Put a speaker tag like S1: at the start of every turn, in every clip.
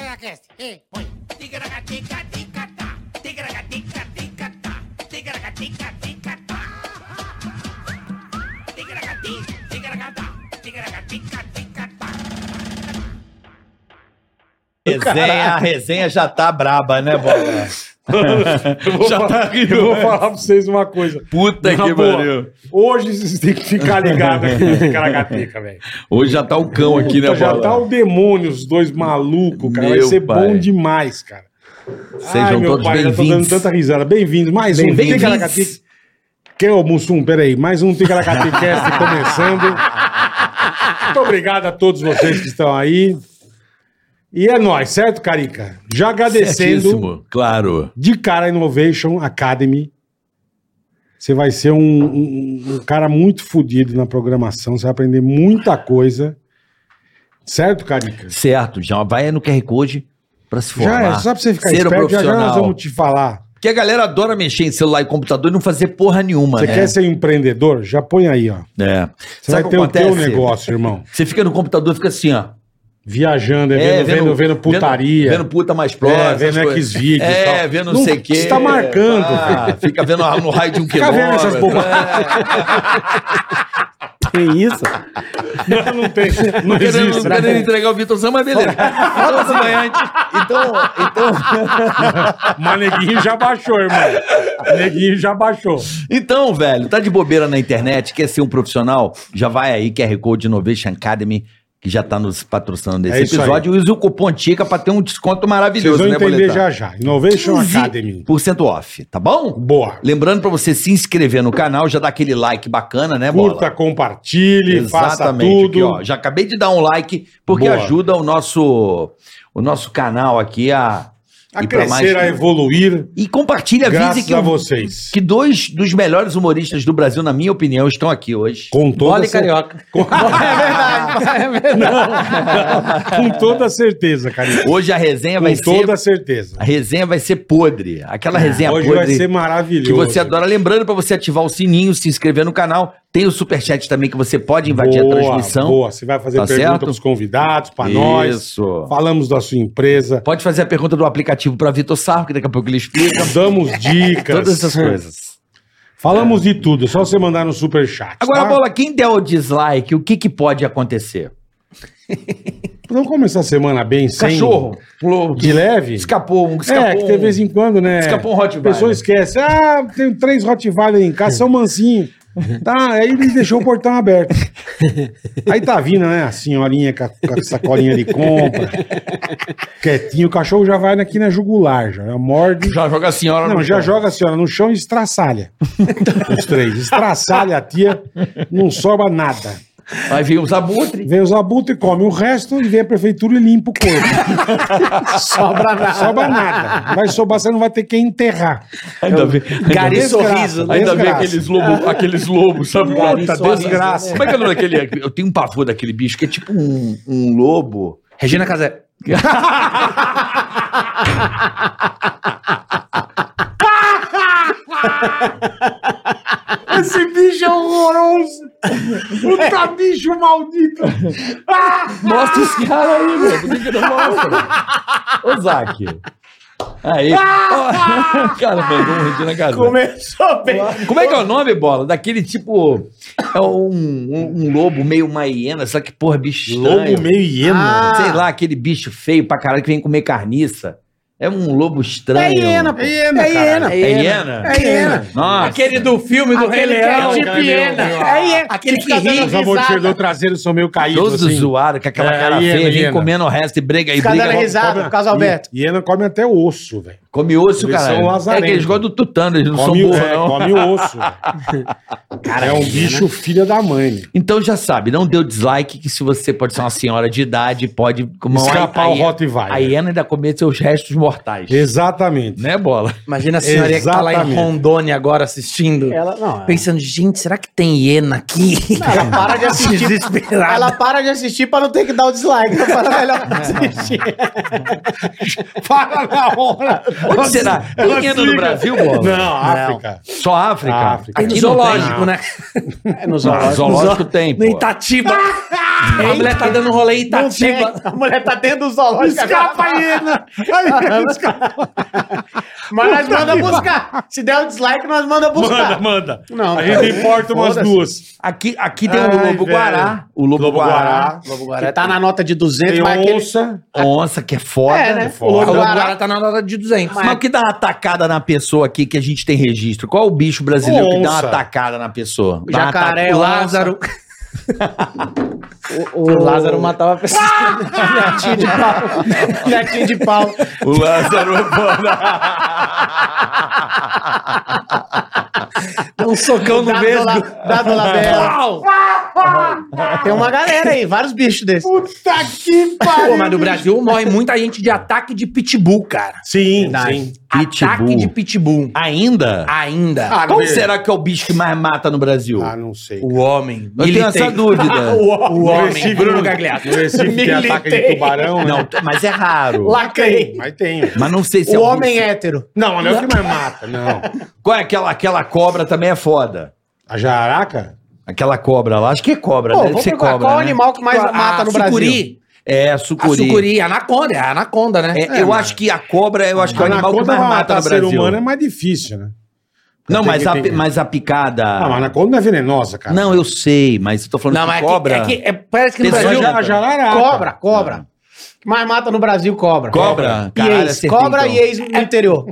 S1: Tigracast, ei, põe.
S2: Tigragatica-tica-tá. Tigragatica-tica-tá. Tigragatica-tica-tá. Tigragati, tigragatá. Tigragatica-tica-tá.
S3: Resenha, a resenha já tá braba, né, Bola?
S4: Eu vou,
S3: Já tá
S4: falar,
S3: rindo,
S4: eu vou
S3: né?
S4: falar pra vocês uma coisa.
S3: Puta
S4: Na boa, Hoje vocês têm que ficar ligados aqui nesse Caragateca, velho.
S3: Hoje já tá o cão aqui, né,
S4: Já tá
S3: Bola?
S4: o demônio, os dois malucos, cara. Vai
S3: Meu
S4: ser
S3: pai.
S4: bom demais, cara.
S3: Sejam todos
S4: já tô dando
S3: bem-vindos.
S4: tanta risada. Bem-vindos, mais um
S3: Bem-vindos.
S4: Ticaracateca. Que é o Mussum, peraí. Mais um Ticaracateca começando. Muito obrigado a todos vocês que estão aí. E é nóis, certo, Carica? Já agradecendo.
S3: Certíssimo, Claro.
S4: de cara Innovation Academy. Você vai ser um, um- um cara muito fodido na programação, você vai aprender muita coisa. Certo, Carica?
S3: Certo, já vai no QR Code pra se
S4: Já
S3: formar.
S4: é, só pra você ficar
S3: Ser um
S4: esperto, já, já nós
S3: profissional.
S4: vamos te falar.
S3: Porque a galera adora mexer em celular e computador e não fazer porra nenhuma,
S4: Você
S3: né?
S4: quer ser empreendedor? Já põe aí, ó.
S3: É.
S4: Você
S3: Sabe o
S4: vai ter
S3: que
S4: o teu
S3: acontece?
S4: negócio, irmão.
S3: Você fica no computador e fica assim, ó.
S4: Viajando, é,
S3: É,
S4: vendo, vendo, vendo putaria.
S3: Vendo, puta mais próxima.
S4: É, vendo
S3: essas coisas.
S4: Xvideos e
S3: É,
S4: tal.
S3: vendo não
S4: Não,
S3: sei o quê.
S4: você tá marcando.
S3: Ah, fica vendo no raio de um
S4: Fica
S3: quilômetro.
S4: vendo essas bobagens.
S5: Tem isso?
S4: Não, não tem. Não
S3: É, Querendo,
S4: existe.
S3: querendo entregar o Vitor São, mas beleza. Então, então, então,
S4: Mas neguinho já baixou, irmão. Neguinho já baixou.
S3: Então, velho, tá de bobeira na internet, quer ser um profissional? Já vai aí, QR Code Innovation Academy, que já tá nos patrocinando
S4: É
S3: esse
S4: isso aí.
S3: episódio. E usa o cupom TICA pra ter um desconto
S4: Vocês
S3: maravilhoso,
S4: vão
S3: né,
S4: entender
S3: Boletar?
S4: já já. Innovation
S3: 15%
S4: Academy.
S3: off, tá bom?
S4: Boa.
S3: Lembrando pra você se inscrever no canal, já dá aquele like bacana, né, Bola?
S4: Curta, compartilhe, faça
S3: Exatamente.
S4: tudo.
S3: Aqui, ó, já acabei de dar um like, porque
S4: Boa.
S3: ajuda o nosso, o nosso canal aqui a...
S4: A
S3: ir pra
S4: crescer, a evoluir,
S3: E compartilha, avise
S4: graças
S3: que
S4: a
S3: o-
S4: vocês.
S3: que dois dos melhores humoristas do Brasil, na minha opinião, estão aqui hoje.
S4: Com toda
S5: Bola e
S4: cer-
S5: carioca.
S4: Com...
S5: É verdade, é verdade.
S4: com toda certeza, carinho.
S3: Hoje a resenha vai
S4: Com toda
S3: ser.
S4: certeza.
S3: A resenha vai ser podre. Aquela resenha
S4: Hoje vai
S3: podre
S4: ser maravilhoso.
S3: que você adora. Lembrando pra você ativar o sininho, se inscrever no canal. Tem o superchat também que você pode invadir
S4: boa,
S3: a transmissão.
S4: Boa, você vai fazer
S3: Tá
S4: pergunta
S3: certo?
S4: pros convidados, pra nós.
S3: Isso.
S4: Falamos da sua empresa,
S3: Pode fazer a pergunta do aplicativo pra Vitor Sarro, que daqui a pouco ele explica.
S4: damos dicas.
S3: Todas essas coisas.
S4: Falamos de tudo, é só você mandar no superchat.
S3: Agora,
S4: tá?
S3: Bola, quem der o dislike, o que, que pode acontecer?
S4: Vamos começar a semana bem, sem...
S3: Cachorro. Pulou.
S4: De leve?
S3: Escapou um. Escapou
S4: é, que de
S3: um-
S4: vez em quando, né?
S3: Escapou um
S4: A
S3: Rottweiler.
S4: pessoa esquece. Ah, tem três Rottweiler em casa, são mansinho. Tá, aí ele deixou o portão aberto. Aí tá vindo, né? A senhorinha com a, com a sacolinha de compra. Quietinho, o cachorro já vai aqui na jugular, já, já morde.
S3: Já joga a senhora né?
S4: Não,
S3: no
S4: já
S3: chão.
S4: joga a senhora no chão e estraçalha. Os três. Estraçalha a tia, não sobra nada.
S3: Aí vem os abutres.
S4: Vem os abutres, come o resto e vem a prefeitura e limpa o corpo.
S5: Sobra nada.
S4: sobra nada. Vai sobrar, você não vai ter quem enterrar.
S3: Ainda bem,
S5: É um Gari
S4: Desgraça.
S5: sorriso, né?
S3: ainda bem
S4: Desgraça.
S3: aqueles lobos, aqueles lobos, sabe?
S5: Gari
S3: Puta,
S5: sorriso,
S4: desgraça.
S5: né?
S3: Como é que é o nome daquele? Eu tenho um pavor daquele bicho que é tipo um, um lobo.
S5: Regina Casé.
S4: Esse bicho é horroroso! Puta bicho maldito!
S3: Mostra os caras aí, meu. Por que que não mostra? Ô, Zac. Aí. Ó, cara, mandou um Regina Casé. Como é...
S5: Começou bem.
S3: que é o nome, Bola? Daquele tipo... É um, um, um lobo meio uma hiena, só que porra, bicho estranho.
S4: Lobo meio hiena.
S5: Ah,
S3: Sei lá, aquele bicho feio pra caralho que vem comer carniça. É um lobo estranho.
S5: É hiena, pô.
S4: É hiena,
S5: É
S4: cara.
S5: hiena.
S3: Ah, É hiena?
S5: É hiena.
S3: Nossa.
S5: Aquele do filme do Rei
S6: Aquele que é
S5: Leão.
S6: tipo
S5: Aquele-
S6: hiena.
S5: É hiena. Aquele que
S4: Os
S5: ri.
S4: amortecedores do traseiro são meio caídos.
S3: Todos
S4: Assim.
S3: zoados, com aquela
S4: É,
S3: cara
S4: hiena,
S3: feia, vem
S4: hiena.
S3: comendo o resto e briga e
S6: Fica
S3: briga.
S6: dando
S3: Come-
S6: risada, por causa do Alberto.
S4: Hiena come até osso, velho.
S3: Come osso,
S4: Eles são
S3: cara. É
S4: lazarentos.
S3: que eles gostam do tutano, eles não são
S4: Come, o-
S3: burros,
S4: é,
S3: não.
S4: come o osso. velho. Cara, é um bicho filha da mãe. né?
S3: Então já sabe, não dê o dislike, que se você pode ser uma senhora de idade, pode comer uma-
S4: Escapar
S3: a
S4: o
S3: hiena-
S4: Rottweiler.
S3: A hiena é- ainda comer seus restos mortais.
S4: Exatamente.
S3: Né, bola?
S5: Imagina a senhorinha que tá lá em
S4: Exatamente.
S5: Rondônia agora assistindo.
S6: Ela não. é.
S5: Pensando, gente, será que tem hiena aqui?
S6: Ela para de assistir.
S5: Desesperada.
S6: Ela para de assistir pra não ter que dar o dislike. Então fala melhor pra assistir.
S4: Para na hora.
S3: Onde será? Tem
S4: Ela
S3: hiena no
S4: fica-
S3: Brasil, bola?
S4: Não, África.
S3: Só África?
S4: África.
S3: Aqui
S5: no
S3: não
S5: zoológico,
S3: tem.
S5: né?
S6: É no
S4: tá-
S3: Não, zoológico tem,
S5: No
S3: pô.
S5: Itatiba. A mulher tá dando rolê em
S6: Não tem.
S5: Itatiba.
S6: A mulher tá dentro do zoológico.
S4: Escapa aí, né? Aí, escapa.
S6: Mas nós
S4: Puta
S6: manda
S4: que
S6: buscar. Se der o dislike, nós manda
S7: Manda,
S6: buscar.
S7: manda.
S6: Não,
S7: a gente importa umas
S6: Foda-se.
S7: duas.
S5: Aqui, aqui tem o
S7: Ai,
S5: Lobo
S7: velho.
S5: Guará. O Lobo,
S7: Lobo
S5: Guará.
S7: Guará.
S5: Lobo
S6: Que
S5: Guará.
S6: tá na nota de 200,
S4: Tem
S6: mas aquele...
S4: onça.
S5: Onça, que é foda.
S6: É, né?
S5: O Lobo
S6: Guará-
S5: Guará tá na hora de 200.
S6: Mas-
S5: Mas o que dá uma atacada na pessoa aqui que a gente tem registro? Qual o bicho brasileiro que dá uma
S7: Onça.
S5: atacada na pessoa?
S6: O
S5: Dá uma
S6: jacaré,
S5: ata- o
S6: É onça.
S5: Lázaro.
S6: O,
S5: O Lázaro matava a pessoa.
S6: Jatinho de pau. Jatinho de pau.
S3: O Lázaro é foda.
S5: Dá um socão no
S6: Dado
S5: mesmo.
S6: La- Dado Labella. Tem uma galera aí, vários bichos desses.
S4: Puta que
S5: Pô,
S4: pariu.
S5: mas no Brasil morre muita gente de ataque de pitbull, cara.
S7: Sim,
S6: Verdade.
S7: sim.
S5: Ataque de pitbull.
S3: Ainda?
S5: Ainda.
S4: Ah,
S5: Qual
S4: não-
S5: será que é o bicho que mais mata no Brasil?
S4: Ah, não sei.
S5: O homem.
S3: Eu tenho essa
S6: Ah,
S3: dúvida.
S5: O homem.
S7: Recife,
S5: Bruno
S7: Bruno.
S5: Gagliato.
S4: No Recife tem
S6: Militei.
S4: ataque de tubarão, né?
S3: Não, mas é raro.
S6: Lacrei.
S4: Mas tem.
S3: Mas não sei se
S6: O
S3: é um
S6: homem
S3: bicho-
S6: hétero.
S4: Não, mas não é o que mais mata, não.
S3: Qual é aquela, aquela cobra também é foda?
S4: A jararaca?
S3: Aquela cobra lá, acho que é cobra,
S6: Pô,
S3: deve
S6: vamos
S3: ser
S6: procurar
S3: cobra.
S6: qual
S3: né?
S6: animal que mais mata no Brasil.
S5: sucuri.
S3: É,
S5: A
S3: sucuri.
S5: sucuri, a anaconda, é a anaconda, né?
S3: É, eu acho que a cobra, eu acho que é o animal que
S4: Anaconda
S3: mais
S4: vai
S3: mata
S4: matar
S3: no
S4: ser
S3: Brasil.
S4: humano é mais difícil, né?
S3: Não, mas a,
S4: Tem que- tem que-
S3: mas a picada.
S4: Ah, mas anaconda não é venenosa, cara.
S3: Não, eu sei, mas eu tô falando
S5: Não,
S3: que
S5: mas
S3: cobra.
S5: é que, é que- é- parece que no
S3: Tesoura
S5: Brasil...
S4: A ja- a jararaca.
S6: Cobra, cobra. Que mais mata no Brasil, cobra.
S3: Cobra?
S6: E
S3: Caralho,
S6: ex.
S4: assim,
S3: acertei,
S6: Cobra
S3: então.
S6: e ex no interior.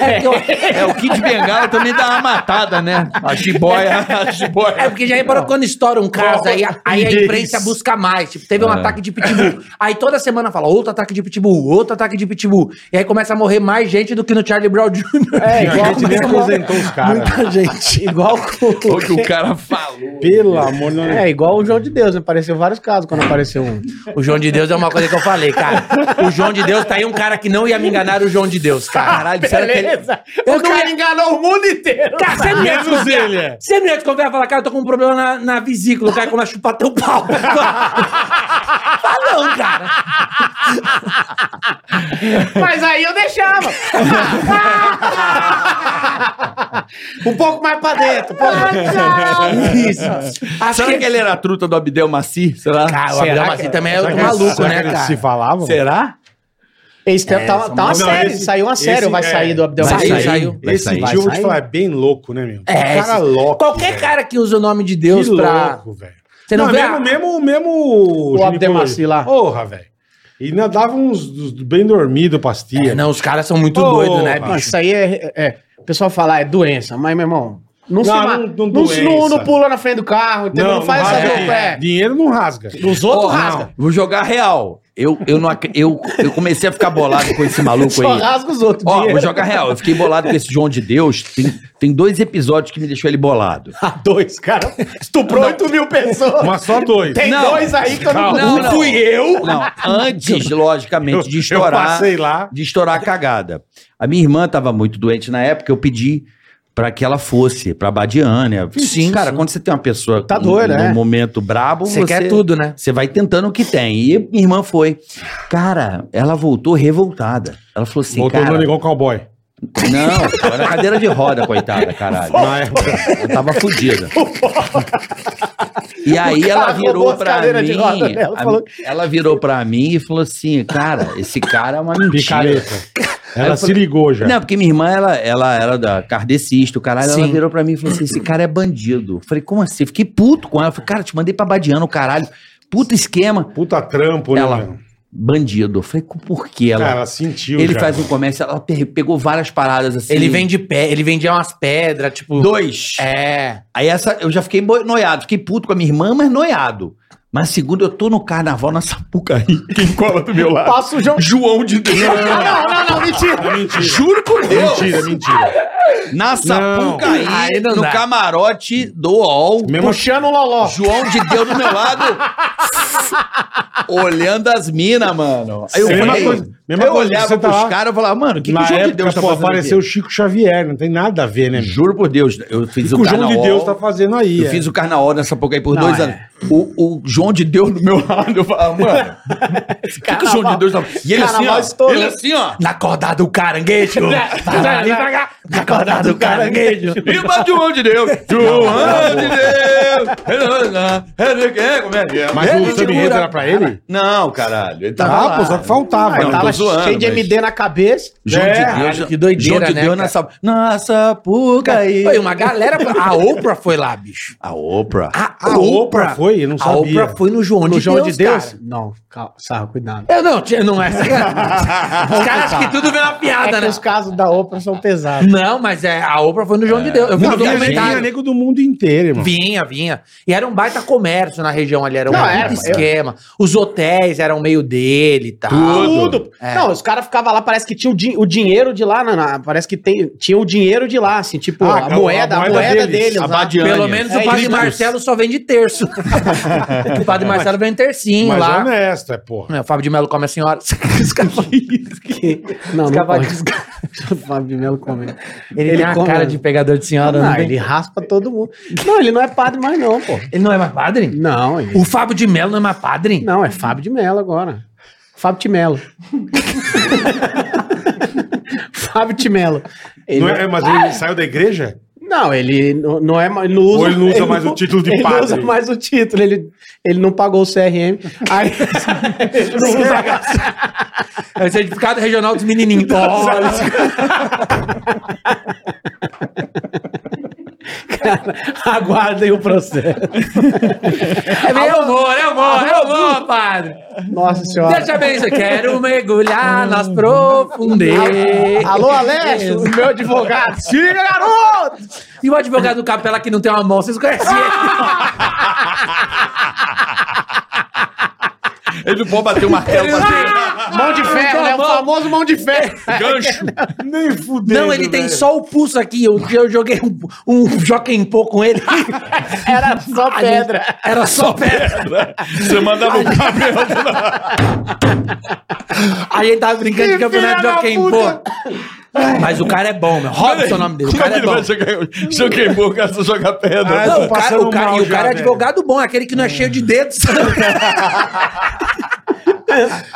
S5: É, porque eu-
S3: É, o Kid Bengala também dá uma matada, né? A jiboia, a jiboia.
S5: é porque já reparou quando estoura um caso, aí, aí a imprensa busca mais. Tipo, teve um
S3: É.
S5: ataque de pitbull. Aí toda semana fala outro ataque de pitbull, outro ataque de pitbull. E aí começa a morrer mais gente do que no Charlie Brown Jr.
S6: É,
S4: A gente nem
S6: igual...
S4: apresentou os caras.
S6: Muita gente. Igual...
S3: O que o cara falou.
S4: Pelo amor de Deus.
S6: É, igual o João de Deus, né? Apareceu vários casos quando apareceu um.
S5: O João de Deus é uma coisa que eu falei, cara. O João de Deus tá aí um cara que não ia me enganar o João de Deus, cara.
S3: Caralho, será que ele...
S5: Eu não ia...
S6: enganou o mundo inteiro.
S5: Cara, você não ia
S7: Menos
S5: desconfiar.
S7: ele, é.
S5: Você não ia desconfiar e falar, cara, eu tô com um problema na, na vesícula, o cara começa a chupar teu pau. Falou, cara.
S6: Mas aí eu deixava. um pouco mais pra dentro. um pouco mais-
S5: Isso. Acho
S3: Será que ele era a truta do Abdel Maci? Será?
S5: Cara, o
S6: Será
S5: Abdel
S6: que-
S5: Maci também é
S4: Será
S6: Tá
S5: outro
S6: um
S4: que-
S5: maluco,
S4: será
S5: né,
S4: que eles
S5: cara?
S4: se falavam? É,
S3: Será?
S6: Esse tempo tá, tá uma
S7: não,
S6: série.
S7: esse-
S6: saiu uma série. ou vai
S7: esse-
S6: sair
S7: é.
S6: do Abdel
S5: Vai
S6: Macedo?
S5: sair. saiu.
S3: Então Vai
S4: Esse
S3: sair.
S4: tio,
S6: Vai
S4: eu vou te
S6: sair.
S4: falar, é bem louco, né, meu?
S5: É,
S4: cara
S5: esse-
S4: louco.
S5: Qualquer cara que usa o nome de Deus
S4: É. que
S5: pra...
S4: louco, velho.
S5: Você não, vê? a-
S4: mesmo, mesmo, mesmo... O
S6: Abdemaci lá.
S4: Porra, velho. E ainda dava uns, uns bem dormido pastilha.
S5: É, não, os caras são muito
S4: Ô,
S5: doidos, né,
S4: mano.
S6: Não,
S5: bicho?
S6: isso aí é, é- O pessoal fala, é doença. Mas, meu irmão, não, se
S4: Não,
S6: ma-
S4: não- não
S6: não, se- não,
S4: doença.
S6: não pula na frente do carro. entendeu? Não, faz essa
S4: rasga
S6: loucura.
S4: dinheiro.
S6: É.
S4: Dinheiro não rasga.
S6: Os outros
S3: Porra,
S6: rasgam.
S3: não. Vou jogar real. Eu, eu, não, ac- eu, eu comecei a ficar bolado com esse maluco
S6: Só
S3: aí.
S6: rasga os outros.
S3: Ó, vou
S6: dinheiro.
S3: jogar real. Eu fiquei bolado com esse João de Deus. Tem, tem dois episódios que me deixou ele bolado.
S6: Dois, cara. Estuprou 8 mil pessoas.
S4: Mas só dois.
S6: Tem
S3: Não.
S6: dois aí que eu não,
S3: Não, não.
S6: fui eu.
S3: Não, antes, logicamente, de
S4: Eu
S3: estourar,
S4: passei lá.
S3: de estourar a cagada. A minha irmã estava muito doente na época, eu pedi para que ela fosse para Badiânia. Sim, cara, quando você tem uma pessoa
S6: Tá
S3: num-
S6: doida,
S3: num
S6: é.
S3: momento brabo,
S5: Você quer tudo, né?
S3: Você vai tentando o que tem. E minha irmã foi. Cara, ela voltou revoltada. Ela falou assim,
S4: Voltou
S3: cara,
S4: andando igual cowboy.
S3: não, ela era cadeira de roda, coitada, caralho.
S4: Na época.
S3: Eu tava fudida. E aí
S6: cara
S3: ela
S6: roubou
S3: virou
S6: as
S3: pra
S6: cadeiras
S3: mim.
S6: de roda dela,
S3: a-
S6: falou-
S3: Ela virou pra mim e falou assim: Cara, esse cara é uma mentira.
S4: Picareta. Ela
S3: eu
S4: se ligou já.
S3: Não, porque minha irmã, ela, ela era da kardecista, o caralho. Ela
S5: Sim.
S3: virou pra mim e falou assim: Esse cara é bandido. Eu falei: Como assim? Eu Fiquei puto com ela. Eu falei: Cara, te mandei pra Badiano, caralho. Puta esquema.
S4: Puta trampo, né?
S3: Ela-
S4: mano?
S3: Bandido. Eu falei: Por que ela?
S4: Cara, ela sentiu
S3: ele
S4: já.
S3: faz um comércio, ela pe- pegou várias paradas assim.
S5: Ele vende pé, ele vendia umas pedras, tipo...
S3: Dois.
S5: É.
S3: Aí essa, eu já fiquei boi- noiado, fiquei puto com a minha irmã, mas noiado. Mas segundo, eu tô no carnaval na Sapucaí. Quem cola do meu lado?
S6: Passa o João.
S3: João de Deus.
S6: Não, não, não, mentira.
S4: É mentira.
S3: Juro por Deus.
S4: Mentira, mentira.
S3: Na Sapucaí,
S5: Aí não
S3: no
S5: dá.
S3: camarote do UOL.
S4: Mesmo assim-
S6: Puxando o loló.
S3: João de Deus do meu lado. olhando as minas, mano. Aí eu
S4: Mesma
S3: falei,
S4: coisa- mesma
S3: eu
S4: coisa,
S3: olhava
S4: você tá
S3: pros
S4: lá.
S3: caras e falava, mano, o que, que o
S4: Na
S3: João de
S4: época,
S3: Deus tá
S4: pô,
S3: fazendo
S4: apareceu o
S3: aqui?
S4: Chico Xavier. Não tem nada a ver, né? meu?
S3: Juro por Deus, eu
S4: O
S3: fiz
S4: que
S3: o,
S4: o João
S3: carnaval.
S4: de Deus tá fazendo aí?
S3: Eu
S4: é?
S3: fiz o carnaval nessa pouca aí por
S6: Não,
S3: dois
S6: é.
S3: anos.
S8: o, o João de Deus do meu lado. Eu falava, mano, o que, que o João de Deus tá. E ele assim,
S6: Carnaval
S8: ó,
S6: estourou.
S8: ele assim, ó.
S5: Na corda do caranguejo. Na corda do caranguejo.
S8: E bate João de Deus! João de Deus! Como é que é?
S4: Mas
S8: É,
S4: o sub
S8: segura.
S4: era pra ele?
S8: Não, caralho.
S3: Tá,
S8: Ele tava
S4: Ah,
S8: lá.
S4: pô, só que faltava.
S8: Ah,
S4: né?
S8: então-
S6: Tava
S8: zoando,
S6: cheio de
S8: mas-
S6: MD na cabeça.
S8: João
S5: É,
S8: de Deus.
S5: cara, que doideira,
S8: João de
S5: né,
S8: Deus
S5: cara?
S8: nessa... Nossa, puca aí.
S5: Foi uma galera. A Oprah foi lá, bicho.
S8: A Oprah.
S5: A,
S4: A Oprah foi? Eu não
S5: A
S4: sabia.
S5: Oprah foi no João
S6: No
S5: de
S6: João
S5: Deus.
S6: de Deus?
S5: cara.
S6: Não, calma, Sarro, cuidado.
S5: Eu não, tinha- não é. Os caras acham que tudo vem uma
S6: É
S5: piada,
S6: que
S5: né?
S6: os casos da Oprah são pesados.
S5: Não, mas é, a Oprah foi no João de Deus. Eu um vi
S4: Não,
S5: no
S4: vinha, vinha
S5: documentário.
S4: nego do mundo inteiro, irmão.
S5: Vinha, vinha. E era um baita comércio na região ali, era um
S6: Não, é,
S5: baita
S6: era,
S5: esquema. Os hotéis eram meio dele e tal.
S6: Tudo.
S5: É.
S6: Não, os caras ficavam lá, parece que tinha o, din- o dinheiro de lá, na, na- parece que tem, tinha o dinheiro de lá, assim, tipo,
S4: Ah,
S6: a,
S4: cara,
S6: moeda, a moeda deles.
S8: a
S6: lá.
S8: Badiane.
S5: Pelo menos
S6: É
S5: o padre
S6: isso.
S5: Marcelo só vende terço. o padre Marcelo vende tercinho
S4: Mas
S5: lá.
S4: honesto, é porra.
S5: É, O Fábio de Melo come a senhora. Os caras falam isso, que-
S6: Não,
S5: os
S6: não
S5: caras falam
S6: pode.
S5: que os caras-
S6: O Fábio Melo come.
S5: Ele, tem uma
S6: come-
S5: cara de pegador de senhora. né?
S6: Não,
S5: não tem?
S6: ele raspa todo mundo. Não, ele não é padre mais não, pô.
S5: Ele não é mais padre?
S6: Não, ele...
S5: O Fábio de Melo não é mais padre?
S6: Não, é Fábio de Mello agora. Fábio de Mello. Fábio de Mello. Ele- Ah,
S4: Não é, mas ele saiu da igreja?
S6: Não, ele não não é mais. Não usa,
S4: Ou ele não usa mais o título de
S6: ele
S4: padre.
S6: Ele não usa mais o título, ele, ele não pagou o CRM. Aí ele não usa mais.
S5: É o certificado regional dos menininhos. Olha,
S6: Aguardem o processo.
S5: É meu amor, é amor, é amor, padre.
S6: Nossa senhora.
S5: Deixa bem isso. Quero mergulhar
S6: Hum.
S5: nas profundezas.
S6: Alô, Alex, o meu advogado. Se liga, garoto!
S5: E o advogado do Capela que não tem uma mão, vocês conhecem ele?
S8: Ele não pode bater o
S6: Ah,
S8: martelo.
S5: Ele não tem-
S6: Mão é um de ferro, né? O famoso mão de ferro.
S8: Gancho.
S4: Nem fudeu.
S5: Não, ele tem só o pulso aqui. Eu, eu joguei um, um jockey pô com ele.
S6: Era só
S5: A
S6: É pedra.
S5: gente- Era só pedra.
S8: Você mandava o cabelo.
S5: A gente tava brincando de campeonato de jockey pô. Mas o cara é bom, meu. Robson é o nome dele. O
S8: Como é que
S5: cara é
S8: ele
S5: bom.
S8: vai jogar? Se eu queimou, o cara só joga pedra.
S4: Ah,
S5: Não,
S4: tô
S5: o cara,
S8: um
S4: passando
S5: o cara-
S4: mal
S5: e o
S4: já,
S5: cara é
S4: velho.
S5: advogado bom, aquele que não
S8: Hum.
S5: é cheio de dedos.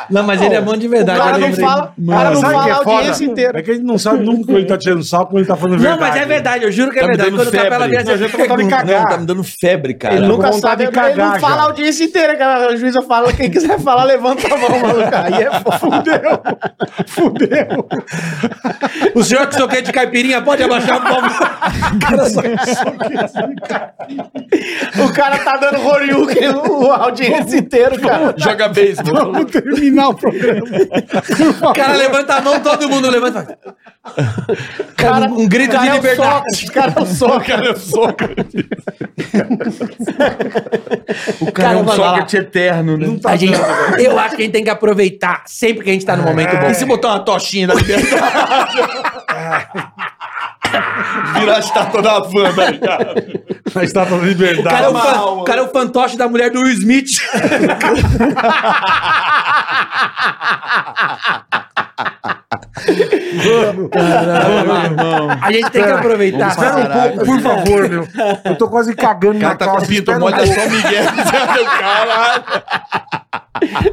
S5: não, mas ele é bom de
S6: O
S5: verdade.
S6: cara
S5: eu
S6: não
S5: lembrei.
S6: fala, o cara não
S4: sabe
S6: fala a
S4: que é
S6: audiência
S4: foda?
S6: inteira.
S4: É que a gente não sabe nunca quando ele tá tirando salto, quando ele tá falando
S5: Não,
S4: verdade.
S5: mas é verdade, eu juro que é
S8: Tá me
S5: verdade.
S8: dando
S5: Quando o Capela
S8: febre.
S5: vier,
S4: Não, já tô vontade de
S5: pergunta.
S4: cagar.
S8: Não, tá me dando febre, cara.
S6: Ele
S4: com
S6: nunca
S4: é vontade
S6: sabe,
S4: de
S6: ele
S4: cagar
S6: não
S4: já.
S6: fala a audiência inteira, cara. A juíza fala, quem quiser falar, levanta a mão, maluco. Aí é fudeu.
S4: Fudeu.
S5: O senhor que sou quente de caipirinha pode abaixar o palmo. cara só...
S6: O cara tá dando Horiuken, o a audiência inteira, cara.
S8: Joga beisebol.
S4: Vamos terminar o programa.
S5: O cara levanta a mão, todo mundo levanta.
S6: cara
S5: um grito
S6: cara
S5: de
S6: é o
S5: liberdade.
S6: Sócrates, cara é o
S8: Só,
S6: Sócrates.
S8: cara, eu sou, cara. É um
S5: O vai Tipo, lá.
S8: Sócrates eterno, né?
S5: A gente- eu acho que a gente tem que aproveitar sempre que a gente tá no momento bom.
S8: É. E se botar uma tochinha na liberdade? Virar a estátua da van, tá ligado?
S4: tá A estátua da
S5: O cara, é o
S4: liberdade.
S5: fan-
S8: alma.
S5: o cara é o fantoche da mulher do Will Smith. a gente tem que aproveitar.
S4: Espera um pouco,
S5: né?
S4: por favor, meu. Eu tô quase cagando na
S8: cara tá
S4: calça.
S8: com pinto
S4: espera um
S8: mole, é
S4: pouco.
S8: só Miguel. Caralho.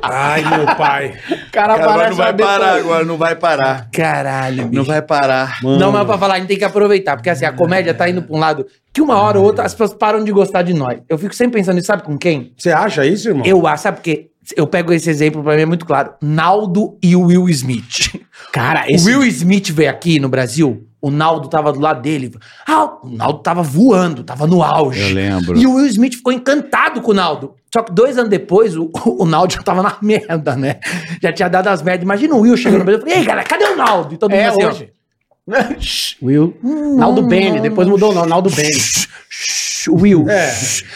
S4: Ai, meu pai.
S6: O cara,
S8: Cara, agora não vai
S6: saber
S8: parar
S6: tudo.
S8: agora, não vai parar.
S5: Caralho, bicho.
S8: Não vai parar.
S5: Não, mas pra falar, a gente tem que aproveitar, porque assim, a comédia tá indo pra um lado que uma hora ou outra as pessoas param de gostar de nós. Eu fico sempre pensando nisso, sabe com quem?
S4: Você acha isso, irmão?
S5: Eu acho, sabe porque eu pego esse exemplo, pra mim é muito claro. Naldo e o Will Smith.
S6: Cara,
S5: O
S6: esse...
S5: Will Smith veio aqui no Brasil, o Naldo tava do lado dele. Ah, o Naldo tava voando, tava no auge.
S8: Eu lembro.
S5: E o Will Smith ficou encantado com o Naldo. Só que dois anos depois, o, o Naldo já tava na merda, né? Já tinha dado as merdas. Imagina o Will chegando no Brasil e falei, ei, galera, cadê o Naldo? E todo mundo
S6: É
S5: assim, ó.
S6: hoje. Will.
S4: Hum.
S6: Naldo Bene, depois mudou o nome, Naldo Bene.
S5: Will.
S4: É.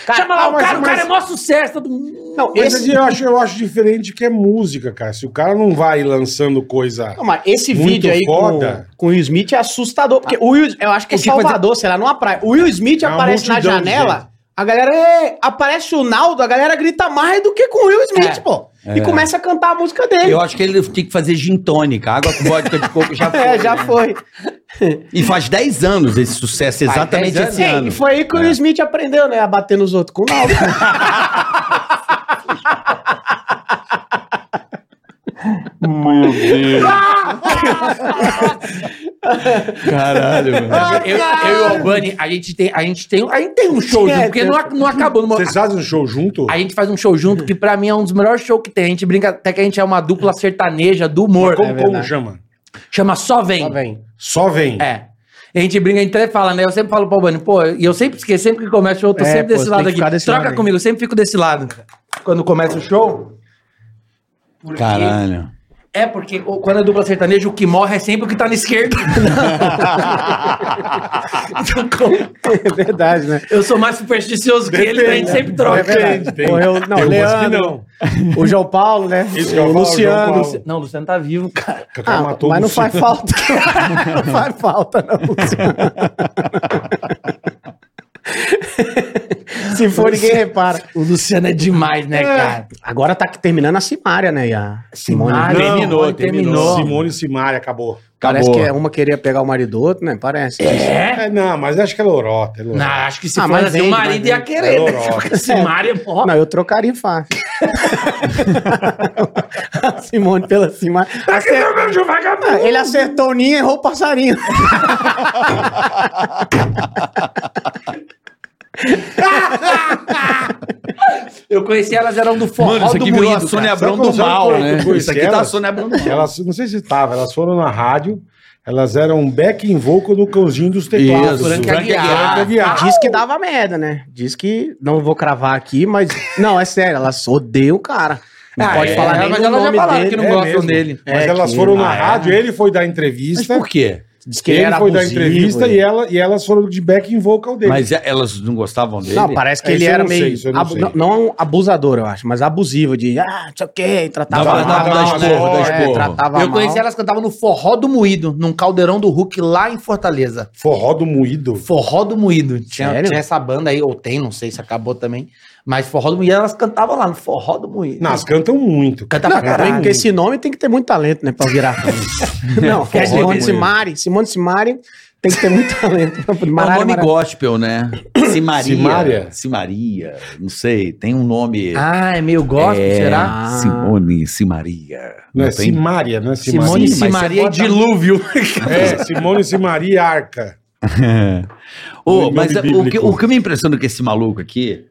S5: Cara, Chama lá
S4: ah,
S5: o
S4: mas-
S5: cara, o
S4: mas-
S5: cara é mó sucesso. Todo... mundo-
S6: Não,
S4: Mas
S6: esse,
S4: eu, acho, eu acho diferente que é música, cara. Se o cara não vai lançando coisa.
S6: não, mas esse
S4: Muito
S6: vídeo aí com,
S4: foda.
S6: com o Will Smith é assustador. Porque o Will, eu acho que é
S5: O que foi-
S6: Salvador, sei lá, numa praia. O Will Smith
S4: É uma
S6: aparece na
S4: multidão de
S6: janela, A galera é- aparece o Naldo, a galera grita mais do que com o Will Smith,
S3: É.
S6: pô.
S8: É.
S6: E começa a cantar a música dele.
S3: Eu acho que ele tinha que fazer gin tônica, água com vodka de coco já foi.
S6: É, já foi.
S3: E faz 10 anos esse sucesso, exatamente
S6: 10
S3: esse
S6: anos.
S3: ano.
S6: E foi aí que o
S4: É.
S6: Will Smith aprendeu, né? A bater nos outros com o Naldo.
S8: Meu Deus. Caralho, velho.
S5: Eu, eu e o Albani, a gente tem, a gente tem, a gente tem um show
S6: É,
S5: junto, porque
S6: tem-
S5: não, ac- não acabou. numa-
S4: Vocês fazem um show junto?
S5: A gente faz um show junto, que pra mim é um dos melhores shows que tem. A gente brinca até que a gente é uma dupla sertaneja do humor.
S4: como,
S6: É
S4: como
S6: verdade.
S4: chama?
S5: Chama Só Vem.
S6: Tá bem.
S4: Só vem.
S5: É. A gente brinca, a gente até fala, né? Eu sempre falo pro Albani, pô, e eu sempre esqueço, sempre que começa o eu tô
S6: É,
S5: sempre
S6: pô,
S5: desse
S6: você
S5: lado
S6: tem que
S5: aqui.
S6: ficar desse
S5: Troca
S6: lado aí.
S5: comigo, eu sempre fico desse lado. Quando começa o show. Porque-
S3: Caralho.
S5: É, porque o- quando é dupla sertaneja, o que morre é sempre o que tá na esquerda. Então, como-
S6: É verdade, né?
S5: eu sou mais supersticioso que ele, então a gente sempre troca.
S6: É
S4: Tem-
S6: Morreu, não,
S4: tem umas que
S6: Leandro,
S4: não.
S6: o João Paulo, né?
S4: Isso que eu
S6: o
S4: falo,
S6: Luciano.
S4: João Paulo.
S5: Luci- Não, o Luciano tá vivo, cara.
S4: O cara
S6: Ah,
S4: matou
S6: mas
S4: o
S6: não faz
S4: Luciano.
S6: falta. não faz falta, não, Luciano. Se for, ninguém repara.
S5: O Luciano é demais, né, cara?
S6: Agora tá terminando a Simária, né? E a Simone.
S5: Simária.
S4: Não,
S5: Terminou,
S4: olha,
S5: terminou.
S4: Simone e Simária, acabou.
S6: Parece
S3: Acabou.
S6: que é uma queria pegar o marido do outro, né? Parece.
S5: É?
S4: É, não, mas acho que é lorota. É
S5: Não,
S4: lorota.
S5: acho que se
S6: Ah,
S5: fosse
S6: mas
S5: assim, o
S6: vende,
S5: marido
S6: mas
S5: ia
S6: vende.
S5: querer, né?
S4: Lorota.
S5: Porque esse Mário é mó-
S6: Não, eu trocaria fácil. A Simone pela Simária.
S5: Pra que eu vejo um
S6: Ah,
S5: vagabundo?
S6: Ele acertou o ninho e errou o passarinho.
S5: Eu conheci elas, eram do forró
S3: Mano, isso
S5: do
S3: aqui virou a
S5: moído,
S3: Sônia
S5: cara.
S3: Abrão
S4: Sabe
S3: do
S4: quando- sabe
S3: mal,
S4: quando
S3: né?
S4: eu um conheci
S3: Isso aqui tá a
S4: elas?
S3: Sônia Abrão do mal.
S4: Elas, não sei se estava, elas foram na rádio, elas eram back in vocal do cãozinho dos teclados.
S3: Isso,
S5: Frank
S4: Frank
S5: Aguiar.
S4: Aguiar.
S6: Diz que dava merda, né? Diz que. Não vou cravar aqui, mas. Não, é sério, ela odeia o cara. Não
S5: Ah,
S6: pode
S5: é,
S6: falar nem do
S5: mas elas já
S6: nome
S5: falaram
S6: dele.
S5: que não
S4: É
S5: gostam
S4: mesmo.
S5: dele.
S4: Mas
S6: É,
S4: elas
S6: que-
S4: foram na
S6: ah, é.
S4: rádio, ele foi dar
S3: Mas
S4: entrevista.
S3: por quê?
S6: Diz que
S4: Ele,
S6: ele, era
S4: foi dar
S6: abusivo,
S4: entrevista
S6: ele-
S4: e, é- ela, e elas foram de back in vocal dele.
S3: Mas elas não gostavam dele?
S6: Não, parece que
S4: É,
S6: ele
S4: isso eu
S6: era
S4: não sei,
S6: meio.
S4: isso eu não
S6: abu-
S4: sei.
S6: não, não abusador, eu acho, mas abusivo de. Ah, não sei o quê, tratava.
S3: Dava-
S6: mal,
S3: dava- dava
S6: né?
S3: esporro, dava
S6: É,
S3: esporro.
S6: tratava
S5: eu conheci
S6: mal.
S5: elas cantavam no Forró do Moído, num caldeirão do Hulk lá em Fortaleza.
S4: Forró do moído.
S5: Forró do Moído. Tinha,
S6: Sério?
S5: tinha essa banda aí, ou tem, não sei se acabou também. Mas Forró do Moído, elas cantavam lá no Forró do Moído.
S4: Não, elas cantam muito.
S5: Canta
S6: Não,
S5: pra caralho.
S6: porque esse nome tem que ter muito talento, né, pra virar. não,
S3: Forró
S6: Simone
S3: do
S6: Simari, Simone Simari tem que ter muito talento.
S3: É um
S6: Marália
S3: nome
S6: Mara-
S3: gospel, né? Simaria.
S4: Simária?
S3: Simaria. Não sei, tem um nome...
S5: Ah, é meio gospel,
S3: É,
S5: será?
S3: Simone Simaria.
S4: Não é
S3: tem?
S4: Simária, né?
S5: Simone é e
S3: Sim, mas você
S5: Simaria e
S3: bota-
S5: Dilúvio.
S4: É, Simone Simaria Arca.
S3: Ô,
S4: Nome
S3: mas é,
S4: bíblico.
S3: o que, o que me impressiona com esse maluco aqui,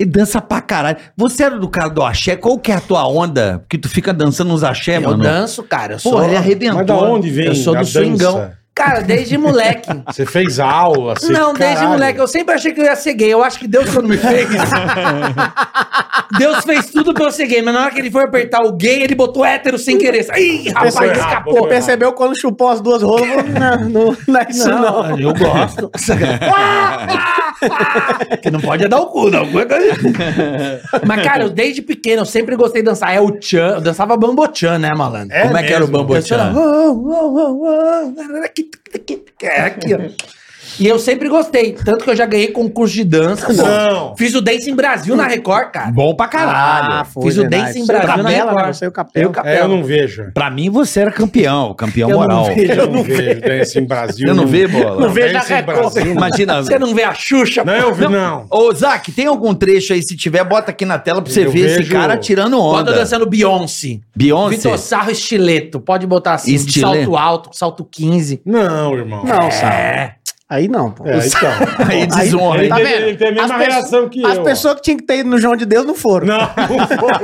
S3: ele dança pra caralho. Você era do cara do axé, qual que é a tua onda? Porque tu fica dançando uns axé,
S5: eu
S3: mano.
S5: danço, cara. Eu sou,
S3: Porra, ele arrebentou.
S4: Mas da onde vem
S5: eu sou do
S4: a
S5: swingão.
S4: dança?
S5: Cara, desde moleque.
S4: Você fez aula? Você...
S5: Não, desde
S4: Caralho.
S5: moleque. Eu sempre achei que eu ia ser gay. Eu acho que Deus quando me fez. Deus fez tudo pra eu ser gay. Mas na hora que ele foi apertar o gay, ele botou hétero sem querer. Ih, rapaz,
S4: Foi é errado,
S5: escapou.
S6: Você percebeu quando chupou as duas rolas? falou, Não, não, não é isso não.
S5: Não, eu gosto. que não pode é dar o cu, não. assim. Mas, cara, eu desde pequeno eu sempre gostei de dançar. É o tchan. Eu dançava bambotchan, né, malandro?
S3: Como é, que era o
S4: mesmo.
S5: Era
S3: Bambochan?
S5: uou, uou, uou, uou, era aqui, aqui, aqui, era aqui, ó. E eu sempre gostei. Tanto que eu já ganhei concurso de dança. pô.
S4: Não.
S5: Fiz o Dance em Brasil na Record, cara.
S3: Bom pra caralho.
S6: Ah, foi,
S5: Fiz o
S6: verdade.
S5: Dance em
S6: Você é o
S5: Brasil na
S6: Capela,
S5: Record.
S6: né? Você é o
S5: Eu,
S6: Capela.
S4: É, eu
S5: Capela.
S4: não vejo.
S3: Pra mim você era campeão, campeão
S5: Eu não
S3: moral.
S5: vejo.
S4: Eu não vejo. Dance em Brasil.
S3: Você não vê, bola?
S6: Não vejo na
S4: Dance em
S6: Record.
S4: Brasil.
S3: Imagina.
S5: Você não vê a Xuxa?
S4: Não, eu vi, não.
S3: Ô, Zac, tem algum trecho aí? Se tiver, bota aqui na tela pra você
S4: Eu
S3: ver esse
S4: vejo-
S3: cara tirando
S5: Bota
S3: onda.
S5: dançando Beyoncé.
S3: Beyoncé.
S5: Vitor Sarro estileto. Pode botar assim, de
S3: Estileto. Ah.
S5: salto alto, salto 15.
S4: Não, irmão.
S6: Não, sabe? Aí não, pô.
S4: É, então.
S3: Aí desonra.
S4: Ele
S3: hein?
S6: Tá
S4: teve-
S6: vendo?
S4: ele teve a mesma
S6: pessoas-
S4: reação que
S6: As
S4: eu.
S6: pessoas que tinham que ter ido no João de Deus não foram.
S4: Não, não foi.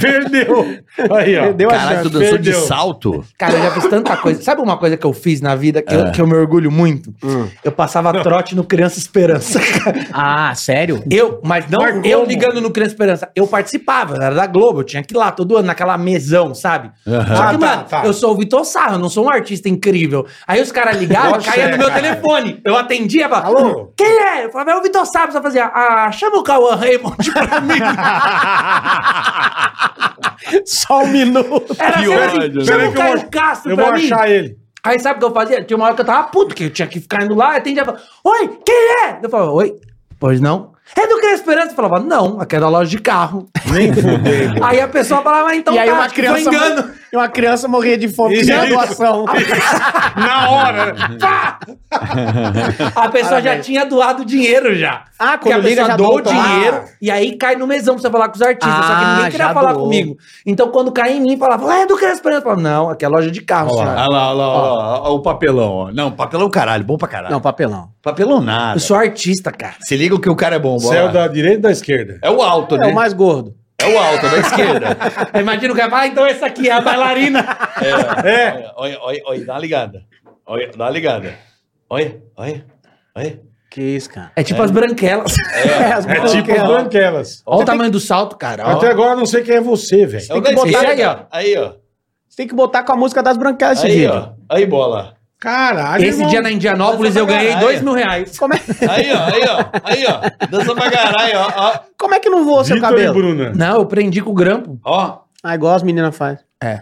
S4: Perdeu. Aí, ó.
S6: Perdeu a
S3: Caralho, tu
S6: chance.
S3: dançou
S4: Perdeu.
S3: de salto?
S5: Cara, eu já fiz tanta coisa. Sabe uma coisa que eu fiz na vida que,
S3: É.
S5: eu, que eu me orgulho muito? Eu passava trote no Criança Esperança.
S6: Ah, sério?
S5: Eu, mas não
S4: Mas
S5: eu
S4: como?
S5: ligando no Criança Esperança. Eu participava, era da Globo, eu tinha que ir lá todo ano, naquela mesão, sabe? Só
S4: Ah,
S5: que,
S4: tá,
S5: mano,
S4: tá.
S5: eu sou o Vitor Sarro, eu não sou um artista incrível. Aí os caras ligavam,
S4: Nossa,
S5: caía no
S4: é,
S5: meu
S4: cara.
S5: telefone. Eu atendia, falava,
S4: Alô?
S5: quem é? Eu falava, é o Vitor Sarro. Só fazia, ah, chama o Cauã Raymond pra mim.
S6: Só um minuto.
S5: Era
S3: Que
S5: sempre assim,
S3: ódio, né?
S5: chama
S4: Peraí
S5: o
S4: que
S5: assim,
S4: eu
S5: Caio
S4: vou,
S5: Castro
S4: eu
S5: pra
S4: vou
S5: mim.
S4: achar ele.
S5: Aí sabe o que eu fazia? Tinha uma hora que eu tava puto, que eu tinha que ficar indo lá, atendia e falava, oi, quem é? Eu falava, oi, pois não. É do que a esperança? Eu falava, não, aqui é da loja de carro.
S4: Nem fudei.
S5: Aí a pessoa falava, "Ah, então
S6: e aí
S5: tá,
S6: uma
S5: foi
S6: criança,
S5: engano.
S6: e uma criança morria de fome de
S4: Isso. Ah,
S6: doação.
S4: Na hora.
S5: A pessoa já tinha doado dinheiro já.
S6: Ah,
S5: Porque a
S6: quando liga,
S5: pessoa
S6: já
S5: doa o
S6: doa.
S5: dinheiro e aí cai no mesão pra você falar com os artistas. só que
S6: Ah,
S5: ninguém queria
S6: já
S5: falar
S6: doou.
S5: comigo. Então quando cai em mim, falava, ah, é do que a esperança? Eu falava, não, aqui é loja de carro,
S3: Olha
S5: senhora.
S3: lá, olha lá, olha lá, olha lá, o papelão. ó. Não, papelão caralho, bom pra caralho.
S6: Ah. Não,
S4: É
S6: papelão. É
S3: Papelão nada.
S5: Eu sou artista, cara.
S3: Se liga o que o cara é bom, bora.
S4: Céu
S3: lá.
S4: da direita ou da esquerda?
S3: É o alto,
S6: É
S3: né?
S6: o mais gordo.
S3: É o alto, da esquerda.
S5: Imagina o cara, ah, então essa aqui é a bailarina.
S3: É. Olha, olha, olha, dá uma ligada. Olha, dá uma ligada. Olha, olha, olha.
S6: Que isso, cara.
S5: É tipo as branquelas.
S6: as
S4: É tipo
S6: branquelas.
S4: branquelas.
S5: Olha o tamanho do salto, cara. ó.
S4: Até agora eu não sei quem é você, velho.
S3: É o
S6: que
S3: da
S6: botar-
S3: esquerda. Aí, ó.
S6: Você tem que botar com a música das branquelas esse
S3: Aí,
S6: vídeo.
S3: ó. Aí, bola.
S4: Caralho,
S5: Esse
S4: irmão.
S5: dia na Indianópolis
S3: Dança
S5: eu
S3: pra
S5: ganhei
S3: caralho.
S5: dois mil reais.
S6: Como é,
S3: Aí, ó, aí, ó. Aí, ó. Dança pra caralho, ó.
S6: como é que não voa seu
S4: Vitor e
S6: cabelo?
S4: Bruna.
S5: Não, eu prendi com o grampo.
S3: Ó,
S6: Ah, igual as meninas fazem.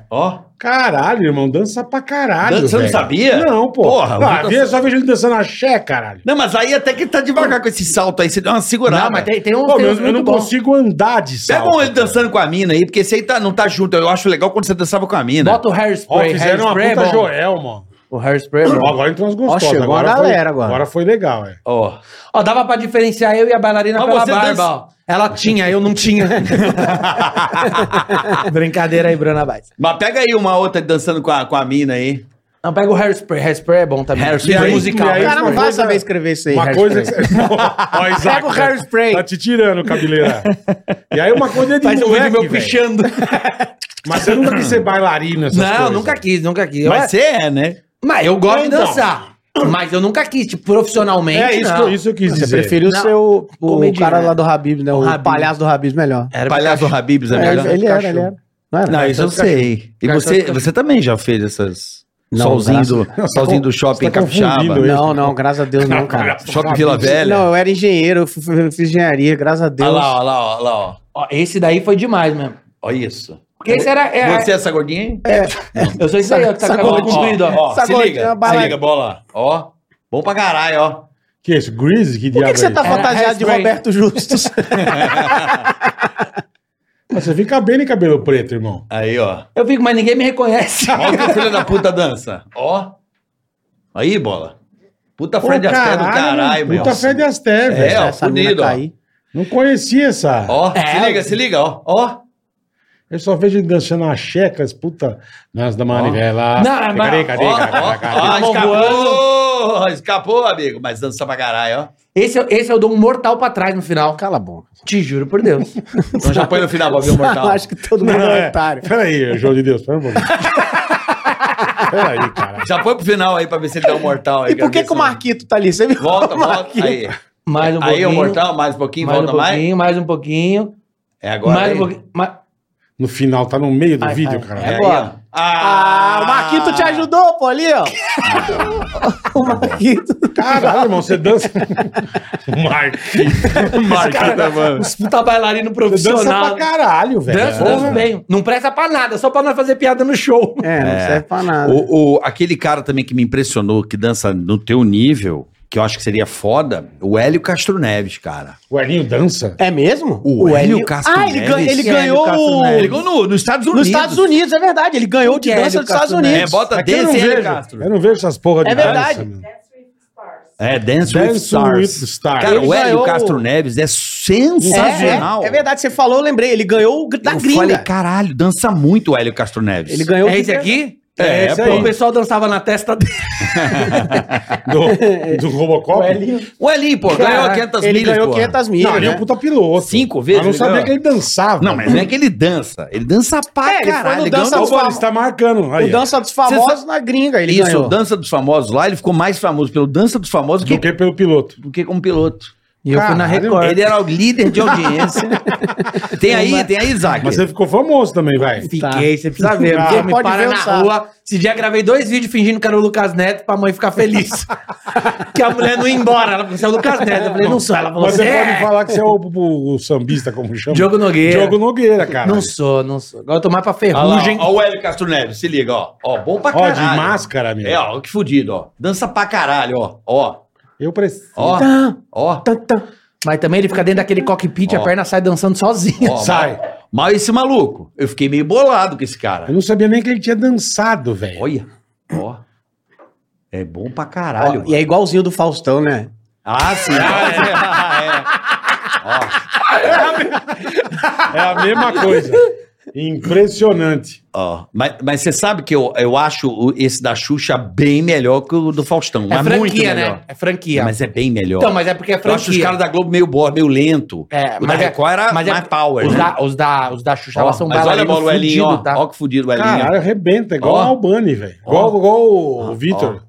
S3: ó. ó.
S4: Caralho, irmão, dança pra caralho.
S3: Dança, você não
S4: velho.
S3: sabia?
S4: Não, pô.
S3: Porra,
S4: ah,
S3: Vitor-
S4: vi- só vejo ele dançando axé, caralho.
S3: Não, mas aí até que tá devagar com esse salto aí. Você dá uma segurada.
S5: Não, mas tem, tem uns,
S4: Pô,
S5: tem
S4: meu,
S5: uns
S4: eu não
S5: muito bons.
S4: consigo andar de
S3: Pega
S4: salto.
S3: um ele dançando com a mina aí, porque esse aí tá, não tá junto. Eu acho legal quando você dançava com a mina.
S5: Bota o
S4: Ó,
S5: hairspray.
S4: fizeram uma
S5: hairspray é
S4: puta
S5: bom.
S4: Joel, mano.
S5: O hairspray é bom.
S4: Ó, agora entrou umas gostosas.
S6: Ó, chegou
S4: agora
S6: a
S4: foi-
S6: galera agora.
S4: Agora foi legal, é.
S3: Ó.
S5: Ó, dava pra diferenciar eu e a bailarina
S3: Mas
S5: pela
S3: você
S5: barba,
S3: dança-
S5: ó. Ela tinha, eu não tinha. Brincadeira aí, Bruna Baez.
S3: Mas pega aí uma outra dançando com a, com a mina aí.
S5: Não, pega o hairspray. Hairspray é bom também.
S3: Hairspray.
S5: Isso é
S3: E aí-
S5: musical.
S4: e aí-
S6: O cara
S4: uma
S6: não vai
S4: coisa-
S6: saber escrever isso aí.
S4: Uma
S6: hairspray.
S4: coisa que você. Ó, Isaac,
S6: Pega o hairspray.
S4: Tá te tirando, cabeleira. e aí uma coisa é de
S5: Faz um vídeo
S4: moleque,
S5: meu
S4: velho.
S5: pichando.
S4: Mas você nunca quis ser bailarina, essas
S5: Não,
S4: coisas.
S5: nunca quis, nunca quis.
S3: Mas
S5: eu,
S3: você é, né?
S5: mas eu gosto
S4: Então.
S5: de dançar. Mas eu nunca quis, tipo, profissionalmente,
S4: É isso,
S5: não.
S4: que, isso eu quis
S6: Você
S4: dizer.
S6: preferiu
S5: Não.
S6: ser o, o
S5: Comediante.
S6: cara lá do Habib, né? O,
S5: Habib.
S6: palhaço do Habib melhor.
S5: Era
S3: Palhaço Habibs é
S6: É,
S3: melhor.
S6: ele era,
S5: Pikachu.
S6: ele era. Não é era? né?
S3: Não, isso é eu
S5: Cachorro.
S3: sei. E
S5: Cachorro
S3: você,
S5: cachorro.
S3: você também já fez essas
S6: Não,
S3: solzinho,
S6: graças-
S3: do, solzinho do shopping
S4: você tá
S3: capixaba.
S4: confundindo
S6: não, não, graças a Deus não, cara.
S3: Shopping Vila né? Tá Velha.
S6: Não, eu era engenheiro, eu fui- eu fiz engenharia, graças a
S3: Olha
S6: Deus.
S3: lá, olha lá, olha lá. ó.
S5: Ó, esse daí foi demais mesmo.
S3: Olha isso.
S5: Porque esse era... é-
S3: Você é essa gordinha aí?
S5: Eu sou isso aí, ó, que tá com a
S3: Ó,
S5: bola comprida, ó.
S3: ó, ó, se
S6: Essa
S3: liga,
S6: gordinha,
S3: se
S6: bala-
S3: liga, bola. Ó, bom pra caralho, ó.
S4: Que isso? Greasy? Que
S6: Por
S4: diabo
S6: que, que você
S4: é
S6: tá
S4: isso?
S5: Era
S6: fantasiado de
S5: hairspray.
S6: Roberto Justus?
S4: Você fica bem de cabelo preto, irmão.
S3: Aí, ó.
S5: Eu fico, mas ninguém me reconhece.
S3: Ó que o filho da puta dança. Ó. Aí, bola. Puta
S4: Ô,
S3: Fred Astaire do caralho, meu.
S4: Puta Fred Astaire,
S3: É,
S4: velho.
S3: ó, bonito, ó.
S6: cair.
S4: Não conhecia essa.
S3: Ó, se
S5: É.
S3: liga, se liga, ó. Ó.
S4: Eu só vejo ele dançando as checas, puta. Nas da manivela.
S5: Não,
S4: Cadê,
S5: mas-
S4: cadê,
S3: Ó,
S4: cadê,
S3: ó,
S4: cadê, cadê?
S3: ó, escapou, escapou, amigo. Mas dança pra caralho, ó.
S5: Esse, eu- esse eu dou um mortal pra trás no final.
S6: Cala a boca.
S5: Te juro por Deus.
S3: Então já põe no final pra ver o mortal.
S6: Acho que todo mundo
S4: Não,
S6: é
S4: é.
S6: otário.
S4: Peraí, João de Deus, pera um pouquinho. Peraí, cara.
S3: Já põe pro final aí pra ver se ele dá um mortal aí.
S6: E por que, que o
S3: Marquinhos?
S6: Marquito tá ali? Você viu?
S3: Volta,
S6: O
S3: volta.
S6: Marquito.
S3: Aí.
S5: Mais um pouquinho.
S3: Aí o mortal, mais um pouquinho,
S5: mais um
S3: volta mais.
S5: pouquinho, mais um pouquinho.
S3: É agora.
S5: mais
S3: aí.
S5: um pouquinho. mais-
S4: No final, tá no meio do
S5: Ai,
S4: vídeo,
S5: ai,
S3: É
S4: cara.
S3: agora.
S6: Ah, o Marquito te ajudou, pô, ali, ó. o Marquito.
S4: Caralho, irmão, você dança. Marquinhos.
S3: Marquita, mano.
S5: Os puta bailarino
S4: Você dança
S5: profissional.
S4: pra caralho, velho.
S5: Dança,
S4: Porra.
S5: dança bem. Não presta pra nada, só pra nós fazer piada no show.
S6: É, não serve pra nada.
S3: O, o- aquele cara também que me impressionou, que dança no teu nível, que eu acho que seria foda, o Hélio Castro Neves, cara.
S4: O Elinho dança?
S6: É mesmo?
S3: O Hélio Castro
S6: Ah, ele,
S3: Neves.
S6: gan- ele
S5: Sim, Hélio
S6: ganhou
S5: Castro
S6: o-
S5: Neves.
S3: Ele ganhou no- nos Estados Unidos.
S6: nos Estados Unidos, é verdade. Ele ganhou de
S5: Quem que é
S6: dança
S5: Hélio
S6: dos Estados
S5: Castro
S3: É,
S6: Unidos.
S3: bota
S4: É que eu não
S3: dance Hélio
S4: vejo.
S3: Castro.
S4: Eu não vejo essas porra de
S6: É verdade.
S4: dança, meu.
S3: É, Dance,
S4: Dance
S3: with Stars.
S4: with Stars.
S3: Cara,
S6: Ele
S3: o Hélio
S6: ganhou-
S3: Castro Neves é sensacional.
S6: É, é, é verdade, você falou, eu lembrei. Ele ganhou o da
S3: eu
S6: gringa.
S3: falei, caralho, dança muito o Hélio Castro Neves.
S6: ele ganhou
S5: É
S6: de
S5: esse aqui?
S3: É,
S4: esse
S3: pô.
S4: aí.
S5: O pessoal dançava na testa dele.
S4: Do, do Robocop?
S3: O Hélio, pô, ganhou
S5: Caralho,
S3: 500
S6: Ele
S3: milhas,
S6: ganhou né?
S3: pô.
S6: 500 mil.
S4: Não, ele é um puta piloto.
S3: Cinco vezes
S4: Eu não
S3: ele
S4: sabia
S3: ganhou.
S4: que ele dançava.
S3: Não, mas não é que ele dança. Ele dança
S6: É,
S3: pra
S6: ele foi no
S3: caralho. Ele
S6: Dança
S3: ganhou
S4: Ô,
S6: dos
S4: Bola, você tá marcando. Aí,
S6: O Dança dos Famosos na gringa, ele
S3: Isso,
S6: ganhou.
S3: o Dança dos Famosos lá, ele ficou mais famoso pelo Dança dos Famosos
S4: ó. do
S3: que,
S4: que pelo piloto.
S3: do que como piloto.
S5: E eu fui na
S4: Caralho,
S5: Record.
S3: Ele era o líder de audiência. tem aí, tem aí, Isaac.
S4: Mas você ficou famoso também, vai.
S5: Fiquei,
S3: Tá.
S5: você precisa ver. Porque
S6: Ah,
S5: me
S6: pode
S5: para
S6: ver o
S5: na
S6: saco.
S5: rua. Esse dia gravei dois vídeos fingindo que era o Lucas Neto pra mãe ficar feliz. que a mulher não ia embora. Ela falou, você é o Lucas Neto. Eu falei, não sou. Ela falou,
S4: Mas
S5: você
S4: você pode
S5: é.
S4: falar que você é o, o- o sambista, como chama?
S5: Diogo Nogueira.
S4: Diogo Nogueira, cara.
S5: Não sou, não sou. Agora eu tô mais pra
S3: Olha lá,
S5: ferrugem.
S3: ó, ó o Hélio Castro Neves, se liga, ó. Ó, bom pra
S4: Ó,
S3: caralho.
S4: de máscara, meu.
S3: É, ó, que fudido, ó. Dança pra caralho, ó. Ó,
S4: Eu preciso.
S3: ó,
S5: Tá,
S3: ó.
S5: tá, tá. Mas também ele fica dentro daquele cockpit, a
S3: Ó.
S5: perna sai dançando sozinha.
S3: ó
S4: Sai.
S3: Mas, mas esse maluco, eu fiquei meio bolado com esse cara.
S4: Eu não sabia nem que ele tinha dançado, velho.
S3: Olha, ó. É bom pra caralho.
S6: Ó, e é igualzinho do Faustão, né?
S3: Ah, sim. Ah,
S4: É a mesma coisa. Impressionante.
S3: é. Ó, mas, mas você sabe que eu, eu acho o- esse da Xuxa bem melhor que o do Faustão.
S5: É
S3: mas muito
S5: franquia,
S3: melhor.
S5: né? É franquia.
S3: Mas é bem melhor.
S5: Então, mas é porque é
S3: eu acho os
S5: franquia.
S3: caras da Globo meio bordo, meio lento.
S5: É,
S3: o
S5: mas
S3: da
S5: é-
S3: Record era
S5: mas é-
S3: mais power.
S5: Os
S3: né?
S5: da, os da, os da Xuxa, elas
S3: Ó,
S5: são
S3: mas olha a bola, o
S5: bailarinos
S3: Elinho, ó.
S5: fudidos, tá?
S3: Ó que fudido o Elinho.
S4: Caralho, arrebenta. Igual
S3: Ó.
S4: o Albani, velho. Igual, igual o Vitor.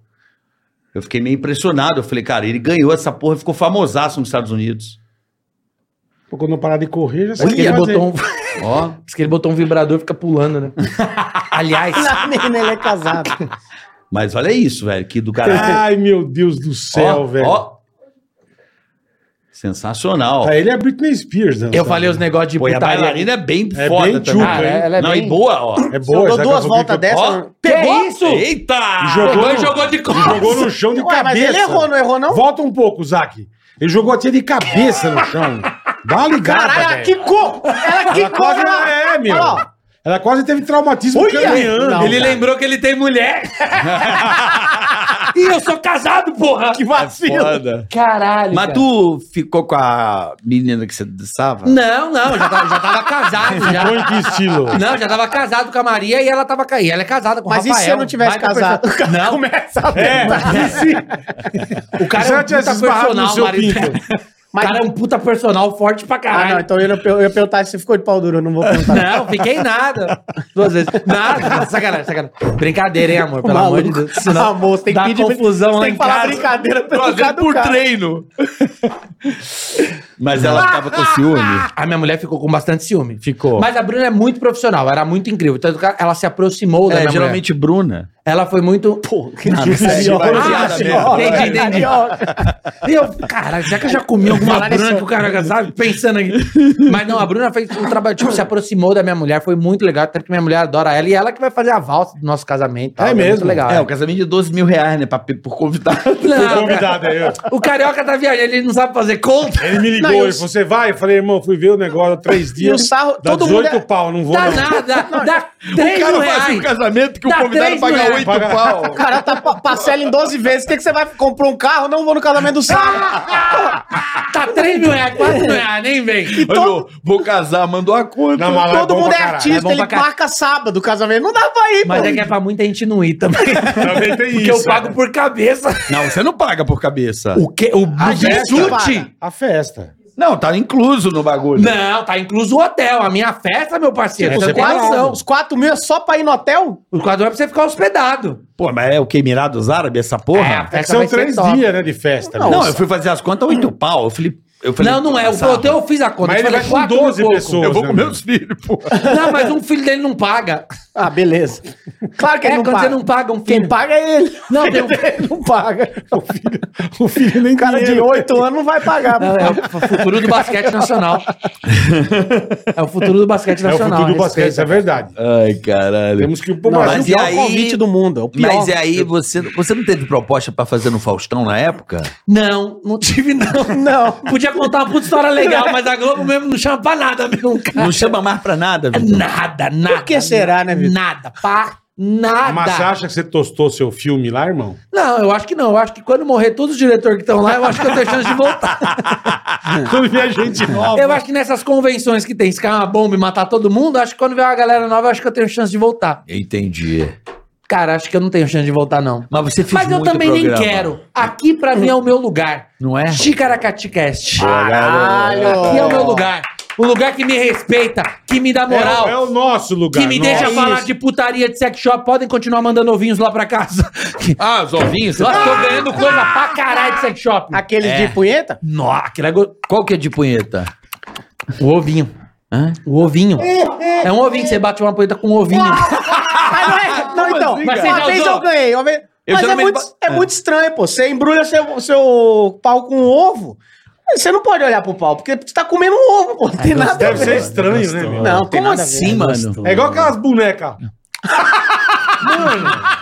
S3: Eu fiquei meio impressionado. Eu falei, cara, ele ganhou essa porra, ficou famosaço nos Estados Unidos.
S4: Pô, Quando eu parar de correr, já
S5: Diz que
S4: sabia
S5: ele
S4: fazer.
S5: botou um...
S3: Ó.
S5: Diz que ele botou um vibrador e fica pulando, né? Aliás,
S6: A menina, ele é casado.
S3: Mas olha isso, velho, que do caralho.
S4: Ai, meu Deus do
S3: Ó,
S4: céu, é velho.
S3: ó. Sensacional.
S4: Pra ele é Britney Spears, dançando.
S5: eu falei os negócios de
S3: Pô, e a
S5: putaria.
S3: bailarina é bem
S4: É
S3: foda
S4: bem
S3: também.
S4: tchuca,
S3: Cara,
S4: hein?
S5: ela é
S3: Não,
S5: bem- é
S3: e boa, ó.
S4: É
S6: Se eu
S4: boa,
S6: dou
S4: sabe,
S6: duas
S4: eu vou
S6: voltas
S4: que-
S6: dessa...
S3: Ó,
S5: Pegou isso?
S3: Eita!
S4: jogou
S5: Pegou e
S4: no-
S5: jogou de
S4: Ó,
S5: costas.
S4: Jogou no chão de
S6: Ué,
S4: cabeça.
S6: mas ele errou, não errou, não?
S4: Volta um pouco, Zac. Ele jogou a tia de cabeça no chão. Dá uma ligada, velho.
S6: quicou! Ela
S4: Ela quase é, meu.
S6: Olha lá.
S4: Ela quase teve traumatismo
S6: Olha!
S4: craniano.
S6: Não,
S5: Ele
S6: cara.
S5: lembrou que ele tem mulher. e eu sou casado, porra.
S6: Que vacilo!
S3: é Foda.
S5: Caralho.
S3: Mas
S5: cara.
S3: tu ficou com a menina que você dançava?
S5: Não, não, já tava, já tava casado. já.
S4: Ficou em que estilo?
S5: Não, já tava casado com a Maria e ela tava caindo. Ela é casada com o
S6: Mas e
S5: Rafael.
S6: se eu não tivesse
S5: baita
S6: casado?
S5: perso- Não,
S6: Começa a
S4: É,
S5: o cara
S4: se
S5: é
S4: ela
S5: um
S4: tivesse
S5: puta
S4: esbarrado no
S5: personal,
S4: seu
S5: marido.
S4: pinto.
S5: O cara é um puta personal forte pra
S6: Ah,
S5: caralho.
S6: não, então eu ia, eu ia perguntar se você ficou de pau duro, eu não vou perguntar.
S5: Não, fiquei nada. Duas vezes. Nada. Sacanagem, sacanagem. Brincadeira, hein, amor? Pelo
S6: Maluco.
S5: amor de Deus. Senão
S6: Amor, você tem que
S5: dá
S6: pedir-
S5: confusão
S6: você
S5: lá
S6: tem que
S5: em
S6: falar
S5: casa.
S6: brincadeira pelo
S3: Prazer
S6: cara do
S3: por
S6: cara.
S3: treino. Mas ela ficava com ciúme.
S5: A minha mulher ficou com bastante ciúme.
S3: Ficou.
S5: Mas a Bruna é muito profissional, era muito incrível. Tanto que ela se aproximou da
S3: é,
S5: minha
S3: geralmente Bruna.
S5: mulher. Ela foi muito. Pô,
S4: é
S5: Ah,
S3: piada
S4: assim,
S3: mesmo.
S5: entendi, entendi. Eu, caralho, será que eu já comi alguma
S6: Falar
S5: Bruna
S6: isso-
S5: que o cara sabe? Pensando aqui. Mas não, a Bruna fez um trabalho, tipo, se aproximou da minha mulher, foi muito legal, até porque minha mulher adora ela e ela que vai fazer a valsa do nosso casamento. e tal,
S4: É
S5: Muito
S4: mesmo?
S5: legal.
S3: É, o casamento de 12 mil reais, né? pra- por convidado.
S5: Não,
S4: Convidado é eu.
S5: O carioca tá viajando, ele não sabe fazer conta.
S4: Ele me
S6: Não,
S4: ligou,
S6: eu-
S4: ele falou, você vai? Eu falei, irmão, fui ver o negócio há três dias.
S6: o sarro-
S4: dá
S6: todo
S4: 18
S6: mundo é-
S4: pau, não vou
S5: Dá
S4: não.
S5: tá nada, dá 3 mil reais.
S3: um casamento que
S5: Dá três mil reais.
S3: oito
S6: O cara tá pa- parcela em 12 vezes. O que, que você vai? Comprou um carro? Não vou no casamento do Sara.
S5: Ah, Tá 3 mil reais, 4 mil reais, nem vem.
S3: Olha, Então, vou casar, mandou a conta.
S4: Na mala é
S6: Todo
S4: bom
S6: mundo
S4: pra
S6: é
S4: caralho.
S6: artista,
S5: bom pra
S6: ele
S5: caralho.
S6: marca sábado o casamento. Não dá pra ir,
S5: Mas
S6: pô.
S5: é que é pra muita gente não ir também.
S4: Também
S5: Porque
S4: tem é isso.
S5: eu pago por cabeça.
S3: Não, você não paga por cabeça.
S5: O é que? O
S6: A gente paga.
S4: A festa.
S3: Não, tá incluso no bagulho.
S5: Não, tá incluso o hotel. A minha festa, meu parceiro.
S4: É
S5: Você tem
S4: separado.
S5: razão.
S6: Os 4 mil é só pra ir no hotel?
S5: Os quatro é pra você ficar hospedado.
S3: Pô, mas é o que? Emirados Árabes, essa porra?
S4: É que são três dias, né, de festa.
S3: Não,
S4: meu.
S3: eu fui fazer as contas, oito pau. Eu falei. Eu falei
S5: Não, não é. O
S3: nossa,
S5: hotel eu fiz a conta.
S4: Mas
S5: eu
S4: ele vai
S5: falei
S4: com
S5: quatro mil
S4: 12
S5: pouco.
S4: pessoas.
S3: Eu vou
S4: né,
S3: com
S4: meu?
S3: meus filhos, pô.
S5: Não, mas um filho dele não paga.
S6: Ah, beleza. Claro que
S5: É,
S6: ele não
S5: quando
S6: paga.
S5: você não paga um
S6: Quem
S5: filho.
S6: paga é ele.
S5: Não, tem um-
S6: ele não paga. O filho,
S4: O filho nem
S6: cara de
S4: dinheiro.
S6: 8 anos não vai pagar.
S5: Não, é o futuro do basquete nacional. É o futuro do basquete
S4: É o
S5: nacional.
S4: futuro do basquete,
S5: respeita.
S4: isso é verdade.
S3: Ai, caralho.
S4: Temos que um ir pro
S6: Não,
S3: mas
S4: Brasil.
S6: é o pior
S3: e aí-
S6: convite do mundo. é o pior.
S3: Mas e aí, você, você não teve proposta pra fazer no Faustão na época?
S5: Não, não tive não.
S6: Não.
S5: Podia contar uma puta história legal, mas a Globo mesmo não chama pra nada mesmo, cara.
S3: Não chama mais pra nada, Vitor.
S5: Nada, nada.
S6: que será, né, Vitor?
S5: Nada, pá, nada.
S4: Mas você acha que você tostou seu filme lá, irmão?
S5: Não, eu acho que não. Eu acho que quando morrer todos os diretores que estão lá, eu acho que eu tenho chance de voltar.
S4: Quando vier gente É nova.
S5: Eu acho que nessas convenções que tem, se cair uma bomba e matar todo mundo, acho que quando vier uma galera nova, eu acho que eu tenho chance de voltar.
S3: Entendi.
S5: Cara, acho que eu não tenho chance de voltar, não.
S3: Mas você fez
S5: Mas eu
S3: muito
S5: também nem
S3: programa.
S5: quero. Aqui, pra mim, é o meu lugar.
S3: Não é? Ah,
S5: Chicaracaticast.
S3: Caralho.
S6: Ah,
S5: Aqui é o meu lugar. O lugar que me respeita, que me dá moral.
S4: É, o nosso lugar.
S5: Que me
S4: nosso.
S5: deixa falar
S6: Isso.
S5: de putaria de sex shop, podem continuar mandando ovinhos lá pra casa.
S8: Ah, os ovinhos, você
S5: Nossa,
S8: tá...
S5: tô ganhando coisa pra caralho de sex shop.
S6: Aqueles de punheta?
S5: Nossa, aquilo é go- Qual que é de punheta? O ovinho. O ovinho. É um ovinho, você bate uma punheta com um
S6: Mas
S5: ovinho.
S6: não é. Não, então.
S4: assim,
S5: Mas você
S6: uma
S5: já
S6: vez
S5: usou?
S6: eu ganhei. Uma vez...
S8: Eu
S6: Mas
S8: já
S6: é
S8: não me
S6: muito,
S8: ba-
S6: é muito estranho, pô. Você embrulha seu, seu pau com ovo. Você não pode olhar pro pau, porque você tá comendo um ovo, pô. Não tem nada a
S4: É,
S6: ver.
S4: Deve ser estranho, né, meu?
S6: Não, tem
S5: Como
S6: nada a ver. né,
S5: assim, mano?
S4: É igual aquelas bonecas.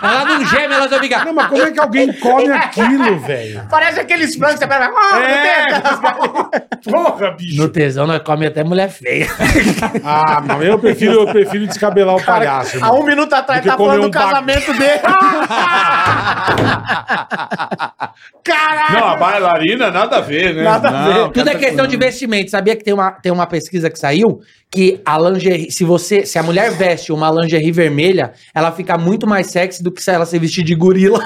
S5: Ela não geme, ela só fica...
S4: Não, mas como é que alguém come aquilo, velho?
S6: Parece aqueles planos que você pega. Ah,
S4: É.
S6: não tem-
S4: Porra, bicho.
S5: No tesão, nós come até mulher feia.
S4: Ah, mas eu prefiro, eu prefiro descabelar o palhaço.
S6: Há
S4: irmão.
S6: um minuto atrás
S4: Do que
S6: tá
S4: comer
S6: falando do
S4: um
S6: casamento dele.
S8: Não, a bailarina, nada a ver, né?
S6: Nada a ver.
S8: Não,
S5: Tudo é questão de vestimento. Sabia que tem uma, tem uma pesquisa que saiu que a lingerie, se você, se a mulher veste uma lingerie vermelha, ela fica muito mais sexy do que se ela se vestir de gorila.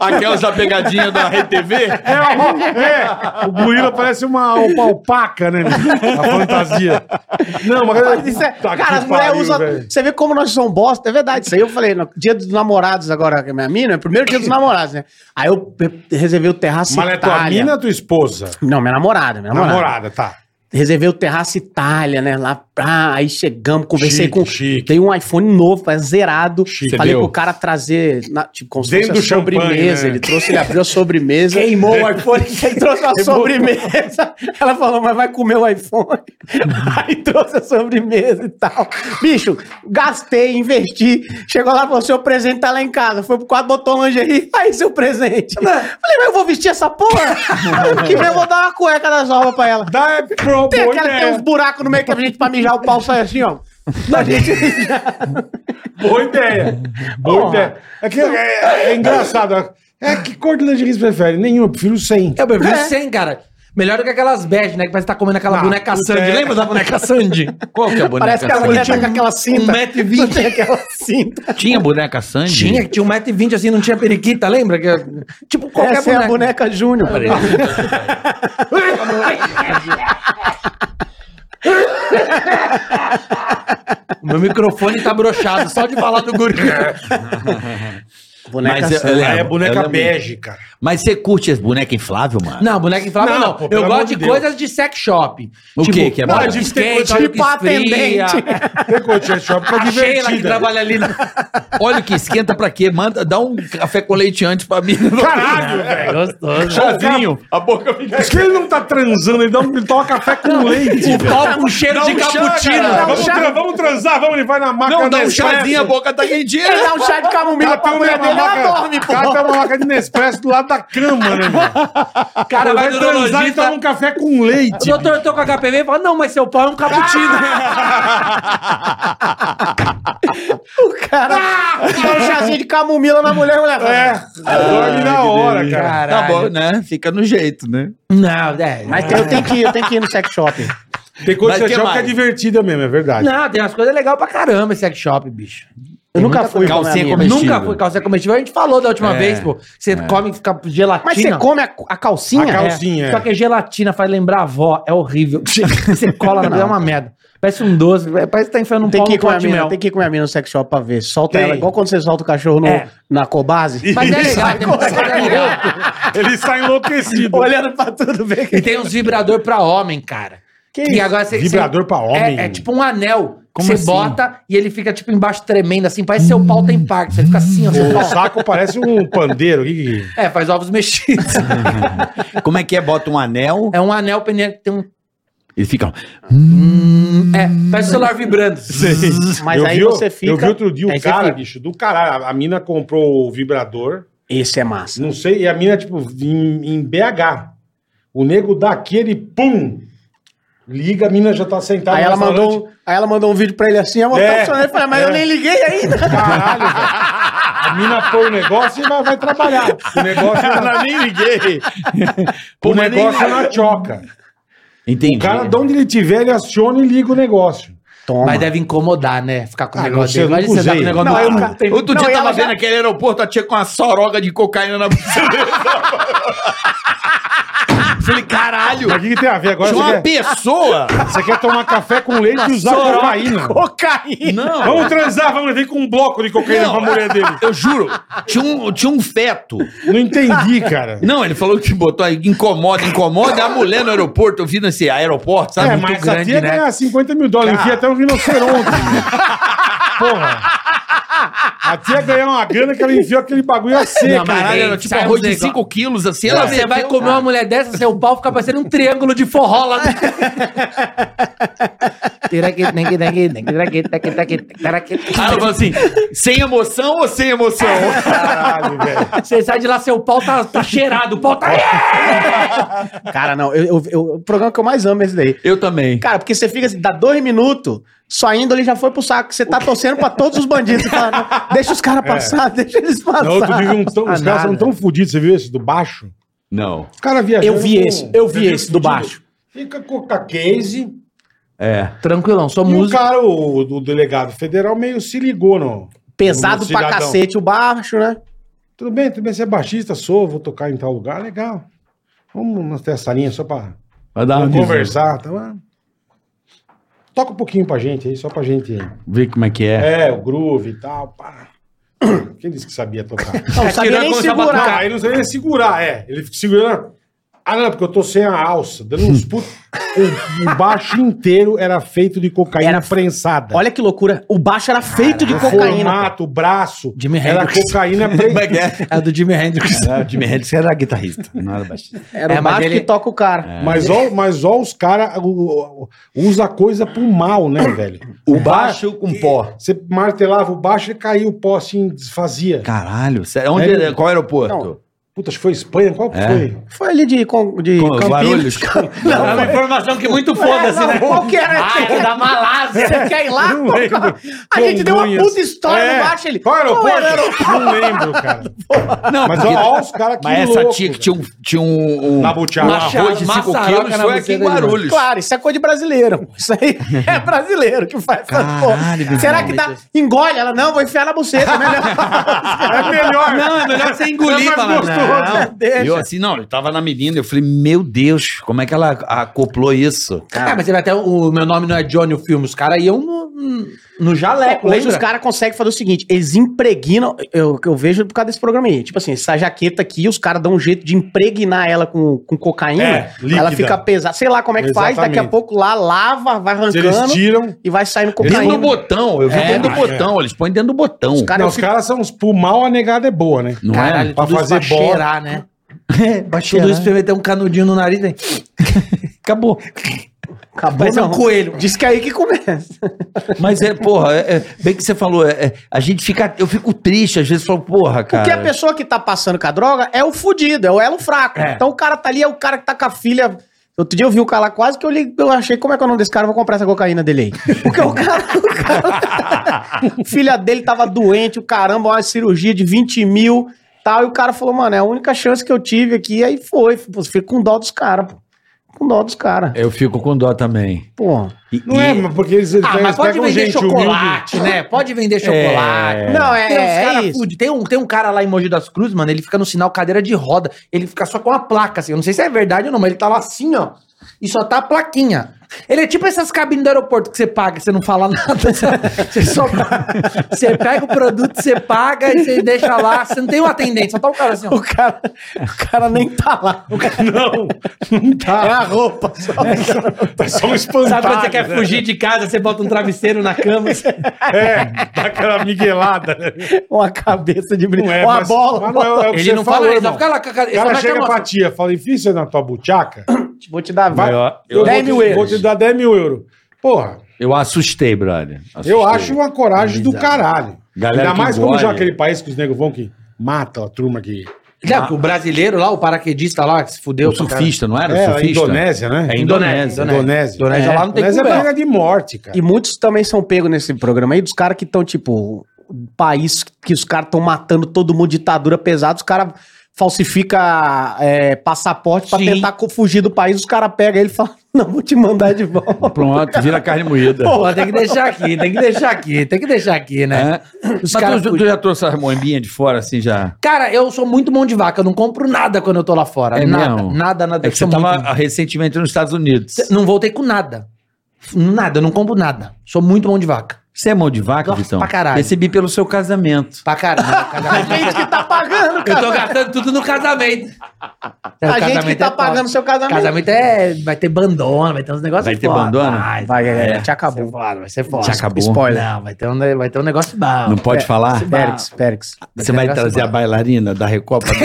S8: Aquelas da pegadinha da RTV.
S4: É, o- é, o gorila parece uma, uma alpaca, né? meu? A fantasia. Não, mas...
S6: Mas isso é-
S4: Puta que
S6: cara, as mulheres
S4: pariu,
S6: usam.
S4: velho.
S6: Você vê como nós somos bosta. É verdade, isso aí eu falei no dia dos namorados agora, que é minha mina, é o primeiro dia dos namorados, né? Aí eu pe- reservei o terraço
S4: Mas é tua mina ou tua esposa?
S6: Não, minha namorada, minha namorada.
S4: Namorada, tá.
S6: Reservei o terraço Itália, né? Lá, pá, aí chegamos, conversei
S4: Chique,
S6: com.
S4: chique.
S6: Dei um iPhone novo, é zerado.
S4: Chique.
S6: Falei
S8: Você
S6: pro
S8: deu?
S6: cara trazer, na- tipo, como se
S4: Dentro
S6: fosse a
S4: do champanhe,
S6: sobremesa.
S4: né?
S6: Ele trouxe, ele abriu a sobremesa. Queimou o iPhone, ele trouxe uma sobremesa. Ela falou, mas vai comer o iPhone. Aí trouxe a sobremesa e tal. Bicho, gastei, investi. Chegou lá e falou: seu presente tá lá em casa. Foi pro quarto, botou um lingerie, aí seu presente. Falei, mas eu vou vestir essa porra? que eu vou dar uma cueca das obras pra ela.
S4: Dá é pro
S6: Tem
S4: boa
S6: aquela que tem
S4: ideia.
S6: uns buracos no meio que a gente pra mijar o pau sai assim, ó. A gente
S4: Boa ideia. Boa
S6: Porra.
S4: ideia. É, que, é, é engraçado. É que cor de lingerie você prefere? Nenhuma, eu prefiro sem.
S6: É,
S5: Eu prefiro 100, cara. Melhor do que aquelas bege, né? Que parece que tá comendo aquela
S4: Ah,
S5: boneca
S4: puta,
S5: Sandy.
S4: é.
S5: Lembra da boneca Sandy?
S3: Qual que é a boneca
S6: parece que a mulher tá com aquela cinta.
S5: 1,20m.
S6: Tem aquela cinta.
S3: Tinha boneca Sandy?
S5: Tinha, tinha 1,20m assim, não tinha periquita, lembra? Que, tipo, qualquer
S6: Essa é a boneca Júnior.
S5: Meu microfone tá brochado só de falar do gorila.
S6: Boneca
S3: Mas eu-
S6: Santa.
S3: eu lembro.
S4: Aí é
S3: Eu
S4: boneca
S3: lembro.
S4: bege, cara.
S3: Mas você curte as bonecas inflável, mano?
S5: Não, boneca inflável
S4: Não,
S5: não.
S4: pô, pelo
S5: eu
S4: amor
S5: gosto de
S4: de Deus.
S5: coisas de sex shop.
S3: O que que é
S5: bola
S3: bom?
S5: de
S4: Ah, de
S5: skate,
S4: ter
S5: bola
S6: Tipo
S5: que esfria.
S6: atendente.
S4: Tem cor de shop pra
S5: A Sheila que
S4: divertida.
S5: trabalha ali. na-
S3: Olha o que esquenta pra quê? Manda, dá um café com leite antes pra mim.
S4: Caralho, velho.
S6: um
S5: Gostoso.
S8: Chazinho, a boca fica.
S4: Acho que ele não tá transando, ele, dá um, ele toma café com leite.
S5: O pau com cheiro de cappuccino.
S6: um
S4: Cara, vamos, tra- vamos transar, vamos, ele vai na máquina.
S3: Não, dá um
S4: Nespresso.
S3: chazinho, a boca tá
S6: Ele
S3: quentinha.
S6: dá um chá de camomila
S4: Cara,
S6: pra
S4: tem uma
S6: mulher dele, ela
S4: maca-
S6: dorme, pô.
S4: cara tem uma maca de Nespresso do lado da cama, né, meu?
S5: O cara vai no
S4: transar e toma um
S5: urologista.
S4: café com leite.
S5: Doutor, eu tô com HPV e fala, não, mas seu pau é um cappuccino.
S6: O cara dá um chazinho de camomila na mulher, a mulher. fala,
S4: É,
S3: Ah,
S4: dorme na hora, cara.
S3: Tá
S5: Caralho.
S3: bom, né? Fica no jeito, né?
S5: Não, é.
S6: Mas tem- eu tenho que ir, eu tenho que ir no sex shop.
S4: Tem coisa
S3: Mas que
S4: que você joga que é
S3: mais?
S4: divertida mesmo, é verdade.
S5: Não, tem umas coisas legais pra caramba esse sex shop, bicho.
S6: Eu nunca fui. com a minha
S3: Calcinha
S6: mina.
S3: comestível.
S5: Nunca fui calcinha comestível. A gente falou da última
S3: É.
S5: vez, pô. Você come fica gelatina.
S6: Mas você come a, a calcinha?
S4: A
S6: É.
S4: calcinha.
S5: Só que a gelatina faz lembrar a avó. É horrível. Você cola, na- é uma merda. Parece um doce. Parece que tá enfiando um
S6: É. Tem
S5: pau
S6: que,
S5: no
S6: ir com a
S5: pote de
S6: mina,
S5: mel.
S6: tem que ir com a minha mina no sex shop pra ver. Solta
S4: Tem.
S6: ela, igual quando você solta o cachorro no-
S5: É.
S6: na cobase.
S5: Mas é legal. Tem muita coisa legal.
S4: Ele sai enlouquecido.
S6: Olhando pra tudo ver.
S5: E tem uns vibrador pra homem, cara.
S6: Que
S5: e agora você,
S4: Vibrador
S5: você-
S4: pra homem?
S5: É, é tipo um anel. que
S3: Como
S5: você
S3: assim?
S5: bota e ele fica tipo embaixo tremendo, assim. Parece seu pau tem parque. Você fica assim, ó. seu
S4: O
S5: pau.
S4: saco parece um pandeiro. o que que-
S5: É, faz ovos mexidos.
S3: Como é que é? Bota um anel,
S5: é um anel pene- tem um.
S3: ele fica. um-
S5: É, parece o celular vibrando.
S6: Mas
S4: eu
S6: aí
S4: vi,
S6: você fica.
S4: Eu vi outro dia
S6: aí
S4: o
S6: você
S4: cara,
S6: fica.
S4: bicho, do caralho. A mina comprou o vibrador,
S6: Esse é massa.
S4: não sei, e a mina, tipo, em, em BH. O nego daquele, pum! Liga, a mina já tá sentada.
S6: Aí
S4: no
S6: ela,
S4: restaurante.
S6: mandou, um- aí ela mandou um vídeo pra ele assim, eu vou
S4: É.
S6: tá funcionando. Eu falei, mas eu nem liguei ainda.
S4: Caralho, velho. A mina põe o negócio e vai, vai trabalhar. O negócio, é na-
S8: nem liguei.
S4: o negócio é na choca.
S3: Entendi.
S4: O cara, de onde ele tiver, ele aciona e liga o negócio.
S6: Toma.
S5: Mas deve incomodar, né? Ficar com o
S4: Ah, não
S5: negócio
S4: sei, eu
S5: dele. Imagina
S4: nunca
S5: você tá com o negócio
S4: usei.
S6: Não,
S5: no
S6: eu
S5: cu.
S6: nunca- tem-
S4: um-
S3: Outro dia
S6: Não,
S3: eu tava
S6: ela já-
S3: vendo aquele aeroporto, a tia com uma soroga de cocaína na bolsa. Falei, caralho,
S4: Mas o que, que tem a ver agora?
S3: tinha uma
S4: Você quer,
S3: pessoa.
S4: você quer tomar café com leite e usar
S3: Soroca.
S4: cocaína?
S6: Cocaína.
S3: Não.
S4: Vamos transar, vamos vir com um bloco de cocaína
S3: Não.
S4: pra mulher dele.
S3: Eu juro, tinha um, tinha um feto.
S4: Não entendi, cara.
S3: Não, ele falou que botou aí, incomoda, incomoda. A mulher no aeroporto, eu vi nesse aeroporto,
S6: Tá
S3: sabe?
S4: é,
S3: muito
S4: mas essa
S3: grande,
S4: tia
S3: né?
S4: ganha 50 mil dólares, enfia até um rinoceronte. meu. Porra. A tia ganhou uma grana que ela enfiou aquele bagulho a seca.
S5: Não, mas-
S3: Caralho, era
S5: Ei,
S3: tipo
S5: sai
S3: arroz
S5: uns
S3: de
S5: um negócio.
S3: 5 quilos, assim.
S5: Ela,
S3: Ela
S5: você vai comer uma mulher dessa, seu pau fica parecendo um triângulo de forró lá.
S3: Aí ela falou assim, sem emoção ou sem emoção?
S4: Caralho, velho.
S5: Você sai de lá, seu pau tá, tá cheirado, o pau tá.
S6: é, Cara, não. eu- eu- eu- o programa que eu mais amo é esse daí.
S3: Eu também.
S6: Cara, porque você fica assim, dá dois minutos, sua índole já foi pro saco. Você tá torcendo pra todos os bandidos. Você fala, não, deixa os caras passar, deixa eles passar.
S4: Não, outro dia vi um tão- os
S6: Ah,
S4: caras são
S6: nada.
S4: tão fodidos, você viu esse do baixo?
S3: Não.
S4: Os caras viajando.
S6: Eu vi
S4: com-
S6: esse, eu vi
S4: viajando
S6: esse do
S4: fudido.
S6: baixo.
S4: Fica com a case.
S3: É.
S5: Tranquilão, sou
S4: E o
S5: músico.
S4: cara, o, o delegado federal, meio se ligou, não.
S6: Pesado
S4: Um
S6: pra
S4: cidadão.
S6: cacete o baixo, né?
S4: Tudo bem, tudo bem, você é baixista, sou, vou tocar em tal lugar, legal. Vamos ter essa linha só pra
S3: Vai dar uma
S4: vamos
S3: conversa.
S4: conversar. Tá? Mas- Toca um pouquinho pra gente aí, só pra gente.
S3: Vê como é que é.
S4: É, o groove e tal, pá. Quem disse que sabia tocar?
S6: Não, sabia
S3: tirando
S6: nem
S3: quando tava
S6: segurar.
S4: Ah, ele não sabia nem segurar, é. Ele fica segurando. Ah, não, porque eu tô sem a alça, dando uns putos. o, o baixo inteiro era feito de cocaína
S6: Era-
S4: prensada.
S6: Olha que loucura. O baixo era feito de
S4: o
S6: cocaína.
S4: Ah, formato, o braço.
S5: Jimi
S4: era
S5: Hendrix.
S4: cocaína
S3: Como é
S4: prensada.
S3: que é?
S5: É do Jimi Hendrix.
S3: O Jimi Hendrix era é guitarrista, não era baixista.
S6: Era
S5: É,
S6: o
S5: mas
S6: baixo
S5: ele-
S6: que toca o cara.
S4: Mas ó, mas ó, os caras usa a coisa pro mal, né, velho?
S3: O baixo com pó.
S4: Você martelava o baixo e caía o pó assim, desfazia.
S3: Caralho, sério. Onde
S4: É.
S3: é, qual aeroporto?
S6: Não.
S4: Puta, acho que foi Espanha? Qual que
S3: É.
S4: foi?
S6: Foi ali de, con- de
S3: Com-
S6: Campinas.
S3: Guarulhos?
S6: Não,
S5: É uma informação que muito foda-se,
S6: É, não,
S5: né?
S6: qual que era?
S5: Ah, era da Malásia.
S6: Você quer ir lá?
S4: Não lembro.
S6: Ah, A gente deu uma
S4: Congonhas.
S6: puta história
S4: É.
S6: no baixo. Ele,
S4: Qual aeroporto?
S6: era o
S4: Não lembro, cara.
S3: Não,
S4: Mas
S3: porque-
S4: ó, ó os caras que
S3: Mas essa
S4: louco,
S3: tia que
S4: velho.
S3: tinha um, tinha um, um,
S4: Na
S3: um
S4: buchada.
S3: arroz de 5
S5: Maçaroca
S3: quilos
S5: na
S3: foi aqui em
S5: buceta dele,
S3: Guarulhos.
S6: Claro, isso é coisa de brasileiro. Isso aí é brasileiro que faz essas
S3: Caralho,
S6: porra. Será
S3: Bizarro.
S6: que dá. Engole ela? Não, vou enfiar na buceta. é Melhor.
S4: É melhor.
S5: Não, é melhor você engolir,
S4: É mais
S5: falar,
S4: gostoso.
S5: não.
S3: E eu assim, não, ele tava na menina, eu falei, meu Deus, como é que ela acoplou isso?
S5: Ah, mas você vai até. O meu nome não é Johnny o filme. Os caras iam no, no jaleco.
S6: Hoje
S5: lembra?
S6: os caras conseguem fazer o seguinte: eles impregnam. Eu, eu vejo por causa desse programa aí. Tipo assim, essa jaqueta aqui, os caras dão um jeito de impregnar ela com, com cocaína.
S4: É, líquida.
S6: ela fica pesada. Sei lá como é que faz. Daqui a
S4: Exatamente.
S6: pouco lá lava, vai
S4: Se eles
S6: arrancando
S4: tiram.
S6: e vai saindo
S3: Dentro do
S6: cocaína.
S3: botão, eu vi
S5: É,
S3: dentro do
S4: macho,
S3: botão, eles põem dentro do botão.
S6: Os caras
S4: Não, os caras são uns pro mal, a negada é boa, né?
S3: Não
S5: Caralho,
S3: é?
S4: Pra
S5: tudo isso
S4: fazer bola.
S5: cheirar, né? Tudo isso pra meter um canudinho no nariz, né? Acabou.
S6: Acabou,
S5: Mas é um
S6: não.
S5: coelho.
S6: Diz que é aí que começa.
S3: Mas é, porra, é- é, bem que você falou, é- é, a gente fica, eu fico triste, às vezes falo, porra, cara.
S6: Porque a pessoa que tá passando com a droga é o fudido, é o elo fraco. Então o cara tá ali, é o cara que tá com a filha. Outro dia eu vi o cara lá quase que eu, li, eu achei, como é que é o nome desse cara? Eu Vou comprar essa cocaína dele aí. Porque o cara. O cara- filha dele tava doente, o caramba, uma cirurgia de 20 mil tal. E o cara falou, mano, é a única chance que eu tive aqui. Aí foi. Você fica com dó dos caras, pô. Com dó dos caras.
S3: Eu fico com dó também.
S6: Pô.
S3: E-
S4: Não é,
S3: e-
S4: mas porque eles, eles um
S5: Ah, mas pode vender chocolate, né? Pode vender chocolate.
S6: Não, é,
S5: Tem, uns
S6: é
S5: cara
S6: isso.
S5: fudido. tem, um, tem um cara lá em Mogi das Cruzes, mano, ele fica no sinal cadeira de roda. Ele fica só com a placa, assim. Eu não sei se é verdade ou não, mas ele tá lá assim, ó. E só tá a plaquinha. Ele é tipo essas cabines do aeroporto que você paga, você não fala nada. Você, só, você pega o produto, você paga e você deixa lá. Você não tem um atendente, só tá o cara assim, ó.
S6: O cara, o cara nem tá lá. O cara-
S4: Não, não
S6: É
S4: tá.
S6: a roupa só.
S4: É só um espantalho.
S5: Sabe quando você quer
S4: né?
S5: fugir de casa, você bota um travesseiro na cama.
S4: É, dá aquela miguelada.
S6: Uma cabeça de brinco.
S4: Não é,
S6: uma
S4: mas-
S6: bola.
S4: mas não é- é o que
S5: Ele
S4: você
S5: não fala,
S4: falou,
S5: ele só
S4: irmão.
S5: fica lá com a cara.
S4: O
S5: ele só
S4: cara
S5: vai até
S4: chega
S5: mostrar.
S4: pra tia, fala, enfia isso aí na tua buchaca,
S6: Vou te dar
S4: vai,
S3: Eu-
S6: 10
S4: eu vou te-
S6: mil euros.
S4: Vou te dar 10 mil euros. Porra,
S3: Eu assustei, brother. Assustei.
S4: eu acho uma coragem do caralho.
S3: Galera
S4: Ainda
S3: que
S4: mais como já
S3: engole.
S4: aquele país que os negros vão que mata a turma que...
S5: Não, porque o brasileiro lá, o paraquedista lá, que se fudeu.
S3: O surfista, não era?
S4: É, a
S3: surfista?
S4: Indonésia, né?
S3: É
S5: Indonésia.
S3: Indonésia.
S4: Indonésia.
S5: Indonésia lá não tem
S4: Indonésia é
S5: como,
S4: pena de morte, cara.
S6: E muitos também são pegos nesse programa aí, dos caras que estão, tipo, país que os caras estão matando todo mundo, ditadura pesada, os caras falsifica é, passaporte pra
S5: Sim.
S6: tentar co- fugir do país, os caras pegam ele e falam, não, vou te mandar de volta.
S8: Pronto, vira carne moída.
S5: Pô, tem que deixar aqui, tem que deixar aqui, tem que deixar aqui, né?
S3: É. Mas
S5: caras
S3: tu, tu já trouxe a moimbinha de fora, assim, já?
S5: Cara, eu sou muito mão de vaca, eu não compro nada quando eu tô lá fora.
S3: É
S5: nada,
S3: mesmo?
S5: nada, nada.
S3: É
S5: eu
S3: que você
S5: sou
S3: tava
S5: muito-
S3: recentemente nos Estados Unidos.
S5: Não voltei com nada. Nada, eu não compro nada. Sou muito mão de vaca.
S3: Você é mão de vaca,
S5: Nossa,
S3: Vitão?
S5: pra caralho.
S3: Recebi pelo seu casamento.
S5: Pra caralho. casamento.
S6: gente que tá pagando,
S5: Eu tô gastando tudo no casamento.
S6: A gente que tá pagando
S5: pagando
S6: seu casamento.
S5: é Casamento é. Vai ter bandona, vai ter uns negócios
S3: Vai ter
S5: foda.
S3: bandona?
S5: Vai, vai,
S6: Vai, é,
S5: vai
S6: te
S5: ser
S6: acabou.
S5: foda, vai ser foda.
S3: Já acabou.
S6: Spoiler.
S5: Não, vai ter um, vai ter um negócio bom.
S3: Não pode falar?
S6: Périx, Périx.
S3: Você vai trazer a bailarina da Recopa?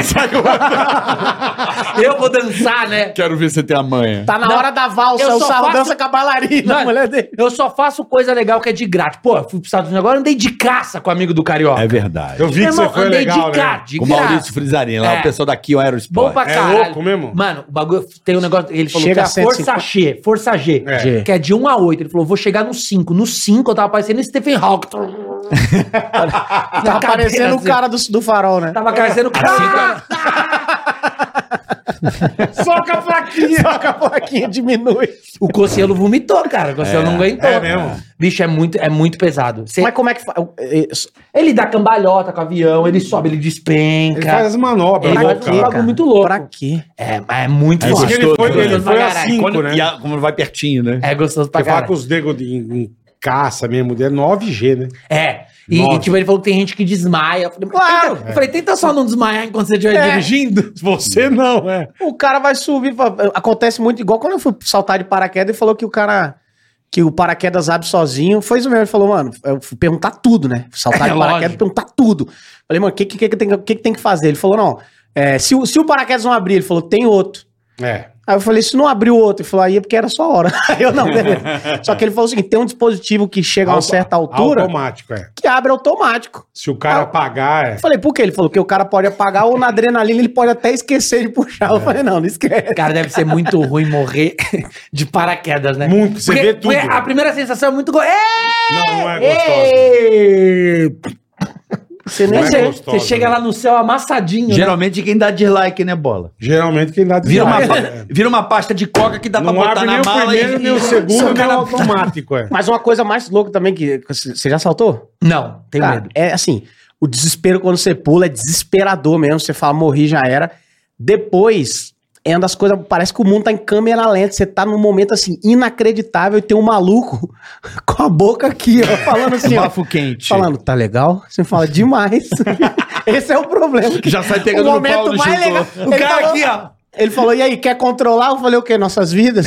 S5: É, Eu vou dançar, né?
S3: Quero ver você ter a manha.
S6: Tá na
S5: Não,
S6: hora da valsa,
S5: eu
S6: o
S5: só
S6: Sarro
S5: faço-
S6: dança com a bailarina, a
S5: Não,
S6: mulher dele.
S5: Eu só faço coisa legal que é de graça. Pô, eu fui pro Estados Unidos agora, eu andei de caça com o amigo do Carioca.
S3: É verdade.
S4: Eu vi que
S5: Meu
S4: você
S5: irmão,
S4: foi
S5: andei
S4: legal,
S5: de
S4: né?
S5: gato, de
S3: Com o
S5: graça.
S3: Maurício Frizarin, lá
S5: É.
S3: o pessoal daqui, o
S5: Bom
S3: Aerosport.
S5: pra
S4: É
S5: caralho.
S4: louco mesmo?
S5: Mano, o bagulho tem um negócio. Ele falou
S6: Chega
S5: que é
S6: a 150.
S5: força G, força G,
S4: É.
S5: que é de 1 a 8. Ele falou, vou chegar no 5. No 5 eu tava parecendo Stephen Hawking. assim.
S6: Tá aparecendo o cara do, do farol, né?
S5: Tava parecendo o cara.
S4: Soca a plaquinha!
S6: Só que a plaquinha diminui.
S5: O Cocielo vomitou, cara. O Cocielo não aguentou.
S4: É mesmo?
S5: Bicho, é muito, é muito pesado. Cê-
S6: Mas como é que faz?
S5: Ele dá cambalhota com o avião, ele sobe, ele despenca.
S4: Ele faz as manobras,
S5: Ele
S4: louca.
S5: faz um
S4: lá.
S5: bagulho muito louco.
S6: Pra quê?
S5: É, mas é muito
S3: É
S4: Diz que
S5: forte.
S3: gostoso.
S4: ele foi, ele
S5: Gostoso
S4: foi
S5: pra
S4: a
S5: caralho.
S4: 5,
S3: Quando-
S4: né?
S3: e a- como vai pertinho, né?
S5: É gostoso pra
S4: Você fala
S5: caralho.
S4: com os negros de- em, em caça mesmo, é 9G, né?
S5: É. E,
S4: Nossa.
S5: e, tipo, ele falou que tem gente que desmaia. Eu falei, mas
S6: Claro.
S5: tenta- eu falei, tenta só não desmaiar enquanto você estiver
S6: É.
S5: dirigindo.
S4: Você não, é.
S6: O cara vai subir. pra- Acontece muito, igual quando eu fui saltar de paraquedas e falou que o cara. Que o paraquedas abre sozinho. Foi isso mesmo. Ele falou, mano, eu fui perguntar tudo, né? Saltar
S5: É,
S6: de paraquedas,
S5: lógico.
S6: perguntar tudo. Falei, mano, o que, que, que, tem, que, que tem que fazer? Ele falou, não. é, se, o- se o paraquedas não abrir, ele falou, tem outro.
S4: É.
S6: Aí eu falei, se não abriu outro, ele falou, aí é porque era só a hora. Aí eu não, beleza. Só que ele falou o seguinte: tem um dispositivo que chega a uma
S4: Auto-
S6: certa altura
S4: Automático, é.
S6: que abre automático.
S4: Se o cara
S6: Au-
S4: pagar, é.
S6: Eu falei, por quê? Ele falou que o cara pode apagar ou na adrenalina ele pode até esquecer de puxar. Eu falei, não, não esquece.
S5: Cara, deve ser muito ruim morrer de paraquedas, né?
S4: Muito, você
S5: Porque-
S4: vê tudo.
S5: porque A primeira sensação é muito... Go... É!
S4: Não, não é gostoso.
S5: Ei!
S6: Você
S4: Não
S6: nem
S4: é
S5: Você,
S6: sei.
S4: gostoso,
S5: você chega
S4: né?
S5: lá no céu amassadinho, né?
S3: É. Geralmente quem dá dislike, né, bola? é
S4: Geralmente quem dá
S3: Vira uma,
S4: desmaio,
S3: pa- vira uma pasta de coca que dá
S4: Não
S3: pra botar
S4: abre
S3: na
S4: nem o
S3: mala
S4: primeiro,
S3: e...
S4: nem o segundo, nem o automático, é.
S6: Mas uma coisa mais louca também que. Você já saltou?
S5: Não, tenho
S4: Tá.
S6: Cara,
S5: medo.
S6: É assim: o desespero quando você pula é desesperador mesmo. Você fala, morri, já era. Depois. É uma das coisas, parece que o mundo tá em câmera lenta. Você tá num momento assim inacreditável e tem um maluco com a boca aqui, ó, falando assim, ó.
S3: Bafo quente.
S6: Falando, tá legal? Você fala demais. Esse é o problema.
S3: Já sai pegando
S6: o
S3: no
S6: momento
S3: pau do
S6: mais
S3: chutor.
S6: legal.
S5: O
S6: Ele
S5: cara
S4: tá
S6: falou-
S5: aqui, ó.
S6: Ele falou, e aí, quer controlar? Eu falei, o quê? Nossas vidas?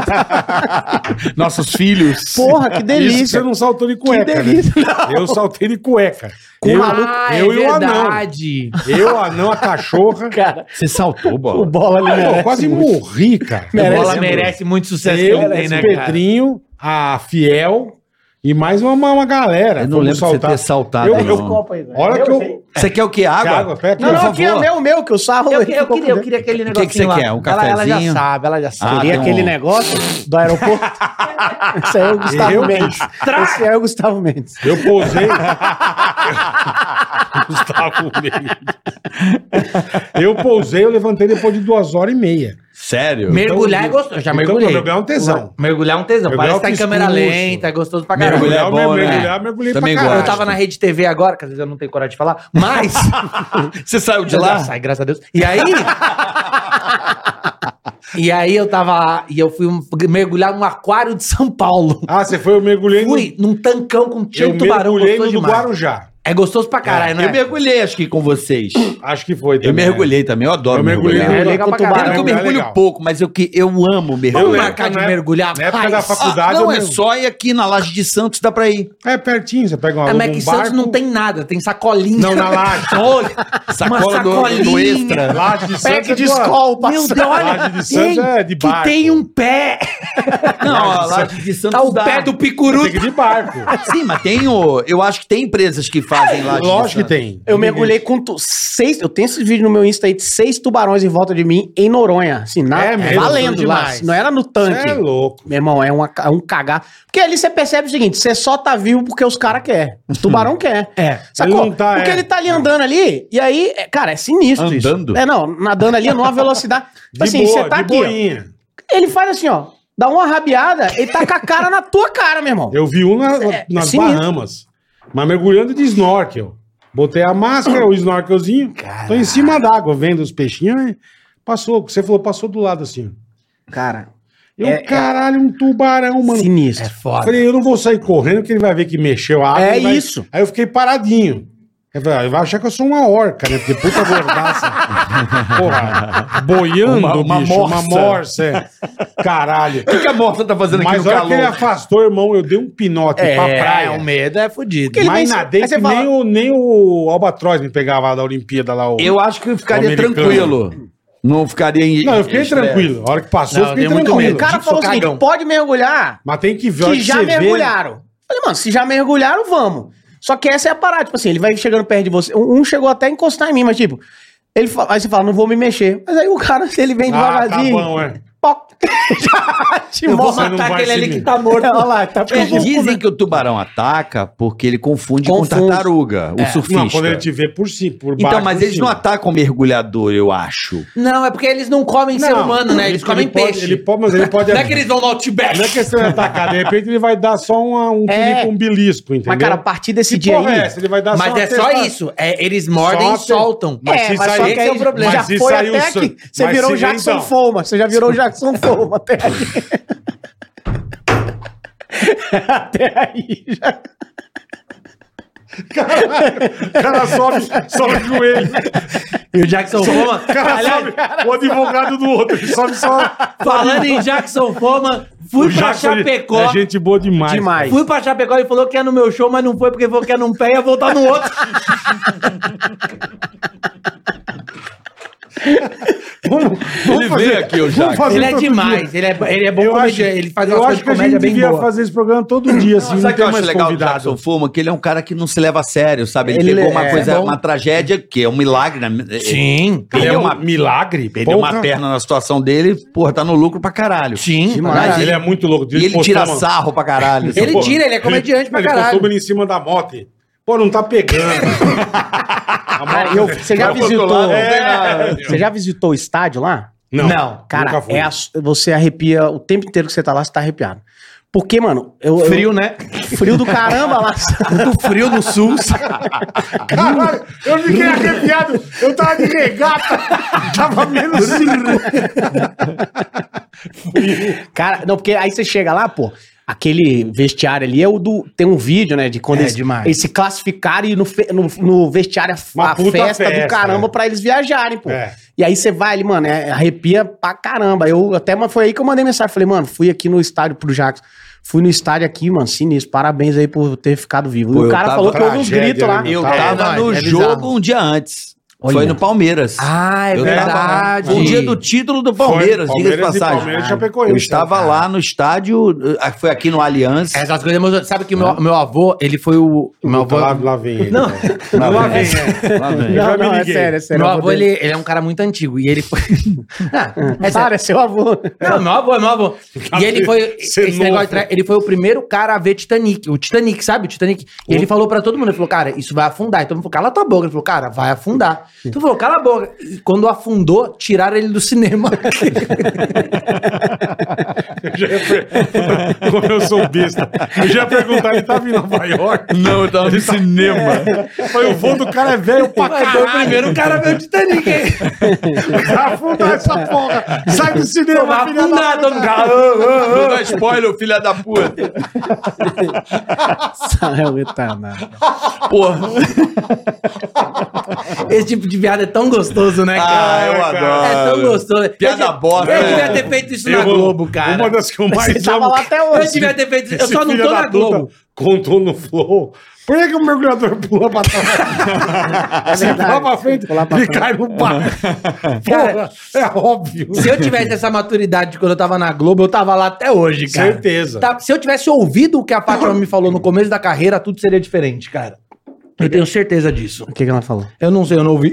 S3: Nossos filhos.
S6: Porra, que
S4: Isso que
S6: delícia.
S4: você não saltou de cueca. né?
S6: delícia.
S4: Eu saltei de cueca.
S6: Com
S4: eu
S6: maluco,
S5: Ah,
S4: eu
S5: é
S4: e o anão.
S5: verdade.
S4: Eu, o anão, a cachorra.
S6: Cara,
S3: Você saltou,
S6: o
S3: bola?
S6: bola ali né?
S4: Pô,
S6: merece
S4: eu quase
S6: muito.
S4: morri, cara.
S5: O
S6: Merece
S5: Bola
S6: muito.
S5: merece muito sucesso que
S4: Eu,
S5: ele tem,
S4: o
S5: né, cara?
S4: Pedrinho, a Fiel e mais uma, uma galera.
S3: Eu não
S4: Fomos
S3: lembro de você ter saltado,
S4: Eu,
S3: não.
S6: Esse
S4: eu,
S6: copo aí, velho.
S4: hora que
S6: Eu-
S4: eu...
S3: Você quer o quê? Água?
S4: Água, pega
S6: Não,
S4: aqui,
S3: por
S6: não, aqui é
S3: favor.
S6: meu, meu, que o sarro...
S5: Eu,
S6: ele
S5: eu
S6: ficou
S5: queria,
S6: com
S5: eu queria aquele
S3: que
S5: negócio assim,
S3: você quer? Um
S5: ela, ela já
S3: cafezinho?
S5: sabe, ela já sabe.
S3: Ah,
S6: Seria
S3: tem
S6: aquele
S3: um-
S6: negócio do aeroporto. Esse aí é o Gustavo
S4: Eu?
S6: Mendes. Esse aí é o Gustavo Mendes.
S4: Eu pousei. Gustavo Mendes. Eu pousei, eu levantei depois de duas horas e meia.
S3: Sério?
S5: Mergulhar é gostoso, já
S4: Então,
S5: mergulhei.
S4: mergulhar é um tesão.
S5: Mergulhar é um tesão, parece
S4: Mergulhar
S5: que tá em
S4: eu fiz
S5: câmera
S4: curso.
S5: lenta, é gostoso pra caralho.
S3: Mergulhar é
S4: Mergulhar,
S3: bom, né?
S4: mergulhar, mergulhei
S3: Também
S4: pra
S3: gosto.
S5: Eu tava na Rede TV agora, que às vezes eu não tenho coragem de falar, mas
S3: Você saiu de
S5: de lá
S3: lá?
S5: sai, graças a Deus. E aí E aí eu tava lá, e eu fui um- mergulhar num aquário de São Paulo.
S4: Ah, você foi, eu mergulhei
S5: Fui num tancão com
S4: no... Eu
S5: cheio de tubarão
S4: mergulhei no
S5: gostoso
S4: do
S5: demais.
S4: Guarujá.
S5: É gostoso pra caralho, né?
S3: Eu mergulhei, acho que com vocês.
S4: Acho que foi
S3: Eu
S4: também. né?
S3: mergulhei também, eu adoro
S4: Eu mergulhei
S5: É
S3: mergulhar.
S4: no
S5: legal
S4: com
S5: pra caralho.
S3: Pena que eu
S4: mergulhar é
S3: mergulho
S4: legal.
S3: pouco, mas eu, que, eu amo mergulhar.
S4: Eu
S5: Vamos
S4: lembro,
S5: marcar de
S4: na-
S5: mergulhar,
S4: Na época
S5: rapaz.
S4: da
S3: Ah,
S4: faculdade,
S3: não,
S4: eu
S3: é
S4: lembro.
S3: só ir aqui na Laje de Santos, dá pra ir.
S4: É pertinho, você pega uma
S5: A
S4: aluga
S5: Mac
S4: um
S5: Santos
S4: barco,
S5: não tem nada, tem sacolinha.
S4: Não, na laje.
S5: Olha, uma
S3: Sacola do- do
S5: sacolinha.
S3: extra.
S4: Laje de Santos
S6: Pack
S4: é
S6: de
S4: do-
S6: escola,
S5: Meu Deus, olha,
S4: Laje de
S5: tem,
S4: Santos é de
S5: que
S4: barco.
S5: tem um pé.
S3: Não, a Laje de Santos
S5: Tá o
S3: dá.
S5: pé do picuru.
S4: Tem que ir de barco.
S3: Sim, mas tem o... Eu acho que tem empresas que fazem lá.
S4: Lógico que tem.
S6: Eu mergulhei com tu- seis. Eu tenho esse vídeo no meu Insta aí de seis tubarões em volta de mim em Noronha. Assim, na,
S4: É mesmo?
S6: valendo
S4: Demais.
S6: lá. assim, não era no
S4: Você
S6: tanque.
S4: é louco.
S6: Meu irmão, é, uma, é um cagar. Porque ali você percebe o seguinte: você só tá vivo porque os caras querem. Os
S4: Hum.
S6: tubarão quer.
S5: É.
S6: Sacou?
S4: Ele não tá,
S6: porque
S4: é.
S6: ele tá ali andando ali, e aí, é, cara, é sinistro isso.
S3: Andando?
S6: É, não, nadando ali numa velocidade.
S4: De
S6: assim,
S4: boa,
S6: você tá
S4: de
S6: aqui. ó.
S4: boinha.
S6: Ele faz assim, ó. Dá uma rabiada, ele tá com a cara na tua cara, meu irmão.
S4: Eu vi um na-
S6: É,
S4: nas
S6: sinistro.
S4: Bahamas, mas mergulhando de snorkel. Botei a máscara, o snorkelzinho, tô em cima d'água, vendo os peixinhos, né? passou, você falou, passou do lado assim.
S6: Cara,
S4: Eu,
S6: É, é.
S4: caralho, um tubarão, mano.
S6: sinistro.
S5: Foda.
S4: Falei, eu não vou sair correndo que ele vai ver que mexeu a água.
S6: É
S4: ele vai-
S6: isso.
S4: Aí eu fiquei paradinho. Ele falou, ah, ele vai achar que eu sou uma orca, né? Porque puta gordaça. Porra, boiando,
S3: Uma- uma
S4: bicho, uma
S3: morsa.
S4: morsa. é. Caralho.
S3: O que, que a morta tá fazendo aqui
S4: Mas
S3: no
S4: a hora que ele
S3: calor? um
S4: afastou, irmão, eu dei um pinote pra praia.
S5: É, medo é fudido.
S6: Porque ele
S4: Mas
S6: vem-
S4: nadei
S6: aí
S4: que
S6: você fala-
S4: nem, o, nem o Albatroz me pegava lá da Olimpíada lá. O...
S3: Eu acho que eu ficaria
S4: Americano.
S3: tranquilo. Não ficaria em.
S4: Não, eu fiquei
S3: em estresse.
S4: tranquilo. A hora que passou, eu
S5: Não, eu
S4: fiquei
S5: dei muito
S4: tranquilo.
S5: medo.
S6: O cara
S5: Digo,
S6: falou
S5: sou
S6: assim:
S5: cagão.
S6: pode mergulhar,
S4: Mas tem que ver. a hora
S6: que já
S4: você vê, né?
S6: mergulharam. Falei, mano, se já mergulharam, vamos. Só que essa é a parada, tipo assim, ele vai chegando perto de você. Um um chegou até a encostar em mim, mas tipo, ele fa- aí você fala, não vou me mexer. Mas aí o cara, ele vem
S4: Ah, tá
S6: devagarzinho.
S4: bom, é.
S6: pó, já tipo, te
S4: Eu vou
S6: mostra.
S4: matar aquele ali que
S5: tá morto.
S6: Olha lá, tá
S3: É, dizem que o tubarão ataca porque ele confunde, com
S6: Confunde.
S3: tartaruga,
S5: É.
S3: o surfista.
S4: Não, quando ele te vê por cima, por baixo.
S3: Então, mas
S4: por
S3: eles
S4: cima.
S3: não atacam o mergulhador, eu acho.
S5: Não, é porque eles não comem ser
S4: Não,
S5: humano, né? Eles
S4: ele-
S5: comem
S4: ele pode-
S5: peixe.
S4: ele pode, mas ele pode.
S5: Não é que eles vão no Outback.
S4: Não é questão de atacar, de repente ele vai dar só uma- um,
S6: É.
S4: tiro com um belisco, entendeu?
S6: Mas, cara, a partir desse
S4: que
S6: dia
S4: porra
S6: aí.
S4: é essa? Ele vai dar
S5: Mas
S4: uma
S5: é só
S4: testada.
S5: isso. É, eles mordem
S4: Só
S5: e
S4: se-
S5: soltam.
S4: Mas se
S6: mas só
S4: sair-
S6: que aí é o problema.
S4: mas se
S6: já foi
S4: sair
S6: até
S4: o sangue-
S6: aqui. Você
S4: mas
S6: virou
S4: se-
S6: o Jackson
S4: então.
S6: Foma. Você já virou o Jackson Foma até aí. até aí. Já...
S4: O cara sobe, sobe o joelho.
S5: E o Jackson Foma.
S4: O cara sobe o advogado do outro. Ele sobe só.
S5: Falando em Jackson Foma, fui
S4: O
S5: pra
S4: Jackson, ele-
S5: Chapecó.
S4: É gente boa demais.
S6: Demais.
S5: Fui pra Chapecó e falou que ia no meu show, mas não foi porque falou que ia num pé e ia voltar no outro.
S4: Vamos, vamos
S3: Ele veio aqui, o Jackson.
S4: fazer
S5: Ele é
S4: todo
S5: demais, ele é, ele é bom
S4: Eu acho,
S5: comediante, ele faz
S4: eu
S5: umas coisas de
S4: acho que a
S5: comédia
S4: gente
S5: bem
S4: devia
S5: boa.
S4: fazer esse programa todo dia, assim.
S3: Sabe
S4: não
S3: o que eu
S4: tem
S3: acho
S4: mais
S3: legal do
S4: convidado.
S3: Jackson Fuma? Que ele é um cara que não se leva a sério, sabe? Ele,
S6: Ele
S3: pegou uma
S6: é
S3: coisa,
S6: bom.
S3: uma tragédia que é um milagre. Né?
S5: Sim.
S3: Ele
S4: um
S3: é uma
S4: milagre.
S3: Perdeu é uma perna na situação dele, porra, tá no lucro pra caralho.
S5: Sim.
S3: Demais.
S4: Ele é muito louco.
S3: E ele
S4: postou
S3: tira
S4: uma-
S3: sarro pra caralho.
S5: Ele
S3: Pô,
S5: tira, ele é comediante pra
S4: Ele
S5: caralho.
S4: postou ele em cima da moto. e, Pô, não tá pegando. A moto- tá
S6: eu- você já
S3: vai pro outro
S6: visitou?
S3: lado, não tem nada.
S6: Você já visitou o estádio lá?
S4: é. Não,
S6: Cara,
S4: nunca fui.
S6: é ass- você arrepia o tempo inteiro que você tá lá, você tá arrepiado. Porque, mano, eu, eu-
S5: Frio, né?
S6: frio do caramba lá.
S5: Muito frio no sul.
S4: Caralho, eu fiquei arrepiado. Eu tava de regata. Tava menos cinco.
S6: Cara, não, porque aí você chega lá, pô, aquele vestiário ali é o do. Tem um vídeo, né? De quando
S5: É
S6: eles,
S5: demais.
S6: eles se classificaram e no, fe- no, no vestiário a,
S4: Uma
S6: a
S4: puta
S6: festa,
S4: festa,
S6: do caramba
S4: é.
S6: pra eles viajarem, pô.
S4: É.
S6: E aí você vai ali, mano, é, arrepia pra caramba. Eu até mas foi aí que eu mandei mensagem. Falei, mano, fui aqui no estádio pro Jackson. Fui no estádio aqui, mano, sinistro. Parabéns aí por ter ficado vivo.
S3: Pô,
S6: e
S3: eu
S6: o cara
S3: tava-
S6: falou que houve uns
S4: Tragédia,
S6: gritos lá.
S4: né?
S3: Eu
S4: Tá,
S3: tava
S5: é
S3: no
S5: bizarro.
S3: jogo um dia antes. Foi
S5: Olha.
S3: no Palmeiras.
S5: Ah, é
S3: Eu tava lá.
S5: verdade.
S3: Foi O dia do título do
S4: Foi,
S3: Palmeiras, diga de
S4: Palmeiras e
S3: passagem.
S4: Palmeiras e Chapecoense.
S3: eu estava lá no estádio, eh, foi aqui no Aliança.
S4: É
S5: Essas coisas emocionantes. Sabe que o meu, meu avô, ele foi o. Meu avô,
S4: Né? Lá, lá vem ele. né?
S5: Não.
S4: Lá, vem, é.
S3: Lá vem.
S4: Eu já
S6: Não,
S4: me
S6: não, é
S4: liguei.
S6: sério, é sério.
S5: meu
S6: Eu
S5: avô,
S6: vou-
S5: ele, ele é um cara muito antigo. E ele foi. Ah, é sério.
S6: Para, é seu avô.
S5: Não, meu avô, meu avô. E ele foi.
S4: Você é
S5: esse
S4: novo.
S5: negócio, de tra- ele foi o primeiro cara a ver Titanic. O Titanic, sabe? O Titanic. E ele falou pra todo mundo, ele falou, cara, isso vai afundar. Então ele falou, cala tua boca. Ele falou, cara, vai afundar. Então ele falou, cala a boca. E quando afundou, tiraram ele do cinema.
S4: Eu já ia per- Como eu sou besta. Eu já ia perguntar, ele tava em Nova York? tá- Não, eu tava no cinema. Foi o voo do cara é velho pra
S5: Mas foi o
S4: caralho.
S5: primeiro cara a ver o Titanic. hein?
S4: Afunda essa porra. Sai do
S5: Vai
S4: cinema,
S3: Tá
S4: filha da...
S5: afundar, todo mundo, "Ah,
S3: um Não dá spoiler, filha da puta.
S6: Samuel Retanado.
S3: Porra.
S5: Esse tipo de piada é tão gostoso, né,
S3: Ah,
S5: cara?
S3: eu adoro.
S5: É tão gostoso.
S3: Piada
S5: Eu devia-
S3: bosta,
S5: Eu
S3: né?
S5: devia ter feito isso na
S4: Eu-
S5: Globo, cara.
S4: Uma das que eu mais
S6: Você tava
S4: amo.
S6: lá até
S5: Eu
S6: hoje.
S5: devia ter feito isso. Eu
S4: Esse
S5: só não
S4: filho
S5: tô
S4: da
S5: na
S4: puta
S5: Globo.
S4: Contou no Flow. Por que, que o mergulhador pula pra trás? Ele
S6: É verdade.
S4: pula pra frente
S6: Pula pra
S4: e cai no bar. Porra, é óbvio.
S5: Uhum. Se eu tivesse essa maturidade de quando eu tava na Globo, eu tava lá até hoje, cara.
S4: Certeza.
S5: Tá, se eu tivesse ouvido o que a Fátima me falou no começo da carreira, tudo seria diferente, cara. Eu tenho certeza disso.
S6: O que, que ela falou?
S5: Eu não sei, eu não ouvi.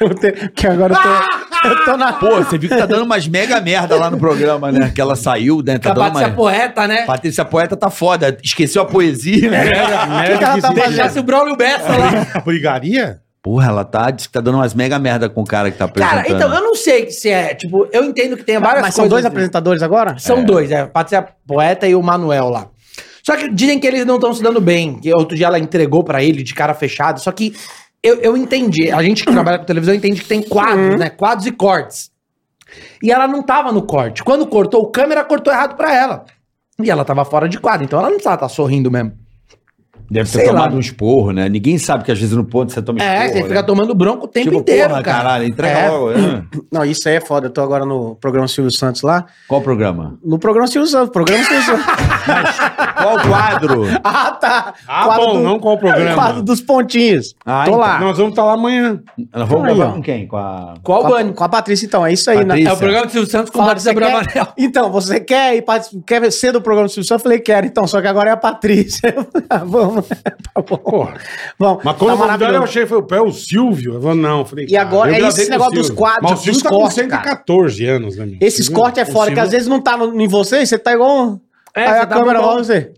S6: Eu te- que agora eu tô, eu tô na.
S3: Pô, você viu que tá dando umas mega merda lá no programa, né? Que ela saiu, né? Tá dando uma...
S5: poeta, né?
S3: Patrícia Poeta tá foda. Esqueceu a poesia, né?
S6: que ela tá fazendo?
S5: o Braulio Bessa lá.
S4: Brigaria?
S3: Porra, ela tá, diz que tá dando umas mega merda com o cara que tá apresentando.
S5: Cara, então, eu não sei se é, tipo, eu entendo que tem várias
S6: Mas são dois
S5: coisas-
S6: apresentadores agora?
S5: São dois, é. Patrícia Poeta e o Manuel lá. Só que dizem que eles não estão se dando bem. Que outro dia ela entregou pra ele de cara fechada. Só que eu, eu entendi. A gente que trabalha com televisão entende que tem quadros, né? Quadros e cortes. E ela não tava no corte. Quando cortou, o câmera cortou errado pra ela. E ela tava fora de quadro. Então ela não precisava estar sorrindo mesmo.
S3: Deve ter
S5: sei
S3: tomado
S5: lá.
S3: um esporro, né? Ninguém sabe que às vezes no ponto você
S5: É,
S3: toma esporro.
S5: você
S3: né?
S5: fica tomando bronco o tempo
S3: Tipo,
S5: inteiro,
S3: porra,
S5: cara.
S3: caralho, entrega
S5: É.
S3: logo. né?
S6: Não, isso aí é foda. Eu tô agora no programa Silvio Santos lá.
S3: Qual programa?
S6: No programa Silvio Santos. Programa Silvio Santos.
S3: Qual quadro?
S6: ah, tá.
S4: Ah, bom, não qual o programa?
S6: Quadro dos pontinhos.
S3: Ah,
S6: tô
S3: então.
S6: lá.
S4: Nós vamos estar lá amanhã.
S3: Nós vamos
S6: Aí,
S3: gravar
S6: ó.
S3: com quem? Com a...
S6: Com
S5: Qual
S4: tá
S5: o
S6: a-
S5: Bani?
S6: Com a Patrícia, então. É isso aí. né?
S3: Patrícia.
S5: do Silvio Santos com
S6: Fala, você quer? Então, você quer ir participar- quer ser do programa do Silvio Santos? Eu falei, quero, então, só que agora é a Patrícia. Eu falei, ah, vamos. Tá bom.
S4: Porra.
S6: Vamos.
S4: Mas quando
S6: tá
S4: eu convidaram, eu
S6: maravilhoso.
S4: achei, foi o é pé, o Silvio. Eu falei, não, eu falei, "Ah,
S6: E agora
S4: eu
S6: é
S4: gravei
S6: esse
S4: com o
S6: negócio dos
S4: Silvio.
S6: quadros,
S4: Mas o Silvio
S6: dos
S4: tá com
S6: cortes, cara.
S4: 114 anos, né, amigo?
S6: Esses cortes é foda, que às vezes não tá no- em você, você tá igual.
S5: É,
S6: aí
S5: você
S6: a
S5: tá
S6: câmera
S5: bom.
S6: rola em você.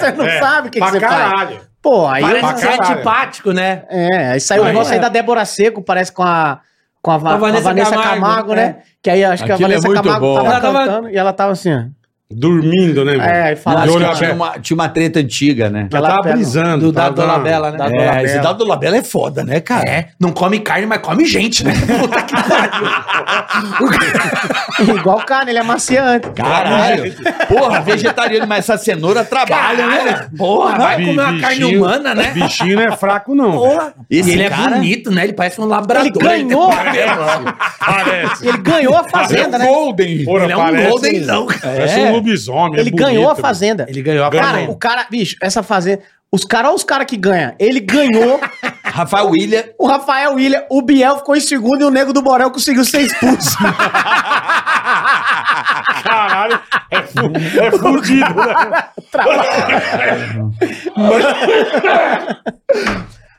S6: você não
S4: é.
S6: sabe o que, que
S4: Pra
S6: você
S4: caralho.
S6: faz. Pô, aí.
S4: pra
S5: Parece que é
S4: caralho.
S5: antipático, né?
S6: É, aí saiu o
S4: Aí,
S6: negócio
S4: é.
S6: aí da Débora Seco, parece com a. Com a, Va-
S5: Com a
S6: com a Vanessa,
S5: Vanessa
S6: Camargo,
S5: Camargo,
S6: né? Que aí acho que a
S3: Aquilo é
S6: Vanessa
S3: muito
S6: Camargo
S3: bom.
S6: tava
S5: Ela tava-
S6: cantando e ela tava assim, ó.
S4: Dormindo, né,
S6: É, e fala
S4: De
S6: assim,
S4: olho
S3: Acho que tinha
S4: aberto.
S3: uma, tinha uma treta antiga, né?
S4: Já
S6: ela
S4: tava
S6: pega-
S4: brisando. tá
S5: Do da
S4: tava
S5: Dona
S4: dando-
S5: Bela, né?
S3: É, esse
S6: Dolabella.
S3: dado do Labela é foda, né, cara?
S5: É, não come carne, mas come gente, né? Puta que pariu.
S6: Igual o cara, ele é maciante.
S3: Caralho. Porra, vegetariano, mas essa cenoura trabalha, né?
S5: Porra, vai comer uma carne
S4: Ah, bichinho-
S5: humana, né?
S4: Bichinho não é fraco, não. velho.
S3: Esse
S5: e ele
S3: cara-
S5: é bonito, né? Ele parece um labrador.
S6: Ele ganhou,
S5: tem um cabelo.
S4: Parece.
S6: ele ganhou a fazenda, né?
S3: é Golden.
S4: Porra,
S5: Ele é um
S4: parece-
S5: goldenzão, cara.
S4: Parece um lobisomem. é
S6: Ele
S4: bonito,
S6: ganhou a
S4: velho.
S6: fazenda.
S5: Ele ganhou a
S6: Cara, o cara, bicho, essa fazenda. Os caras, olha os caras que ganha. Ele ganhou.
S3: Rafael William.
S6: o Rafael William, o Biel ficou em segundo e o Nego do Borel conseguiu ser expulso.
S4: Caralho, é, fu- é fudido, né?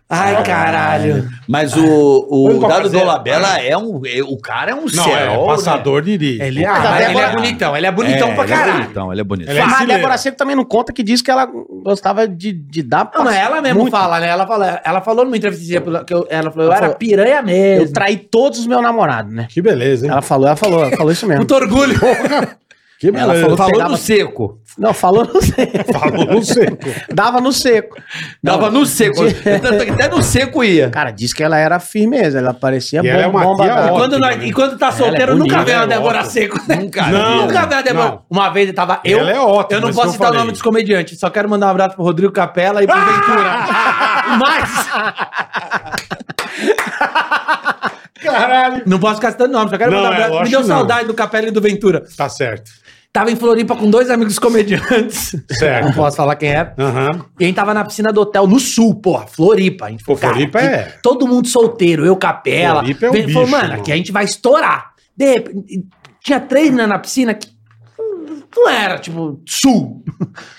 S5: Ai, caralho.
S3: Mas o,
S4: Vamos
S3: o
S4: pra
S3: Dado
S4: fazer.
S3: Dolabella é um. é- o cara é um
S4: Não,
S3: cerol,
S4: é
S3: né?
S4: passador de lixo.
S5: Ele, ah,
S6: Mas
S5: mas
S6: até
S5: ele é
S6: agora-
S5: bonitão, ele é
S3: É,
S5: bonitão pra
S3: ele é
S5: caralho.
S3: bonitão, ele é bonito.
S4: Ele é
S6: Mas a
S4: brasileiro.
S6: Débora Seco também não conta que diz que ela gostava de, de dar
S5: Não, mas ela mesmo
S6: muito.
S5: fala, né? Ela, fala, ela falou numa entrevista que eu, ela falou, eu
S6: Ela
S5: era
S6: falou,
S5: piranha
S6: Eu
S5: mesmo.
S6: traí todos os meus namorados, né?
S4: Que beleza, hein?
S6: Ela falou, ela falou, ela falou isso mesmo.
S5: Muito orgulho.
S4: que
S6: ela
S4: beleza.
S3: Falou
S6: Eu pegava-
S3: no seco.
S6: Não, falou no seco.
S4: Falou no seco.
S6: Dava no seco.
S3: Dava no seco. Até no seco ia.
S6: Cara, diz que ela era firmeza, ela parecia
S4: E ela é uma tia
S6: da-
S5: E
S4: ótima.
S5: quando, nós-
S4: né?
S5: e quando tá
S6: Ela
S5: solteiro,
S6: é
S5: nunca
S4: bonita,
S5: vê uma
S4: ela é
S5: Débora
S4: ótima.
S5: Seco, né? Nunca,
S4: Não,
S5: nunca vê uma Débora.
S4: não.
S5: Uma vez tava eu.
S4: Ela é ótima,
S5: Eu não
S4: mas
S5: posso
S4: eu
S5: citar o
S4: falei. Ah!
S5: nome dos comediantes, só quero mandar um abraço pro Rodrigo Capela e pro Ventura. Mas
S4: Caralho.
S5: não posso ficar citando nome, só quero
S4: Não,
S5: mandar um
S4: eu
S5: abraço. Me
S4: acho
S5: deu
S4: não.
S5: saudade do Capela e do Ventura.
S4: Tá certo.
S5: Tava em Floripa com dois amigos comediantes.
S4: Certo.
S5: Não posso falar quem é.
S4: Aham.
S5: E a gente tava na piscina do hotel, no sul, porra, Floripa. A gente
S4: Pô,
S5: falou, cara,
S4: Floripa
S5: aqui
S4: é-
S5: Todo mundo solteiro, eu, capela.
S4: Floripa é um
S5: Ele falou,
S4: bicho,
S5: mano,
S4: mano.
S5: aqui a gente vai estourar. De repente, tinha três meninas na piscina que não era, tipo, sul.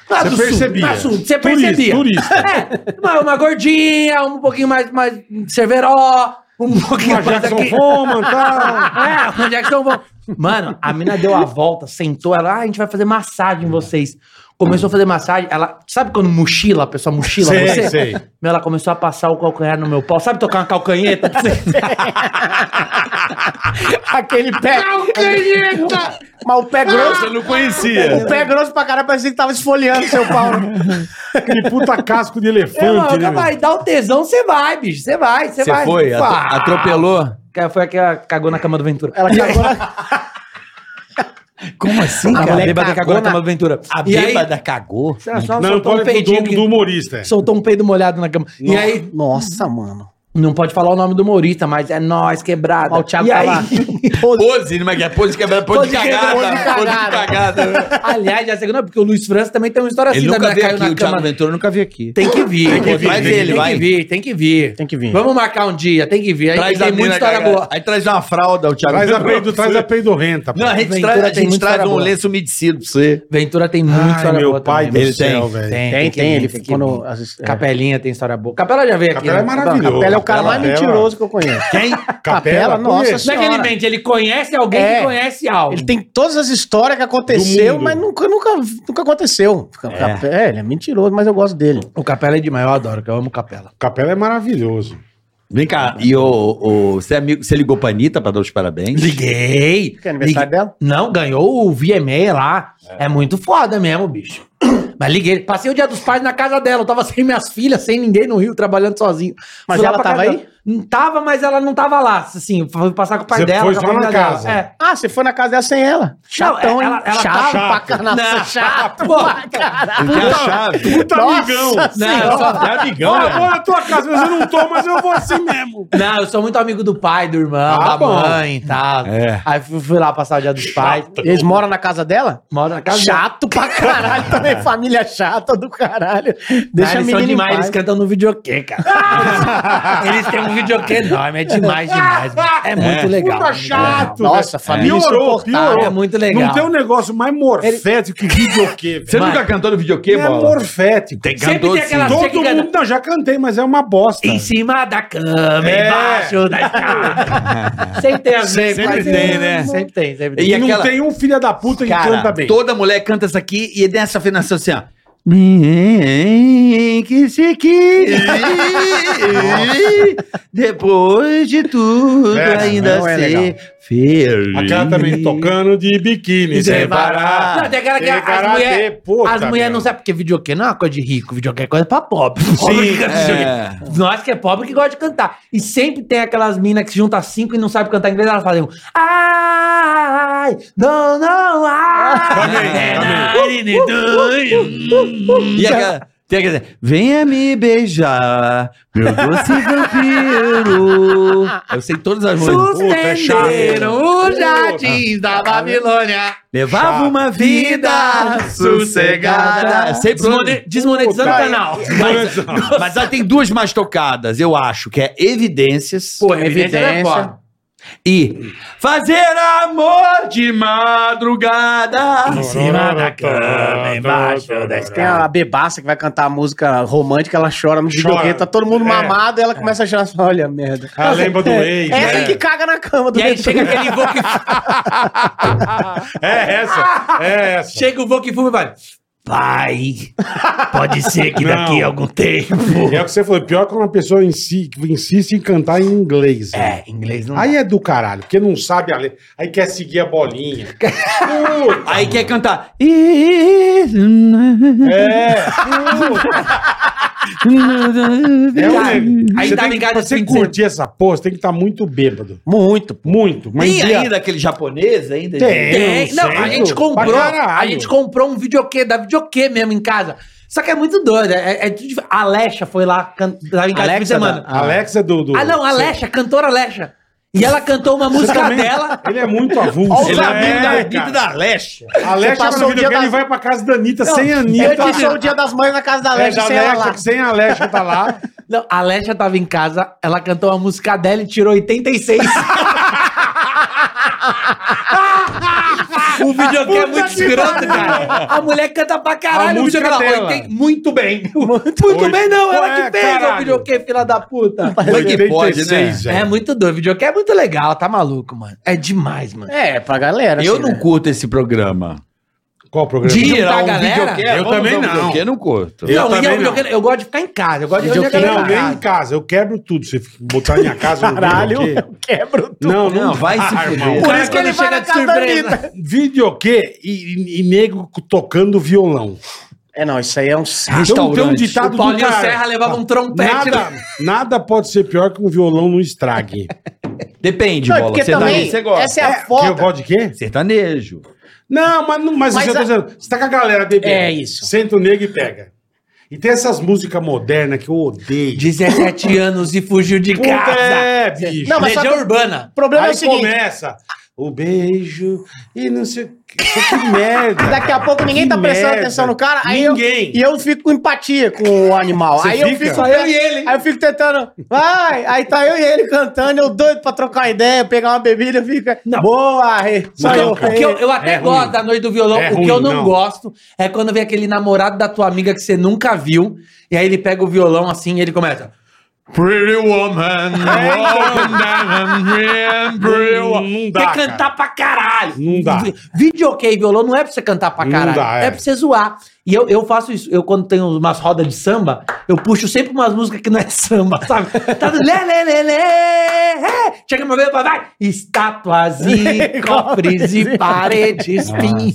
S5: Não era do
S4: Você
S5: sul,
S4: percebia.
S5: não era sul, Você
S4: Turista,
S5: percebia.
S4: turista.
S5: É, uma, uma gordinha, um pouquinho mais, mais cerveró, um pouquinho
S4: Uma
S5: mais
S4: Jackson
S5: aqui.
S4: Foman, tá?
S5: É, onde é que estão vão? Mano, a mina deu a volta, sentou, ela, ah, a gente vai fazer massagem em vocês. Começou a fazer massagem, ela, sabe quando mochila, a pessoa mochila
S4: Sei,
S5: você?
S4: sei.
S5: Meu, ela começou a passar o calcanhar no meu pau, sabe tocar uma calcanheta? pra você?
S6: Aquele pé. Mas
S5: Ah,
S6: o pé grosso.
S3: não conhecia.
S6: O pé grosso pra caralho parecia que tava esfoliando seu pau. né?
S4: Aquele puta casco de
S5: Meu,
S4: elefante, né?
S5: É, ela vai dar o tesão, você vai, bicho, você vai, você vai.
S3: Você foi? atro-
S5: Fá.
S3: Atropelou?
S5: Cara, Foi a que ela cagou na cama do Ventura.
S6: Ela cagou na-
S3: Como assim,
S5: a
S6: mulher
S5: bêbada tá
S6: cagou
S5: cagou na
S6: na-
S5: cama do Ventura.
S3: A
S5: é E aí-
S3: bêbada cagou?
S5: Só- só
S4: Não, eu
S5: soltou um
S4: falei do,
S5: peidinho
S4: do,
S5: que-
S4: do humorista. é.
S5: Soltou um peido molhado na cama. E aí,
S6: Nossa, mano.
S5: Não pode falar o nome do humorista, mas é nós, quebrada.
S6: Ó, o Thiago
S5: e
S6: tá
S5: aí,
S6: lá.
S3: Pose, mas que é pose quebrada, pose
S5: Pose
S3: de
S5: quebrada,
S3: cagada. Pose de
S5: pose de
S3: cagada. né?
S5: Aliás, já sei que não, porque o Luiz França também tem uma história
S3: Ele
S5: assim, da
S3: nunca
S5: menina
S3: veio
S5: caiu
S3: aqui,
S5: na
S3: o Thiago
S5: cama.
S3: Ventura nunca veio aqui.
S5: Tem que vir, tem que vir,
S3: Traz ele,
S5: tem
S3: vai.
S5: que vir, tem que vir.
S6: Tem que vir.
S5: Vamos marcar um dia, tem que vir. Aí
S3: Traz a
S5: tem
S3: menina
S5: muita história
S3: cagada.
S5: boa.
S3: Aí traz uma fralda, o Thiago
S4: Traz a
S3: Ventura.
S4: peido, traz a peidorrenta. pô.
S3: Não, a gente
S5: Ventura
S3: traz, a
S5: tem
S3: gente
S5: muita
S3: traz
S5: história
S3: um
S5: boa.
S3: lenço umedecido pra você.
S5: Ventura tem muita
S4: Ai,
S5: história
S4: meu
S5: boa
S4: pai
S5: também.
S4: do
S3: Ele
S4: céu,
S3: tem.
S4: velho.
S5: Tem,
S6: Tem, tem. Ele
S5: que
S6: quando.
S5: vir.
S6: as- é.
S5: Capelinha tem história boa. Capela já veio aqui.
S4: Capela é
S5: né?
S4: maravilhoso.
S6: Capela é o cara mais
S4: Capela.
S6: mentiroso que eu conheço.
S3: Quem?
S6: Capela, nossa
S4: Conheço.
S5: Não é que ele
S6: Senhora.
S5: mente, ele conhece alguém
S6: É.
S5: que conhece algo.
S6: Ele tem todas as histórias que
S4: Do
S6: aconteceu,
S4: mundo.
S6: mas nunca, nunca, nunca aconteceu. Capela, é, ele é mentiroso, mas eu gosto dele.
S5: O Capela é demais, eu adoro, que eu amo Capela.
S4: Capela é maravilhoso.
S3: Vem cá, e o, o, você, é amigo, você ligou pra Anitta pra dar os parabéns?
S5: Liguei.
S6: Que é aniversário
S5: Liguei.
S6: dela?
S5: Não, ganhou o VMA lá. É. muito foda mesmo, bicho. Mas liguei. Passei o dia dos pais na casa dela. Eu tava sem minhas filhas, sem ninguém no Rio, trabalhando sozinho.
S6: Mas
S5: lá
S6: ela
S5: pra
S6: tava
S5: casa
S6: aí?
S5: dela. Não tava, mas ela não tava lá. Assim, fui passar com o pai
S4: Você
S5: dela.
S4: foi
S5: com a
S4: só na
S5: família dela.
S4: casa.
S5: É.
S6: Ah, você foi na casa dela sem ela. Chatão,
S5: Não, é, ela-
S6: hein?
S5: ela
S6: chato
S4: tava-
S6: pra caralho. é
S5: Não, chato, pra
S6: caralho.
S3: Porque é a chave.
S4: Puta
S6: Nossa
S4: amigão.
S5: Não, eu sou-
S3: É amigão,
S4: Olha,
S3: né?
S4: vou na tua casa, mas eu não tô, mas eu vou assim mesmo.
S5: Não, eu sou muito amigo do pai, do irmão,
S4: Ah,
S5: da
S4: bom.
S5: mãe e tal.
S3: É.
S5: Aí fui, fui lá passar o dia dos pais.
S6: Eles moram na casa dela?
S5: Moro na casa dela.
S6: Chato pra caralho também, família chata do caralho.
S5: Deixa
S6: Deixa a
S5: eles são
S6: menina em
S5: demais,
S6: paz.
S5: eles cantam no videokê, cara. eles têm um videokê enorme, é demais, demais. mano. É muito
S3: É.
S5: legal.
S4: Puta
S5: muito legal.
S4: chato.
S6: Nossa,
S4: velho.
S6: família
S4: Piorou,
S6: insuportável.
S4: piorou.
S5: É muito legal.
S4: Não tem um negócio mais morfético que videokê, velho.
S3: Você nunca cantou no videoquê,
S4: é
S3: bola?
S4: morfético.
S3: Tem
S5: Sempre
S3: cantor
S5: tem
S3: sim.
S5: aquela- Você que
S4: Todo
S5: canta-
S4: mundo... Não, já cantei, mas é uma bosta.
S5: Em cima da cama,
S4: É.
S5: embaixo da escada. sempre tem as vezes.
S3: Sempre
S5: mas-
S3: tem, né?
S5: Sempre tem, sempre
S3: E
S5: tem.
S4: E
S3: aquela-
S4: não tem um filho da puta que
S3: Cara,
S4: canta bem.
S3: toda mulher canta essa aqui e tem essa afinação assim, ó. Que se que depois de tudo
S4: É,
S3: ainda
S6: não é
S3: ser feliz.
S4: Aquela também tocando de biquíni.
S3: Sem
S4: separar.
S3: parar.
S5: Não, tem aquela que
S4: Tem
S5: as
S4: karatê,
S5: mulheres
S4: puta,
S5: as mulher não
S4: meu.
S5: sabem, porque videokê não é uma coisa de rico, videokê é coisa pra pobre. pobre que canta
S3: é.
S5: videokê. Nós que é pobre que gosta de cantar. E sempre tem aquelas minas que se juntam cinco e não sabem cantar inglês, elas fazem um. Ai, não, não, É, ai.
S3: É. E aquela, tem aquela, venha me beijar, meu doce vampiro. Eu sei todas as músicas.
S4: Puta, é chato.
S5: Sustenderam o jardim da Babilônia.
S3: Levava uma vida sossegada. Sempre
S5: Desmone- Desmonetizando o
S4: Puta,
S5: canal.
S3: Mas, mas ela tem duas mais tocadas, eu acho, que é Evidências
S5: Pô, evidência. era foda.
S3: e Fazer Amor de Madrugada.
S5: um Em cima da cama, embaixo da
S6: Tem a bebaça que vai cantar a música romântica, ela chora no videogame, tá todo mundo
S4: É.
S6: mamado, ela começa a chorar, olha merda.
S4: Ela Ah, lembra do ex,
S6: É essa
S4: né?
S6: que caga na cama do
S5: E aí
S6: Beto.
S5: chega aquele voo que
S4: É essa. É essa.
S5: chega o voo que fuma e vai. Pai, pode ser que daqui a algum tempo.
S4: É o que você falou. Pior quando uma pessoa insi- insiste em cantar em inglês. né?
S5: É, inglês não.
S4: Aí é do caralho, porque não sabe a letra. Aí quer seguir a bolinha. Puta,
S3: Aí
S5: é
S3: quer cantar. né?
S4: é um
S5: Cara,
S4: negócio.
S5: aí
S4: Você
S5: dá
S4: tem que-
S5: ligado
S4: pra
S5: esse
S4: você
S5: fim de semana.
S4: curtir essa porra, você tem que estar muito bêbado.
S6: Muito.
S4: Muito. Mas
S3: Tem
S4: dia-
S3: ainda aquele japonês ainda?
S4: Tem.
S5: Tem. É, Não, a
S4: sério?
S5: gente comprou.
S4: Pra caralho.
S5: A gente comprou um videokê, da videokê mesmo em casa. Só que é muito doido. É, é, tudo dif- a Alexa foi lá, can... lá em casa
S6: Alexa
S5: essa semana.
S6: da-
S4: Alexa é do. do
S5: Ah, não, a Alexa, cantora Alexa. E ela cantou uma música
S4: também-
S5: dela.
S4: Ele é muito avulso.
S6: Olha
S3: Ele
S6: os
S3: é
S4: Ele
S3: amigo da
S4: é,
S3: Anitta e
S4: cara.
S3: da Leste.
S4: Alexa
S6: Você passou o
S4: no
S6: dia
S4: videogame,
S6: da-
S4: ele vai pra casa da Anitta sem a
S6: Eu
S4: Anitta.
S6: passou o dia das mães na casa da
S4: É,
S6: Alex,
S4: da
S6: sem ela
S4: Alexa,
S6: lá.
S4: que sem a Alexa tá lá.
S5: Não, a Alexa tava em casa, ela cantou uma música dela e tirou 86. o videogame é muito escroto, cara. A mulher canta pra caralho
S4: A
S5: o
S4: música
S5: videogame. Ela,
S4: dela.
S5: "Oitenta- Muito bem. Muito, bem, não. Ela
S4: Ué,
S5: que fez o
S4: caralho.
S5: videogame, filha da puta.
S3: Como é que pode, né?
S4: 86,
S5: É
S4: velho.
S5: muito doido. O videogame é muito legal, tá maluco, mano. É demais, mano.
S6: É, pra galera.
S3: Eu
S6: assim,
S3: não
S6: né?
S3: curto esse programa.
S4: Qual o programa?
S5: Dia-
S3: Tirar
S5: Juntar a galera?
S3: videokê,
S4: um Eu
S3: vamos
S4: também
S3: usar um
S4: não.
S3: videokê, Eu não curto.
S4: Eu
S5: não, e
S4: também é
S5: o videogame- eu gosto de ficar em casa. Eu gosto de
S6: Videogame
S5: videogame
S4: Não,
S5: em
S4: nem
S5: casa.
S4: em casa. Eu quebro tudo. Se botar na minha casa, eu não
S6: Caralho,
S4: vejo o quê.
S6: eu quebro tudo.
S4: Não,
S3: Não,
S4: não.
S3: vai se
S4: Ah,
S3: fuder.
S4: irmão.
S5: Por
S6: Cara,
S5: isso que
S6: quando
S5: ele vai
S6: chega
S5: na
S6: de
S5: casa da
S6: surpresa.
S5: Anitta.
S4: Videoquê e, e, e nego tocando violão.
S6: É, não, isso aí é um saco.
S4: Então tem um
S3: Restaurante.
S4: ditado
S5: O Paulinho
S4: do cara.
S5: Serra levava um trompete
S4: Nada, nada pode ser pior que um violão no estrague.
S3: Depende,
S6: Não, é
S3: bola.
S6: porque
S3: Sertanejo,
S6: também,
S3: você gosta.
S6: essa é a
S4: Que eu
S6: foda.
S4: gosto de quê?
S3: Sertanejo.
S4: Não, mas, não, mas,
S6: Mas
S4: isso eu tô
S6: a-
S4: dizendo, você tá com a galera bebendo.
S6: É isso.
S4: Senta o nego e pega. E tem essas músicas modernas que eu odeio.
S5: 17 anos e fugiu de
S4: Puta,
S5: casa.
S4: é, bicho.
S6: Não, mas
S5: Legião
S6: sabe-
S5: Urbana.
S6: O problema
S4: Aí
S6: é o seguinte.
S4: começa o beijo e não sei o que. Que merda.
S6: Daqui a pouco ninguém
S4: Que
S6: tá prestando
S4: merda.
S6: atenção no cara. Aí
S4: Ninguém.
S6: Eu, e eu fico com empatia com o animal. aí eu
S4: fica?
S6: fico.
S4: Só
S5: eu e ele.
S6: Aí eu fico tentando. Vai! Aí tá eu e ele cantando, eu doido pra trocar ideia, pegar uma bebida, fica.
S5: Não.
S6: Boa, re.
S4: Não,
S6: saiu,
S5: O que eu,
S6: re.
S5: eu até
S4: É ruim.
S5: gosto da noite do violão,
S4: É
S5: o que
S4: ruim,
S5: eu não,
S4: não.
S5: gosto é quando vem aquele namorado da tua amiga que você nunca viu, e aí ele pega o violão assim e ele começa. Pretty woman,
S4: É
S5: walking down the pretty
S4: Não-
S5: woman.
S4: não dá,
S5: Quer
S4: cara.
S5: cantar pra caralho.
S4: Não dá.
S5: Vídeo ok, violão não é pra você cantar pra
S4: Não
S5: caralho.
S4: dá, é.
S5: é. pra você zoar. E eu, eu faço isso. Eu, quando tenho umas rodas de samba, eu puxo sempre umas músicas que não é samba, sabe? Tá do lê, lê, lê, lê. é. Chega uma vez, vai, vai. Estátuas e cofres e paredes, pim.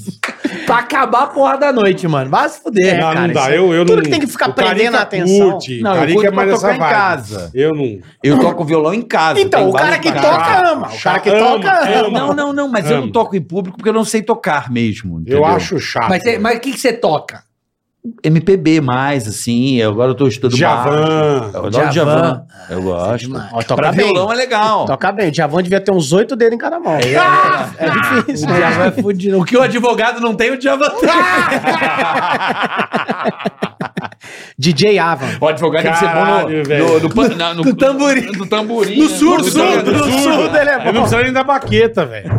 S5: Pra acabar a porra da noite, mano. Vai se
S6: É,
S5: fuder,
S6: né,
S4: É, não,
S5: cara.
S4: não dá.
S5: Isso aí-
S4: Eu, eu
S6: tudo
S4: não-
S6: que tem que ficar
S4: o Carica
S6: prendendo a atenção.
S4: Curte.
S8: Não, eu
S4: Carica
S8: curto
S4: é mais
S8: pra
S4: essa
S8: tocar em
S4: vibe.
S8: casa.
S4: Eu não.
S3: Eu toco violão em casa.
S6: Então,
S3: tem
S6: o cara
S3: vários
S6: que
S3: pra
S6: toca
S3: caralho.
S6: ama. O cara que
S4: Ama,
S6: toca
S4: ama.
S6: ama.
S3: Não, não, não, mas eu não
S4: Amo.
S3: toco em público porque eu não sei tocar mesmo. entendeu?
S4: Eu acho chato.
S5: Mas você- mas o que, que você toca?
S3: MPB mais, assim. eu- Agora eu tô
S8: é
S3: estudando
S4: Javan.
S3: Bach. Eu adoro
S5: Djavan.
S3: Javan. Eu gosto.
S6: Ó, toca
S3: Pra
S6: bem.
S3: violão é legal.
S6: Toca bem. O Djavan devia ter uns oito dedos em cada mão. Ah, É, difícil. né?
S5: O que o advogado não tem, o diabo tem.
S6: é- DJ Avan.
S3: O advogado tem que ser
S4: Caralho,
S3: bom
S4: velho.
S3: no, no, no, pan- na- no,
S5: No tamborim.
S3: No tamborim.
S5: No
S3: né?
S5: surdo, surdo,
S3: tamborim.
S5: no surdo.
S6: ele é
S4: Ele não precisa nem da baqueta, velho.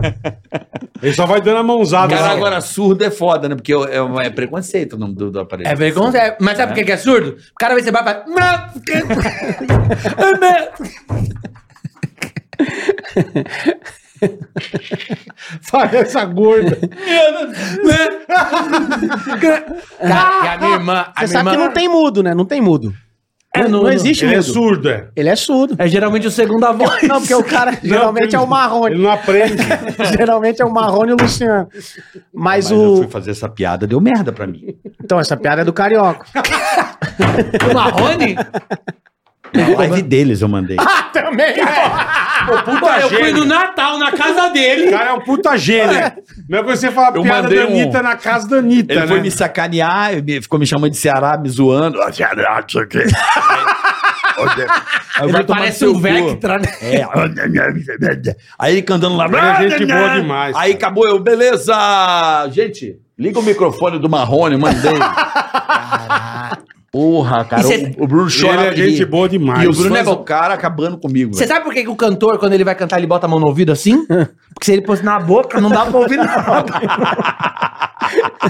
S4: Ele só vai dando a mãozada.
S3: Cara,
S4: assim.
S3: agora surdo é foda, né? Porque é, é preconceito o nome do, do aparelho.
S5: É vergonha. Mas sabe por que que é surdo? O cara vai ser vai e fala.
S4: Faz essa gorda.
S5: Cara, Tá, e a minha irmã. A
S6: Você
S5: minha
S6: sabe
S5: irmã
S6: que não tem mudo, né? Não tem mudo.
S5: É,
S6: não,
S5: não-
S6: não existe
S4: Ele é
S6: mudo.
S4: surdo, é.
S6: Ele é surdo.
S5: É geralmente o segundo avô.
S6: Não, porque o cara geralmente é o marrone.
S4: Ele não aprende.
S6: Geralmente é o marrone e o Luciano. Mas,
S3: Mas eu
S6: o.
S3: fui fazer essa piada, deu merda pra mim.
S6: Então, essa piada é do carioca.
S5: O Marrone?
S3: Na live deles eu mandei.
S6: Também,
S5: Puta, eu fui no Natal, na casa
S4: O
S5: dele.
S4: cara é um puta gênio. Mesmo que você fala
S8: Eu
S4: piada
S8: mandei
S4: da Anitta
S8: um-
S4: na casa da Anitta,
S3: Ele
S4: né?
S3: foi me sacanear, ele me- ficou me chamando de Ceará, me zoando. Ah, Ceará, não sei o quê. Aí um eu vou
S5: Ele
S3: tomar
S5: parece
S3: no
S5: o
S3: seu cu.
S5: Vectra, né?
S3: É. Aí ele cantando lá.
S4: Ele é gente boa demais,
S3: Aí
S4: cara.
S3: acabou eu, beleza! Gente, liga o microfone do Marrone, mandei. Porra, cara.
S5: E cê-
S3: O, o Bruno
S4: Ele
S3: chorava
S4: é
S3: de
S4: gente
S3: rir.
S4: boa demais.
S3: E o Bruno é
S4: Faz-
S3: o cara acabando comigo.
S5: Você sabe por que, que o cantor, quando ele vai cantar, ele bota a mão no ouvido assim? Porque se ele pôs na boca, não dá pra ouvir nada.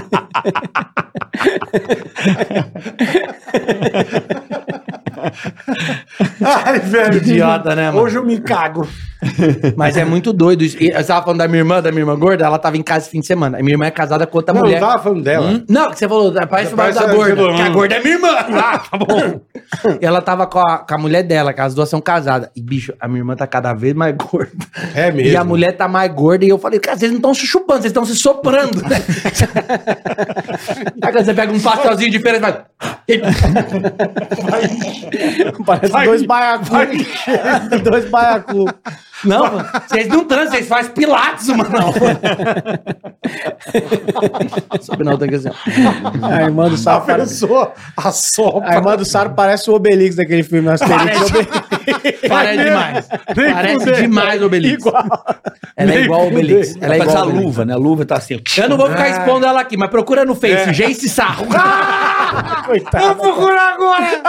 S4: Ai, velho.
S5: Idiota, né, mano?
S4: Hoje eu me cago.
S5: Mas é muito doido. isso. E Eu tava falando da minha irmã, da minha irmã gorda, ela tava em casa esse fim de semana. A minha irmã é casada com outra
S4: Não,
S5: mulher.
S4: eu tava falando dela.
S5: Hum? Não, que você falou, da- parece o barulho da
S4: Parece a-
S5: gorda.
S4: que
S5: Que a
S4: eu-
S5: gorda é minha irmã.
S4: Ah, tá bom.
S5: E ela tava com a, com a mulher dela, que as duas são casadas. E, bicho, a minha irmã tá cada vez mais gorda.
S4: É mesmo.
S5: E a mulher tá mais gorda. E eu falei, cara, vocês não estão se chupando, vocês estão se soprando. né? Aí quando você pega um pastelzinho diferente, vai. "Ah,
S6: Parece dois baiacu. dois baiacu.
S5: Não, mano, vocês não transam, vocês fazem pilates, mano. Sobe na outra aqui assim, ó.
S6: A irmã do
S4: A
S6: Saro parece...
S4: pessoa assopra.
S6: A irmã do Saro parece o Obelix daquele filme né? Asterix.
S5: Parece, parece demais.
S4: Nem
S5: Parece
S4: fudendo.
S5: demais o Obelix. Ela é
S4: Nem
S5: igual ao Obelix.
S4: fudendo.
S5: Ela é
S3: Mas
S5: igual
S3: a
S5: ao Obelix.
S3: luva, né? A luva tá assim.
S5: Eu não vou
S6: É.
S5: ficar expondo ela aqui, mas procura no Face,
S4: É.
S5: Jace Sarro.
S6: Coitado. Eu Ah, vou procurar agora.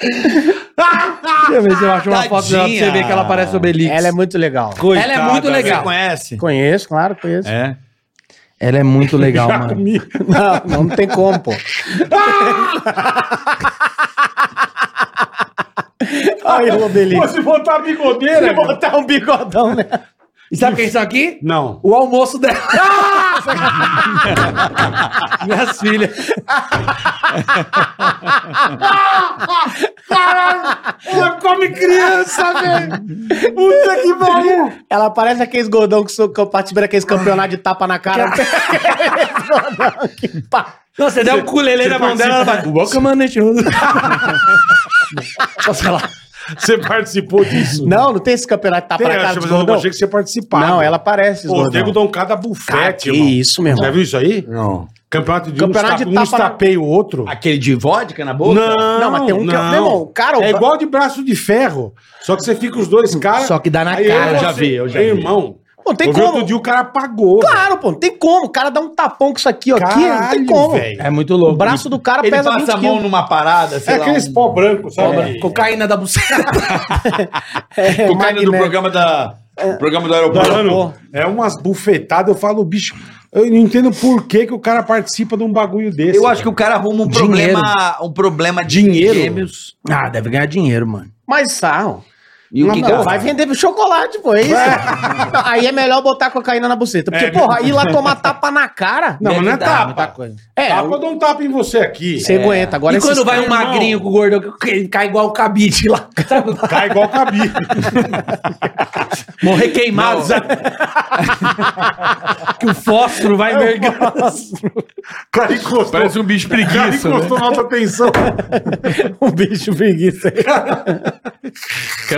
S6: Deixa eu ver se eu acho uma foto dela pra você ver que ela parece o Belix. Ela é muito legal.
S5: Ela é
S4: né?
S5: muito legal.
S3: conhece?
S6: Conheço, claro, conheço.
S3: É.
S5: Ela é muito legal,
S4: Já
S5: mano.
S4: comi.
S6: Não, não, não tem como, pô. Aí o Obelix.
S4: Pô, se botar a bigodeira. cara.
S6: botar um bigodão, né?
S5: E sabe quem são aqui?
S4: Não.
S5: O almoço dela. Minhas filhas.
S4: Ela come criança, velho. Puta que pariu.
S6: Ela parece aqueles gordão que, sou- que eu participo daqueles campeonatos de tapa na cara.
S5: Não, você der um culelê na mão dela, ela vai. Welcome on the show. Só sei lá.
S4: Você participou disso?
S6: não, não tem esse campeonato de tapa
S4: Tem,
S6: na
S4: eu
S6: cara
S4: achei,
S6: dos
S4: mas eu não
S6: gordão?
S4: achei que você participava.
S6: Não, ela parece.
S4: Pô, o Diego dá um cada bufete,
S6: Que isso, meu
S4: Já
S6: irmão.
S4: viu isso aí?
S3: Não.
S4: Campeonato de
S6: Campeonato de
S4: um, tapa, um
S6: tapa na-
S4: estapeia o outro.
S3: Aquele de vodka na boca?
S4: Não,
S6: Não, mas tem um que é- meu irmão, o cara-
S4: É igual de braço de ferro. Só que você fica os dois caras.
S5: Só que dá na
S4: Aí
S5: cara.
S3: eu já vi, eu já
S4: Meu
S3: vi.
S4: irmão.
S6: Pô, tem
S4: eu vi
S6: como.
S4: Outro dia o cara apagou.
S6: Claro, pô, não tem como. O cara dá um tapão com isso aqui, ó. aqui, não tem
S4: Caralho,
S6: como.
S4: velho.
S5: É muito louco.
S6: O braço do cara
S3: Ele
S6: pesa
S3: passa
S6: 20
S3: a mão
S6: quilos.
S3: numa parada,
S4: É
S3: sei lá,
S4: aqueles
S3: um-
S4: pó branco, sabe?
S5: Cobra. Cocaína da buceta.
S6: É,
S3: O cara do
S6: magnético. É.
S3: programa da... Programa do aeroporto.
S4: Mano, é umas bufetadas, eu falo, bicho, eu não entendo por que, que o cara participa de um bagulho desse.
S3: Eu acho que o cara arruma um
S5: Dinheiro.
S3: problema, um problema de
S4: Dinheiro?
S3: gêmeos.
S5: Ah, deve ganhar dinheiro, mano.
S6: Mas ah, sarro.
S3: E o
S6: Não,
S3: que
S6: não,
S5: Então
S3: que eu-
S6: vai vender chocolate, pô, é isso. Aí é melhor botar cocaína na buceta. Porque,
S4: É,
S6: porra, ir lá tomar tapa na cara.
S4: Não, mas não é
S5: Deve dar muita
S4: tapa.
S5: coisa.
S6: É,
S4: Tapa, eu dou um tapa em você aqui.
S6: você aguenta. Agora
S5: e quando
S6: esses
S5: vai um
S6: caras-
S5: magrinho com o gordão, que- que ele cai igual o cabide lá. sabe?
S4: Cai igual cabi.
S5: Morrer queimado, sabe? que o fósforo vai mergulhar.
S4: cara encostou.
S3: Parece um bicho
S4: O cara
S3: preguiça, né?
S4: encostou na alta tensão.
S6: um bicho preguiça.
S3: Cara,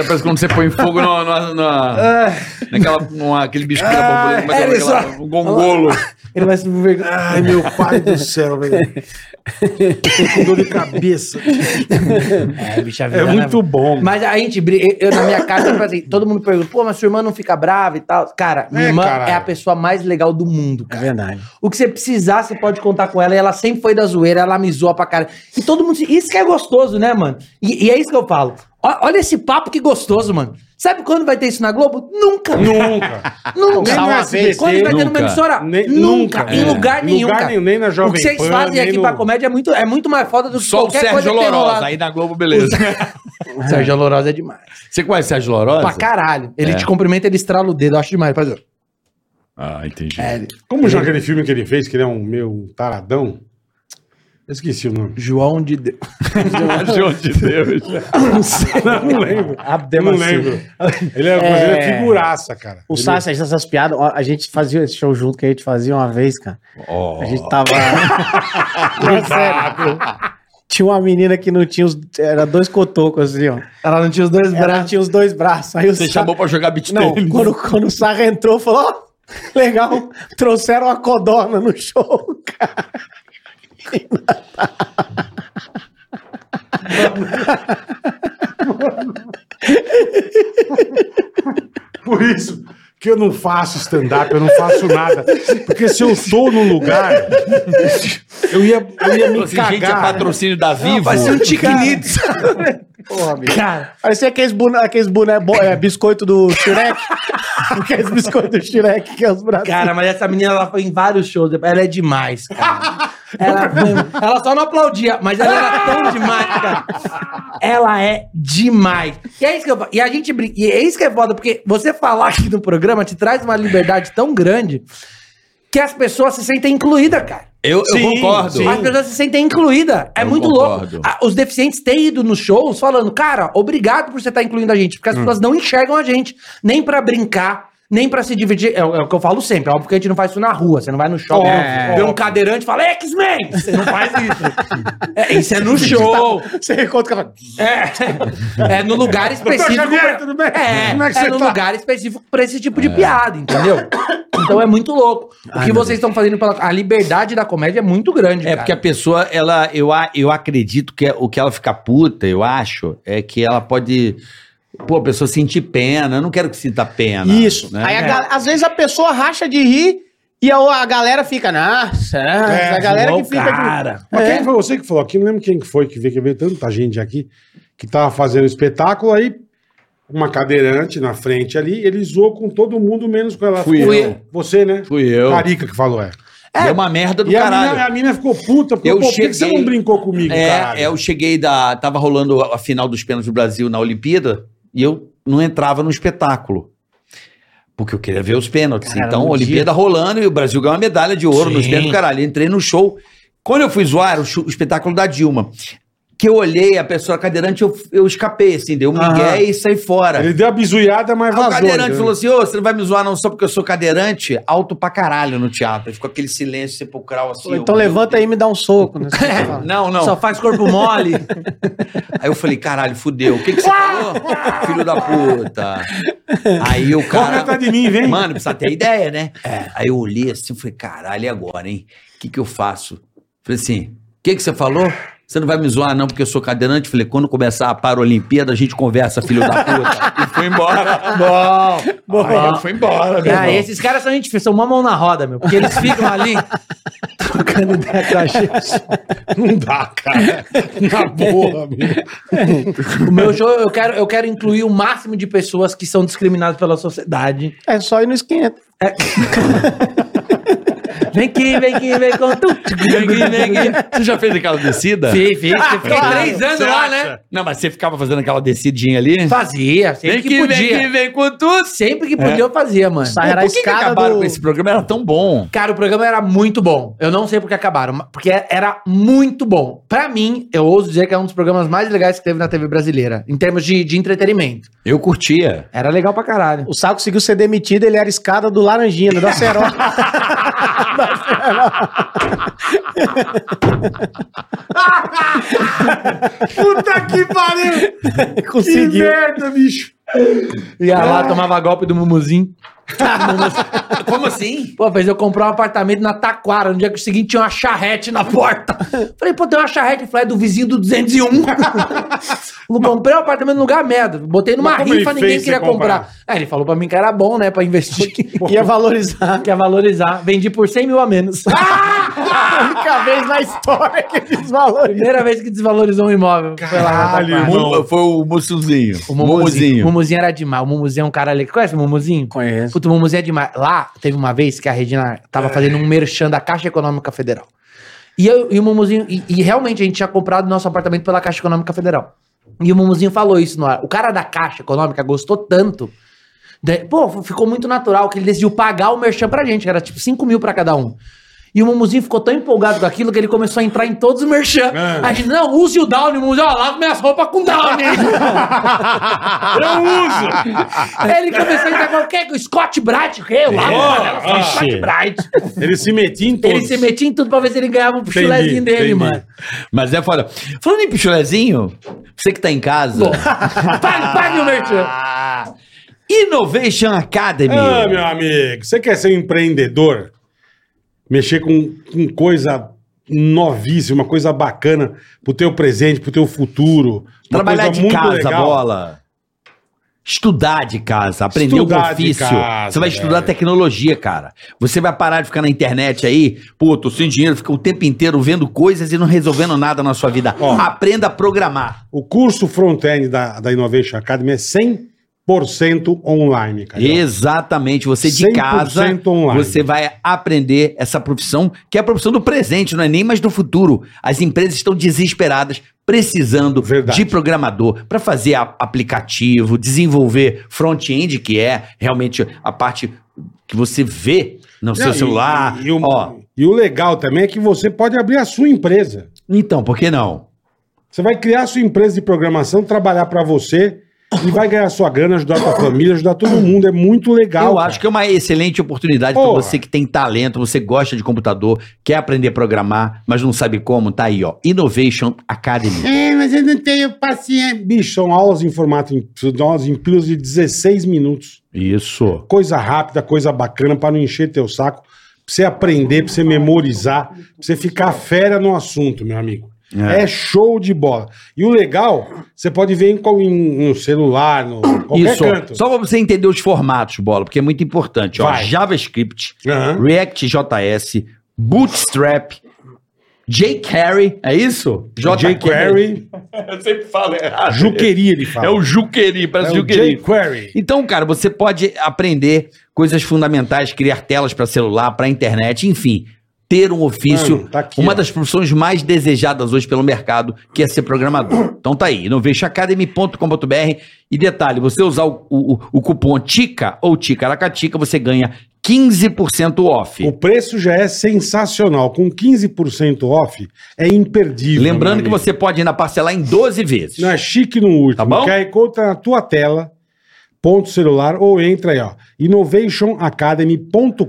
S3: parece quando você põe fogo no, no, na, naquela, numa, aquele bicho que dá borboleta, como é que é
S5: Era
S3: aquela- um gongolo.
S5: Ele vai se mergulhar.
S4: Ai, meu pai do céu, velho. Tô com dor de cabeça.
S5: É, bicho, a vida
S4: É muito bom.
S5: Mas a gente briga, eu- eu na minha casa, eu falo assim, todo mundo pergunta, pô, mas sua irmã não fica brava e tal. Cara, minha
S4: É,
S5: irmã
S4: caralho.
S5: é a pessoa mais legal do mundo,
S6: É
S5: cara.
S6: verdade.
S5: O que você precisar, você pode contar com ela. E ela sempre foi da zoeira, ela me zoa pra cara. E todo mundo. se- Isso que é gostoso, né, mano? E, e é isso que eu falo. Ó- Olha esse papo que gostoso, mano. Sabe quando vai ter isso na Globo? Nunca.
S4: Nunca.
S5: Nunca.
S4: Nem no
S5: Uma
S4: SBT,
S5: vez. é Quando vai ter numa
S3: nunca.
S5: emissora?
S4: Nem-
S5: nunca.
S4: nunca.
S5: Em
S4: É.
S5: lugar nenhum.
S4: Lugar
S5: cara.
S4: nenhum, nem na
S5: O que
S4: Jovem
S5: vocês
S4: Pan,
S5: fazem
S4: nem
S5: aqui
S4: no-
S5: pra comédia é muito, é muito mais foda do que
S3: Só o
S5: qualquer coisa
S3: Sérgio
S5: que tem
S3: Lorosa.
S5: rolado.
S3: Aí na Globo, beleza.
S5: O Sérgio Lorosa é demais.
S3: Você conhece o Sérgio Lorosa?
S5: Pra caralho. Ele
S3: É.
S5: te cumprimenta, ele estrala o dedo. Eu acho demais. Faz... ó.
S3: Ah, entendi.
S5: É, ele-
S4: Como já aquele filme que ele fez, que ele é um meu taradão? Eu esqueci o nome.
S5: João de Deus.
S3: João de Deus.
S4: Não, não lembro.
S6: Abdema-
S4: não lembro. Ele é, mas ele é figuraça, cara.
S6: O
S4: Ele-
S6: Sassi, essas piadas, ó, a gente fazia esse show junto que a gente fazia uma vez, cara. A gente tava. Não, é sério. Tinha uma menina que não tinha os. Era dois cotocos assim, ó.
S5: Ela não tinha os dois
S6: Ela tinha os dois braços. Aí o
S3: Você
S6: Sa-
S3: chamou pra jogar beat
S6: Não,
S3: tênis.
S6: quando, quando o Sarra entrou, falou: ó, legal, trouxeram a codorna no show, cara.
S4: Por isso que eu não faço stand-up, eu não faço nada. Porque se eu tô num lugar, eu ia, eu ia me
S3: Assim, gente, é
S4: cagar.
S3: patrocínio da Vivo.
S5: Parecia um tiquinito. Cara,
S6: Parecia aqueles, bone... aqueles bone... bo- é, biscoito do Shrek. aqueles biscoitos do Shrek que é os braços.
S5: cara, mas essa menina ela foi em vários shows. Ela é demais, cara. Ela, foi- ela só não aplaudia, mas ela era tão demais, cara. Ela é demais. E é isso que eu falo. E a gente brinca. E é isso que é foda, porque você falar aqui no programa te traz uma liberdade tão grande que as pessoas se sentem incluídas, cara.
S3: Eu, eu
S4: Sim,
S3: concordo.
S4: sim.
S5: As pessoas se sentem incluídas. É
S3: Eu
S5: muito
S3: concordo.
S5: louco. Ah, Os deficientes têm ido nos shows falando, cara, obrigado por você estar incluindo a gente, porque as
S4: Hum.
S5: pessoas não enxergam a gente, nem pra brincar, nem pra se dividir. É, o é o que eu falo sempre, é óbvio que a gente não faz isso na rua, você não vai no shopping,
S4: É.
S6: Óbvio,
S5: vê um cadeirante e fala, X-Men! Você não faz isso. é, isso é no show.
S4: tá,
S6: Você encontra ela.
S5: É, é no lugar específico.
S4: Xavier,
S5: pra-
S4: tudo bem?
S5: É,
S4: Como é que
S5: é
S4: você
S5: no
S4: tá?
S5: lugar específico pra esse tipo de piada, entendeu? Então é muito louco. O que vocês estão fazendo pela. A liberdade da comédia é muito grande.
S3: É
S5: cara.
S3: porque a pessoa, ela, eu, a- eu acredito que é, o que ela fica puta, eu acho, é que ela pode. Pô, a pessoa sentir pena. Eu não quero que sinta pena.
S6: Isso.
S3: né?
S6: Aí a gal- às vezes a pessoa racha de rir e a, a galera fica, nossa, É, a galera que fica. de-
S4: É,
S6: É.
S4: Mas quem foi você que falou aqui? Não lembro quem que foi que veio, que veio tanta gente aqui que tava fazendo espetáculo aí. Uma cadeirante na frente ali, ele zoou com todo mundo, menos com ela.
S3: Fui
S4: Ficou-
S3: eu.
S4: Você, né?
S3: Fui eu.
S4: Carica que falou, é.
S3: E é uma merda do
S4: E a
S3: caralho.
S4: mina, a mina ficou puta, porque,
S3: Eu
S4: pô, por que que você
S3: cheguei-
S4: não brincou comigo, caralho?
S3: É, eu cheguei da. Tava rolando a final dos pênaltis do Brasil na Olimpíada e eu não entrava no espetáculo. Porque eu queria ver os pênaltis.
S6: Cara,
S3: então,
S6: no
S3: Olimpíada rolando e o Brasil ganhou uma medalha de ouro nos pênaltis, caralho. Entrei no show. Quando eu fui zoar, era o, chu- o espetáculo da Dilma. que eu olhei a pessoa cadeirante, eu, eu escapei, assim, deu um migué e saí fora.
S4: Ele deu a bizuiada, mas
S3: Aí
S4: vazou.
S3: É o cadeirante
S4: entendeu?
S3: falou assim: ô, você não vai me zoar não só porque eu sou cadeirante? Alto pra caralho no teatro. Ficou aquele silêncio sepulcral assim.
S6: Pô, então
S3: eu-
S6: levanta aí e me dá um soco. Né?
S3: É. Não, não.
S5: Só faz corpo mole.
S3: Aí eu falei, caralho, fudeu. O que, que você falou? Filho da puta. Aí o
S4: Corre
S5: tá
S3: cara.
S4: atrás de mim, vem.
S3: Mano, precisa ter ideia, né?
S5: É.
S3: Aí eu olhei assim e falei, caralho, e agora, hein? O que, que eu faço? Falei assim, o que, que você falou? Você não vai me zoar, não, porque eu sou cadeirante. Falei, quando começar a Paralimpíada, a gente conversa, filho da puta. E foi embora.
S5: Bom.
S3: Aí foi embora, meu
S5: Ah,
S3: irmão.
S5: esses caras são gente fina, são uma mão na roda, meu. Porque eles ficam ali.
S6: Tocando ideia com a gente.
S4: Não dá, cara. Na boa, amigo.
S5: O meu show, eu quero, eu quero incluir o máximo de pessoas que são discriminadas pela sociedade.
S6: É só ir no esquenta.
S5: Vem aqui, vem aqui, vem com tudo.
S3: Você já fez aquela descida?
S5: Fiz, fiz. Eu fiquei Ah, três anos
S3: Você
S5: lá,
S3: acha?
S5: né?
S3: Não, mas você ficava fazendo aquela descidinha ali?
S5: Fazia, sempre
S3: Vem
S5: que,
S3: que, vem
S5: podia.
S3: que vem com tudo.
S5: Sempre que podia, eu fazia, mano.
S6: Sai- Era a
S3: Por que que
S6: escada
S3: acabaram
S6: do-
S3: com esse programa? Era tão bom.
S5: Cara, o programa era muito bom. Eu não sei porque acabaram, mas- porque era muito bom. Pra mim, eu ouso dizer que é um dos programas mais legais que teve na TV brasileira, em termos de, de entretenimento.
S3: Eu curtia.
S5: Era legal pra caralho.
S6: O Sal conseguiu ser demitido, ele era escada do Laranjinha, do Aceró.
S5: Puta que pariu!
S6: Conseguiu.
S5: merda, bicho! Ia
S4: Ah,
S5: Tá lá, tomava golpe do Mumuzinho.
S3: Como assim?
S5: Pô, fez eu comprar um apartamento na Taquara. No dia seguinte tinha uma charrete na porta. Falei, pô, tem uma charrete. Falei, é do vizinho do 201. Não comprei um apartamento no lugar merda. Botei numa
S4: Mas como ele
S5: rifa,
S4: fez
S5: ninguém
S4: você
S5: queria comprar.
S4: comprar?
S5: Aí ele falou pra mim que era bom, né, pra investir.
S6: Ia valorizar.
S5: Quer é valorizar. Vendi por 100 mil a menos.
S6: A única vez na história que eles valorizaram.
S5: Primeira vez que desvalorizou um imóvel. Foi lá na
S4: Caralho,
S5: Taquara.
S4: irmão. Não.
S3: Foi o Mussuzinho.
S5: O Mumuzinho. O Mumuzinho era demais. O Mumuzinho é um cara ali. Conhece o Mumuzinho?
S6: Conheço.
S5: Puta, o Mumuzinho é demais. Lá, teve uma vez que a Regina tava fazendo um merchan da Caixa Econômica Federal. E, eu, e o Mumuzinho... E, e realmente, a gente tinha comprado nosso apartamento pela Caixa Econômica Federal. E o Mumuzinho falou isso no ar. O cara da Caixa Econômica gostou tanto... da- pô, ficou muito natural que ele decidiu pagar o merchan pra gente, que era tipo 5 mil pra cada um. E o Mumuzinho ficou tão empolgado com aquilo que ele começou a entrar em todos os merchan.
S4: Ah.
S5: A gente, não, use o Downy, o Mumuzinho, ó, lava minhas roupas com Downy.
S4: Eu uso.
S5: Aí ele começou a entrar qualquer que o Scott Bright, que eu lá,
S4: Ah,
S5: mano,
S4: ah,
S5: né? Scott
S4: che.
S5: Bright.
S4: Ele se metia em todos.
S5: Ele se metia em tudo pra ver se ele ganhava o
S4: Entendi,
S5: chulezinho dele,
S4: entendi.
S5: mano.
S3: Mas é foda. Falando em pichulezinho, você que tá em casa.
S5: Bom, pague, pague o merchan.
S3: Innovation Academy.
S4: Ah, meu amigo, você quer ser um empreendedor? Mexer com, com coisa novíssima, coisa bacana pro teu presente, pro teu futuro. uma
S3: Trabalhar
S4: coisa
S3: de
S4: muito
S3: casa,
S4: legal.
S3: bola. Estudar de casa, aprender
S4: Estudar
S3: um
S4: de
S3: ofício.
S4: casa, é.
S3: você vai estudar
S4: velho.
S3: tecnologia, cara. Você vai parar de ficar na internet aí, pô, tô sem dinheiro, fica o tempo inteiro vendo coisas e não resolvendo nada na sua vida.
S4: Ó.
S3: Aprenda a programar.
S4: O curso front-end da, da Innovation Academy é 100% online, cara.
S3: Exatamente. Você de
S4: 100%
S3: casa,
S4: online.
S3: você vai aprender essa profissão, que é a profissão do presente, não é nem mais do futuro. As empresas estão desesperadas, precisando
S4: Verdade.
S3: de programador para fazer a- aplicativo, desenvolver front-end, que é realmente a parte que você vê no seu
S4: Não, e-
S3: celular.
S4: E, o,
S3: Ó,
S4: e o legal também é que você pode abrir a sua empresa.
S3: então, por que não?
S4: Você vai criar a sua empresa de programação, trabalhar pra você e vai ganhar sua grana, ajudar a tua família, ajudar todo mundo. É muito legal.
S3: Eu acho que é uma excelente oportunidade para
S4: Porra.
S3: você que tem talento, você gosta de computador, quer aprender a programar, mas não sabe como, tá aí, ó. Innovation Academy.
S4: É, mas eu não tenho paciência. Bicho, são aulas em formato, em- são aulas em pilos de 16 minutos.
S3: Isso.
S4: Coisa rápida, coisa bacana, pra não encher teu saco, pra você aprender, pra você memorizar, pra você ficar fera no assunto, meu amigo. É, show de bola. E o legal, você pode ver em, qual- em- no celular, no qualquer
S3: Isso.
S4: canto.
S3: Só para você entender os formatos, bola, porque é muito importante. Ó,
S4: Vai.
S3: JavaScript,
S4: Aham.
S3: React JS, Bootstrap, jQuery, é isso?
S4: jQuery.
S3: Eu sempre falo errado.
S4: Juqueri, ele fala.
S3: É o Juqueri, parece
S4: É o
S3: Juqueri.
S4: jQuery.
S3: Então, cara, você pode aprender coisas fundamentais, criar telas para celular, para internet, enfim, ter um ofício.
S4: Mano, tá aqui,
S3: uma
S4: ó.
S3: das profissões mais desejadas hoje pelo mercado, que é ser programador. Então tá aí, innovationacademy.com.br e detalhe, você usar o, o- o cupom TICA ou TICARACATICA, você ganha 15% off.
S4: O preço já é sensacional. Com 15% off, é imperdível.
S3: Lembrando
S4: meu
S3: que
S4: amigo.
S3: você pode ainda parcelar em 12 vezes.
S4: Não é chique no último.
S3: Tá bom?
S4: QR Code tá na tua tela, ponto celular, ou entra aí, ó. innovationacademy.com.br.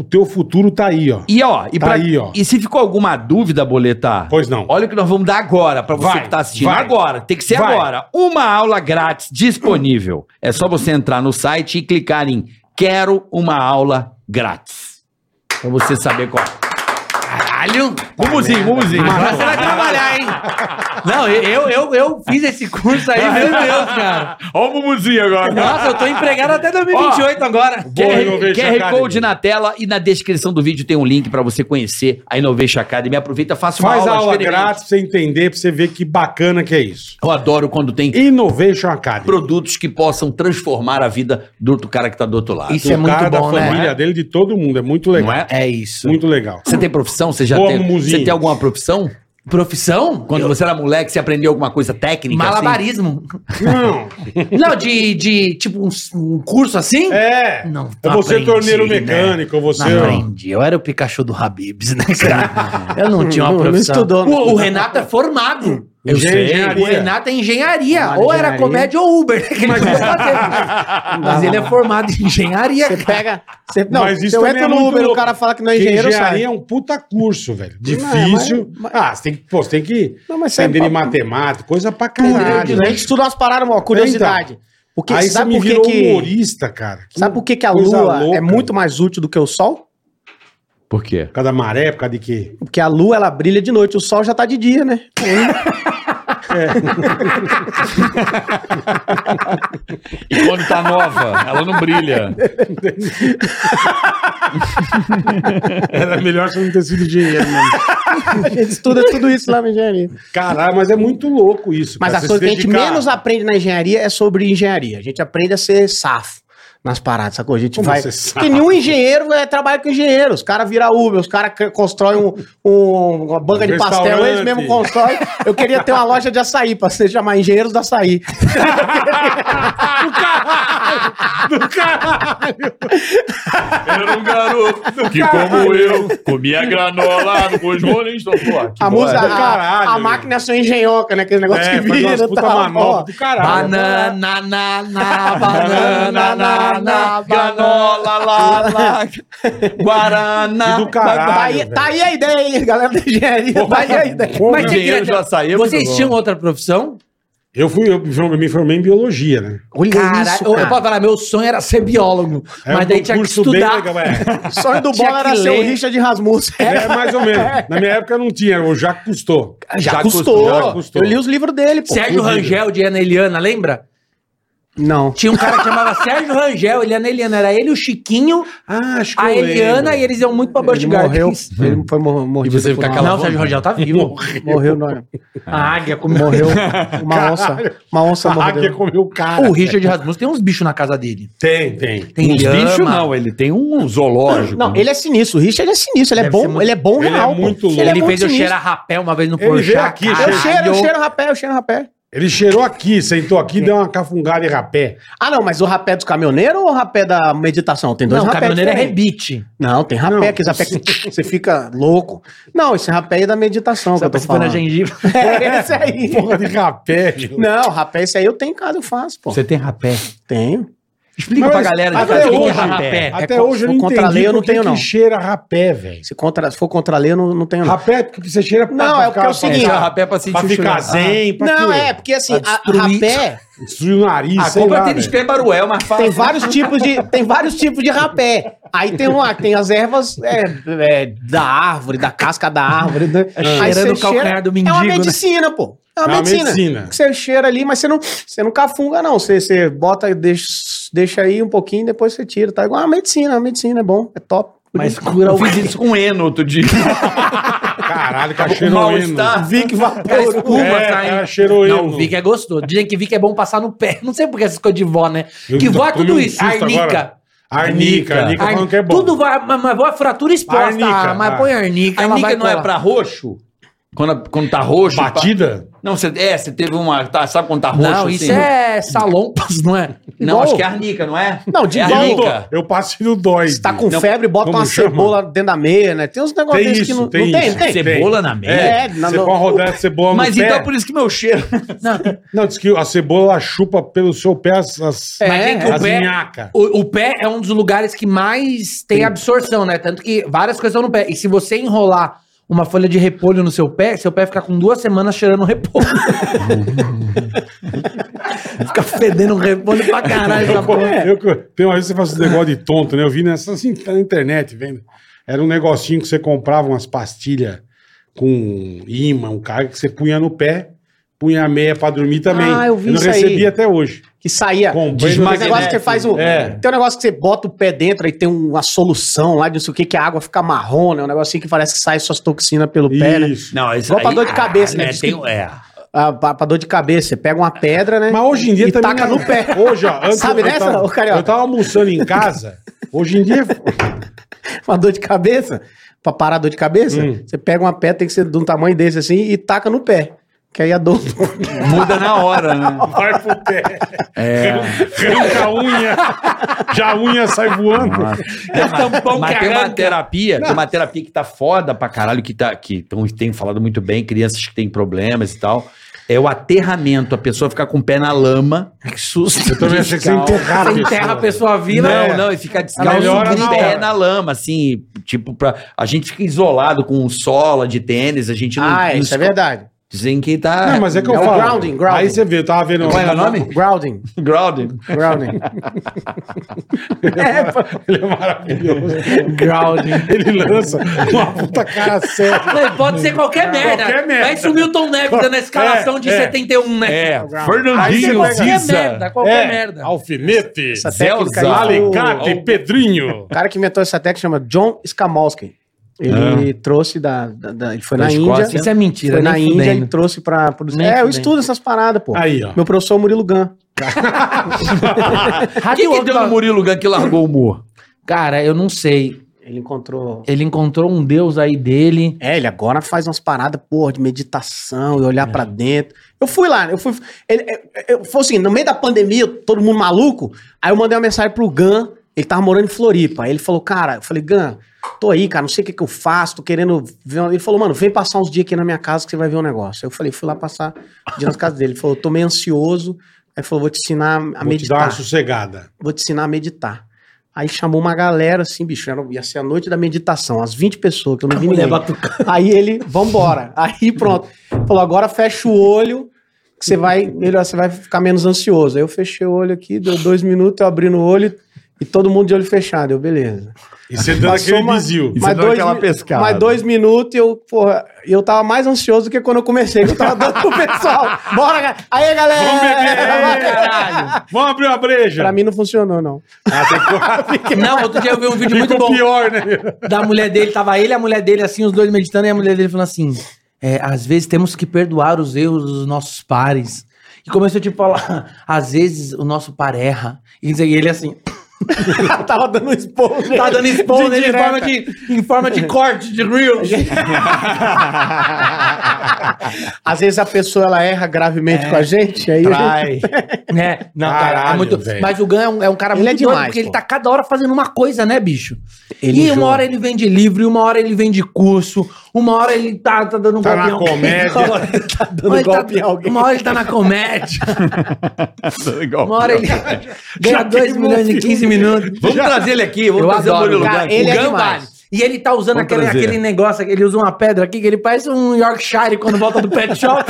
S4: O teu futuro tá aí, ó.
S3: E ó, e,
S4: Tá
S3: pra-
S4: aí, ó.
S3: e se ficou alguma dúvida, boletar?
S4: Pois não.
S3: Olha o que nós vamos dar agora pra você
S4: Vai,
S3: que tá assistindo.
S4: vai.
S3: agora, tem que ser
S4: Vai.
S3: agora. Uma aula grátis disponível. É só você entrar no site e clicar em Quero uma aula grátis. Pra você saber qual. é. Caralho! Mumuzinho, mumuzinho.
S5: Agora você vai trabalhar, hein? Não, eu, eu, eu fiz esse curso aí, meu Deus, cara.
S3: Ó o mumuzinho agora.
S5: Nossa, eu tô empregado até 2028 agora.
S4: Boa,
S3: QR,
S4: Innovation
S3: QR
S4: Academy.
S3: Code na tela e na descrição do vídeo tem um link pra você conhecer a Innovation Academy. Aproveita, faça uma
S4: Faz
S3: aula,
S4: a aula
S3: experimente.
S4: grátis pra você entender, pra você ver que bacana que é isso.
S3: Eu adoro quando tem
S4: Innovation Academy.
S3: produtos que possam transformar a vida do outro cara que tá do outro lado.
S5: Isso é
S4: Do
S5: muito
S4: Um cara,
S5: bom,
S4: da
S5: né?
S4: família dele, de todo mundo. É muito legal.
S3: não é?
S5: É isso.
S4: Muito legal.
S3: Você tem profissão? Você já
S4: Boa,
S3: tem.
S4: mumuzinho.
S3: Você tem alguma profissão?
S5: Profissão?
S3: Quando você era moleque, você aprendeu alguma coisa técnica? assim?
S5: Malabarismo.
S4: Não.
S5: Não, de, de tipo um, um curso assim?
S4: assim? É.
S5: Não,
S3: Tá
S4: Eu vou ser
S5: aprendi,
S4: torneiro
S5: né?
S4: mecânico, eu vou
S5: Não
S4: ser. um
S5: aprendi. Eu era o Pikachu do Habibs, né, cara? Eu não tinha uma
S6: Não, não
S5: profissão.
S6: estudou, não.
S5: o, o Renato é formado.
S4: Eu sei.
S5: O Renato é engenharia.
S6: Formado em
S5: ou era
S6: engenharia.
S5: comédia ou Uber. né, que ele podia fazer. Mas ele é formado em engenharia.
S6: Você pega. Você, não,
S4: Mas isso
S6: se eu
S4: também
S6: entro no
S4: é muito
S6: Uber o
S4: louco.
S6: cara fala que não é
S4: Porque
S6: engenheiro,
S4: engenharia
S6: sai.
S4: é um puta curso, velho.
S6: mas-
S4: Difícil.
S6: mas-
S4: Ah, você tem que, pô, você tem que
S6: Não, mas você
S4: aprender
S6: é-
S4: em matemática, coisa pra
S6: A
S4: caralho.
S6: gente estuda umas paradas, uma curiosidade. Porque,
S4: Então, Aí você
S6: sabe
S4: me
S6: por que
S4: virou um
S6: que,
S4: humorista, cara. Que
S6: sabe por que, que a
S4: coisa
S6: lua
S4: louca.
S6: é muito mais útil do que o sol?
S3: Por quê?
S4: Por causa da maré, por causa de quê?
S6: Porque a lua ela brilha de noite, o sol já tá de dia, né?
S3: E quando tá nova, ela não brilha.
S4: Era melhor você não ter sido engenheiro, né? mano.
S6: A gente estuda tudo isso lá na engenharia.
S4: Caralho, mas é muito louco isso.
S6: Mas
S4: cara.
S6: as
S4: Você
S6: coisas que a
S4: se
S6: gente
S4: dedicar-
S6: menos aprende na engenharia é sobre engenharia. A gente aprende a ser safo nas paradas, sacou? A gente
S4: Como
S6: vai.
S4: ser safo?
S6: Porque nenhum engenheiro é, trabalha com engenheiro. Os caras viram Uber, os caras cri- constroem um- um- uma banca de pastel,
S4: Restaurante.
S6: eles mesmo constroem. Eu queria ter uma loja de açaí, pra se chamar Engenheiros do Açaí.
S9: Era um garoto que, como eu, comia granola com os Rolling Stones. Pô, que
S6: A música,
S4: do caralho,
S6: a, a
S4: meu.
S6: máquina é sua engenhoca, né? Aquele negócio
S4: É,
S6: que
S4: faz
S6: vira. tá
S4: umas
S6: e
S4: puta
S6: tal,
S4: manobra
S6: ó. ah,
S4: do caralho.
S5: Banana, na, na, banana, na, na, granola, lá, lá,
S4: E
S5: guaraná.
S4: do caralho.
S6: Tá aí,
S4: velho.
S6: tá aí a ideia, hein, galera da engenharia. Tá aí a ideia.
S4: Pô,
S5: Mas
S4: meu-
S5: você queria-
S3: saiu.
S5: Vocês tinham outra profissão?
S4: Eu fui, eu me formei em biologia, né?
S5: Olha
S6: isso,
S5: Eu,
S6: cara.
S5: eu posso falar, meu sonho era ser biólogo.
S4: É
S5: mas
S4: um
S5: daí tinha que
S4: concurso bem
S5: estudar.
S4: legal, é.
S6: O sonho do
S5: Tinha
S6: Bola
S5: que
S6: era ser o
S5: ler.
S6: Richard Rasmussen.
S4: É, mais ou menos. Na minha época não tinha, o Jacques Cousteau.
S6: Já,
S3: Já
S6: custou.
S3: custou,
S4: já custou.
S6: Eu li os livros dele, pô.
S5: Sérgio Rangel de Ana Eliana, lembra?
S6: Não.
S5: Tinha um cara que chamava Sérgio Rangel, Eliana Eliana. Era ele, o Chiquinho,
S4: Ah, acho
S5: a Eliana e
S4: e
S5: eles iam muito pra
S6: Ele
S5: Busch
S6: morreu.
S5: Gardens.
S6: Ele foi mor- mordido.
S3: E você
S6: por
S3: fica
S6: uma-
S3: calado.
S5: Não, o Sérgio Rangel tá vivo.
S6: Não, morreu, não.
S5: A águia comeu.
S6: Morreu. Uma onça. Uma onça
S4: A águia
S6: morreu.
S4: comeu o cara.
S5: O Richard Rasmussen tem uns bichos na casa dele.
S4: Tem, tem.
S5: Tem
S3: bicho
S5: lhama.
S3: não, ele tem um zoológico.
S6: Não, ele é sinistro. O Richard é sinistro. Ele é
S5: Deve ser
S6: bom,
S5: muito-
S6: ele é bom
S4: Ele é
S6: real. pô.
S4: muito louco.
S5: Ele,
S6: é muito
S5: fez eu
S6: sinistro.
S5: cheirar rapé uma vez no
S4: Ele veio
S5: Porchat.
S4: aqui,
S5: caralho.
S6: Eu cheiro, eu cheiro rapé, eu cheiro rapé.
S4: Ele cheirou aqui, sentou aqui, deu uma cafungada e rapé.
S6: Ah, não, mas o rapé dos caminhoneiros ou o rapé da meditação? Tem dois
S5: Não, o
S6: rapés
S5: caminhoneiro é
S6: diferentes.
S5: rebite.
S6: Não, tem rapé,
S4: Não,
S6: aqueles rapé que você fica louco. Não, esse rapé é da meditação que eu tô
S5: Você tá foi na
S6: falando.
S5: gengiva.
S6: É esse aí.
S4: Porra de rapé. Gil.
S6: Não, rapé, esse aí eu tenho em casa, eu faço, pô.
S5: Você tem rapé.
S6: Tenho.
S5: Explica
S4: Mas
S5: pra galera de
S4: até
S5: casa o que é
S4: hoje,
S5: rapé.
S4: Até
S6: É,
S4: hoje eu não
S6: contra
S4: entendi
S6: a lei eu não
S4: por que
S6: tenho,
S4: que
S6: não.
S4: cheira rapé, velho.
S6: Se, contra, se for contra a lei, eu não, não tenho, não.
S4: Rapé é porque você cheira pra-
S6: Não,
S4: pra
S6: é porque é o
S4: ficar-
S6: seguinte,
S4: pra-
S3: rapé pra sentir
S4: Pra
S3: o
S4: ficar
S3: cheiro.
S4: zen, pra
S6: Não,
S4: quê?
S6: é, porque assim,
S5: Pra
S6: a,
S5: destruir.
S6: rapé
S4: Destruir o nariz,
S5: Ah,
S3: A
S4: sei
S3: compra
S4: lá. né?
S3: tem de
S4: velho.
S3: Spé
S5: é
S3: Baruel, mas fala.
S6: tem vários tipos de tem vários tipos de rapé. Aí tem uma, tem as ervas é, é, da árvore, da casca da árvore. Né? Aí
S5: cheirando
S6: você
S5: o calcanhar do
S6: É uma
S5: mendigo, né?
S6: medicina, pô. É uma,
S4: É uma
S6: medicina.
S4: medicina.
S6: Que você cheira ali, mas você não, você não cafunga, não. Você, você bota, deixa, deixa aí um pouquinho, depois você tira. Tá igual uma medicina, uma medicina é bom, é top.
S5: Mas cura
S3: Eu
S5: o
S3: fiz isso com Eno outro dia. um
S4: Caralho, tá que
S3: O
S4: cheirou
S3: mal-estar. Vic
S5: Cara, espuma
S4: É,
S5: sai.
S4: cara, cheiro
S5: Não,
S4: eno.
S5: o Vic é gostoso. Dizem que Vic é bom passar no pé. Não sei por que essas coisas de vó, né?
S4: Eu
S5: que vó é
S4: tomei
S5: tudo
S4: um
S5: isso.
S4: susto agora.
S5: Arnica.
S4: Arnica, arnica
S5: Ar-
S4: falando que é bom.
S5: Tudo vai, mas, mas vó é fratura exposta.
S4: Arnica,
S5: Ah, mas
S4: ah.
S5: põe arnica. ela
S3: Arnica
S5: vai
S3: não é
S5: colar.
S3: pra roxo? Quando, a- quando tá roxo.
S4: Batida?
S3: Não, você, é, você teve uma. tá, sabe quando tá roxo?
S5: Não, isso
S3: assim?
S5: é salompas, não é?
S3: Não, acho que é arnica, não é?
S6: Não, de
S3: é
S6: volta.
S3: arnica.
S4: Eu passei no dói.
S6: Se tá com febre, bota
S4: como
S6: uma
S4: chama?
S6: cebola dentro da meia, né? Tem uns negócios
S4: Tem
S6: desses
S4: isso,
S6: que não
S4: tem
S6: não
S4: isso.
S6: tem. tem.
S3: Cebola na
S4: É,
S3: meia.
S6: É, na-
S4: você
S6: no-
S4: pode rodar a cebola
S3: Mas
S4: no
S3: então
S4: pé.
S3: por isso que meu cheiro.
S5: é-
S4: Não, diz que a cebola chupa pelo seu pé as, as,
S5: Mas tem que o
S4: É, as
S5: pé-
S4: minhacas.
S5: O, o pé é um dos lugares que mais tem absorção, né? Tanto que várias coisas estão no pé. E se você enrolar uma folha de repolho no seu pé, seu pé fica com duas semanas cheirando repolho. fica fedendo repolho pra caralho essa porra.
S4: Eu, tem uma vez que você faz um negócio de tonto, né? Eu vi nessa assim, tá na internet, vendo. Era um negocinho que você comprava umas pastilhas com imã, um cara que você punha no pé, punha a meia pra dormir também.
S6: Ah, eu vi
S4: não
S6: isso aí.
S4: recebi até hoje.
S6: Que saía.
S4: Com
S6: Tem um
S4: banho
S6: negócio que você faz um.
S4: É.
S6: Tem um negócio que você bota o pé dentro aí tem uma solução lá de não sei o que, que a água fica marrom, né? Um negocinho que parece que sai suas toxinas pelo pé, né?
S4: Isso.
S3: Não, isso
S6: Igual pra dor de cabeça, né?
S3: É,
S6: Diz
S3: tem,
S6: que-
S3: é.
S6: Ah, pra, pra dor de cabeça. Você pega uma pedra, né?
S4: Mas hoje em dia
S6: E
S4: também. é.
S6: taca no pé.
S4: Hoje, ó. antes
S6: Sabe
S4: eu
S6: dessa,
S4: tava-
S6: ô, carioca?
S4: Eu tava almoçando em casa. Hoje em dia.
S6: uma dor de cabeça, pra parar a dor de cabeça,
S4: Hum.
S6: você pega uma pedra, tem que ser de um tamanho desse assim, e taca no pé. Que aí a dor.
S3: Muda na hora, né?
S4: Vai pro pé. Arranca a unha. Já a unha sai voando.
S3: É, mas- mas tem uma terapia, tem uma terapia que tá foda pra caralho, que, tá, que tão, tem falado muito bem, crianças que têm problemas e tal. É o aterramento, a pessoa ficar com o pé na lama. Que susto.
S4: Então, Eu também achei que você enterrava.
S5: Você enterra a pessoa viva. né?
S3: Não,
S4: É.
S3: não, e ficar
S4: Melhora
S3: descalço
S4: na
S3: de pé
S4: hora.
S3: na lama, assim, tipo, pra, a gente fica isolado com sola de tênis, a gente não...
S6: ah,
S3: não
S6: isso é verdade.
S3: Dizem que tá...
S4: Não, mas é que eu
S6: É o
S4: falo.
S6: grounding, grounding.
S4: Aí você vê, eu tava vendo.
S3: Qual era o nome?
S6: Grounding.
S3: Grounding.
S6: Grounding.
S4: Ele é maravilhoso.
S6: Grounding.
S4: Ele lança uma puta cara séria.
S5: Não, e pode ser qualquer merda.
S4: Qualquer merda.
S5: Vai sumir o Tom Neves na escalação de
S4: é.
S5: 71, né?
S3: É,
S4: Aí você
S3: Fernandinho
S4: pega-
S5: Qualquer merda,
S3: Cissa.
S5: qualquer merda.
S4: É, Alfinete,
S6: Essa
S3: Zé
S6: técnica
S3: Ozal.
S6: aí, o,
S4: Alicate, Pedrinho.
S6: o cara que inventou essa técnica chama John Skamolsky. Ele
S4: Ah.
S6: trouxe da, da- da- Ele foi
S3: Da
S6: na
S3: Escócia.
S6: Índia.
S5: Isso é mentira,
S6: Foi
S5: nem
S6: na Índia
S5: fudendo.
S6: e trouxe pra. Pro...
S5: Nem
S6: É, eu
S5: fudendo.
S6: estudo essas paradas, pô.
S4: Aí, ó.
S6: Meu professor é o Murilo Gun.
S3: O
S5: é
S3: que, que deu no Murilo Gun que largou o humor?
S5: Cara, eu não sei.
S6: Ele encontrou.
S5: Ele encontrou um deus aí dele.
S6: É, ele agora faz umas paradas, porra, de meditação e olhar
S4: É.
S6: pra dentro. Eu fui lá, eu fui. Ele, eu- eu, foi assim, no meio da pandemia, todo mundo maluco. Aí eu mandei uma mensagem pro Gan, ele tava morando em Floripa. Aí ele falou, cara, eu falei, Gan, tô aí, cara, não sei o que, que eu faço, tô querendo ver. uma-" Ele falou, mano, vem passar uns dias aqui na minha casa que você vai ver um negócio. Eu falei, fui lá passar um dia na casa dele. Ele falou, tô meio ansioso. Aí ele falou, vou te ensinar a
S4: Vou te dar
S6: meditar
S4: uma sossegada.
S6: vou te ensinar a meditar. Aí chamou uma galera assim, bicho, era, ia ser a noite da meditação, as 20 pessoas, que eu não vi ninguém. Aí ele, vambora. Aí pronto. Falou, agora fecha o olho, que você vai melhor, você vai ficar menos ansioso. Aí eu fechei o olho aqui, deu dois minutos, eu abri no olho e todo mundo de olho fechado. Eu, beleza.
S4: E você dando aquele
S6: uma-
S4: desvio.
S6: mais,
S8: dá
S6: dois,
S8: aquela
S6: mi-
S8: pescada.
S6: mais dois minutos e eu, porra, eu tava mais ansioso do que quando eu comecei, que eu tava dando pro pessoal. Bora, ga- aí
S4: Vamos beber!
S6: galera!
S4: Vamos abrir uma breja.
S6: É, Pra mim não funcionou, não.
S4: Ah,
S5: Não, outro dia eu vi um vídeo muito
S4: Ficou
S5: bom
S4: pior, né?
S5: da mulher dele. Tava ele e a mulher dele, assim, os dois meditando, e a mulher dele falando assim: é, às vezes temos que perdoar os erros dos nossos pares. E começou, tipo, a falar, às vezes o nosso par erra. E diz- e ele assim,
S6: tava dando expor.
S5: tá dando spawn nele em
S6: direta.
S5: forma, de, em forma de corte, de reels.
S6: Às vezes a pessoa ela erra gravemente
S3: É,
S6: com a gente, aí
S8: Trai.
S5: É, não, cara, é
S4: Caralho,
S5: muito.
S4: velho.
S5: Mas o Gan é um, é um cara
S6: Ele
S5: muito
S6: é demais,
S5: porque ele
S6: pô.
S5: tá cada hora fazendo uma coisa, né, bicho?
S6: Ele
S5: e uma
S6: enjoa.
S5: hora ele vende livro, e uma hora ele vende curso, uma hora ele tá, tá dando um
S4: Tá na
S5: golpe em alguém,
S4: comédia.
S5: uma hora ele tá dando uma
S6: golpe em alguém.
S5: Uma hora ele tá na comédia, uma hora ele ganha
S4: Já
S5: 2
S4: queimou
S5: milhões
S4: o
S5: em
S4: filme.
S5: 15 minutos.
S3: um Vamos trazer ele aqui, vamos
S5: Eu
S3: trazer
S5: adoro,
S3: o Murilo
S6: cara,
S3: Gun.
S6: ele
S5: o
S6: é
S5: Gan
S6: demais.
S5: vale. E ele tá usando aquele,
S3: trazer.
S5: aquele negócio, ele usa uma pedra aqui que ele parece um Yorkshire quando volta do pet shop.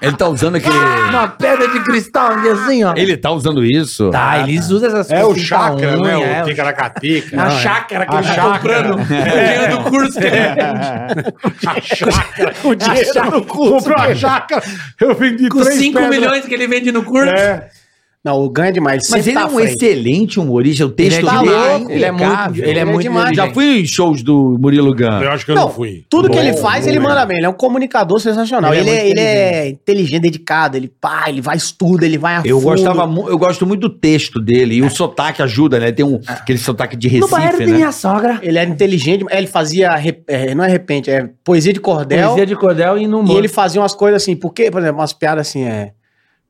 S3: Ele tá usando aquele...
S5: uma pedra de cristal aqui assim, ó.
S3: Ele tá usando isso?
S5: Tá, eles usam essas
S4: É o
S5: que dá
S4: chakra, né?
S5: unha, é
S4: O ticaracatica.
S5: Na chácara que
S4: é. A É.
S5: ele tá
S4: chácara.
S5: comprando. O
S3: É.
S5: dinheiro do curso que ele
S4: A chácara.
S6: O dinheiro É. no
S4: Comprou a chácara. Eu vendi
S5: Com
S4: três
S5: 5
S4: pedras.
S5: milhões que ele vende no curso.
S4: É.
S6: Não, o ganha demais.
S3: Mas ele é um
S6: excelente.
S3: excelente humorista, o texto
S5: Ele é
S3: dele
S5: demais,
S3: é
S5: ele é muito-
S3: impecável.
S5: ele é muito
S6: demais,
S3: Já
S6: gente.
S3: fui em shows do Murilo Gun.
S4: Eu acho que eu não,
S6: Não,
S4: fui.
S6: Tudo que
S4: Bom,
S6: ele faz,
S4: bom,
S6: ele
S4: né?
S6: manda bem. Ele é um comunicador sensacional.
S5: Ele
S6: Ele,
S5: é
S6: é,
S5: muito
S6: ele é inteligente, dedicado. Ele pá, ele vai estuda, ele vai a
S3: Eu
S6: fundo.
S3: gostava, mu- eu gosto muito do texto dele e o sotaque ajuda, né? Tem um aquele sotaque de
S5: no banheiro
S3: Recife,
S5: tem
S3: né?
S5: minha sogra.
S6: Ele era inteligente. Ele fazia, re- é, não é repente, é poesia de cordel.
S5: Poesia de cordel e no
S6: E
S5: humor.
S6: ele fazia umas coisas assim, por que, por exemplo, umas piadas assim, é.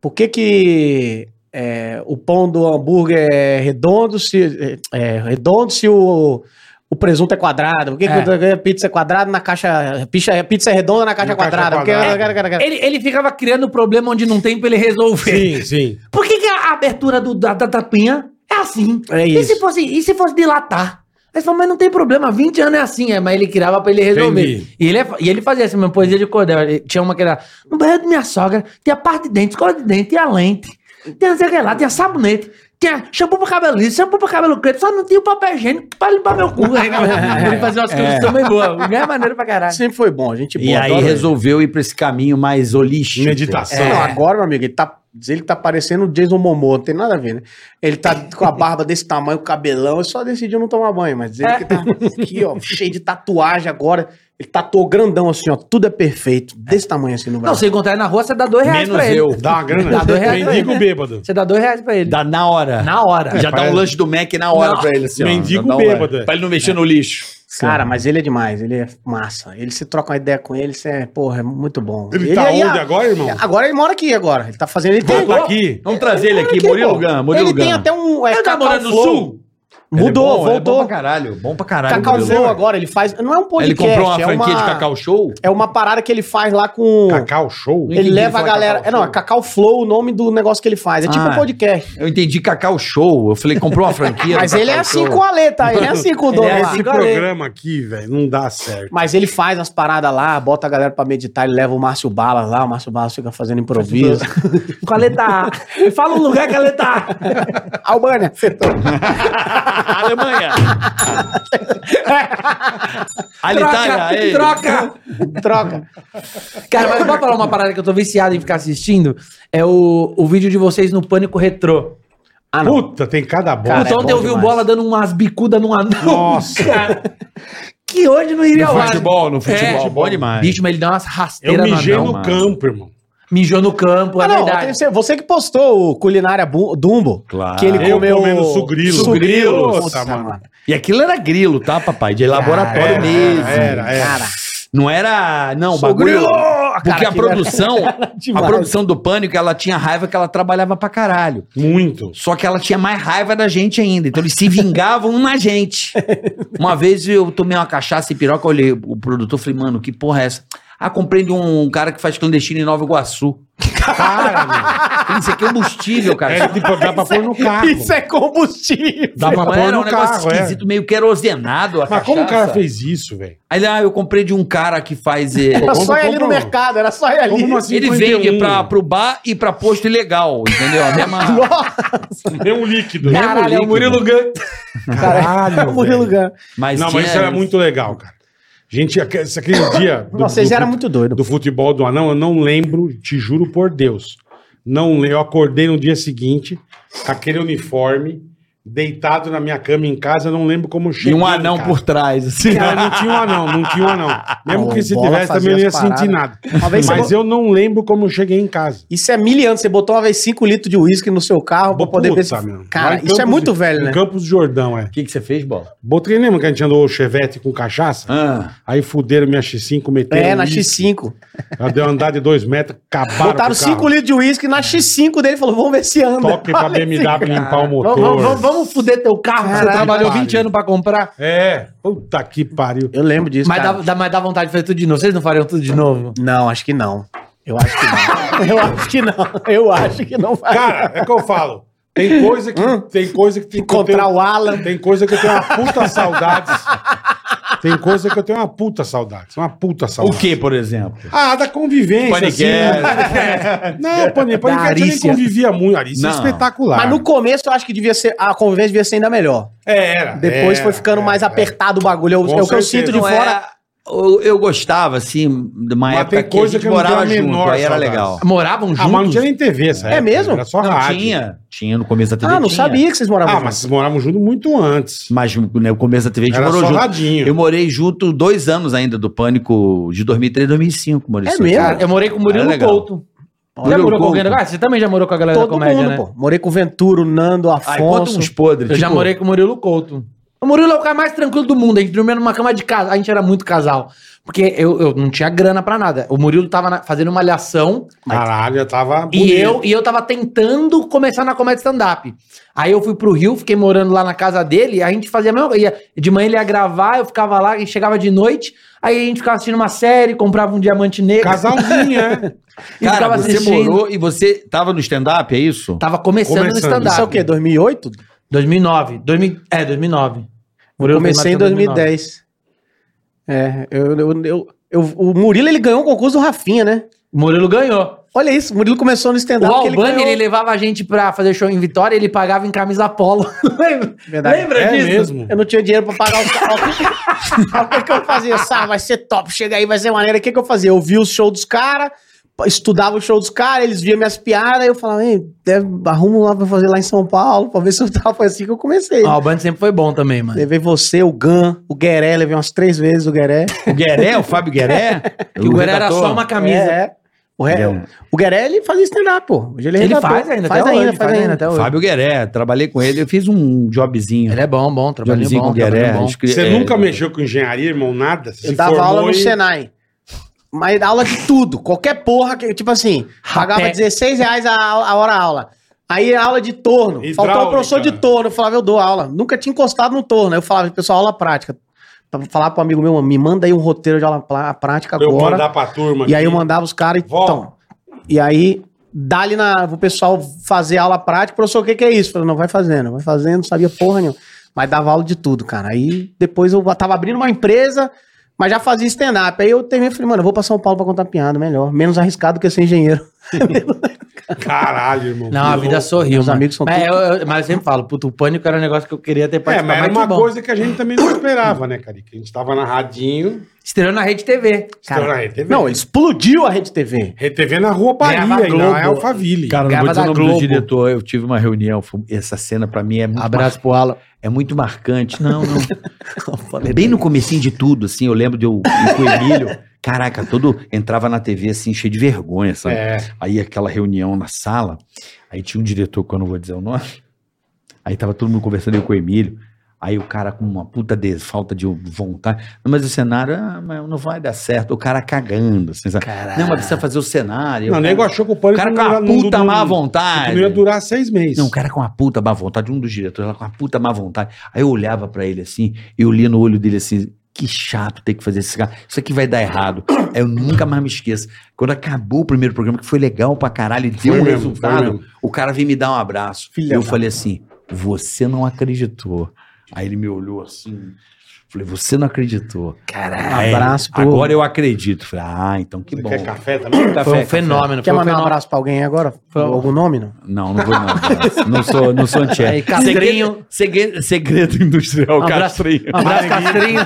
S6: Por que que é, o pão do hambúrguer é redondo se, é, é, redondo se o, o presunto é quadrado? Por que, que a pizza é quadrada na caixa. Pizza, pizza é redonda na caixa
S10: Na caixa
S6: quadrada? Por que-
S10: quadrada.
S5: Ele, ele ficava criando problema onde não tem pra ele resolver.
S4: Sim, é. sim.
S5: Por que, que a abertura do, da, da tapinha é assim?
S6: É
S5: E se
S6: isso.
S5: fosse, e se fosse dilatar? Aí você fala, mas não tem problema, 20 anos é assim, é, mas ele criava pra ele resolver.
S4: Entendi.
S5: E ele, é fa- e ele fazia assim, uma poesia de cordel. Ele- tinha uma que era, no banheiro de minha sogra, tem a parte de dente, escola de dente, tem a lente, tem não sei o que lá, tem a sabonete, tinha shampoo pra cabelo liso, shampoo pra cabelo preto, só não tinha o papel higiênico pra limpar meu cu. Aí, né, ele fazia umas coisas também boas, não é maneiro pra caralho.
S6: Sempre foi bom, gente boa.
S3: E aí
S6: adoro ele.
S3: resolveu ir pra esse caminho mais holístico.
S4: Meditação.
S6: Não, agora, meu amigo, ele tá, diz ele que tá parecendo o Jason Momoa, não tem nada a ver, né? Ele tá com a barba desse tamanho, o cabelão, e só decidiu não tomar banho, mas diz ele que tá aqui, ó, cheio de tatuagem agora. Ele tatuou grandão assim, ó, tudo é perfeito, desse tamanho assim no
S5: Não,
S6: braço.
S5: se encontrar ele na rua, você dá dois reais
S3: Menos
S5: pra ele.
S3: eu.
S4: Dá uma grana.
S5: Dá dois reais pra
S4: Mendigo
S5: ele.
S4: bêbado.
S5: Você dá dois reais pra ele.
S3: Dá na hora.
S5: Na hora.
S3: Já dá um
S4: parece-
S3: lanche do Mac na hora
S5: Não.
S3: pra ele, assim. ó.
S4: Mendigo
S3: Já dá um
S4: bêbado,
S3: lanche.
S4: é.
S3: Pra ele não mexer no lixo.
S6: Cara, mas ele é demais, ele é massa. Ele se troca uma ideia com ele, você é, porra, é muito bom.
S4: Ele tá
S6: aí,
S4: onde
S6: a-
S4: agora, irmão?
S6: Agora ele mora aqui agora. Ele tá fazendo. Ele tem,
S4: Volta aqui.
S3: Vamos trazer ele aqui,
S6: Aqui,
S3: Murilo
S6: pô.
S3: Gan, Murilo
S6: ele tem
S3: Gan.
S6: até um.
S3: Ele tá
S6: Cacau
S3: morando no
S6: Flow.
S3: sul?
S6: Mudou,
S3: Ele é bom, ele é
S6: voltou.
S3: bom pra caralho, bom pra caralho.
S6: Cacau
S3: Murilo.
S6: Flow agora, ele faz. Não é um
S3: Ele
S6: podcast.
S3: comprou uma
S6: é
S3: franquia
S6: uma-
S3: de Cacau Show?
S6: É uma parada que ele faz lá com.
S4: Cacau show.
S6: Ele leva a
S3: fala
S6: galera.
S3: Cacau
S6: é, não,
S3: Show.
S6: é Cacau Flow o nome do negócio que ele faz. É tipo
S3: Ah.
S6: um podcast.
S3: Eu entendi Cacau Show. Eu falei, comprou uma franquia.
S6: Mas
S3: do
S6: ele é
S3: Cacau
S6: assim
S3: Show.
S6: com a letra, ele é assim com o dono
S5: Ele é
S6: lá.
S5: assim.
S4: Esse
S5: agora ele-
S4: programa aqui, velho, não dá certo.
S6: Mas ele faz as paradas lá, bota a galera pra meditar, ele leva o Márcio Balas lá, o Márcio Balas fica fazendo improviso.
S5: Com a letra A. Fala um lugar com a letra A.
S6: Albânia,
S3: Alemanha. a Itália, ei.
S5: troca.
S6: troca.
S5: Cara, mas pode falar uma parada que eu tô viciado em ficar assistindo? É o, o vídeo de vocês no Pânico Retrô.
S6: Ah, não.
S4: Puta, tem cada bola.
S6: Cara,
S5: Então
S6: é
S5: ontem eu
S6: bom
S5: vi o
S6: demais.
S5: Bola dando umas bicudas num anão.
S4: Nossa.
S5: Cara, que hoje não iria
S3: No
S5: ao ar.
S3: futebol, no
S5: É.
S3: futebol. bom demais.
S5: Bicho, mas ele dá umas
S4: Eu
S5: rasteiras no
S4: mijei
S5: anão.
S4: no
S3: mano.
S4: campo, irmão.
S5: Mijou no campo, é
S6: Ah, não,
S5: verdade.
S6: você, você que postou o Culinária Bu- Dumbo,
S3: Claro.
S6: que ele
S4: Eu
S6: comeu...
S4: comendo sugrilo.
S6: Sugrilo.
S4: Nossa,
S6: Nossa,
S4: mano.
S6: mano.
S3: E aquilo era grilo, tá, papai? De laboratório
S4: Era,
S3: mesmo.
S4: Era, era.
S6: É Cara,
S3: Não era. Não,
S6: Sou
S3: bagulho.
S6: grilo!
S3: Porque
S6: Cara,
S3: a
S6: aquilo era-
S3: produção. A
S6: demais.
S3: produção do pânico, ela tinha raiva que ela trabalhava pra caralho.
S4: Muito.
S3: Só que ela tinha mais raiva da gente ainda. Então eles se vingavam na gente. Uma vez eu tomei uma cachaça e piroca, olhei o produtor e falei, mano, que porra é essa? Ah, comprei de um cara que faz clandestino em Nova Iguaçu. Cara, mano, isso aqui é combustível, cara.
S4: É, tipo, dá pra pôr no carro.
S6: Isso é combustível.
S4: Dá pra
S3: Não
S4: pôr
S3: era
S4: no
S3: um negócio
S4: carro, é.
S3: esquisito, meio querosenado. A
S4: Mas como o cara
S3: cachaça.
S4: fez isso, velho?
S3: Aí ele, ah, eu comprei de um cara que faz. eh,
S6: Era
S4: Compra,
S6: só ir ali
S4: compra
S6: no
S4: um.
S6: mercado, era só ir ali.
S4: Compra uma 51.
S3: ele vende pra, pro bar e um. pra posto ilegal, entendeu? A mesma.
S4: Deu um líquido.
S6: Caralho, é o Murilo
S5: Gun.
S4: Caralho,
S6: Murilo
S4: Ah, velho.
S6: Gun.
S3: Mas
S4: Não,
S3: tinha-
S4: mas isso era muito legal, cara. Gente, aque- esse- aquele dia. do-
S6: Nossa, vocês
S4: do
S6: eram
S4: fut-
S6: muito doidos.
S4: Do futebol do anão, eu não lembro, te juro por Deus. Não le- Eu acordei no dia seguinte, com aquele uniforme, deitado na minha cama em casa, eu não lembro como eu cheguei.
S3: E um anão
S4: cara.
S3: por trás, assim.
S4: Cara, não tinha um anão, não tinha um anão. Mesmo
S6: Não,
S4: que se
S6: bola
S4: tivesse,
S6: fazia
S4: também eu não ia
S6: as paradas.
S4: sentir nada.
S6: Uma vez você
S4: Mas eu não lembro como eu cheguei em casa.
S6: Isso é mil anos. Você botou uma vez 5 litros de uísque no seu carro pra poder ver se...
S4: Puta, meu. Lá
S6: Cara,
S4: em
S6: isso é
S4: Campos
S6: muito
S4: de-
S6: velho,
S4: em
S6: né?
S4: Campos do Jordão, é.
S3: O que, que você fez, Bola?
S4: Botei, lembra que a gente andou o chevette com cachaça?
S3: Ah,
S4: Aí fuderam minha X5, meteram.
S6: É, na
S4: uísque.
S6: X5.
S4: Ela deu andar de dois metros, acabaram
S6: Botaram 5 litros de uísque na X5 dele e falou, vamos ver se anda.
S4: Toque pra BMW limpar o motor.
S5: Vamos, vamos, vamos fuder teu carro, que você
S6: Caralho,
S5: trabalhou
S4: pariu.
S5: 20 anos pra comprar.
S4: É, puta que pariu.
S6: Eu lembro disso,
S5: Mas
S6: cara.
S5: dá, dá- mas dá vontade de fazer tudo de novo. Vocês não fariam tudo de novo?
S6: Não, acho que não. Eu acho que não. eu acho que não. Eu acho que não vai.
S4: Cara, é que eu falo. Tem coisa que tem coisa que tem
S6: Hum? Encontrar o Alan.
S4: Tem coisa que eu tenho uma puta saudade. Tem coisa que eu tenho uma puta saudade. Uma puta saudade.
S3: o que, por exemplo?
S4: Ah, da convivência. né? Não, Pani, Panicast eu nem
S5: Arícia.
S4: convivia muito. Arícia é
S3: Não.
S4: espetacular.
S6: Mas no começo eu acho que devia ser. A convivência devia ser ainda melhor.
S4: É, era.
S6: Depois
S4: era,
S6: foi ficando
S4: era,
S6: mais
S4: era.
S6: apertado o bagulho. Eu-
S4: Com
S6: É o que eu
S4: certeza.
S6: sinto de
S4: Não
S6: fora.
S3: Eu, eu gostava, assim, de uma
S4: Mas
S3: época
S4: tem
S3: que a
S4: coisa
S3: gente
S4: que eu não
S3: morava
S4: tenho a
S3: junto,
S4: menor
S3: aí era
S4: saudade.
S3: legal.
S5: Moravam
S4: Ah, mas não
S5: juntos?
S4: tinha nem TV, essa
S6: É
S4: época,
S6: mesmo?
S4: Era só
S3: Não,
S4: rádio.
S3: tinha. Tinha no começo da TV.
S6: Ah, não
S3: tinha.
S6: sabia que vocês moravam
S4: Ah, mas vocês moravam junto muito antes.
S3: Mas no começo da TV a gente
S4: Era
S3: morou
S4: só
S3: junto.
S4: radinho.
S3: Eu morei junto dois anos ainda do Pânico de 2003 2005. Morei
S6: É
S3: junto.
S6: mesmo?
S3: Cara,
S5: Eu morei com o
S3: Era
S5: Murilo
S3: legal.
S5: Couto. já
S3: Murilo
S5: morou com alguém da
S3: Couto.
S5: comédia? Você também já morou com a galera
S6: Todo
S5: da comédia,
S6: mundo,
S5: né? Ah,
S6: pô. Morei com o Venturo, Nando,
S3: Ai, conta
S6: Afonso.
S3: uns podres. tipo,
S5: Eu já morei com o Murilo Couto. O Murilo é o cara mais tranquilo do mundo. A gente dormia numa cama de casa. A gente era muito casal. Porque eu, eu não tinha grana pra nada. O Murilo tava na- fazendo uma alhação
S4: Caralho, eu tava
S5: e eu, e eu tava tentando começar na comédia stand-up. Aí eu fui pro Rio, fiquei morando lá na casa dele. A gente fazia a mesma coisa. Ia- De manhã ele ia gravar, eu ficava lá e chegava de noite. Aí a gente ficava assistindo uma série, comprava um diamante negro.
S4: Casalzinho, é.
S5: e ficava
S3: Cara, você
S5: assistindo.
S3: morou e você tava no stand-up, é isso?
S5: Tava começando,
S4: Começando.
S5: no stand-up.
S6: Isso é o quê? 2008?
S5: 2009. 2000, é, 2009.
S6: Eu comecei em
S5: fez matemática
S6: 2010. É, eu, eu, eu- eu- o Murilo ele ganhou o concurso do Rafinha, né?
S5: Murilo ganhou.
S6: Olha isso, o Murilo começou no
S5: O
S6: stand-up. que ele
S5: Albani, ele,
S6: ganhou.
S5: levava a gente pra fazer show em Vitória, ele pagava em camisa polo. Lembra,
S6: Verdade.
S5: Lembra
S4: É
S5: disso?
S4: mesmo.
S6: Eu não tinha dinheiro pra pagar os caras. Sabe o que que eu fazia? Sabe, vai ser top, chega aí, vai ser maneiro. O que, que eu fazia? Eu via os shows dos caras, estudava o show dos caras, eles viam minhas piadas, eu falava, Ei, deve- arruma lá pra fazer lá em São Paulo, pra ver se eu tava. Foi assim que eu comecei.
S5: O Albani sempre foi bom também, mano.
S6: Levei você, o Gan, o Gueré, levei umas três vezes o Gueré.
S3: O Gueré, o Fábio Gueré?
S5: Que o era só uma camisa.
S6: É. O, Re-
S3: Ele
S6: o Gueré, ele fazia stand-up, pô. Hoje ele, é
S5: Ele
S6: redator.
S5: faz ainda,
S6: faz
S5: até
S6: ainda,
S5: hoje,
S6: faz ainda.
S5: até hoje.
S3: Fábio Gueré, trabalhei com ele, eu fiz um jobzinho.
S5: Ele é bom, bom, trabalhinho
S3: jobzinho
S5: bom,
S3: com o Gueré.
S5: trabalhinho bom.
S3: escre-
S4: Você
S3: é,
S4: nunca mexeu com engenharia, irmão, nada? Você
S6: Eu
S4: se
S6: dava
S4: formou
S6: aula no
S4: em-
S6: Senai. Mas dava aula de tudo, qualquer porra que, tipo assim, pagava
S5: Rapé.
S6: 16 reais a, a hora aula. Aí aula de torno. Faltou
S4: Hidráulica.
S6: o professor de torno. Eu falava, eu dou aula. Nunca tinha encostado no torno. Aí eu falava, pessoal, aula prática. Pra falar pro amigo meu, me manda aí um roteiro de aula plá- prática
S4: pra eu mandar
S6: agora.
S4: pra turma.
S6: E aí eu
S4: aqui.
S6: mandava os caras e
S4: Vó.
S6: então. E aí, dali na. O pessoal fazer aula prática, professor, o que, que é isso? Eu Falei, não, vai fazendo, vai fazendo, não sabia porra nenhuma. Mas dava aula de tudo, cara. Aí depois eu tava abrindo uma empresa, mas já fazia stand-up. Aí eu terminei e falei, mano, eu vou pra São Paulo pra contar piada, melhor. Menos arriscado que ser engenheiro.
S4: Caralho, irmão.
S5: Não, a vida sorriu.
S6: Meus
S5: mano.
S6: amigos são
S5: mas,
S6: tudo-
S5: eu, eu- mas eu sempre falo, puto, o pânico era um negócio que eu queria ter
S4: É,
S5: participado.
S4: mas era
S5: mas que
S4: uma
S5: bom.
S4: coisa que a gente também não esperava, né, Carica? A gente tava na radinho,
S5: Estreou na Rede TV.
S4: estourou na RTV.
S6: Não, explodiu a Rede TV.
S4: RTV na Rua Bahia,
S5: Ganhava
S4: e não
S5: Globo.
S4: é Alphaville.
S3: Cara, não
S5: Ganhava
S3: vou dizer o
S5: da
S3: nome
S5: Globo.
S3: do diretor, eu tive uma reunião, foi- essa cena pra mim é muito,
S5: Abraço pro Alan.
S3: é muito marcante. Não, não. Bem no comecinho de tudo, assim, eu lembro de eu ir com o Emílio, caraca, todo entrava na TV assim, cheio de vergonha, sabe?
S4: É,
S3: Aí aquela reunião na sala, aí tinha um diretor que eu não vou dizer o nome, aí tava todo mundo conversando eu com o Emílio, aí o cara com uma puta de, falta de vontade, não, mas o cenário ah, mas não vai dar certo, o cara cagando, assim, sabe?
S5: Caralho.
S3: Não, mas precisa fazer o cenário.
S4: não, o
S3: o
S4: nego
S3: cara,
S4: achou que o
S3: o
S4: pânico
S3: cara com
S4: não ia-
S3: uma
S4: não-
S3: puta
S4: não-
S3: má
S4: que
S3: vontade.
S4: não ia durar seis meses.
S3: Não, o cara com uma puta má vontade, um dos diretores lá com uma puta má vontade. Aí eu olhava pra ele assim, e eu lia no olho dele assim, que chato ter que fazer esse cara. Isso aqui vai dar errado. Aí eu nunca mais me esqueço. Quando acabou o primeiro programa, que foi legal pra caralho, e deu um
S4: mesmo, foi
S3: resultado,
S4: mesmo.
S3: o cara veio me dar um abraço.
S6: Filha
S3: eu
S6: da-
S3: falei assim, você não acreditou. Aí ele me olhou assim, falei, você não acreditou. Aí ele,
S6: abraço pro-
S3: Agora eu acredito. Falei, ah, então que bom.
S4: Quer café também?
S3: Café,
S5: Foi um
S3: café.
S5: fenômeno.
S6: Quer
S5: foi um
S6: mandar um
S5: fenômeno.
S6: abraço pra alguém agora? Algum nome, não?
S3: Não, não vou não. cara. não sou, não sou anti
S5: Aí, Castrinho.
S3: Segredo, segredo industrial,
S5: Um abraço-
S3: Castrinho.
S5: Um abraço, Castrinho.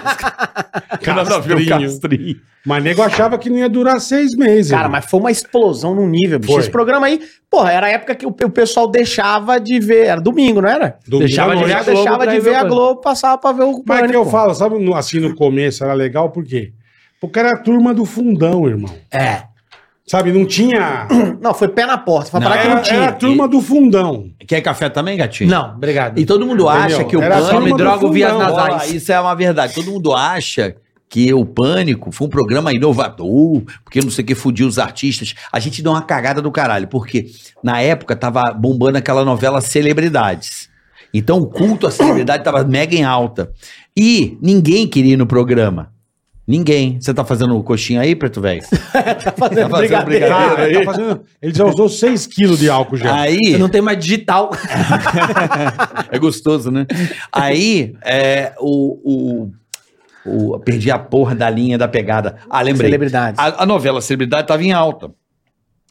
S3: Nada a ver o Castrinho.
S4: Mas o nego achava que não ia durar seis meses.
S6: Cara,
S4: irmão.
S6: mas foi uma explosão num nível, bicho.
S4: Foi.
S6: Esse programa aí, porra, era a época que o, o pessoal deixava de ver. Era domingo, não era?
S4: Domingo
S5: deixava
S4: à
S5: de ver
S4: noite.
S6: Já
S5: a Globo
S6: deixava
S5: pra
S6: de
S5: ver
S6: ver a
S5: o
S6: Globo, passava pra ver o
S4: Mas é que eu
S6: pô.
S4: falo, sabe, no- assim no começo era legal, por quê? Porque era a turma do fundão, irmão.
S5: É.
S4: Sabe, não tinha.
S6: Não, foi pé na porta. Foi
S3: Não, um
S6: parar que não
S4: Era, era
S6: tinha.
S4: a turma do fundão.
S3: Quer café também, gatinho?
S5: Não, obrigado.
S3: E todo mundo acha
S4: Entendeu?
S3: que o
S4: Era
S5: só me
S3: pânico.
S5: droga o vias
S4: fundão,
S3: Olha,
S5: nasais.
S3: Isso é uma verdade. Todo mundo acha que o pânico foi um programa inovador, porque não sei o que fudiu os artistas. A gente deu uma cagada do caralho, porque na época tava bombando aquela novela Celebridades. Então o culto à celebridade tava mega em alta. E ninguém queria ir no programa. Ninguém. Você tá fazendo coxinha aí, Preto Velho?
S6: Tá fazendo
S3: Tá fazendo
S6: brigadeiro.
S3: brigadeiro.
S4: Cara, ele, tá fazendo- ele já usou 6 quilos de álcool já.
S3: Aí.
S5: Não tem mais digital.
S3: É gostoso, né? Aí, é, o, o, o- Perdi a porra da linha da pegada. Ah, lembrei.
S6: Celebridades.
S3: A, a novela Celebridade estava em alta.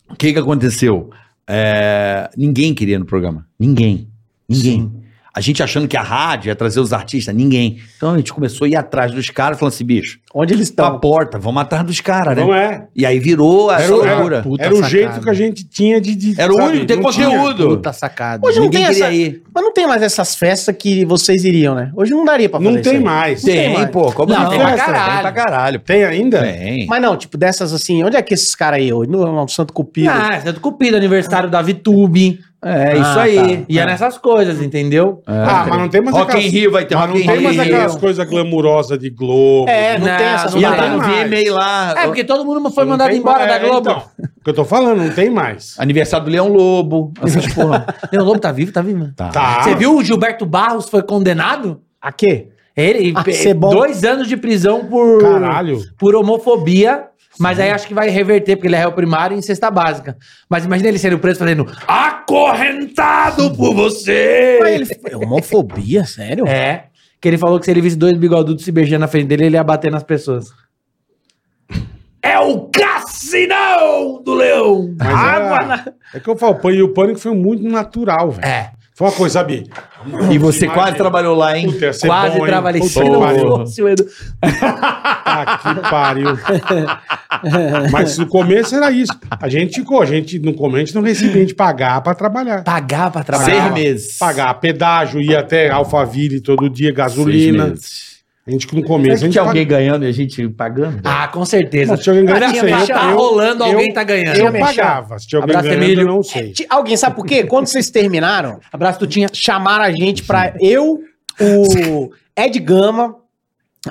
S3: O que que aconteceu? É, ninguém queria ir no programa. Ninguém. Ninguém. A gente achando que a rádio ia trazer os artistas. Ninguém. Então a gente começou a ir atrás dos caras, falando assim, bicho,
S6: Onde eles
S3: pra
S6: estão?
S3: porta, vamos atrás dos caras, né?
S4: Não é.
S3: E aí virou essa
S4: Era, o- era-
S3: loucura.
S5: Puta
S4: era o
S5: sacada.
S4: jeito que a gente tinha de. de
S3: Era o
S4: sabe,
S3: único que tem
S4: não tinha.
S3: conteúdo.
S5: Puta sacada.
S6: Hoje não tem
S3: Ninguém queria
S6: essa.
S3: ir.
S6: Mas não tem mais essas festas que vocês iriam, né? Hoje não daria pra fazer
S4: Não
S6: isso
S4: tem
S6: aí.
S4: mais.
S6: Tem,
S3: Tem,
S6: mano.
S3: pô. Como
S6: Não,
S3: não,
S6: tem
S3: Tem
S6: pra caralho.
S3: Tem pra caralho.
S4: Tem ainda?
S3: Tem.
S6: Mas não, tipo, dessas assim, onde é que esses caras aí hoje? No, no Santo Cupido.
S5: Ah, é do Cupido, aniversário da Vitube.
S3: É,
S6: isso
S3: isso
S6: aí.
S3: aí.
S5: E é nessas coisas, entendeu?
S3: É.
S4: Ah, mas não tem mais
S3: Rock in Rio vai ter
S4: Mas não
S3: Rock in
S4: tem mais
S3: Rio.
S4: aquelas coisas glamurosas de Globo.
S6: É, não, tem essas
S5: não
S3: E até
S5: tem
S3: no
S6: paradas.
S4: mais.
S3: VMA lá.
S5: É, porque todo mundo foi
S4: Não
S5: mandado
S4: tem
S5: embora
S4: mais-
S5: da
S4: é,
S5: Globo.
S4: então, o que eu tô falando, não tem mais.
S3: Aniversário do Leão Lobo. Essas porra.
S5: Leão Lobo tá vivo, tá vivo.
S4: Tá.
S5: Você viu o Gilberto Barros foi condenado?
S6: A quê?
S5: Ele,
S6: Ah,
S5: pe-
S6: cê é bom.
S5: dois anos de prisão por,
S4: Caralho.
S5: por homofobia, mas aí acho que vai reverter, porque ele é réu primário e em cesta básica. Mas imagina ele sendo preso fazendo acorrentado por você.
S6: Mas ele- Homofobia, sério?
S5: É, que ele falou que se ele visse dois bigodudos se beijando na frente dele, ele ia bater nas pessoas. É o cassinão do leão!
S4: Mas era- É que eu falo, pô, e o pânico foi muito natural, velho.
S5: É,
S4: Foi uma coisa, sabe?
S3: E você quase trabalhou lá, hein?
S4: Puta, ia ser
S5: quase
S4: bom, hein?
S5: trabalhei.
S4: Puta
S5: Se
S4: que
S5: não
S4: pariu.
S5: fosse o Edu-
S4: Ah, que pariu. Mas no começo era isso. A gente ficou, a gente, no começo, a gente não recebia, a gente pagava pra trabalhar.
S5: Pagar pra trabalhar.
S3: Seis meses.
S4: Pagar pedágio, ia até Alphaville todo dia,
S3: Seis
S4: gasolina.
S3: meses.
S4: A gente, no começo,
S3: Será
S4: a
S3: que
S4: gente
S3: tinha alguém ganhando e a gente pagando?
S5: Ah, com certeza.
S4: Não, se alguém ganha,
S5: Mas
S4: não sei.
S5: tá-
S4: Eu-
S5: tá
S4: eu-
S5: rolando,
S4: eu-
S5: alguém tá ganhando.
S4: Eu pagava. Se tinha alguém
S5: Abraço,
S4: ganhando,
S5: Emílio.
S4: eu não sei.
S6: Ti- Alguém sabe por quê? Quando vocês terminaram,
S5: Abraço, Tutinha.
S6: chamaram a gente pra eu, o Ed Gama,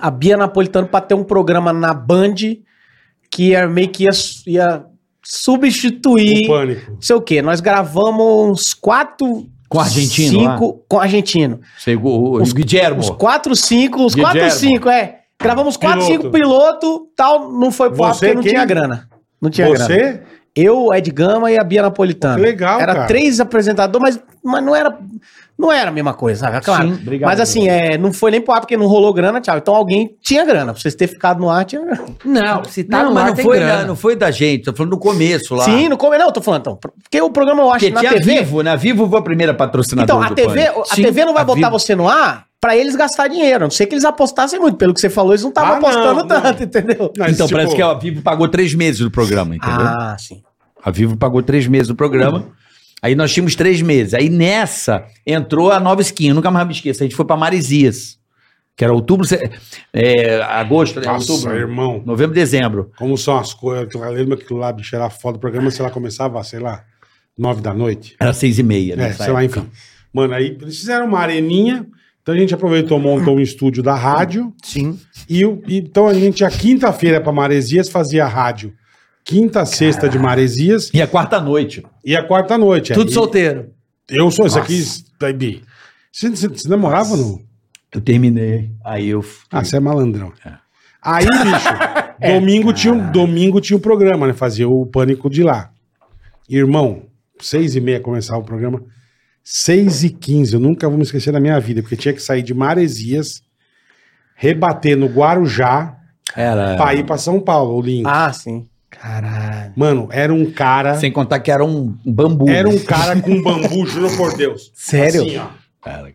S6: a Bia Napolitano, pra ter um programa na Band que ia, meio que ia, ia
S4: O
S6: substituir.
S4: pânico.
S6: Não sei o quê. Nós gravamos uns quatro.
S3: Com argentino
S6: Cinco. Com argentino.
S3: Chegou o
S6: Os-
S3: Guillermo.
S6: Uns quatro, cinco. Uns
S3: Guilherme.
S6: quatro, cinco, é. Gravamos quatro,
S4: Piloto.
S6: cinco piloto, tal. Não foi pro ar
S4: Você
S6: porque não
S4: quem?
S6: tinha grana. Não tinha grana.
S4: Você?
S6: Eu, Ed Gama e a Bia Napolitano.
S4: Que legal,
S6: Era
S4: cara.
S6: três apresentadores, mas, mas não era não era a mesma coisa, sabe? É Claro.
S3: obrigado,
S6: mas assim, é, não foi nem pro ar porque não rolou grana, tchau. Então alguém tinha grana. Pra vocês terem ficado no ar, tinha grana.
S5: Não, se tá
S3: não,
S5: no
S3: mas
S5: ar,
S3: não
S5: tem
S3: foi,
S5: grana.
S3: da, não foi da gente. Tô falando do começo lá.
S6: Sim, no começo. Não, eu tô falando, então. Porque o programa, eu acho,
S3: Porque
S6: na
S3: tinha
S6: TV.
S3: Vivo, né? Vivo foi a primeira patrocinadora
S6: Então, a
S3: do
S6: TV,
S3: Pânico.
S6: a
S3: Sim,
S6: TV não
S4: tá
S6: vai
S3: a
S6: botar
S3: Vivo.
S6: você no ar pra eles gastar dinheiro. A não sei que eles apostassem muito. Pelo que você falou, eles não estavam
S4: Ah, não,
S6: apostando
S4: não.
S6: tanto, entendeu?
S4: Não,
S3: Então,
S4: tipo,
S3: parece que a Vivo pagou três meses do programa, entendeu?
S6: Ah, sim.
S3: A Vivo pagou três meses do programa. Aí nós tínhamos três meses. Aí nessa entrou a nova skin. Eu nunca mais me esqueço. A gente foi pra Marizias, que era outubro, se- é, agosto, né?
S4: Nossa,
S3: outubro,
S4: irmão.
S3: novembro, dezembro.
S4: Como são as coisas. Eu lembro que aquilo lá, bicho, era foda. O programa, sei lá, começava, sei lá, nove da noite.
S3: Era seis e meia. né?
S4: É,
S3: nessa
S4: sei lá,
S3: época.
S4: enfim. Mano, aí eles fizeram uma areninha. Então a gente aproveitou, montou um estúdio da rádio.
S5: Sim.
S4: E, o- e- então a gente, a quinta-feira pra Maresias, fazia rádio. Quinta, sexta de Maresias
S3: E a quarta noite.
S4: e a quarta noite.
S5: Tudo
S4: Aí
S5: solteiro.
S4: Eu sou esse aqui, baby. Você, você, você namorava ou não?
S3: Eu terminei. Aí eu.
S4: Ah, você é malandrão. Aí, bicho, domingo, tinha, um- domingo tinha um programa, né? Fazia o pânico de lá. Irmão, seis e meia começava o programa. Seis e quinze, eu nunca vou me esquecer da minha vida, porque tinha que sair de Maresias, rebater no Guarujá,
S3: Era.
S4: pra ir pra São Paulo, o link.
S6: Ah, sim.
S5: Caralho.
S4: Mano, era um cara...
S3: Sem contar que era um um bambu.
S4: Era um cara com bambu, juro por Deus.
S6: Sério?
S4: Assim, ó.
S3: Cara, cara.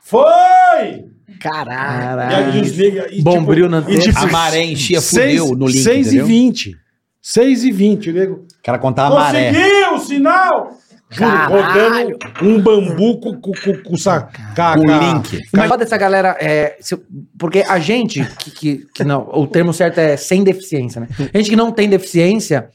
S4: Foi! E
S6: Caralho.
S4: aí desliga. E,
S5: Bombril na
S4: e,
S5: antena.
S4: tipo,
S3: A maré enchia,
S4: seis-
S3: fudeu no link.
S4: seis e
S3: entendeu?
S4: 20. 6 e 20, o nego.
S3: O cara contava a maré.
S4: Conseguiu o sinal! Juro, rodando um bambu com, com, com, com, sa- ca-
S3: Com
S4: ca-
S3: link.
S5: Mas foda essa galera. é, se- porque a gente, que, que- que não, o termo certo é sem deficiência, né? A gente que não tem deficiência,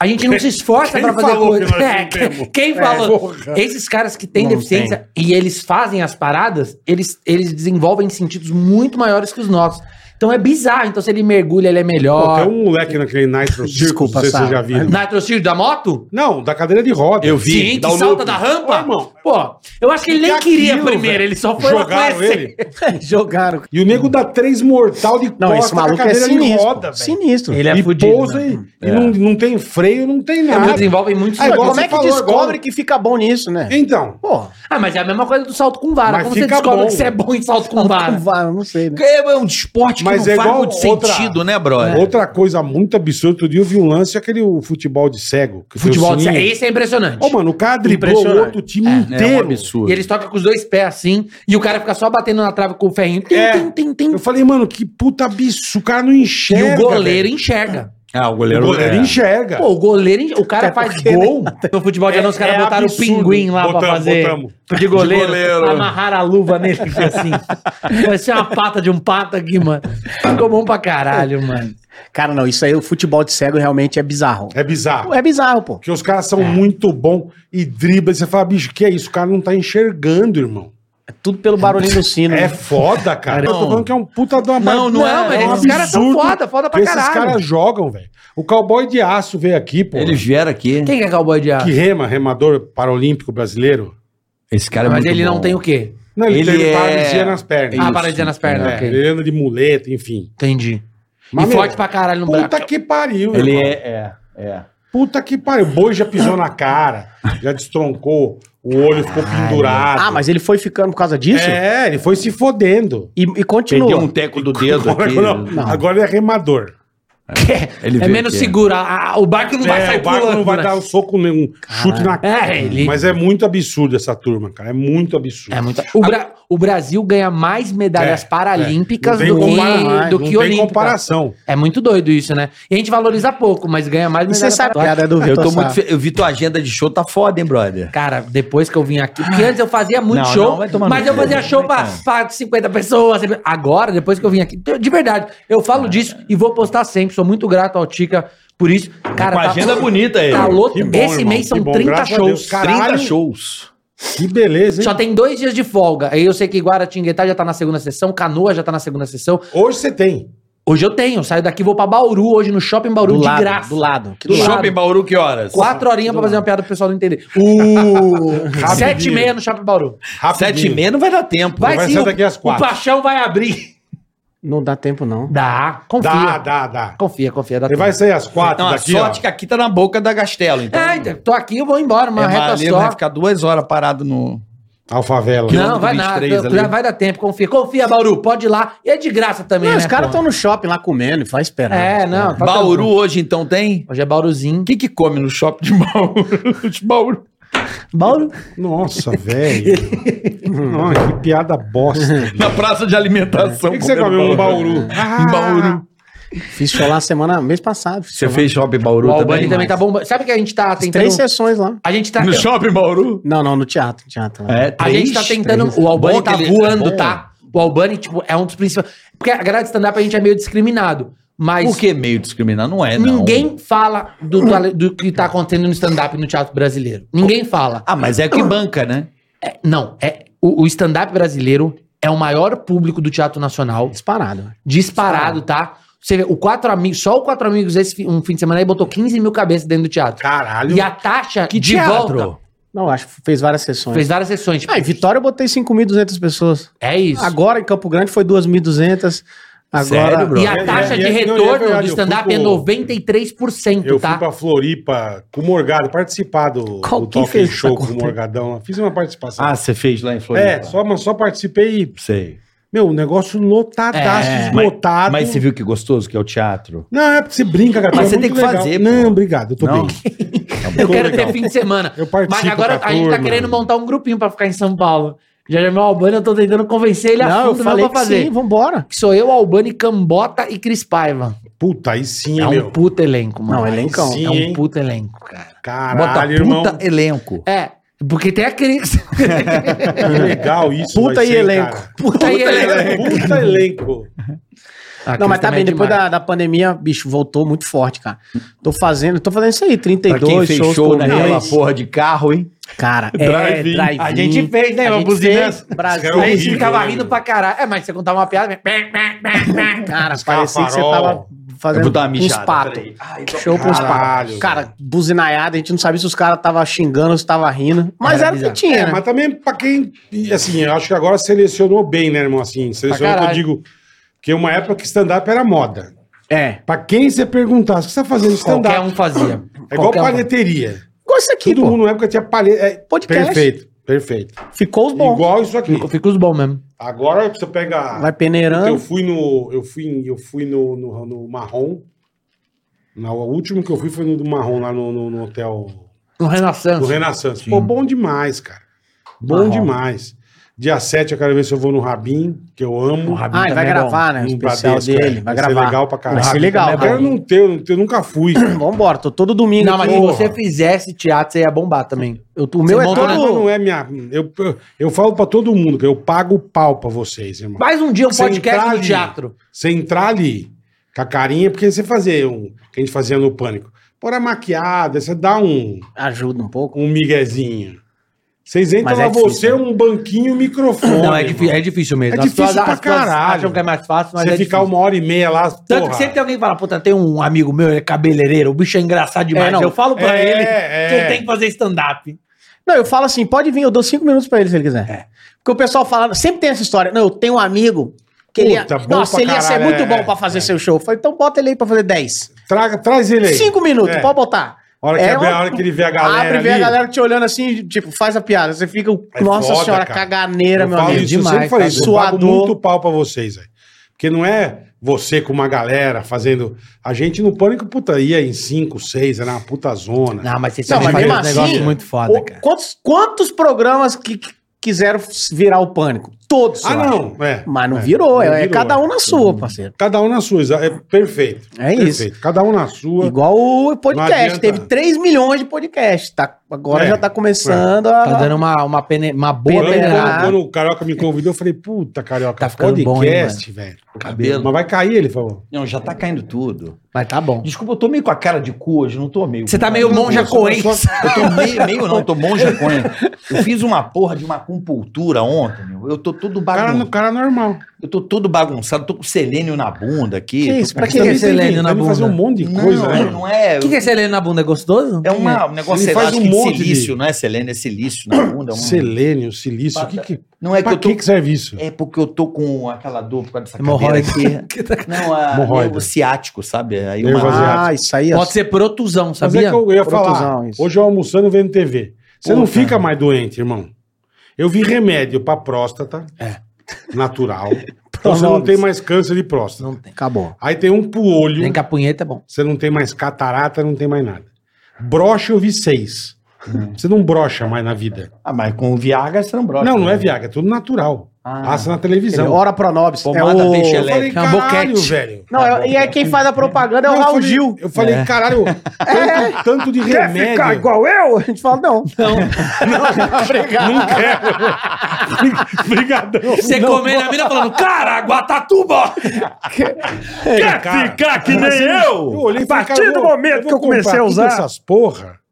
S5: a gente não se esforca
S4: Quem
S5: pra fazer
S4: falou
S5: coisa.
S4: que nós não
S5: É,
S4: temos?
S5: quem falou?
S4: porra.
S5: Esses caras que têm
S6: Não
S5: deficiência e eles fazem as paradas, eles, eles desenvolvem sentidos muito maiores que os nossos. Então é bizarro. Então, se ele mergulha, ele é
S4: Pô, um tem
S5: melhor.
S4: um moleque naquele Nitro Circus,
S6: Desculpa,
S4: não sei se
S6: Sara.
S4: vocês já viram.
S5: Nitrocílio da moto?
S4: Não, da cadeira de roda.
S3: Eu vi.
S5: Sim, que
S3: dá o
S5: salta
S3: loop.
S5: da rampa?
S4: um Ô, irmão.
S5: Pô, eu acho que ele nem
S4: Que
S5: queria
S4: aquilo,
S5: primeiro,
S4: velho?
S5: ele só foi lá
S4: um- Jogaram
S5: conhecer.
S4: ele.
S6: Jogaram.
S4: E o nego dá três mortal de
S6: Não,
S4: costa
S6: esse maluco é sinistro.
S4: velho.
S6: sinistro.
S5: Ele é
S4: e
S5: fudido,
S4: pousa
S5: né?
S4: e, e não, não tem freio, não tem
S5: Eles
S4: nada.
S5: desenvolvem muito
S4: Aí,
S6: Mas
S4: igual
S6: como
S4: você
S6: é que
S4: falou
S6: descobre
S4: agora.
S6: que fica bom nisso, né?
S4: Então,
S6: Pô,
S5: Ah, mas é a mesma coisa do salto com vara.
S4: Mas
S5: Como você
S4: fica
S5: descobre
S4: bom,
S5: que você é
S4: velho.
S6: Ah.
S5: bom em salto com
S6: não
S5: vara?
S6: vai, eu não sei, né?
S3: É um esporte que
S4: Mas
S3: não
S4: é
S3: faz
S4: igual
S3: muito
S4: outra-
S3: sentido, né, brother?
S4: Outra coisa muito absurda, outro dia eu vi um lance, aquele o futebol de cego. que tem o
S5: Futebol, de...
S4: sininho.
S5: esse é impressionante.
S4: Ô, mano, o cara driblou o
S6: Impressionante.
S4: outro time
S3: É um
S4: inteiro.
S3: absurdo.
S5: E eles tocam com os dois pés assim, e o cara fica só batendo na trave com o ferrinho. Tim,
S4: É.
S5: tim, tim, tim.
S4: Eu falei, mano, que puta absurdo. O cara não
S5: E
S4: enxerga.
S5: o goleiro enxerga.
S3: Ah, o
S4: velho. O goleiro enxerga.
S5: Pô, o goleiro, enxerga. o cara faz gol. No futebol de anão, os caras
S4: tá- é
S5: botaram o
S4: absurdo.
S5: pinguim lá pra
S4: Botamos,
S5: fazer
S4: botamos.
S5: de goleiro.
S3: goleiro.
S5: Amarraram a luva nele, fica assim. Vai ser uma pata de um pato aqui, mano. Ficou bom pra caralho, mano.
S6: Cara, não, isso aí, o futebol de cego realmente é bizarro.
S4: É bizarro.
S6: É bizarro, pô.
S4: Porque os caras
S5: É.
S4: são muito bons e dribla. e Você fala, bicho, que é isso? O cara não tá enxergando, irmão.
S6: É tudo pelo barulhinho do sino. né?
S4: É foda, cara. Eu tô falando que é um puta de uma um
S3: Não, não é, mas
S5: esses caras são
S4: absurdo
S5: foda, foda pra
S4: que Esses
S5: caralho.
S4: caras jogam, velho. O cowboy de aço veio aqui, pô.
S3: Eles vieram aqui.
S5: Quem que é cowboy de aço?
S4: Que rema, remador paralímpico brasileiro.
S3: Esse cara é
S5: Mas
S3: muito
S5: ele
S3: bom.
S5: não tem o quê?
S4: Não, ele,
S3: Ele
S4: tem
S3: é-
S4: paralisia nas pernas.
S5: Ah,
S3: Isso.
S5: paralisia nas pernas,
S4: É,
S5: ok.
S4: Ele anda de muleta, enfim.
S5: Entendi.
S4: Mas,
S5: e
S4: meu,
S5: forte pra caralho no braço.
S4: Puta que pariu,
S3: Ele
S4: irmão.
S3: é, é, é.
S4: Puta que pariu. O boi já pisou na cara, já destroncou, o olho ficou pendurado.
S6: Ah, mas ele foi ficando por causa disso?
S4: É, ele foi se fodendo.
S6: E, e continua.
S3: Perdeu um teco do dedo
S4: Agora,
S3: aqui.
S4: não, agora ele é remador.
S3: Ele
S5: é
S3: veio
S5: menos
S3: aqui.
S5: seguro. a- a- o barco não vai
S4: é,
S5: sair
S4: o barco
S5: pulando,
S4: não vai
S5: né?
S4: dar um soco, nem um chute na cara.
S5: É, ele-
S4: Mas é muito absurdo essa turma, cara. É muito absurdo.
S5: É muito... o, Bra- o Brasil ganha mais medalhas
S4: É,
S5: paralímpicas
S4: Não tem
S5: do que,
S4: compara-
S5: do
S4: não
S5: que
S4: tem
S5: olímpicas.
S4: comparação.
S5: É muito doido isso, né? E a gente valoriza pouco, mas ganha mais
S6: E você
S5: medalhas
S6: sabe,
S5: paralímpicas.
S6: piada é do
S3: Eu
S6: Vitor
S3: tô
S5: tá.
S3: muito.
S6: Sá.
S3: fe- Eu vi tua agenda de show, tá foda, hein, brother?
S5: Cara, depois que eu vim aqui, porque antes eu fazia muito
S3: Não,
S5: show,
S3: não, vai tomar no
S5: mas eu
S3: cu.
S5: fazia show pra, pra 50 pessoas. Agora, depois que eu vim aqui, de verdade, eu
S3: Ah.
S5: falo disso e vou postar sempre. Sou muito grato ao Tica por isso. Cara,
S3: Com a agenda é bonita aí.
S5: Tá louco.
S4: Que bom,
S5: Esse
S4: irmão,
S5: mês são
S4: que bom,
S5: 30
S4: graças a
S5: shows.
S4: Deus. Caralho.
S3: 30 shows.
S4: Que beleza, hein?
S5: Só tem dois dias de folga. Aí eu sei que Guaratinguetá já tá na segunda sessão, Canoa já tá na segunda sessão.
S4: Hoje você tem.
S5: Hoje eu tenho, eu saio daqui, vou pra Bauru, hoje no Shopping Bauru,
S6: Do
S5: de
S6: lado,
S5: graça.
S6: do lado. Que
S5: Do lado.
S3: Shopping Bauru, que horas?
S5: Quatro horinhas pra fazer uma piada pro pessoal não entender. Uh, sete e meia no Shopping Bauru.
S4: Rapidinho.
S3: Sete e meia não vai dar tempo.
S5: Vai,
S4: Vai
S5: sim,
S4: ser
S5: o,
S4: daqui às
S5: o
S4: quatro.
S5: Paixão vai abrir.
S6: Não dá tempo, não.
S5: Dá, confia.
S4: Dá, dá, dá.
S5: Confia, confia. Dá
S4: Ele
S5: tempo.
S4: vai sair às quatro
S3: Não, a
S4: daqui,
S3: sorte
S4: ó.
S3: que aqui tá na boca da Castelo, então.
S5: É, então, tô aqui, eu vou embora, uma
S3: é
S5: reta
S3: valeu,
S5: só.
S3: vai ficar duas horas parado no.
S4: Alfavela.
S5: Não, vai
S3: 23
S5: nada,
S3: ali.
S5: já vai dar tempo, confia. Confia, Bauru, pode ir lá. E é de graça também,
S6: Não,
S5: né?
S6: os caras
S5: pô?
S6: estão no shopping lá comendo, faz esperar.
S5: É, não. tá
S3: Bauru
S5: tranquilo.
S3: hoje, então, tem?
S5: Hoje é Bauruzinho.
S3: O que que come no shopping de Bauru? De Bauru.
S5: Bauru?
S4: Nossa, velho. Nossa, que piada bosta.
S3: Na praça de alimentação.
S4: Por que, que você comeu um bauru?
S3: Em Bauru.
S6: Fiz show lá semana, mês passado. fiz
S3: Você
S6: show lá.
S3: fez shopping
S5: O
S3: Bauru
S5: Albani
S3: também? é
S5: também tá bombando. Sabe que a gente tá
S6: Fiz
S5: tentando...
S6: três sessões lá.
S5: A gente tá...
S3: No shopping Bauru?
S6: Não, não, no teatro. teatro né? lá.
S3: É,
S5: A gente tá tentando. O Albani tá voando, tá? O Albani, tipo, é um dos principais. Porque a galera de stand-up a gente é meio discriminado. Mas
S3: Por que meio discriminar? Não é, não.
S5: ninguém fala do, tale- do que tá acontecendo no stand-up no teatro brasileiro. Ninguém fala.
S3: Ah, mas é que banca, né?
S5: É, não, é o, o stand-up brasileiro é o maior público do Teatro Nacional.
S6: Disparado.
S5: Disparado, tá? Você vê, o quatro amigos, só o quatro amigos esse fi- um fim de semana aí botou 15 mil cabeças dentro do teatro.
S4: Caralho.
S5: E a taxa
S3: Que
S5: de
S3: teatro?
S5: volta
S6: Não, acho que fez várias sessões.
S5: fez várias sessões. Tipo,
S6: Ah, em Vitória eu botei 5.200 pessoas.
S5: é isso.
S6: Agora em Campo Grande foi 2.200. Agora.
S3: Sério, bro?
S5: E
S4: É,
S5: a
S4: é,
S5: taxa
S4: é,
S5: de
S4: não, é
S5: retorno
S4: verdade,
S5: do
S4: eu
S5: stand-up
S4: fui
S5: é
S4: pro-
S5: 93%,
S4: Eu fui
S5: tá?
S4: pra Floripa com o Morgado, participar do,
S6: Qual
S4: do
S6: que
S4: Talk
S6: fez
S4: Show
S6: essa
S4: com o
S6: conta aí?
S4: Morgadão. lá. Fiz uma participação.
S3: Ah, você fez lá em Floripa?
S4: é, só, mas só participei e,
S3: Sei.
S4: meu, um negócio lotadaço,
S5: É,
S4: esgotado.
S3: Mas você viu que gostoso que é o teatro?
S4: Não, é porque você brinca, cara.
S3: Mas
S4: é
S3: você
S4: muito
S3: tem que fazer, pô.
S4: Não, obrigado, eu tô
S3: Não.
S4: bem.
S5: Eu quero
S4: legal.
S5: ter fim de semana.
S4: Eu participo
S5: Mas agora
S4: com a
S5: a gente tá
S4: turma.
S5: querendo montar um grupinho pra ficar em São Paulo. Já já meu Albani, eu tô tentando convencer ele a fundo não pra fazer.
S6: vambora.
S5: Que sou eu, Albani, Cambota e Cris Paiva.
S4: Puta, aí sim,
S5: É
S4: meu.
S5: um puto elenco, mano.
S6: Não, elencão.
S5: É
S4: Sim,
S5: um
S4: hein?
S5: puto elenco, cara.
S4: Caralho,
S3: Bota
S4: irmão.
S3: puta elenco.
S5: É, porque tem a Cris.
S4: Que legal isso.
S6: Puta
S4: vai
S6: e
S4: ser,
S6: elenco.
S4: cara. É,
S5: Puta aí, elenco.
S4: Puta elenco.
S5: A
S6: Não,
S5: Cris
S6: mas tá bem,
S5: também é
S6: depois
S5: demais.
S6: da, da pandemia, bicho, voltou muito forte, cara. Tô fazendo, tô fazendo isso aí,
S3: Pra
S6: 32
S3: quem fez
S6: shows
S3: show
S6: por
S3: naquela
S6: mês.
S3: porra de carro, hein?
S6: Cara,
S4: É,
S3: Drive-in.
S6: drive-in.
S5: A gente fez, né,
S6: A
S5: uma
S6: gente
S5: buzina.
S6: fez, Brasil.
S4: Cara,
S5: A gente
S4: horrível,
S5: ficava
S4: né,
S5: rindo
S4: meu?
S5: pra caralho. É, mas você contava uma piada...
S6: Cara, parecia que você
S4: Escafarol.
S6: tava
S3: Eu
S6: fazendo
S3: vou dar uma
S6: uns
S3: mijada,
S6: patos.
S3: peraí. Ah,
S6: Show com uns patos.
S4: Caralho.
S6: Cara, buzinaiada, a gente não sabia se os caras tava xingando, se tava rindo. Mas
S5: Era
S6: era o que
S5: bizarro.
S6: tinha,
S4: É,
S6: né?
S4: mas também pra quem. e, Assim, eu acho que agora selecionou bem, né, irmão? Assim, selecionou que eu
S5: caralho.
S4: digo. Porque uma época que stand-up era moda.
S6: É.
S4: Pra quem você perguntasse, o que você tá fazendo
S5: Qualquer
S4: stand-up?
S5: um fazia.
S4: É igual
S5: Qualquer um.
S4: palheteria.
S6: Igual isso aqui,
S4: Todo
S6: pô.
S4: mundo na época tinha palheta.
S6: Podcast.
S4: Perfeito. Perfeito.
S6: Ficou os bons.
S4: Igual isso aqui.
S6: Ficou, ficou os bons mesmo.
S4: Agora você pega.
S6: Vai peneirando.
S4: Eu fui no. Eu fui, eu fui no, no, no marrom. Na, o último que eu fui foi no do marrom lá no, no, no hotel
S5: No
S4: do
S5: Renaissance.
S4: Renaissance. Pô, bom demais, cara. Bom
S5: Marrom.
S4: demais. Dia 7 eu quero ver se eu vou no Rabin, que eu amo.
S5: Rabin
S6: Ah, ele vai
S5: também é bom.
S6: gravar, né? O
S4: Um
S6: especial
S4: Bradesco,
S6: dele.
S4: é.
S6: Vai
S4: ser
S6: gravar.
S4: legal pra caralho.
S6: Vai ser legal.
S4: Eu quero não ter, eu não ter, eu nunca fui. cara.
S6: Vambora, tô todo domingo.
S5: Não, mas se
S6: aqui.
S5: você fizesse teatro, você ia bombar também. Eu, o meu
S6: Você
S5: é
S6: monta
S5: todo...
S4: Mas não é minha. Eu, eu, eu falo pra todo mundo que eu pago pau pra vocês, irmão.
S5: Mais um dia um
S4: Você
S5: podcast
S4: entrar
S5: no
S4: ali.
S5: teatro.
S4: Você entrar ali com a carinha, porque você fazer um. que a gente fazia no Pânico. Pôr a maquiada, você dá um,
S6: Ajuda um pouco.
S4: um miguezinho. Vocês entram
S6: Mas
S4: lá,
S6: é difícil,
S4: você,
S6: né?
S4: um banquinho, microfone.
S5: Não, é,
S4: irmão.
S5: difí- é difícil mesmo.
S4: É difícil pra caralho.
S5: acham que é mais fácil, mas
S4: Você
S5: é
S4: ficar
S5: difícil.
S4: uma hora e meia lá.
S5: Tanto
S4: porra.
S5: que sempre tem alguém que fala, puta, tem um amigo meu, ele é cabeleireiro, o bicho é engraçado demais.
S6: É, não.
S5: Eu falo pra
S4: É,
S5: ele
S4: é.
S5: que ele tem que fazer stand-up.
S6: Não, eu falo assim, pode vir, eu dou cinco minutos pra ele se ele quiser.
S4: É.
S6: Porque o pessoal fala, sempre tem essa história. Não, eu tenho um amigo que ele ia,
S4: Puta, bom
S6: nossa,
S4: pra
S6: ele ia ser
S4: caralho,
S6: muito
S4: é,
S6: bom pra fazer seu show. Eu falei, então bota ele aí pra fazer dez.
S4: Traga, traz ele aí.
S6: Cinco minutos,
S4: É.
S6: pode botar.
S4: A hora que,
S6: É
S4: abre-
S6: uma-
S4: a hora que ele vê a galera.
S6: Abre e vê a
S4: ali,
S6: galera te olhando assim, tipo, faz a piada. Você fica,
S4: É
S6: nossa
S4: foda,
S6: senhora,
S4: cara.
S6: caganeira,
S4: eu
S6: meu
S4: falo
S6: amigo.
S4: isso, eu sempre falei, isso, eu pago
S6: Suador.
S4: muito pau pra vocês, velho. Porque não é você com uma galera fazendo. A gente no pânico, puta, ia em cinco, seis, era uma puta zona.
S5: Não, mas você
S6: Não, mas
S5: faz
S6: mesmo
S5: um negócio
S4: é
S6: assim,
S5: muito foda,
S6: O-
S5: cara.
S6: quantos, quantos programas que que quiseram virar o pânico? Todos.
S4: ah,
S6: eu acho.
S4: não. É,
S6: Mas não
S4: É,
S6: virou, é,
S4: não
S6: é
S4: virou,
S6: cada
S4: é.
S6: um na sua, parceiro.
S4: Cada um na sua, exa- é perfeito.
S6: É
S4: perfeito. Cada um na sua.
S6: Igual o
S4: Não
S6: podcast,
S4: adianta.
S6: teve 3 milhões de podcasts. Tá, agora
S4: É,
S6: já tá começando a.
S5: Tá dando uma, uma, pene- uma boa
S4: Quando, quando,
S5: peneirada.
S4: quando o Carioca me convidou, eu falei, puta, Carioca,
S5: Tá ficando bom, hein,
S4: podcast, velho.
S3: Cabelo.
S4: Mas vai cair, ele falou.
S3: Não, já tá caindo tudo.
S5: Mas tá bom.
S3: Desculpa, eu tô meio com a cara de cu hoje, não tô meio.
S5: Você tá meio monja coen.
S3: Eu tô meio, meio não, eu tô monja coen. Eu fiz uma porra de uma compultura ontem, meu. Eu tô todo
S4: Cara,
S3: bagunçado.
S4: cara normal.
S3: Eu tô todo bagunçado, tô com selênio na bunda aqui.
S6: Que
S3: tô-
S6: isso? Pra que
S5: Também
S6: esse
S5: tem
S6: Helênio
S5: que- Tá
S4: Ele
S5: na
S4: deve fazer um
S5: bunda?
S4: monte de
S3: Não,
S4: coisa, né?
S3: não é.
S5: O que, que é selênio na bunda? É gostoso?
S3: É uma, um negócio
S4: Ele faz
S3: elástico
S4: um
S3: de
S4: monte de-
S3: silício, não é selênio, é silício na bunda. é um-
S4: Selênio, silício, o que que...
S3: Não é que
S4: pra
S3: eu tô.
S4: que, que serve isso?
S3: É porque eu tô com aquela dor por causa dessa
S5: Hemorroide.
S3: cadeira
S6: um
S3: aqui. Não, a,
S4: Hemorroida.
S3: o ciático, sabe? É Aí
S4: Nervo
S3: uma... Ah,
S4: asiático.
S6: Ah, isso aí, ó.
S5: Pode ser protusão,
S4: Mas
S5: sabia?
S4: é que eu ia
S6: Protusão,
S4: falar,
S6: isso.
S4: hoje eu almoçando vendo TV. Você não
S5: Puta.
S4: fica mais doente, irmão. Eu vi remédio pra próstata. Natural. então você não tem mais câncer de próstata.
S5: Não tem.
S6: Acabou.
S4: Aí tem um pro olho.
S5: Nem que a punheta é bom.
S4: Você não tem mais catarata, não tem mais nada. Brocha eu vi seis. Você não brocha mais na vida.
S3: Ah, mas com o Viagra você não brocha.
S4: não, não é
S3: né?
S4: viagra, é tudo natural. Passa na
S6: Entendeu?
S4: televisão.
S6: Hora Pronobis. É
S3: Pomada,
S6: o...
S3: peixe
S4: um Eu falei,
S3: elétrico.
S5: É um
S4: caralho,
S5: boquete.
S4: velho.
S6: Não, é- e é quem faz a propaganda é o
S4: Não, eu
S6: Raul
S4: falei-
S6: Gil.
S4: Eu falei, caralho, tanto, tanto de remédio.
S6: igual eu? A gente fala, não. Não,
S4: Não quero. Obrigadão.
S5: Você comendo a mina falando, cara, Guatatuba!
S4: Quer ficar que nem eu? Eu olhei e falei, cara, eu vou- eu vou comprar tudo essas porra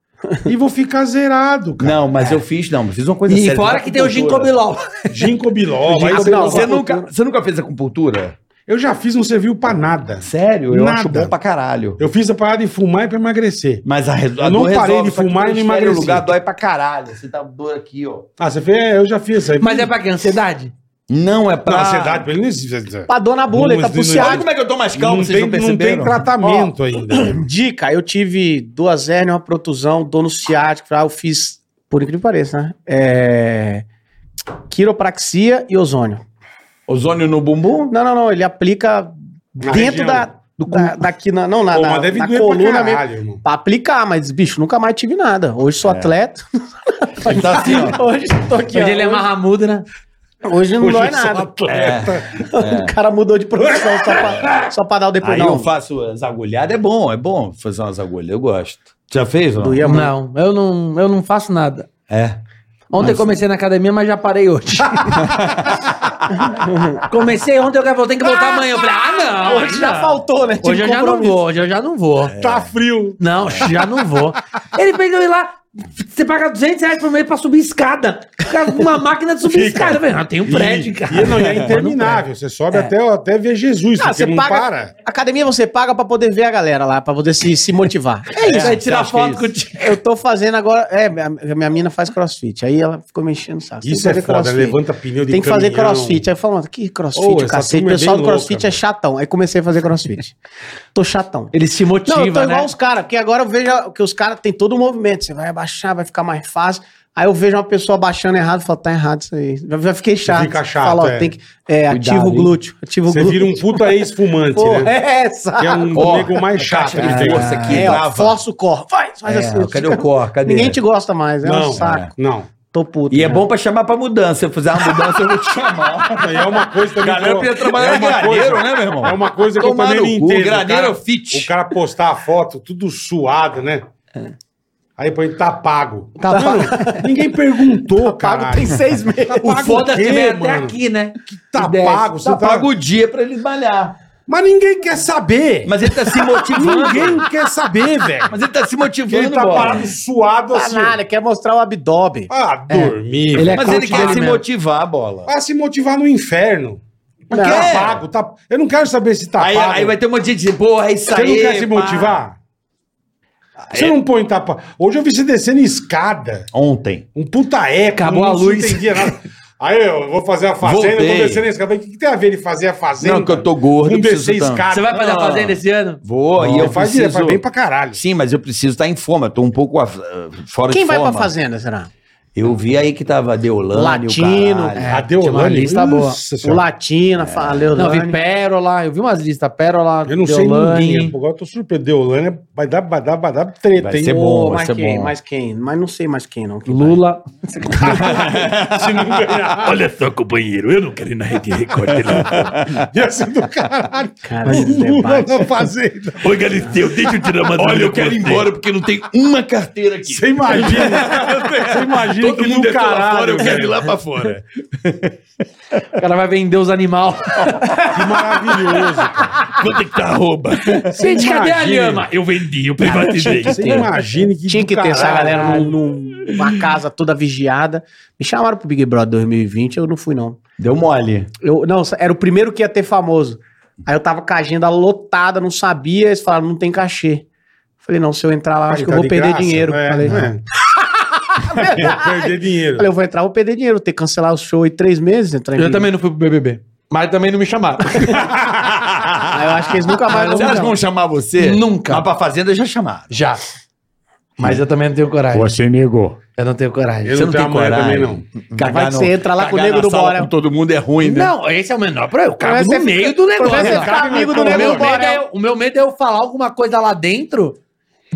S4: e vou ficar zerado, cara.
S3: Não, mas eu fiz, não, mas fiz uma coisa
S5: E
S3: séria,
S5: fora
S3: fiz
S5: que tem o
S3: acupuntura.
S5: ginkgo biloba.
S4: Ginkgo biloba. aí
S3: Mas
S4: você-
S3: não,
S4: você
S3: você,
S4: não-
S3: nunca, você nunca fez acupuntura?
S4: Eu já fiz, não serviu pra nada.
S3: Sério? Eu
S4: Nada.
S3: acho bom pra caralho.
S4: Eu fiz a parada de fumar e pra emagrecer.
S3: Mas a, res- a
S4: Eu não
S3: dor
S4: parei de
S3: só que
S4: fumar e
S3: no
S4: não emagreci.
S3: lugar dói pra caralho. Você tá com dor aqui, ó.
S4: Ah, você fez? É, eu já fiz isso aí.
S5: Mas é pra quê? Ansiedade?
S3: Não é pra...
S4: Pra ansiedade, pra ele não existe.
S6: pra dona Bula, ele tá
S4: Não, não-
S3: Olha
S6: puxado.
S3: como é que eu tô mais calmo,
S4: Não
S3: vocês
S4: tem,
S3: não
S4: não
S3: perceberam?
S4: tem tratamento ainda.
S6: Dica, eu tive duas hérnias, uma protusão, dor no ciático. ah, Eu fiz, por incrível que pareça, né? É... Quiropraxia e ozônio.
S3: Ozônio no bumbum?
S6: Não, não, não. Ele aplica dentro
S4: região.
S6: da, da- daqui na, não, na,
S4: Pô,
S6: na-
S4: mas deve
S6: na
S4: doer
S6: coluna
S4: pra
S6: mesmo.
S4: caralho, irmão.
S6: Pra aplicar, mas, bicho, nunca mais tive nada. Hoje
S4: É.
S6: sou atleta.
S3: Ele tá assim, ó.
S6: Hoje tô aqui. ó.
S5: Hoje ele é marramudo, né?
S6: Hoje não
S4: Hoje
S6: dói
S4: eu sou
S6: nada.
S3: É,
S4: atleta. um.
S6: O cara mudou de profissão só pra, só pra dar o
S3: Aí
S4: tá,
S6: depois.
S3: eu
S6: Não,
S3: faço as agulhadas, é bom, é bom fazer umas agulhas, eu gosto. Já fez, não?
S6: doía muito.
S5: Não, eu não, eu não faço nada.
S3: É.
S5: Ontem comecei na academia, mas já parei hoje. comecei ontem, eu vou ter que voltar amanhã. Eu falei, ah, não.
S6: Hoje já faltou, né?
S3: Tipo,
S5: Hoje eu já não vou, hoje eu já não vou.
S4: Tá frio.
S5: Não, já não vou. Ele fez eu ir lá. Você paga 200 reais por mês pra subir escada. Cara, Uma máquina de subir escada. Eu falei, ah, tem um prédio, cara.
S4: E, não, e é interminável. Você sobe
S3: É.
S4: até, até ver Jesus,
S6: Ah,
S4: porque
S6: você
S4: não
S6: paga.
S4: para.
S6: Academia você paga pra poder ver a galera lá, pra poder se, se motivar. É isso.
S5: Vai
S3: você
S5: tirar
S3: acha
S5: foto
S3: que é
S5: contigo.
S6: Eu tô fazendo agora. É, minha, minha mina faz crossfit. Aí ela ficou mexendo o saco. Tem que
S4: Isso é
S6: fazer
S4: foda,
S6: crossfit.
S4: levanta pneu de
S6: Tem que fazer
S4: caminhão.
S6: crossfit. Aí eu falando, que
S4: Ô,
S6: crossfit,
S4: essa
S6: cacete. O
S4: turma é
S6: pessoal
S4: bem
S6: do crossfit
S4: louca,
S6: é
S4: velho.
S6: chatão. Aí comecei a fazer crossfit. tô chatão.
S5: Ele se
S6: Não, eu tô
S5: motiva,
S6: igual
S5: né?
S6: os caras, porque agora eu vejo que os caras têm todo o movimento. Você vai abaixar, vai ficar mais fácil. Aí eu vejo uma pessoa baixando errado e falo, tá errado isso aí. Já, já fiquei chato.
S4: Fica chato,
S6: Falo, ó,
S4: é.
S6: tem que. É,
S8: Cuidado,
S6: ativa o
S8: hein?
S6: glúteo. Ativa o
S4: Você
S6: glúteo.
S4: vira um puta ex-fumante,
S6: Porra,
S4: né?
S6: é essa.
S4: Que é um
S3: Ó,
S4: nego mais chato que tem.
S3: força aqui,
S6: é, ó,
S3: brava.
S6: força o corpo. Vai, faz
S3: É,
S6: assim.
S3: cadê o cor? Cadê?
S6: Ninguém te gosta mais, é
S4: Não,
S6: um saco.
S4: não.
S6: Tô puto.
S3: E é
S6: né?
S3: bom pra chamar pra mudança. Se eu fizer uma mudança, eu vou te chamar.
S4: E é uma coisa também.
S3: Galera, eu
S4: que eu-
S3: queria trabalhar
S4: é
S3: em
S4: uma
S3: graneiro,
S4: coisa-
S3: né, meu irmão?
S4: É uma coisa que
S3: Tomar
S4: eu também
S3: no
S4: não
S3: cu,
S4: entendo.
S3: graneiro
S4: o,
S3: é fit.
S4: o cara postar a foto, tudo suado, né? Aí põe, tá pago.
S6: É. Tá
S4: Mano, ninguém perguntou,
S6: pago
S4: cara.
S6: tem seis meses.
S3: O foda é
S4: quê,
S3: que vem até
S4: mano?
S3: aqui, né?
S4: Tá
S3: Desce.
S4: pago, você
S3: tá,
S4: tá-
S3: pago o dia pra ele malhar.
S4: Mas ninguém quer saber.
S3: Mas ele tá se motivando.
S4: Ninguém quer saber, velho.
S3: Mas ele tá se
S4: Porque ele
S3: motivando,
S4: tá
S3: bola.
S4: parado suado
S6: Tá
S4: assim.
S6: nada, quer mostrar o abdômen.
S4: Ah, dormir.
S6: Ele é
S3: Mas ele
S6: coach
S3: quer
S6: dele
S3: se
S6: mesmo.
S3: motivar, bola.
S4: Vai se motivar no inferno. Mas
S6: Não.
S4: Tá pago, tá... Eu não quero saber se tá
S3: Aí,
S4: pago.
S3: aí vai ter um monte de gente, porra, é isso
S4: Você
S3: aí.
S4: não quer se
S3: pá.
S4: motivar? Você
S3: É.
S4: não põe tapa. Hoje eu vi você descendo escada.
S3: Ontem.
S4: Um puta eco.
S5: Acabou
S4: não-
S5: a
S4: não
S5: luz.
S4: entendia nada. Aí eu vou fazer a fazenda, eu
S3: Voltei.
S4: tô descendo a escada. Mas O que, que tem a ver ele fazer a fazenda?
S3: Não, que eu tô gordo,
S4: Um
S3: eu
S4: descer
S3: preciso tanto.
S4: escada.
S5: Você vai fazer a fazenda esse ano?
S3: Vou,
S4: Não,
S3: e eu
S4: faz,
S3: preciso...
S4: faz bem pra caralho.
S3: Sim, mas eu preciso estar em forma. Eu tô um pouco ah, fora
S6: Quem
S3: de
S6: vai
S3: forma.
S6: pra fazenda, será?
S3: Eu vi aí que tava Deolane,
S6: Latino. é.
S3: o caralho. É.
S4: a
S5: tinha uma lista boa.
S6: O Latina, falei o
S5: Não,
S6: Leolane.
S5: vi Pérola, eu vi umas listas, Pérola,
S4: Eu não sei
S5: Deolane.
S4: ninguém. Agora eu tô surpreso. Deolane vai dar, vai dar, vai dar treta,
S3: Vai
S4: hein?
S3: ser
S6: Pô,
S3: bom, vai
S6: mas
S3: ser
S6: quem?
S3: bom.
S6: Mas quem? Mas não sei mais quem, não. Quem vai?
S5: Lula.
S4: Se não ganhar,
S9: Olha só, companheiro, eu não quero ir na Rede Record. né? Não.
S4: ia ser do caralho.
S6: Cara,
S4: O
S6: esse
S4: Lula
S6: debate.
S4: na fazenda.
S9: Ô, Galisteu, deixa eu tirar uma
S3: Olha,
S9: dúvida
S3: eu
S9: com
S3: quero ir
S9: você.
S3: embora porque não tem uma carteira aqui.
S4: Você imagina. Você imagina
S9: Todo
S4: que
S9: mundo
S4: do
S9: é caralho, fora,
S4: caralho.
S9: eu
S4: velho.
S9: quero ir lá pra fora.
S5: O cara vai vender os animais.
S4: Que maravilhoso. cara.
S9: Quanto é que tá a rouba?
S5: Gente, cadê a
S4: Imagina.
S5: lhama?
S9: Ah, eu vendi, eu privatizei.
S4: Você imagina que.
S6: Tinha
S4: do
S6: que ter essa
S4: caralho. né?
S6: galera num- num- numa casa toda vigiada. Me chamaram pro Big Brother 2020, eu não fui, não.
S3: Deu mole.
S6: Eu, não, era o primeiro que ia ter famoso. Aí eu tava com a agenda lotada, não sabia. Eles falaram, não tem cachê. Falei, não, se eu entrar lá, acho que eu
S4: Tá
S6: vou
S4: de
S6: perder
S4: graça?
S6: dinheiro.
S4: É,
S6: falei, "É
S4: é. Vou perder dinheiro.
S6: falei, eu vou entrar, vou perder dinheiro. Vou ter que cancelar o show em três meses. Entrar em
S5: Eu
S6: Big
S5: também não fui pro BBB. Mas também não me chamaram.
S6: Aí eu acho que eles nunca mais vão
S3: Você acha que
S6: me
S3: vão chamar você?
S5: Nunca.
S3: Mas pra fazenda já chamaram.
S5: Já. Mas eu também não tenho coragem.
S9: Você negou.
S5: Eu não tenho coragem.
S4: Eu
S3: Você não
S4: não tenho
S3: tem
S4: amanhã
S3: coragem.
S4: também,
S6: chamar. Vai que você entra lá com o
S3: Cagar
S6: nego
S3: na
S6: do
S3: sala
S6: Bora.
S3: com todo mundo é ruim, né?
S5: Não, esse é o menor problema. Eu cago
S6: Mas você
S5: no meio
S6: fica-
S5: do negócio.
S6: Mas você
S5: cara.
S6: fica amigo do
S5: o,
S6: nego
S5: meu
S6: do Borel.
S5: medo é, eu- o meu medo é eu falar alguma coisa lá dentro,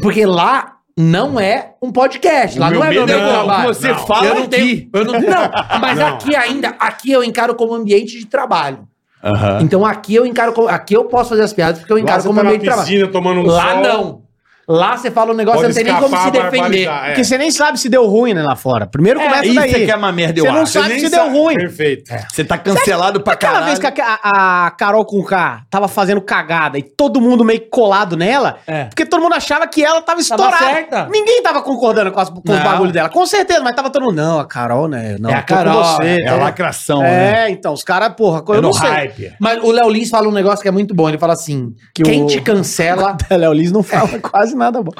S5: porque lá não é um podcast. Lá
S9: meu
S5: não é meu
S9: medo é
S5: meio
S9: o que
S5: trabalho.
S3: você
S5: Não.
S3: fala
S5: eu não
S3: aqui.
S5: tenho, eu não, não, mas
S4: Não.
S5: aqui ainda, aqui eu encaro como ambiente de trabalho.
S3: Aham.
S5: Então aqui eu encaro como, aqui eu posso fazer as piadas porque eu
S4: não. Lá
S5: encaro
S4: você
S5: como
S4: tá na
S5: ambiente de trabalho.
S4: piscina tomando um
S5: Lá
S4: sol,
S5: não. Lá você fala um negócio,
S4: pode
S5: você não tem nem como se
S4: escapar a
S5: defender.
S4: barbaridade, é.
S6: Porque você nem sabe se deu ruim né, lá fora. Primeiro começa
S3: Isso
S6: daí.
S3: é que é uma merda, eu
S6: Você não
S3: acho.
S6: sabe
S4: nem
S6: se deu ruim. É.
S4: Perfeito.
S3: Você tá cancelado pra
S6: Aquela vez
S3: caralho.
S6: que a, a- a Carol com K tava fazendo cagada e todo mundo meio que colado nela,
S5: É.
S6: porque todo mundo achava que ela tava estourada.
S5: certa.
S6: Ninguém tava concordando com, as- com os
S5: Não.
S6: bagulhos dela, com certeza, mas tava todo mundo, não, a Carol, né? Não,
S5: É a
S6: tô com
S5: Carol,
S6: você,
S3: É
S6: tá?"
S3: lacração, né?
S6: É, então, os caras, porra, eu
S3: É
S6: não
S3: no
S6: sei.
S3: hype.
S5: Mas o Léo Lins fala um negócio que é muito bom. Ele fala assim:
S6: Que
S5: quem
S6: o-
S5: te cancela.
S6: Léo Lins não fala quase nada bom.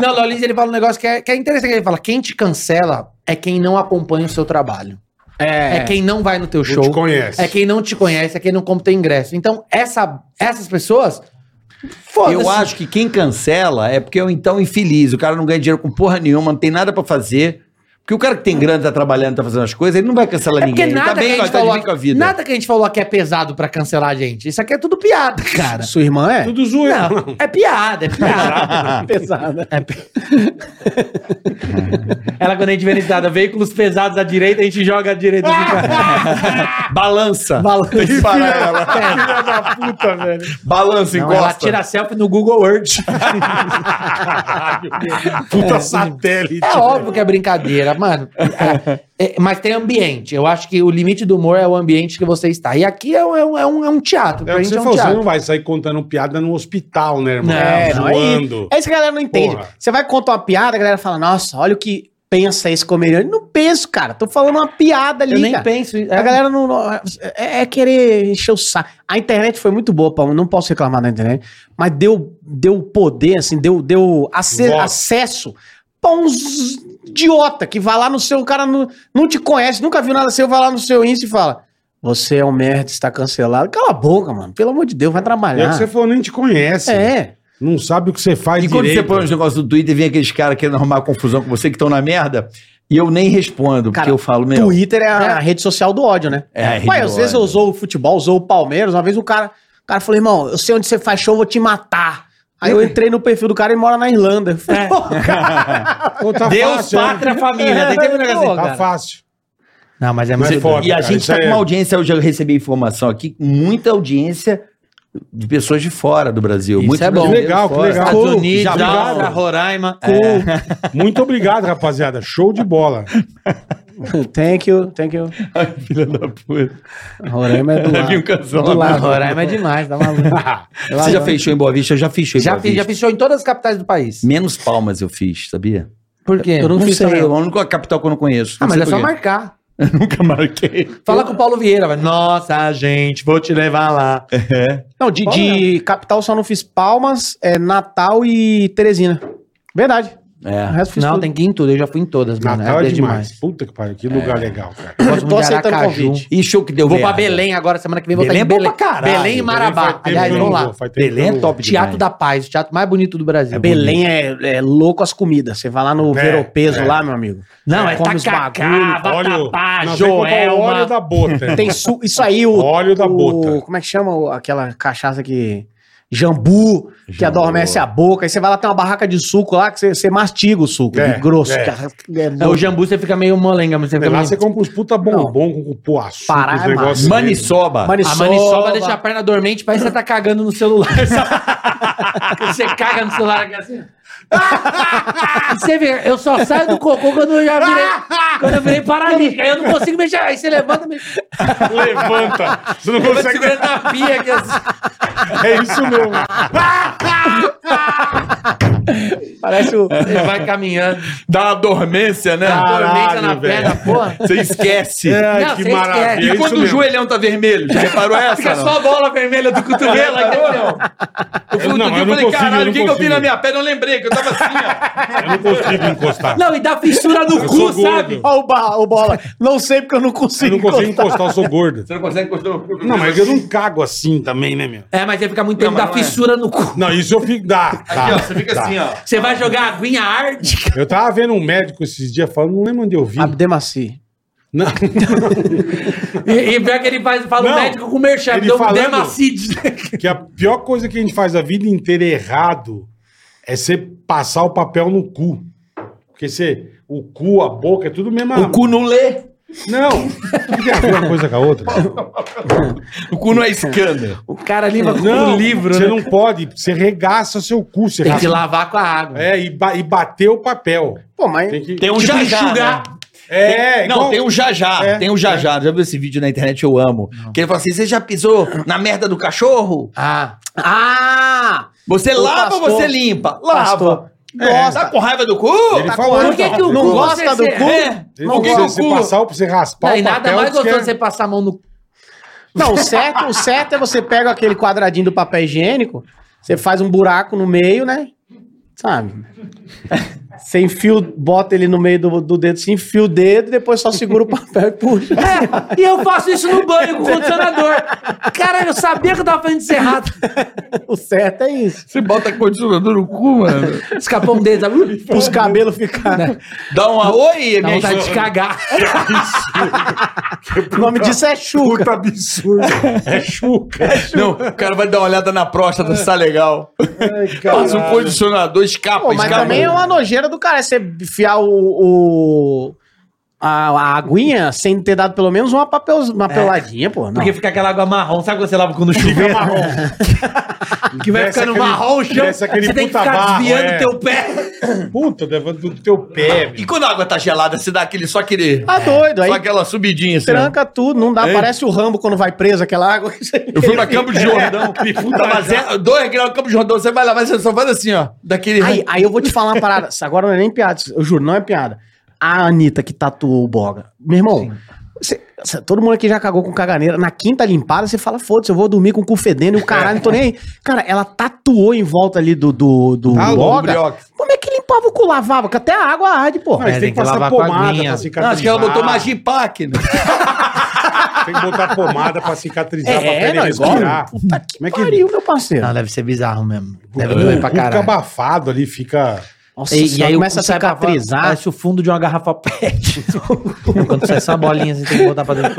S5: não, o Léo Lins ele fala um negócio que é, que é interessante. Ele fala: quem te cancela é quem não acompanha o seu trabalho. É,
S6: É,
S5: quem não vai no teu
S4: Não
S5: show.
S4: te conhece.
S5: É quem não te conhece, é quem não compra teu ingresso. Então, essa, essas pessoas. Foda-se.
S3: Eu acho que quem cancela é porque é um então infeliz. O cara não ganha dinheiro com porra nenhuma, não tem nada pra fazer. Porque o cara que tem grana, tá trabalhando, tá fazendo as coisas, ele não vai cancelar
S5: É porque
S3: ninguém. Ele
S5: nada,
S3: tá bem
S5: que a
S3: com a,
S5: gente
S3: tá de
S5: falou,
S3: bem com a vida.
S5: nada que a gente falou aqui é pesado pra cancelar a gente. Isso aqui é tudo piada, cara.
S6: Sua irmã é? Ah.
S4: Tudo zoeiro.
S5: Não, é piada, é piada.
S6: pesada.
S5: Ela, quando a gente vê listada, veículos pesados à direita, a gente joga à direita.
S3: Balança. Tem que parar
S5: É.
S3: ela.
S4: Filha da puta, velho.
S3: Balança,
S5: Não, ela
S3: encosta.
S5: tira selfie no Google Earth.
S4: Puta satélite.
S5: É óbvio que é brincadeira, mano. É, é, mas tem ambiente. Eu acho que o limite do humor é o ambiente que você está. E aqui é um, é um- é um- é um teatro.
S4: É
S5: Pra
S4: o que
S5: gente
S4: você
S5: é um
S4: falou, você
S5: teatro.
S4: não vai sair contando piada no hospital, né, irmão?
S6: É, não, é,
S4: Zoando.
S6: isso- é isso que a galera não entende.
S4: Porra.
S6: Você vai contar uma piada, a galera fala, nossa, olha o que pensa esse comediante. Não penso, cara. Tô falando uma piada ali,
S5: Eu nem
S6: cara.
S5: penso. é.
S6: A galera não. não- é, é querer encher o saco. A internet foi muito boa, Paulo. Não posso reclamar da internet. Mas deu, deu poder, assim, deu, deu ace-
S4: Voz.
S6: acesso pra uns idiota que vai lá no seu. O cara não, não te conhece, nunca viu nada seu, vai lá no seu Insta e fala. Você é um merda, está cancelado. Cala a boca, mano. Pelo amor de Deus, vai
S4: É o que né?
S6: trabalhar.
S4: você falou, nem te conhece.
S6: É.
S4: Não sabe o que você faz
S3: E quando você
S4: direito.
S3: põe um os negócios do Twitter, vem aqueles caras querendo arrumar confusão com você que estão na merda, e eu nem respondo,
S6: Cara,
S3: porque eu falo, meu.
S6: Twitter é a, a rede social do ódio, né?
S3: É a rede
S6: Ué,
S3: do
S6: às vezes
S3: ódio.
S6: eu usou o futebol, usou o Palmeiras, uma vez o cara, o cara falou, irmão, eu sei onde você faz show, eu vou te matar. Aí eu entrei no perfil do cara e mora na Irlanda. Eu
S5: É.
S6: falei, pô,
S4: Pô,
S3: é.
S4: tá
S5: Deus,
S4: fácil, né?
S5: pátria, família. Tem tempo de negócio assim.
S4: Tá fácil.
S5: Não, mas é
S4: Mas
S5: muito...
S4: é foda,
S3: e a
S4: cara,
S3: gente
S4: isso
S3: tá
S4: aí
S3: com
S4: é-
S3: uma audiência, eu já recebi informação aqui, muita audiência de pessoas de fora do Brasil.
S5: Isso
S3: muito
S5: é bom.
S4: Que legal, que legal.
S5: Estados Unidos,
S3: Japão.
S5: Áustria, Roraima.
S4: Muito obrigado, rapaziada. Show de bola.
S6: thank you, thank you.
S3: Filha da puta.
S6: Roraima é do
S5: um
S6: lado.
S4: um
S5: Do lado, Roraima é demais, tá maluco.
S3: Você já fechou em Boa Vista? Eu já fechei em
S5: já,
S3: Boa
S5: fiz, já
S3: Vista.
S5: fechou em todas as capitais do país.
S3: Menos Palmas eu fiz, sabia?
S5: Por quê?
S6: Eu não fiz
S3: sei,
S6: também.
S3: é a única capital que eu não conheço.
S5: Ah,
S3: Não
S5: mas
S3: sei
S5: é só
S3: por quê.
S5: marcar.
S3: Nunca marquei.
S5: Fala com o Paulo Vieira. vai, Nossa, gente, vou te levar lá.
S6: Não, de, de capital só não fiz Palmas, é Natal e Teresina. Verdade. O
S3: É.
S6: resto fiz
S5: Não,
S6: tudo.
S5: tem que ir em tudo. Eu já fui em todas, mano.
S4: Natal é
S5: bem
S4: demais. Puta que pariu, que lugar legal, cara.
S5: Eu Gosto
S6: Tô
S5: muito de
S6: aceitando
S5: Aracaju.
S6: convite.
S3: E show que deu
S5: Eu vou
S3: merda.
S5: pra Belém agora, semana que vem. Vou
S3: Belém é
S5: estar
S3: bom
S5: em Belém.
S3: pra caralho.
S5: Belém e Marabá.
S4: Faz tempo
S5: Aliás,
S4: que eu
S5: vamos
S4: não
S5: lá.
S4: vou, faz tempo
S3: Belém
S4: que eu
S3: é
S4: não
S3: top
S4: vou.
S5: Teatro
S3: demais.
S5: da Paz, o teatro mais bonito do Brasil.
S6: Belém é, é louco as comidas. Você vai lá no Veropeso lá, meu amigo.
S5: Não, é
S6: Come os Ah,
S5: tacacá,
S4: Óleo,
S5: vatapá,
S4: nós temos que botar o óleo
S5: joelma.
S4: da bota.
S6: Tem su- isso aí, o.
S4: Óleo da
S6: o-
S4: bota.
S6: Como é que chama o- aquela cachaça que. Jambu, que
S3: Jambu.
S6: adormece a boca. Aí você vai lá, tem uma barraca de suco lá que você, você mastiga o suco.
S4: É,
S6: de grosso.
S4: é.
S6: É. é
S5: É, o jambu você fica meio molenga, mas você fica
S4: Lá
S5: meio...
S4: você compra uns puta bombom com cupuaçu,
S6: Pará
S4: os
S6: é
S4: negócios. dele.
S3: Maniçoba.
S5: A maniçoba deixa a perna dormente, parece que você tá cagando no celular. você caga no celular aqui assim. E você vê, eu só saio do cocô quando eu já virei, quando eu virei paralítico. Aí eu não consigo mexer. Aí você levanta, me
S4: Levanta. Você não consegue.
S5: segura na pia aqui assim.
S4: É isso mesmo.
S6: Parece o.
S5: Você vai caminhando,
S3: Dá uma dormência, né?
S5: dormente
S4: Caralho,
S5: na
S4: velho.
S5: perna, porra.
S3: Você esquece.
S4: Ai,
S5: Não,
S4: que
S5: você esquece.
S4: maravilha. é
S3: E
S4: isso
S3: quando o
S4: mesmo.
S3: joelhão tá vermelho? Já reparou essa?
S5: Fica
S3: não?
S5: só a bola vermelha do cotovelo. aqui, ó.
S3: Eu fui
S4: Eu-
S3: outro dia,
S4: não, eu
S3: eu
S4: não
S3: falei,
S4: consigo, eu
S3: caralho,
S4: não
S3: o que, que eu vi
S4: consigo.
S3: na minha perna? Eu lembrei que eu tava assim,
S4: Eu não consigo encostar.
S5: Não, e dá fissura no
S4: sou
S5: cu,
S4: gordo.
S5: sabe?
S6: Ó, o, ba- o bola. Não sei porque eu não
S4: Eu
S6: consigo.
S4: não consigo
S6: encostar.
S4: encostar, eu sou gordo.
S3: Você não consegue encostar no
S4: Não, mas eu não cago assim também, né, meu?
S5: É, mas você fica muito tempo, dá
S3: mas não é.
S5: fissura no cu.
S4: Não, isso eu fico. Dá. dá,
S3: Aqui, ó, você fica
S4: dá.
S3: assim, ó.
S5: Você vai jogar aguinha arde.
S4: Eu tava vendo um médico esses dias falando, não lembro onde eu vi.
S6: Abdemaci.
S4: Não,
S5: E, e pior que ele faz, fala
S4: Não,
S5: o médico com o merchan,
S4: ele
S5: deu um
S4: falando-
S5: demacide.
S4: que a pior coisa que a gente faz a vida inteira errado é você passar o papel no cu. Porque você. O cu, a boca, é tudo mesmo.
S3: O cu não lê.
S4: Não! O que tem a ver uma coisa com a outra?
S3: O cu não é escândalo.
S5: O cara limpa com
S4: Não,
S5: o livro,
S4: você
S5: né?
S4: não pode. Você regaça seu cu. Você
S5: Tem que
S4: raspa-
S5: lavar com a água.
S4: É, e, ba e bater o papel.
S6: Pô, mas.
S4: Tem que.
S3: Tem um
S5: Tipo,
S3: jajá,
S5: enxugar.
S3: né?
S4: É,
S3: Não,
S4: igual-
S3: tem um jajá.
S4: É,
S3: Tem um jajá. Já viu esse vídeo na internet? Eu amo. Que ele fala assim, você já pisou na merda do cachorro?
S5: Ah,
S6: Ah!
S3: Você
S6: O
S3: lava ou
S6: pastor-
S3: você limpa? Lava.
S6: Pastor. Gosta.
S3: Tá com raiva do cu?
S4: Ele
S3: Tá
S4: falou,
S3: com-
S5: por que, é que o
S6: Não
S5: cu
S6: gosta
S5: você
S6: do
S5: ser-
S6: cu?
S5: É.
S4: Ele
S3: Não
S4: falou pra
S3: gosta
S4: você
S3: do cu.
S4: passar, pra você raspar
S5: Não, e
S4: o papel.
S5: nada mais
S4: diz que
S5: gostoso
S4: é-
S5: você passar a mão no cu.
S6: Não, o certo, o certo é você pega aquele quadradinho do papel higiênico, você faz um buraco no meio, né? Sabe? Você enfia, o- bota ele no meio do, do dedo, se enfia o dedo, depois só segura o papel e puxa.
S5: É, e eu faço isso no banho com o condicionador. Caralho, eu sabia que eu tava fazendo isso errado.
S6: O certo é isso.
S3: Você bota condicionador no cu, mano.
S5: Escapou um dedo, sabe?
S6: Os cabelos ficarem.
S3: Dá
S6: um
S3: uma... Oi,
S5: Dá
S3: minha
S5: vontade de cagar.
S6: O nome disso é chuca.
S4: Puta absurdo. É chuca.
S3: Não, o cara vai dar uma olhada na próstata se tá legal. Passa um condicionador, escapa,
S6: Pô, mas
S3: escapa.
S6: também é uma nojeira do cara. é Você enfiar o. o- a, a aguinha sem ter dado pelo menos uma, papel, uma peladinha, pô. Não.
S5: É. Porque fica aquela água marrom. Sabe quando você lava quando chuveiro? Que vai
S4: Desce
S5: ficando
S4: aquele-
S5: marrom o chão.
S4: desce aquele
S5: Você tem que
S4: puta
S5: ficar
S4: barro,
S5: desviando
S4: é.
S5: teu pé.
S4: Puta, levando do teu pé.
S3: E quando a água tá gelada, você dá aquele, só
S5: é.
S3: aquele...
S6: Tá doido.
S3: Só
S6: Aí
S3: aquela subidinha, assim. ó.
S6: tranca tudo, não dá. Parece o Rambo quando vai preso aquela água.
S3: Eu fui pra Campo de Jordão.
S9: Tá,
S3: Tava
S9: é
S3: zero, é dois graus Campo de Jordão. Você vai lá, mas você só faz assim, ó. Daquele.
S6: Aí, aí eu vou te falar uma parada. Isso Agora não é nem piada, isso- eu juro, não é piada. A Anitta que tatuou o Boga. Meu irmão, cê- cê- todo mundo aqui já cagou com caganeira. Na quinta limpada, você fala, foda-se, eu vou dormir com o cu fedendo e o caralho, não tô nem
S5: É.
S6: aí. Cara, ela tatuou em volta ali do, do, do
S4: Ah,
S6: Boga.
S4: Briox.
S6: Como é que limpava o cu? Lavava, que até a água arde, pô.
S4: Não, mas
S5: É,
S4: tem
S5: tem
S4: que
S5: que
S4: passar
S5: lavar com
S4: pomada
S5: aguinha.
S4: pra
S5: Não,
S3: Não,
S4: cicatrizar.
S3: acho que ela botou Magipac. Né?
S4: Tem que botar pomada pra cicatrizar, pra
S6: É,
S4: pele
S6: não, igual.
S4: respirar.
S6: Puta que
S4: Como é que-
S6: pariu, meu parceiro.
S5: Não, deve ser bizarro mesmo. Deve doer
S4: O
S5: pra
S4: cu fica
S5: caralho.
S4: abafado ali, fica...
S6: Nossa, só começa a
S5: sai pra fora,
S6: cicatrizar.
S5: Parece o fundo de uma garrafa pet. Quando sai só a bolinha, você tem que botar pra dentro.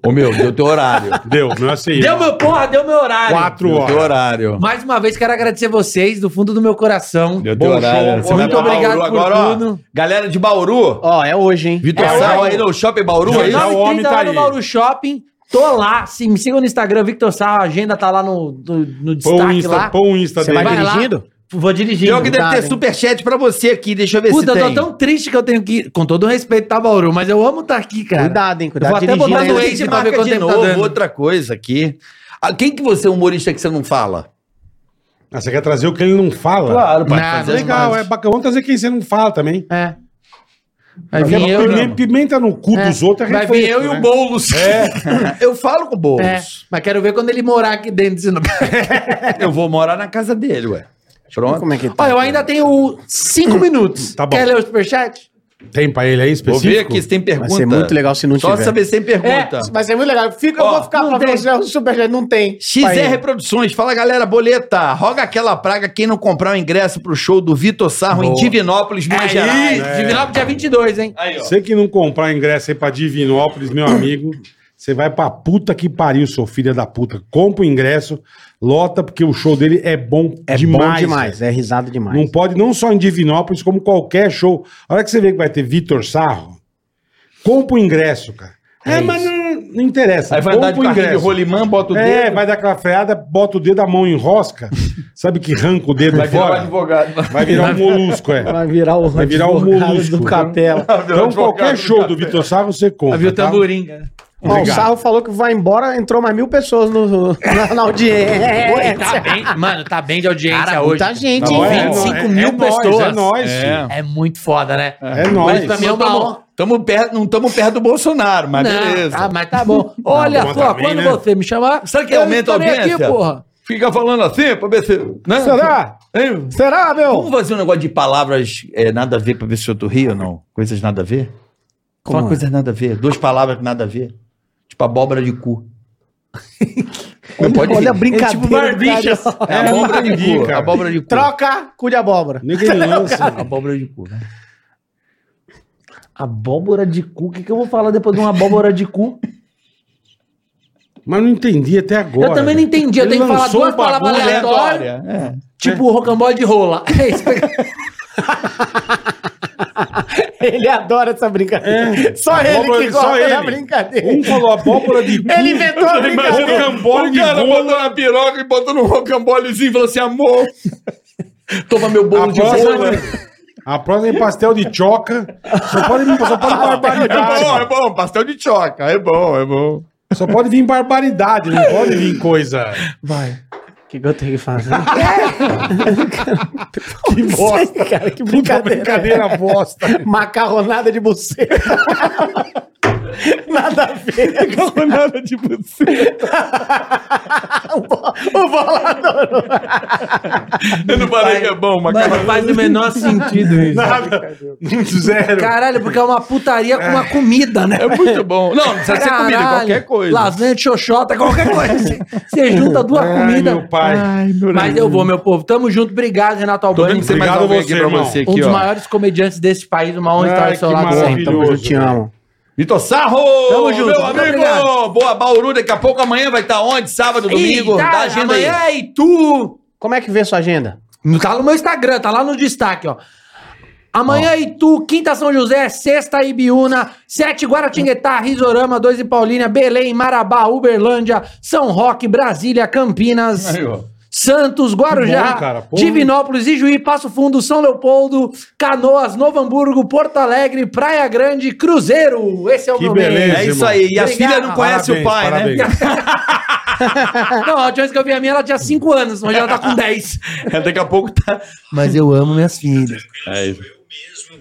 S3: Ô, meu, deu teu horário.
S4: Deu, não é sei.
S5: Deu meu porra, deu meu horário.
S4: Quatro
S3: Deu teu
S4: horas.
S3: horário.
S5: Mais uma vez quero agradecer vocês do fundo do meu coração.
S3: Deu
S4: Bom show,
S3: Você
S5: muito
S3: vai pra
S5: obrigado
S3: Bauru
S5: por
S3: agora, ó.
S5: tudo.
S3: Galera de Bauru,
S6: Ó, é hoje, hein?
S3: Vitor
S4: É,
S3: Sarro
S4: hoje.
S3: aí no Shopping Bauru,
S4: Já,
S3: é
S4: já.
S3: isso?
S4: o homem
S5: 9h30
S4: tá
S5: lá
S4: aí.
S5: no Mauro Shopping. Tô lá, sim, me sigam no Instagram, Victor Sá, a agenda tá lá no, no, no
S4: Põe o
S5: destaque lá.
S4: Insta, põe o Insta
S6: Você
S4: dele.
S6: vai
S5: Vai lá.
S6: dirigindo?
S5: Vou dirigindo.
S3: Pior um que deve
S6: Obrigado,
S3: ter
S6: hein.
S3: superchat pra você aqui, deixa eu ver
S5: Puta,
S3: se
S5: eu tô
S3: tem. Tá
S5: tão triste que eu tenho que. Com todo o respeito, tá, Bauru? Mas eu amo estar aqui, cara.
S6: Cuidado, hein?
S5: vou
S6: Cuidado
S5: até botar
S3: Mas
S5: no
S3: não
S5: Waze
S3: é de
S5: pra ver
S3: marca
S5: quanto
S3: de
S5: tempo tá
S3: novo,
S5: dando.
S3: outra coisa aqui. Ah, Quem que você é humorista que você não fala?
S4: Ah, você quer trazer o que ele não fala?
S3: pode
S5: Não,
S3: fazer
S4: Legal,
S3: as
S4: é bacana. Vamos trazer quem você não fala também.
S5: É. Vai
S4: Porque
S5: vir eu.
S4: pime- pimenta no cu
S5: É.
S4: dos outros é
S5: Vai vir eu
S3: Eu e
S4: né?
S3: o Boulos. Eu falo com o
S5: É,
S3: Boulos.
S5: mas quero ver quando ele morar aqui dentro. desse lugar.
S3: É. Eu vou morar na casa dele, ué. Pronto.
S6: Como é que tá?
S5: Ó, eu ainda tenho cinco minutos.
S4: Tá bom.
S5: Quer ler o superchat?
S4: Tem pra ele aí
S3: Vou ver
S4: específico?
S3: aqui se tem
S6: Vai
S3: pergunta.
S6: ser muito legal se não
S3: Só
S6: tiver.
S3: saber se tem pergunta.
S5: É,
S6: Vai ser É, muito legal. Fica,
S3: Ó,
S6: eu vou ficar pra
S5: tem.
S6: você, o Superchat não tem.
S3: XR
S4: é
S6: Pai,
S3: Reproduções, fala galera, boleta, roga aquela praga quem não comprar o ingresso pro show do Vitor Sarro em Divinópolis, Minas Gerais.
S5: É isso.
S4: É.
S5: Divinópolis dia 22, hein?
S4: Você que não comprar ingresso aí pra Divinópolis, meu amigo, você vai pra puta que pariu, seu filho da puta. Compra o ingresso, lota, porque o show dele é bom
S6: É
S4: demais.
S6: bom demais,
S4: velho.
S6: é risado demais.
S4: Não pode, não só em Divinópolis, como qualquer show. A hora que você vê que vai ter Vitor Sarro, compra o ingresso, cara. É, mas não, não interessa.
S3: Aí vai andar de
S4: compra o
S3: carrinho de
S4: ingresso.
S3: rolimã, bota o
S4: É,
S3: dedo,
S4: vai dar aquela freada, bota o dedo, a mão enrosca. Sabe que arranca o dedo
S3: vai virar um
S4: fora?
S3: advogado.
S4: Vai virar um molusco, é.
S6: Vai virar o
S4: Vai virar o
S6: advogado
S4: molusco. né?
S6: do capela.
S4: Então, qualquer show do Vitor Sarro, você compra.
S5: Vai vir o
S4: tá?
S5: tamborim, cara.
S6: Ó, o Sarro falou que vai embora, entrou mais mil pessoas no, na, na
S5: Oi,
S6: audiência.
S5: tá bem, mano, tá bem de audiência
S6: Cara,
S5: hoje.
S6: muita gente,
S4: Não,
S6: hein?
S4: é,
S5: 25
S4: é,
S5: mil
S4: é nóis,
S5: pessoas.
S4: é nóis,
S3: É.
S4: filho.
S5: É muito foda, né?
S4: É nóis.
S5: Mas pra mim é uma honra.
S3: Tamo perto, não estamos perto do Bolsonaro, mas
S5: Não,
S3: beleza.
S5: Ah, mas tá bom. Olha
S4: bom
S5: só,
S4: também,
S5: quando
S4: né?
S5: você me chamar.
S3: Será que
S5: eu
S3: aumenta a
S5: estarei
S3: audiência?
S5: porra.
S3: Fica falando assim pra ver se. Né?
S6: Será?
S3: Hein?
S6: Será, meu?
S3: Vamos fazer um negócio de palavras é, nada a ver pra ver se eu tô rio ou não? Coisas nada a ver?
S6: Como
S3: Fala
S6: é?
S3: coisas nada a ver. Duas palavras nada a ver. Tipo abóbora de cu.
S6: Olha a
S5: É
S6: brincadeira.
S5: tipo
S6: do cara.
S5: barbichas.
S3: É,
S4: eu
S3: abóbora
S4: não
S3: de
S4: entendi,
S3: cu.
S4: cara.
S3: Abóbora de cu.
S6: Troca cu de abóbora.
S4: Ninguém lança.
S3: Abóbora de cu, né?
S5: Abóbora de cu. O que, que eu vou falar depois de uma abóbora de cu?
S4: Mas não entendi até agora.
S5: eu também não entendi. Eu
S4: Ele
S5: tenho que falar
S4: lançou
S5: duas
S4: um
S5: palavras
S4: bagulho né?
S5: aleatórias.
S3: É.
S5: Tipo rocambole de rola. É isso que
S6: Ele adora essa brincadeira. Só ele
S4: É. Abóbora-
S6: que
S4: só
S6: gosta da
S4: ele.
S6: brincadeira.
S4: Um falou abóbora de cu.
S6: Ele inventou a brincadeira.
S4: Rocambole de
S3: cara
S4: rola.
S3: botou na piroca e botou no rocambolezinho e falou assim: amor, toma meu
S4: A
S5: um
S3: bolo de
S4: próxima,
S3: rola.
S4: a próxima é pastel de choca. Só pode vir, só pode
S3: É bom, é
S4: barbaridade.
S3: bom, pastel de choca, é bom, é bom.
S4: Só pode vir barbaridade, não pode vir coisa.
S6: O que, que eu tenho que fazer? que bosta, cara. Que
S4: Puta
S6: brincadeira.
S4: brincadeira bosta.
S6: Macarronada de buceta. Nada a ver. Macarronada de buceta. o Bo- o Bola adorou.
S3: Eu não falei que é bom, mas cara.
S5: Mano, faz o menor sentido isso.
S4: Nada. Zero.
S5: Caralho, porque é uma putaria com uma comida, né?
S3: É muito bom. Não, não precisa ser comida,
S5: Caralho.
S3: qualquer coisa.
S5: Lasanha, xoxota, qualquer coisa. Você- Você junta duas
S4: Ai,
S5: comidas.
S4: meu pai.
S5: Ai, meu Mas eu vou, meu povo. Tamo junto. Obrigado, Renato
S3: Tô vendo
S5: Albani.
S3: que tem mais
S4: Obrigado
S3: alguém
S4: a você,
S3: aqui pra
S4: irmão.
S3: você,
S5: Um
S3: aqui,
S5: dos
S3: ó.
S5: maiores comediantes desse país. Uma honra estar
S4: Ai,
S5: ao seu
S4: que
S5: lado
S4: maravilha.
S5: sempre.
S4: Tamo
S3: né?
S4: junto, te amo.
S3: Vitor Sarro!
S5: Tamo junto,
S3: Meu
S5: muito
S3: amigo!
S5: obrigado.
S3: Boa, Bauru, daqui a pouco, amanhã vai estar onde? Sábado, domingo?
S5: Eita,
S3: Dá a agenda aí.
S5: tá, amanhã é Itu.
S6: Como é que vê sua agenda?
S5: Não Tá no meu Instagram, tá lá no destaque, ó. Amanhã Itu, quinta São José, sexta Ibiúna, sete Guaratinguetá, Risorama, dois em Paulínia, Belém, Marabá, Uberlândia, São Roque, Brasília, Campinas,
S3: Aí, ó.
S5: Santos, Guarujá,
S4: Que bom, cara, porra.
S5: Divinópolis, Ijuí, Passo Fundo, São Leopoldo, Canoas, Novo Hamburgo, Porto Alegre, Praia Grande, Cruzeiro. Esse é o
S4: Que
S5: meu mês.
S4: beleza.
S3: É isso aí. E a
S5: Obrigado.
S3: filha não conhece o pai, né?
S5: É. Não, a última vez que eu vi a minha, ela tinha 5 anos, hoje ela tá com 10.
S3: É, Daqui a pouco tá.
S5: Mas eu amo minhas filhas.
S11: eu mesmo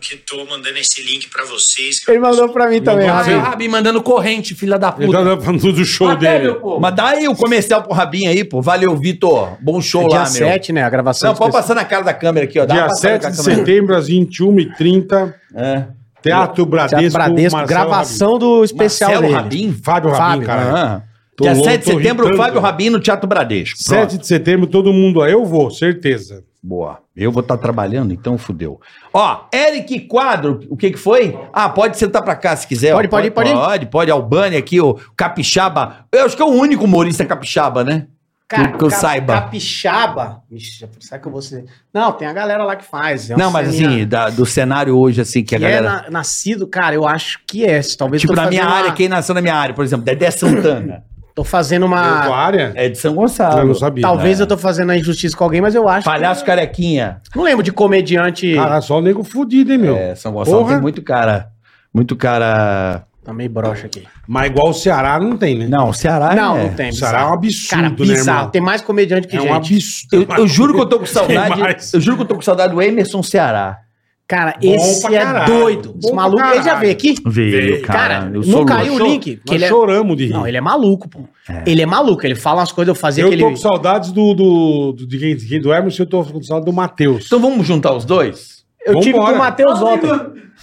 S11: que tô mandando esse link pra vocês.
S6: Ele mandou pra mim também.
S5: Ah,
S6: Rabi.
S5: o Rabi mandando corrente, filha da
S4: Ele
S5: puta.
S4: tá falando do show
S5: Até,
S4: dele.
S5: meu povo.
S3: Mas dá aí o comercial pro Rabinho aí, pô. Valeu, Vitor. Bom show lá,
S6: Dia
S3: meu.
S6: 7, né? A gravação.
S3: Não, pode passar na cara da câmera aqui, ó. Dá uma
S4: Dia
S3: passada
S4: 7
S3: com a
S4: de
S3: câmera.
S4: setembro, às 21h30.
S3: É.
S4: Teatro Bradesco.
S6: Teatro Bradesco,
S4: Marcelo
S6: gravação do especial
S3: Marcelo
S6: dele.
S3: Rabin?
S4: Rabin. Fábio Rabin,
S6: Fábio,
S4: cara.
S3: Ah.
S4: Tô
S3: Dia
S4: louco,
S3: 7 de
S4: tô
S3: setembro,
S4: irritando.
S3: Fábio Rabino, Teatro Bradesco. Pronto.
S4: 7 de setembro, todo mundo aí. Eu vou, certeza.
S3: Boa. Eu vou estar trabalhando, então fudeu. Ó, Eric Quadro, o que que foi? Ah, pode sentar pra cá se quiser. ó.
S6: Pode, pode, pode.
S3: Pode, pode. Albani aqui, o Capixaba. Eu acho que é o único humorista capixaba, né? Que- que eu saiba.
S6: Capixaba. Ixi, será que eu vou ser. Não, tem a galera lá que faz. é uma
S3: Não, mas
S6: ceninha
S3: assim, da- do cenário hoje, assim, que
S6: Que
S3: a galera...
S6: é na- nascido, cara, eu acho que é. Talvez
S3: Tipo,
S6: tô
S3: na minha
S6: fazendo
S3: área,
S6: uma-
S3: quem nasceu na minha área, por exemplo, Dedé Santana.
S6: Tô fazendo
S4: Ah,
S6: uma.
S4: área?
S3: é de São
S4: Eu
S3: Gonçalo.
S4: não sabia.
S6: ah, Talvez eu tô fazendo a injustiça com alguém, mas eu acho.
S3: é. Palhaço Carequinha.
S6: Não lembro de comediante.
S4: É. Cara, só o nego fudido, hein, meu?
S3: É, São Gonçalo
S4: Porra.
S3: tem muito cara. Muito cara.
S6: Também brocha Tá aqui.
S4: Mas igual o Ceará não tem, né?
S3: Não, Ceará
S6: não,
S3: é.
S6: não tem.
S4: o Ceará é um absurdo,
S6: Cara,
S4: né,
S6: bizarro.
S4: irmão?
S6: Tem mais comediante que
S4: É um
S6: gente.
S4: absurdo.
S3: Eu, eu juro que eu tô com saudade.
S4: Tem mais.
S3: Eu juro que eu tô com saudade do Emerson Ceará.
S6: Cara,
S4: Bom
S6: esse
S4: pra
S6: é
S4: caralho.
S6: doido. Esse
S4: Bom pra
S6: maluco. Ele já
S4: caralho.
S6: veio aqui?
S3: Veio,
S6: Cara,
S3: eu
S6: não
S3: sou
S6: caiu o
S3: louco.
S6: link. que
S4: Nós
S6: ele é-
S4: choramos de rir.
S6: Não, ele é maluco, pô. Ele é maluco. Ele fala umas coisas, eu fazia
S4: eu
S6: aquele.
S4: tô com saudades do, do, do, de quem- de quem- do Hermes e eu tô com saudade do Matheus.
S3: Então vamos juntar os dois?
S6: Eu tive com
S4: Vambora.
S6: o Matheus ontem.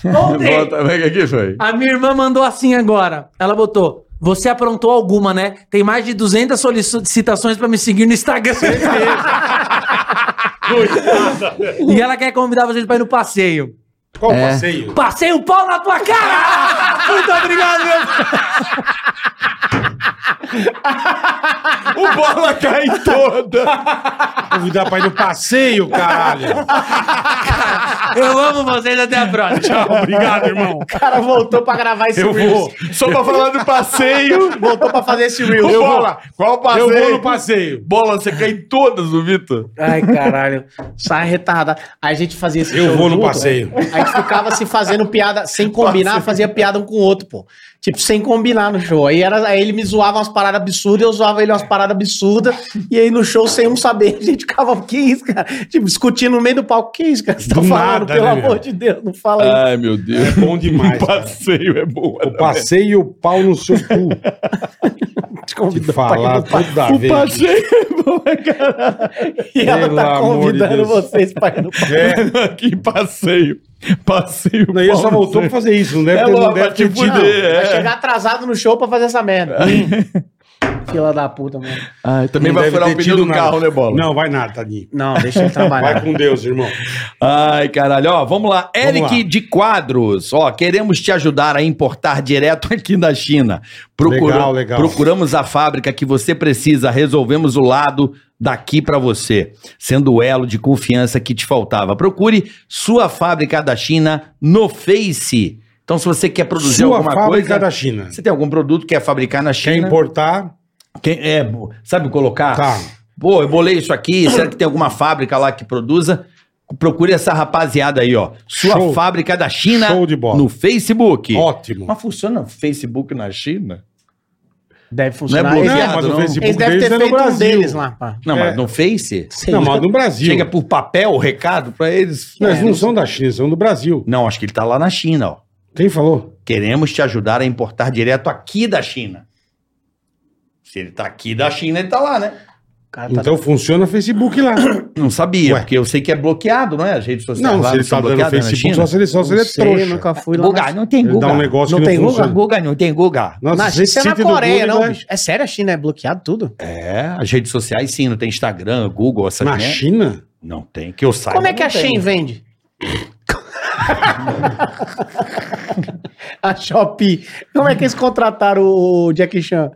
S3: Bota,
S9: é
S3: pega aqui, foi.
S5: A minha irmã mandou assim agora. Ela botou: Você aprontou alguma, né? Tem mais de 200 solicitações pra me seguir no Instagram. e ela quer convidar vocês pra ir no passeio.
S4: Qual
S6: É.
S4: o passeio?
S5: Passei o pau na tua cara! Muito obrigado, meu
S3: O bola cai toda.
S4: Convidar pra ir no passeio, caralho.
S5: Eu amo vocês, até a próxima.
S4: Obrigado, irmão.
S6: O cara voltou pra gravar esse
S4: Eu vou.
S9: Só pra falar do passeio.
S6: Voltou pra fazer esse Reels.
S9: Ô, bola, qual
S4: Eu
S9: passeio?
S4: vou no passeio.
S9: Bola, você cai em todas, o Vitor.
S6: Ai, caralho. Sai retardado. Aí a gente fazia esse
S4: Eu
S6: show
S4: vou no
S6: junto, né?
S4: passeio.
S6: A gente ficava se fazendo piada, sem combinar, fazia piada um com o outro, pô. Tipo, sem combinar no show. Aí, era, aí ele me zoava umas paradas absurdas, eu zoava ele umas paradas absurdas. E aí no show, sem um saber, a gente ficava, que isso, cara? Tipo, discutindo no meio do palco, que isso, cara? Você tá
S4: Do
S6: falando,
S4: nada,
S6: pelo
S4: né,
S6: amor
S4: meu?
S6: de Deus, não fala isso.
S9: Ai, meu Deus.
S4: É bom demais.
S9: O
S4: cara.
S9: passeio é boa.
S4: O passeio e o pau no seu cu. Te falar toda vez.
S9: é bom, cara.
S6: E ela
S4: Pelo
S6: tá
S4: amor de
S6: convidando
S4: Deus.
S6: vocês pra ir no palco.
S9: que passeio. Passeio.
S4: É. Não, ele só
S9: Paulo
S4: voltou pra
S9: Sérgio.
S4: fazer isso. Não deve
S9: É
S4: ter, não
S9: louco,
S4: deve
S9: pra te
S4: ter tido.
S9: fuder. É.
S6: Vai chegar atrasado no show pra fazer essa merda.
S9: Hum.
S6: Fila da puta, mano.
S9: Ai, também
S4: não
S9: vai
S4: deve
S9: furar
S4: ter
S9: o pneu
S4: tido
S3: um
S9: do
S4: nada.
S9: carro, né, Bola?
S4: Não, vai nada, tadinho.
S6: Não, deixa ele
S4: Vai
S6: trabalhar.
S4: com Deus, irmão.
S3: Ai, caralho. Ó, vamos lá. Eric
S4: lá.
S3: de Quadros. Ó, queremos te ajudar a importar direto aqui da China.
S4: Legal, legal.
S3: Procuramos a fábrica que você precisa. Resolvemos o lado daqui pra você, sendo o elo de confiança que te faltava. Procure sua fábrica da China no Face. Então, se você quer produzir
S4: Sua
S3: alguma
S4: fábrica
S3: coisa, né?
S4: da China.
S3: você tem algum produto que quer fabricar na
S4: Quer
S3: China?
S4: importar?
S3: Quem- é, bo- sabe colocar?
S4: Tá.
S3: Pô, eu bolei isso aqui, será que tem alguma fábrica lá que produza? Procure essa rapaziada aí, ó. Sua
S4: Show.
S3: fábrica da China
S4: Show de bola.
S3: no Facebook.
S4: Ótimo.
S3: Mas funciona Facebook na China?
S6: Deve
S3: Não
S6: funcionar.
S3: é
S6: Eles-
S3: bloqueado,
S4: não, mas o
S3: não.
S4: Facebook
S6: eles devem
S4: deles
S6: ter
S4: é no
S6: feito um
S4: Brasil.
S6: deles lá, pá.
S3: Não,
S4: É.
S3: mas no Face?
S6: Sei
S4: Não,
S6: lá.
S4: mas no Brasil.
S3: Chega por papel o recado pra eles?
S6: é,
S4: Não, Eles não são da China, são do Brasil.
S3: Não, acho que ele tá lá na China, ó.
S4: Quem falou?
S3: Queremos te ajudar a importar direto aqui da China. Se ele tá aqui da China, ele tá lá, né?
S6: O cara tá-
S4: Então funciona Facebook lá.
S3: Não sabia,
S4: Ué.
S3: porque eu sei que é bloqueado, não é? As redes sociais
S4: Não,
S3: lá
S4: se ele
S3: são
S4: tá dando
S3: bloqueadas na
S4: Facebook,
S3: China.
S4: só se ele, só se ele
S6: não
S4: é
S6: sei,
S4: trouxa.
S6: nunca fui lá.
S3: Guga,
S6: mas-
S3: não tem
S4: Ele
S3: Guga.
S4: dá um negócio
S6: Não
S4: que
S6: tem
S4: não
S6: Google?
S4: funciona.
S3: Guga, não tem Guga.
S4: Nossa,
S6: Mas isso é na
S4: sítio do Tá,
S6: Coreia,
S4: Google
S6: não,
S4: é-
S6: bicho. É sério, a China é bloqueado tudo?
S3: É, as redes sociais sim, não tem Instagram, Google, essas
S4: Na
S3: merda.
S6: é?
S4: China?
S3: Não tem, que eu saiba.
S6: Como é que
S3: não
S6: a
S3: tem.
S6: Shein vende? a Shopee. Como é que eles contrataram o Jack Chan?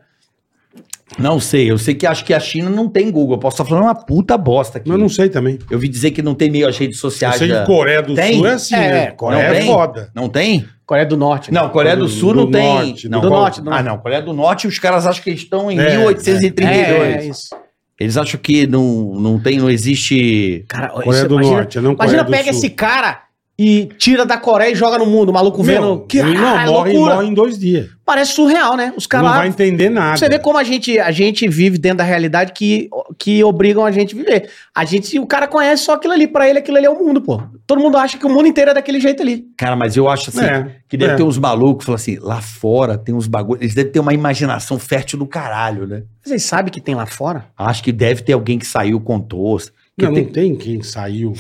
S3: Não sei, eu sei que acho que a China não tem Google. Eu posso estar falando uma puta bosta aqui.
S4: Mas eu não sei também.
S3: Eu vi dizer que não tem meio as redes
S4: Eu
S3: sociais.
S4: sei
S3: da-
S4: que Coreia do
S3: Tem?
S4: Sul é assim,
S6: É,
S4: né?
S6: é.
S4: Coreia
S3: Não
S4: é
S3: tem?
S4: foda.
S3: Não tem?
S6: Coreia do Norte. né?
S3: Não, Coreia do Sul
S4: do
S3: não tem.
S4: norte,
S3: não.
S4: do
S6: norte, do
S3: Ah,
S6: norte.
S3: não, Coreia do Norte os caras acham que eles estão em
S4: É,
S3: 1832.
S6: É, é isso.
S3: Eles acham que não, não tem, não existe...
S6: Cara,
S4: Coreia
S6: isso-
S4: do
S6: imagina-
S4: Norte, não Coreia
S6: Imagina,
S4: do
S6: pega
S4: Sul.
S6: esse cara e tira da Coreia e joga no mundo, o maluco vendo.
S4: Meu,
S6: Que
S4: ele não,
S6: ah,
S4: morre,
S6: loucura.
S4: morre em dois dias.
S6: Parece surreal, né? Os caras
S4: Não
S6: lá-
S4: vai entender nada.
S6: Você vê como a gente, a gente vive dentro da realidade que, que obrigam a gente a viver. A gente, o cara conhece só aquilo ali, pra ele aquilo ali é o mundo, pô. Todo mundo acha que o mundo inteiro é daquele jeito ali.
S3: Cara, mas eu acho assim,
S4: É,
S3: que deve
S4: é.
S3: ter
S6: um-
S3: uns malucos, que falam assim, lá fora tem uns bagulhos... Eles devem ter uma imaginação fértil do caralho, né?
S6: Vocês sabem que tem lá fora?
S3: Acho que deve ter alguém que saiu com tosse. Que
S4: Não,
S3: tem-
S4: não tem quem saiu.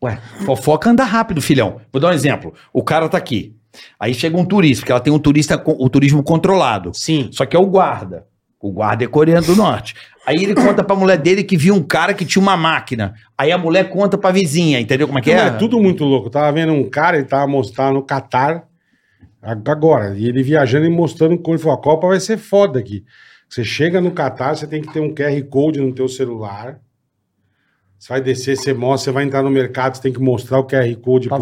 S3: Ué, fofoca anda rápido, filhão. Vou dar um exemplo. O cara tá aqui. Aí chega um turista, porque ela tem um turista, co- o turismo controlado.
S6: Sim.
S3: Só que é o guarda. O guarda é coreano do norte. Aí ele conta pra mulher dele que viu um cara que tinha uma máquina. Aí a mulher conta pra vizinha, entendeu como é que
S4: Não,
S3: é?
S4: é tudo muito louco. Tava vendo um cara, ele tava mostrando no Catar ag- agora. E ele viajando e mostrando como ele falou: a Copa vai ser foda aqui. Você chega no Catar, você tem que ter um QR Code no teu celular. Você vai descer, você mostra, você vai entrar no mercado, você tem que mostrar o QR Code. Pra,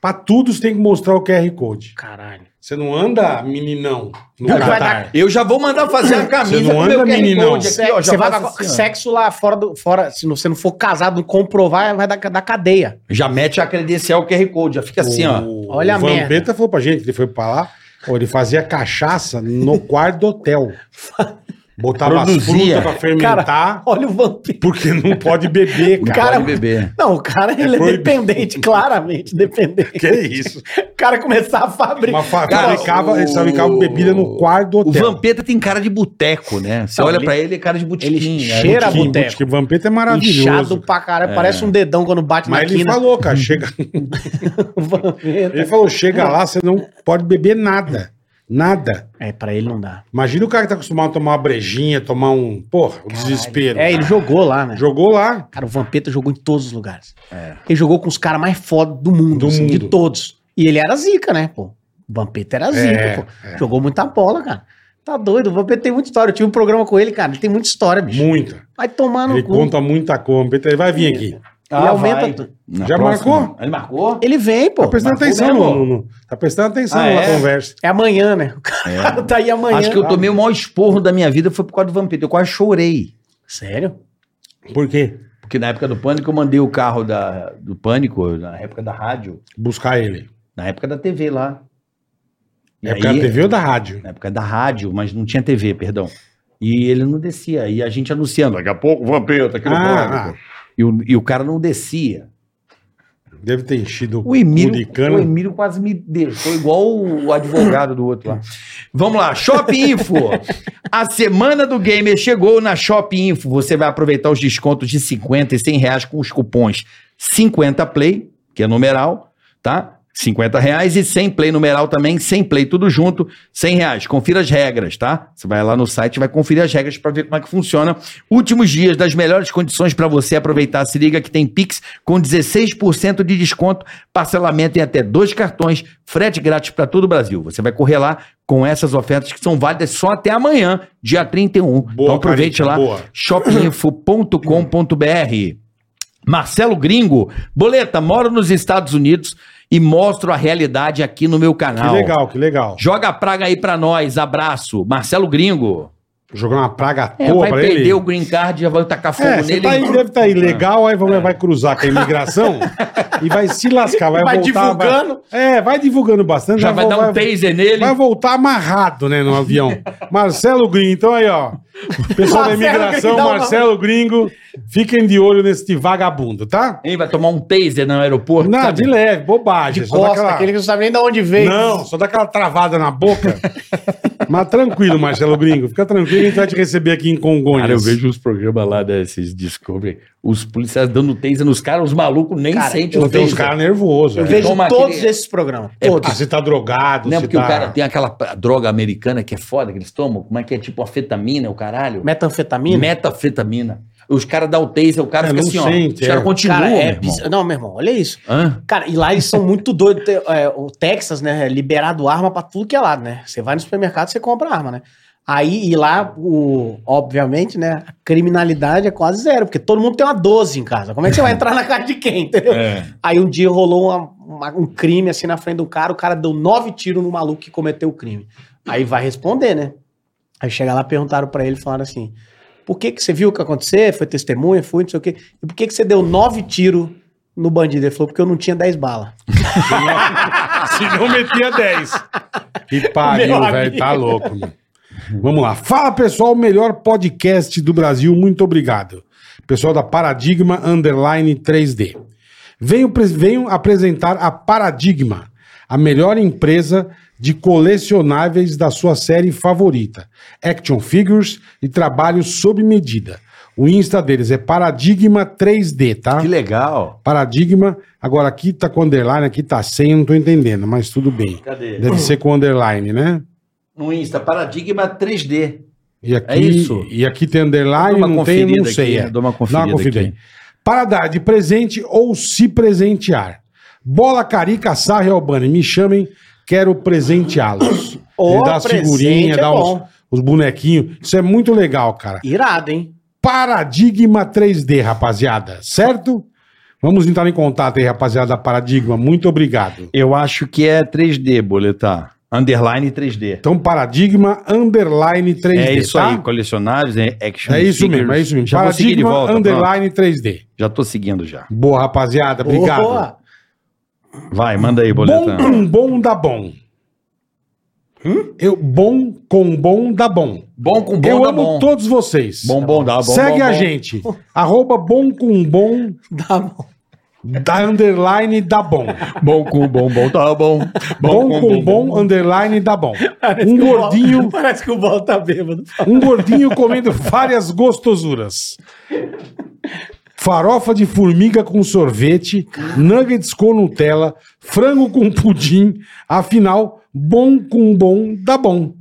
S4: pra tudo você tem que mostrar o QR Code.
S6: Caralho.
S4: Você não anda meninão no
S6: Não, vai
S4: Catar.
S6: dar-
S3: Eu já vou mandar fazer a
S4: Você
S3: camisa
S4: não
S3: com
S4: anda,
S3: meu QR
S4: meninão.
S3: Code aqui, ó. já
S6: Você vai
S3: faço
S6: dar
S3: assim, ó.
S6: sexo lá fora, do, fora, se não- você não for casado, comprovar, vai dar, dar cadeia.
S3: Já mete a credencial QR Code, já fica assim, ó.
S4: O,
S6: Olha
S4: Olha
S6: a
S4: o Vampeta
S6: merda.
S4: falou pra gente, ele foi pra lá, pô, ele fazia cachaça no quarto do hotel. Botava as
S3: Produzia.
S4: frutas pra fermentar,
S6: Olha o vampiro.
S4: porque não pode beber, cara.
S6: Cara, é um
S3: Pode beber.
S6: Não, o cara ele é,
S4: proibido.
S6: dependente, claramente dependente.
S4: Que isso?
S6: O cara começar a fabricar.
S4: Mas fa-
S3: Cara,
S4: fabricava, eles
S3: o-
S4: fabricavam bebida no quarto do
S3: O
S4: hotel.
S3: Vampeta tem cara de boteco, né? Você
S6: Não,
S3: olha
S6: ele-
S3: pra ele, é cara de botequim.
S6: ele
S3: é.
S6: cheira- era
S4: Putin,
S6: boteco.
S4: Putin, que Vampeta é
S6: Inchado
S4: maravilhoso. É.
S6: pra caralho, parece um dedão quando bate na
S4: Mas ele
S6: quina.
S4: falou, cara, chega. Ele falou: chega lá, você não pode beber nada. Nada.
S6: É, pra ele não dá.
S4: Imagina o cara que tá acostumado a tomar uma brejinha, tomar um. Porra, um desespero.
S6: É, ele jogou lá, né?
S4: Jogou lá.
S6: Cara, o Vampeta jogou em todos os lugares. Ele jogou com os caras mais foda do mundo,
S4: Do
S6: assim, de
S4: mundo.
S6: todos. E ele era zica, né, pô? O Vampeta era zica,
S4: É,
S6: pô. Jogou muita bola, cara. Tá doido, o Vampeta tem muita história. Eu tive um programa com ele, cara. Ele tem muita história, bicho.
S4: Muita.
S6: Vai tomar no
S4: Ele conta muita coisa. Vampeta, Ele vai vir aqui.
S6: Ele aumenta. tudo.
S3: Ah, Na
S4: Já
S3: próxima.
S4: marcou?
S3: Ele marcou?
S6: Ele vem, pô.
S4: Tá prestando
S3: marcou
S4: atenção
S3: mesmo?
S4: no, no- Tá prestando atenção
S3: Ah,
S4: na
S3: é?
S4: conversa.
S6: É amanhã, né? O cara tá aí amanhã.
S3: Acho que eu tomei o maior esporro da minha vida foi por causa do Vampeta. Eu quase chorei.
S6: Sério?
S4: Por quê?
S3: Porque na época do Pânico eu mandei o carro da, do Pânico, na época da rádio,
S4: Buscar ele.
S3: na época da TV lá. E
S4: É época
S3: aí-
S4: da TV ou da rádio?
S3: Na época da rádio, mas não tinha TV, perdão. E ele não descia. E a gente anunciando, daqui a pouco o Vampeta aqui no
S4: Ah,
S3: Pânico. E o, e o cara não descia.
S4: deve ter enchido
S3: O Emílio,
S4: cano.
S3: o Emílio quase me deixou igual o o advogado do outro lá. Vamos lá, Shop Info. A semana do gamer chegou na Shop Info. Você vai aproveitar os descontos de 50 e 100 reais com os cupons 50 Play, que é numeral, tá? 50 reais e 100 Play numeral também, 100 Play tudo junto, 100 reais. Confira as regras, tá? Você vai lá no site, vai conferir as regras para ver como é que funciona. Últimos dias das melhores condições para você aproveitar. Se liga que tem Pix com 16% de desconto, parcelamento em até dois cartões, frete grátis para todo o Brasil. Você vai correr lá com essas ofertas que são válidas só até amanhã, dia 31. então aproveite
S4: Carica,
S3: lá,
S4: Boa.
S3: shopinfo.com.br. Marcelo Gringo, Boleta, moro nos Estados Unidos e mostro a realidade aqui no meu
S4: Que
S3: canal.
S4: legal, que legal.
S3: Joga a praga aí pra nós, abraço. Marcelo Gringo.
S4: Jogar uma praga à
S3: É,
S4: toa
S3: vai
S4: pra
S3: perder
S4: ele.
S3: o green card, já vai tacar fogo
S4: É, você
S3: nele.
S4: tá aí, deve estar tá ilegal, aí vai, vai cruzar com a imigração e vai se lascar, vai,
S6: Vai
S4: voltar.
S6: divulgando.
S4: vai- é, vai divulgando bastante. né?
S3: já vai dar um taser nele.
S4: Vai voltar amarrado, né, no avião. Marcelo Gringo, então aí, ó. Pessoal da
S6: Marcelo
S4: imigração,
S3: um
S6: Gringo,
S4: Marcelo Gringo, fiquem de olho nesse vagabundo, tá?
S3: Hein, vai tomar um taser no aeroporto.
S4: Não,
S3: sabe?
S4: de leve, bobagem.
S6: Tá De
S4: só
S6: costa,
S4: daquela-
S6: aquele que não sabe nem de onde veio.
S4: Não, só dá aquela travada na boca. Mas tranquilo, Marcelo Gringo. Fica tranquilo, a gente vai te receber aqui em Congonhas.
S3: Cara, eu vejo os programas lá desses Discovery, os policiais dando taser nos caras, os malucos nem
S6: Cara,
S3: sentem
S4: Eu
S3: o
S4: tenho uns
S3: taser.
S4: caras nervosos.
S6: Eu
S4: é.
S6: vejo
S3: Toma
S6: todos
S3: aquele-
S6: esses programas.
S3: É,
S4: Ah, você tá drogado,
S3: Não, é
S4: você
S3: porque
S4: tá...
S3: o cara tem aquela pra- droga americana que é foda, que eles tomam, como é que é? Tipo afetamina, o caralho.
S6: Metanfetamina?
S3: Metafetamina. Os caras dão o taser, o cara
S4: É,
S3: fica
S4: não
S3: assim, ó.
S4: sente,
S3: Os caras
S4: é.
S3: continuam,
S6: Cara,
S3: meu
S6: é
S3: irmão.
S6: bizarro. Não, meu irmão, olha isso.
S3: Hã?
S6: Cara, e lá eles são muito doidos. Tem, é, o Texas, né, é liberado arma pra tudo que é lado, né? Você vai no supermercado, você compra arma, né? Aí, e lá, o, obviamente, né, a criminalidade é quase zero, porque todo mundo tem uma 12 em casa. Como é que você vai entrar na casa de quem, entendeu? Aí um dia rolou uma- uma- um crime, assim, na frente do cara, o cara deu nove tiros no maluco que cometeu o crime. Aí vai responder, né? Aí chega lá, perguntaram pra ele, falaram assim, por que que você viu o que aconteceu? Foi testemunha, fui, não sei o quê. E por que que você deu nove tiros no bandido? Ele falou, porque eu não tinha 10 balas.
S4: Se não metia 10. Que pariu,
S6: Meu
S4: velho.
S6: amigo.
S4: Tá louco, mano. Vamos lá. Fala, pessoal. o Melhor podcast do Brasil. Muito obrigado. Pessoal da Paradigma Underline 3D. Venho, pres- venho apresentar a Paradigma, a melhor empresa de colecionáveis da sua série favorita, action figures e trabalhos sob medida. O Insta deles é Paradigma 3D, tá?
S3: Que legal.
S4: Paradigma. Agora aqui tá com underline, aqui tá sem, eu não tô entendendo, mas tudo bem.
S3: Cadê?
S4: Deve ser com underline, né?
S3: No Insta, Paradigma 3D.
S4: E aqui,
S3: É isso.
S4: E aqui tem underline,
S3: Dou uma
S4: não tem, não
S3: conferida
S4: sei.
S3: aqui,
S4: é.
S3: dou uma
S4: Dá uma
S3: conferida
S4: conferida aí.
S3: aqui.
S4: Para dar de presente ou se presentear. Bola Carica, Sarra e Albani, me chamem, quero presenteá-los.
S6: Ô,
S4: Ele dá as
S6: presente
S4: figurinhas,
S6: é
S4: dá os,
S6: bom.
S4: os bonequinhos. Isso é muito legal, cara.
S6: Irado, hein?
S4: Paradigma 3D, rapaziada, certo? Vamos entrar em contato aí, rapaziada da Paradigma. Muito obrigado.
S3: Eu acho que é 3D, boletar. Underline 3D.
S4: Então, Paradigma Underline 3D,
S3: é isso
S4: tá?
S3: aí, colecionáveis, é action
S4: É isso mesmo, é isso mesmo.
S3: Já vou seguir de
S4: Paradigma
S3: volta. pronto.
S4: Underline 3D.
S3: Já tô seguindo já.
S4: Boa, rapaziada. Obrigado.
S6: Boa.
S3: Vai, manda aí, boletar.
S4: Bom, bom dá bom. Eu, bom com bom dá bom.
S3: Hum? Bom com
S4: Eu amo todos vocês.
S3: Bom, bom, dá bom.
S4: Segue
S3: bom,
S4: a
S3: bom.
S4: gente. Arroba bom com bom
S6: Dá bom.
S4: da underline dá bom.
S3: Bom com bom, bom, tá bom.
S4: Bom, com bom, underline dá bom. Um gordinho,
S6: Parece que o bolo tá bêbado.
S4: um gordinho comendo várias gostosuras. Farofa de formiga com sorvete, nuggets com Nutella, frango com pudim. Afinal, bom com bom dá bom.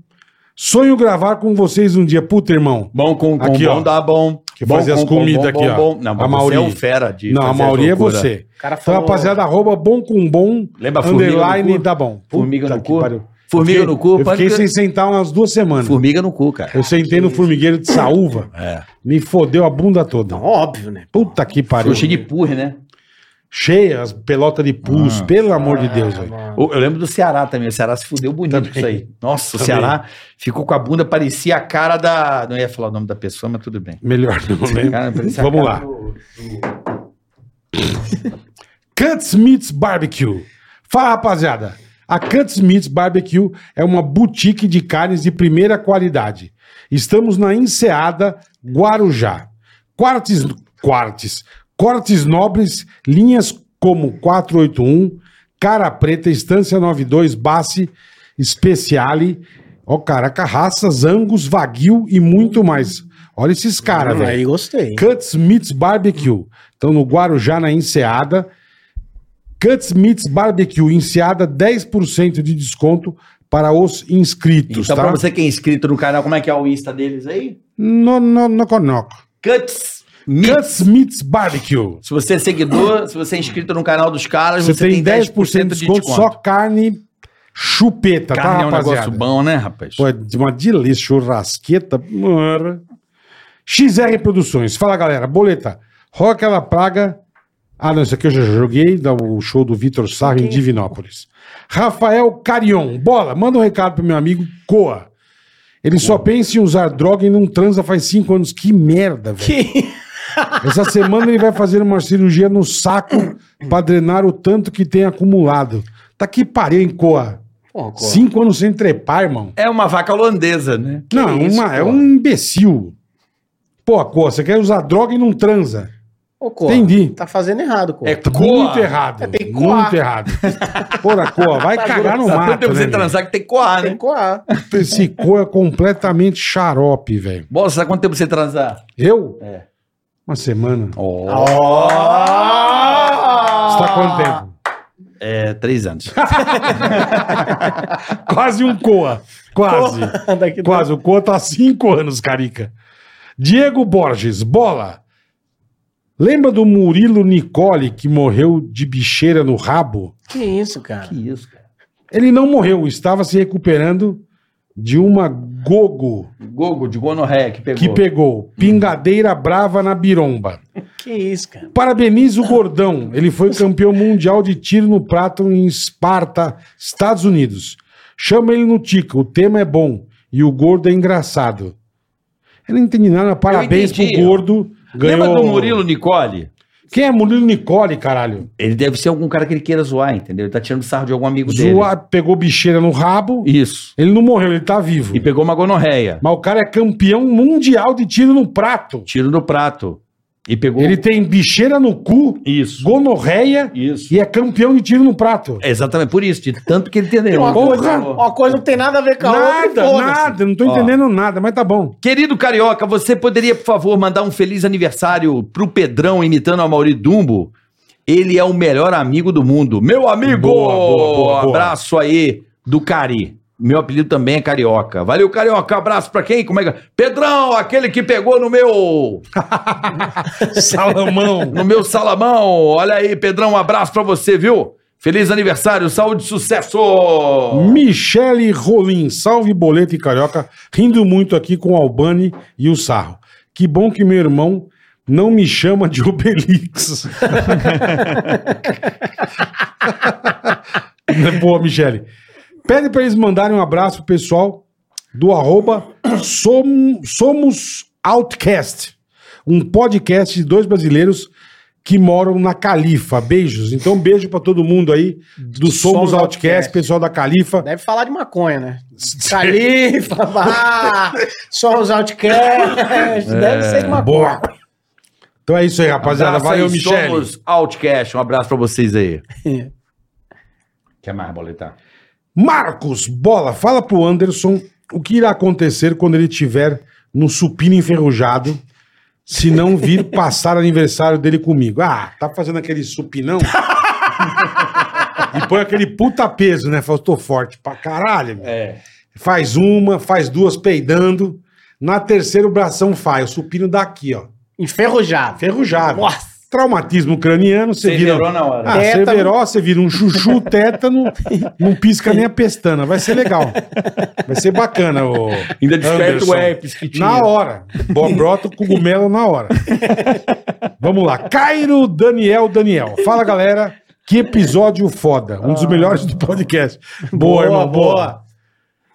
S4: Sonho gravar com vocês um dia. Puta, irmão.
S3: Bom com com
S4: Aqui,
S3: bom,
S4: ó.
S3: dá bom.
S4: Que
S3: Bom
S4: fazia
S3: com
S4: as
S3: com
S4: comidas
S3: bom,
S4: aqui,
S3: bom,
S4: ó.
S3: bom. Não,
S4: A
S3: mas você
S4: Mauri.
S3: é um fera de
S4: Não, a
S3: fazer
S4: maioria é
S3: loucura.
S4: você.
S6: cara
S4: Então,
S6: falou-
S4: rapaziada, arroba bom com bom,
S3: Lembra a formiga
S4: underline
S3: no cu?
S4: dá bom.
S3: Formiga
S4: Puta
S3: no
S4: que
S3: cu?
S4: pariu.
S3: Formiga
S4: Fiquei-
S3: no cu,
S4: Eu
S3: pode
S4: fiquei
S3: que-
S4: sem sentar umas duas semanas.
S3: Formiga no cu, cara. É.
S4: Eu sentei no formigueiro de saúva, me fodeu a bunda toda.
S6: Óbvio, né?
S4: Puta que pariu.
S3: Ficou cheio de purre, né?
S4: Cheia, as pelotas de pus, pelo amor de Deus. velho.
S3: Eu, eu lembro do Ceará também. O Ceará se fudeu bonito com isso aí. Nossa, o Ceará ficou com a bunda, parecia a cara da. Não ia falar o nome da pessoa, mas tudo bem.
S4: Melhor não, né?
S3: Cara, parecia a
S4: Vamos
S3: cara
S4: lá. Cut Smith's Barbecue. Fala, rapaziada. A Cut Smith's Barbecue é uma boutique de carnes de primeira qualidade. Estamos na Enseada, Guarujá. Quartes, quartes, cortes nobres, linhas como 481, Cara Preta, Estância 92, Basse, Speciale, ó, caraca, raças, angus, vaguio e muito mais. Olha esses caras, velho.
S6: Aí gostei.
S4: Cuts Meats Barbecue. Então, no Guarujá, na Enseada. Cuts Meats Barbecue, Enseada, 10% de desconto para os inscritos,
S3: Então, pra
S4: tá?
S3: você que é inscrito no canal, como é que é o Insta deles aí?
S4: No, no, no, no.
S3: Cuts Meat.
S4: Cuts Meats Barbecue.
S3: Se você é seguidor, se você é inscrito no canal dos caras,
S4: Você, tem 10%, de desconto, só carne chupeta,
S3: Carne
S4: tá,
S3: é um
S4: rapaziada?
S3: negócio bom, né, rapaz?
S4: Pô, é de uma delícia, churrasqueta. mano. XR Produções. Fala, galera. Boleta. Rola aquela praga. Ah, não, isso aqui eu já joguei. dá O show do Vitor Sarro em Divinópolis. Rafael Carion. Bola, manda um recado pro meu amigo Coa. Ele só pensa em usar droga e não transa faz cinco anos. Que merda, velho.
S6: Que...
S4: Essa semana ele vai fazer uma cirurgia no saco pra drenar o tanto que tem acumulado. Tá que pariu, hein, Coa?
S6: Pô, co-
S4: Cinco anos sem trepar, irmão.
S3: É uma vaca holandesa, né?
S4: Não,
S6: isso,
S4: uma- é
S6: pô?
S4: um imbecil. Pô, Cor, você quer usar droga e não transa.
S6: Ô, Cor,
S4: Entendi.
S6: Tá fazendo errado, Cor.
S3: É
S4: Muito
S3: coa.
S4: errado.
S6: É, tem que
S4: muito
S6: coar.
S4: errado. Porra, Cor, vai cagar no
S3: Sabe quanto
S4: mato,
S3: tempo
S4: né?
S3: você transar que tem que coar,
S6: Tem
S3: né?
S6: que coar.
S4: meu? Esse Cor é completamente xarope, velho.
S3: Bola, sabe quanto tempo você transar?
S4: Eu?
S3: É.
S4: Uma semana.
S3: Ó.
S4: Você tá quanto tempo?
S3: É, três anos.
S4: Quase um Coa. Quase.
S6: Daqui
S4: Quase. O Coa tá há cinco anos, Carica. Diego Borges, bola. Lembra do Murilo Nicole que morreu de bicheira no rabo?
S6: Que isso, cara?
S3: Que isso, cara.
S4: Ele não morreu, estava se recuperando de uma gogo
S3: Gogo de gonorreia que pegou.
S4: que pegou pingadeira brava na biromba.
S6: Que isso, cara?
S4: Parabenizo o Gordão, ele foi campeão mundial de tiro no prato em Esparta, Estados Unidos. Chama ele no Tica, o tema é bom e o gordo é engraçado. Eu não entendi nada, parabéns pro
S3: entendi.
S4: gordo. Ganhou...
S3: Lembra do Murilo Nicole?
S4: Quem é Murilo Nicole, caralho?
S3: Ele deve ser algum cara que ele queira zoar, entendeu? Ele tá tirando sarro de algum amigo
S4: Zoa, pegou bicheira no rabo,
S3: dele. Isso.
S4: ele não morreu, ele tá vivo.
S3: E pegou uma gonorreia.
S4: Mas o cara é campeão mundial de tiro no prato.
S3: Tiro no prato.
S9: E pegou.
S4: Ele tem bicheira no cu,
S9: Isso.
S4: gonorreia
S9: Isso.
S4: e é campeão de tiro no prato.
S3: É exatamente por isso, de tanto que ele entendeu.
S6: Uma coisa,
S4: Porra.
S6: uma coisa não tem nada a ver com a outra.
S4: Nada,
S6: e foda-se.
S4: nada, não tô entendendo nada, mas tá bom.
S3: Querido Carioca, você poderia, por favor, mandar um feliz aniversário pro Pedrão imitando a Mauri Dumbo? Ele é o melhor amigo do mundo. Meu amigo!
S4: Boa, boa, boa, boa.
S3: Abraço aí do Cari. Meu apelido também é Carioca. Valeu, Carioca. Abraço pra quem? Como é que... Pedrão, aquele que pegou no meu...
S4: Salomão.
S3: No meu salamão. Olha aí, Pedrão, um abraço pra você, viu? Feliz aniversário, saúde e sucesso!
S4: Michele Rolim, salve boleto e carioca, rindo muito aqui com o Albani e o Sarro. Que bom que meu irmão não me chama de Obelix. é Boa, Michele. Pede pra eles mandarem um abraço pro pessoal do arroba Som- Somos Outcast, um podcast de dois brasileiros que moram na Califa. Beijos. Então, beijo pra todo mundo aí do Somos,
S6: Somos
S4: Outcast,
S6: Outcast.
S4: pessoal da Califa.
S6: Deve falar de maconha, né? Califa, vá, só os
S4: É.
S6: outcasts, deve ser de maconha.
S4: Boa. Então é isso aí, rapaziada.
S3: Abraço
S4: Valeu,
S3: aí,
S4: Michele.
S3: Somos Outcast, um abraço pra vocês aí.
S9: Quer é mais boletar?
S4: Marcos Bola, fala pro Anderson o que irá acontecer quando ele tiver no supino enferrujado, se não vir passar aniversário dele comigo. Ah, tá fazendo aquele supinão? e põe aquele puta peso, né? Fala, tô forte pra caralho. meu.
S3: É.
S4: Faz uma, faz duas peidando. Na terceira, o bração faz. O supino daqui, ó.
S6: Enferrujado.
S4: Ferrujado.
S6: Nossa.
S4: Traumatismo craniano, você vira.
S9: na hora.
S4: Ah,
S6: Tétano.
S4: Cerveró, você vira um chuchu, tétano, não pisca nem a pestana. Vai ser legal. Vai ser bacana. ô
S9: Ainda desperta
S4: Anderson.
S9: o herpes que tinha.
S4: Na hora. Bo- Brota o cogumelo na hora. Vamos lá. Cairo Daniel Daniel. Fala, galera. Que episódio foda. Um dos melhores do podcast. Boa,
S6: Boa,
S4: irmão. Boa.
S6: boa.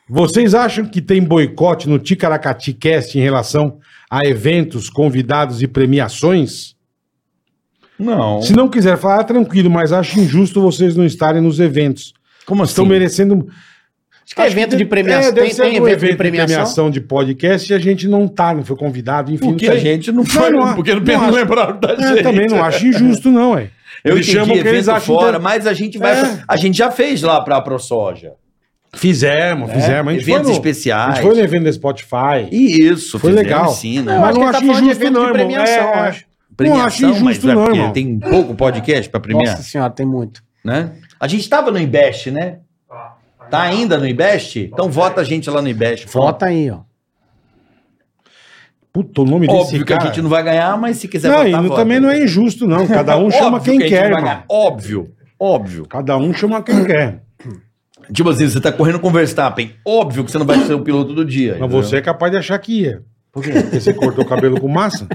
S4: Vocês acham que tem boicote no Ticaracati Cast em relação a eventos, convidados e premiações?
S9: Não.
S4: Se não quiser falar, tranquilo, mas acho injusto vocês não estarem nos eventos.
S9: Como
S4: Estão merecendo.
S6: Acho que é evento de
S4: É,
S6: premiação.
S4: deve
S6: tem
S4: ser
S6: tem
S4: um
S6: evento de premiação?
S4: de podcast e a gente não tá, não foi convidado, enfim.
S3: Porque
S4: não
S3: a
S4: sei.
S3: gente não foi,
S4: Não, não,
S3: porque não,
S4: não
S3: não,
S4: acho.
S3: lembraram da
S4: É,
S3: gente.
S4: também não acho injusto, não, é.
S3: Eu
S4: Eles
S3: entendi
S4: chamam o que
S3: evento
S4: eles acham
S3: fora,
S4: inter-
S3: mas a gente vai.
S4: É.
S3: A gente já fez lá pra ProSoja. né?
S4: Fizemos, fizemos. A gente
S3: Eventos
S4: foi no, A
S3: especiais.
S4: gente foi no evento da Spotify.
S3: E isso,
S4: Foi
S3: fizemos
S4: legal.
S3: Sim, né?
S6: Não,
S4: mas
S6: acho
S4: não
S6: que ele tá
S4: acho
S6: falando de
S4: injusto,
S6: evento
S4: não,
S6: de
S4: irmão.
S6: premiação,
S4: É,
S6: acho.
S3: Premiação,
S4: não acho injusto,
S3: mas
S4: não,
S3: é porque
S4: irmão.
S3: tem pouco podcast pra premiar,
S6: Nossa senhora, tem muito.
S3: né? A gente tava no Invest, né? Tá ainda no Invest? Então vota a gente lá no Invest.
S6: Volta aí, ó.
S4: Puta, o nome
S3: Óbvio
S4: desse
S3: que a
S4: cara...
S3: gente não vai ganhar, mas se quiser
S4: não,
S3: votar,
S4: e não-
S3: vota.
S4: também não é injusto, não. Cada um chama
S3: Óbvio
S4: quem
S3: que a gente
S4: quer,
S3: não vai ganhar.
S4: irmão.
S3: Óbvio, óbvio.
S4: Cada um chama quem quer.
S3: Tipo assim, você tá correndo com o Verstappen. Óbvio que você não vai ser o piloto do dia.
S4: Mas
S3: entendeu?
S4: você é capaz de achar que ia. Por quê? Porque você cortou o cabelo com massa?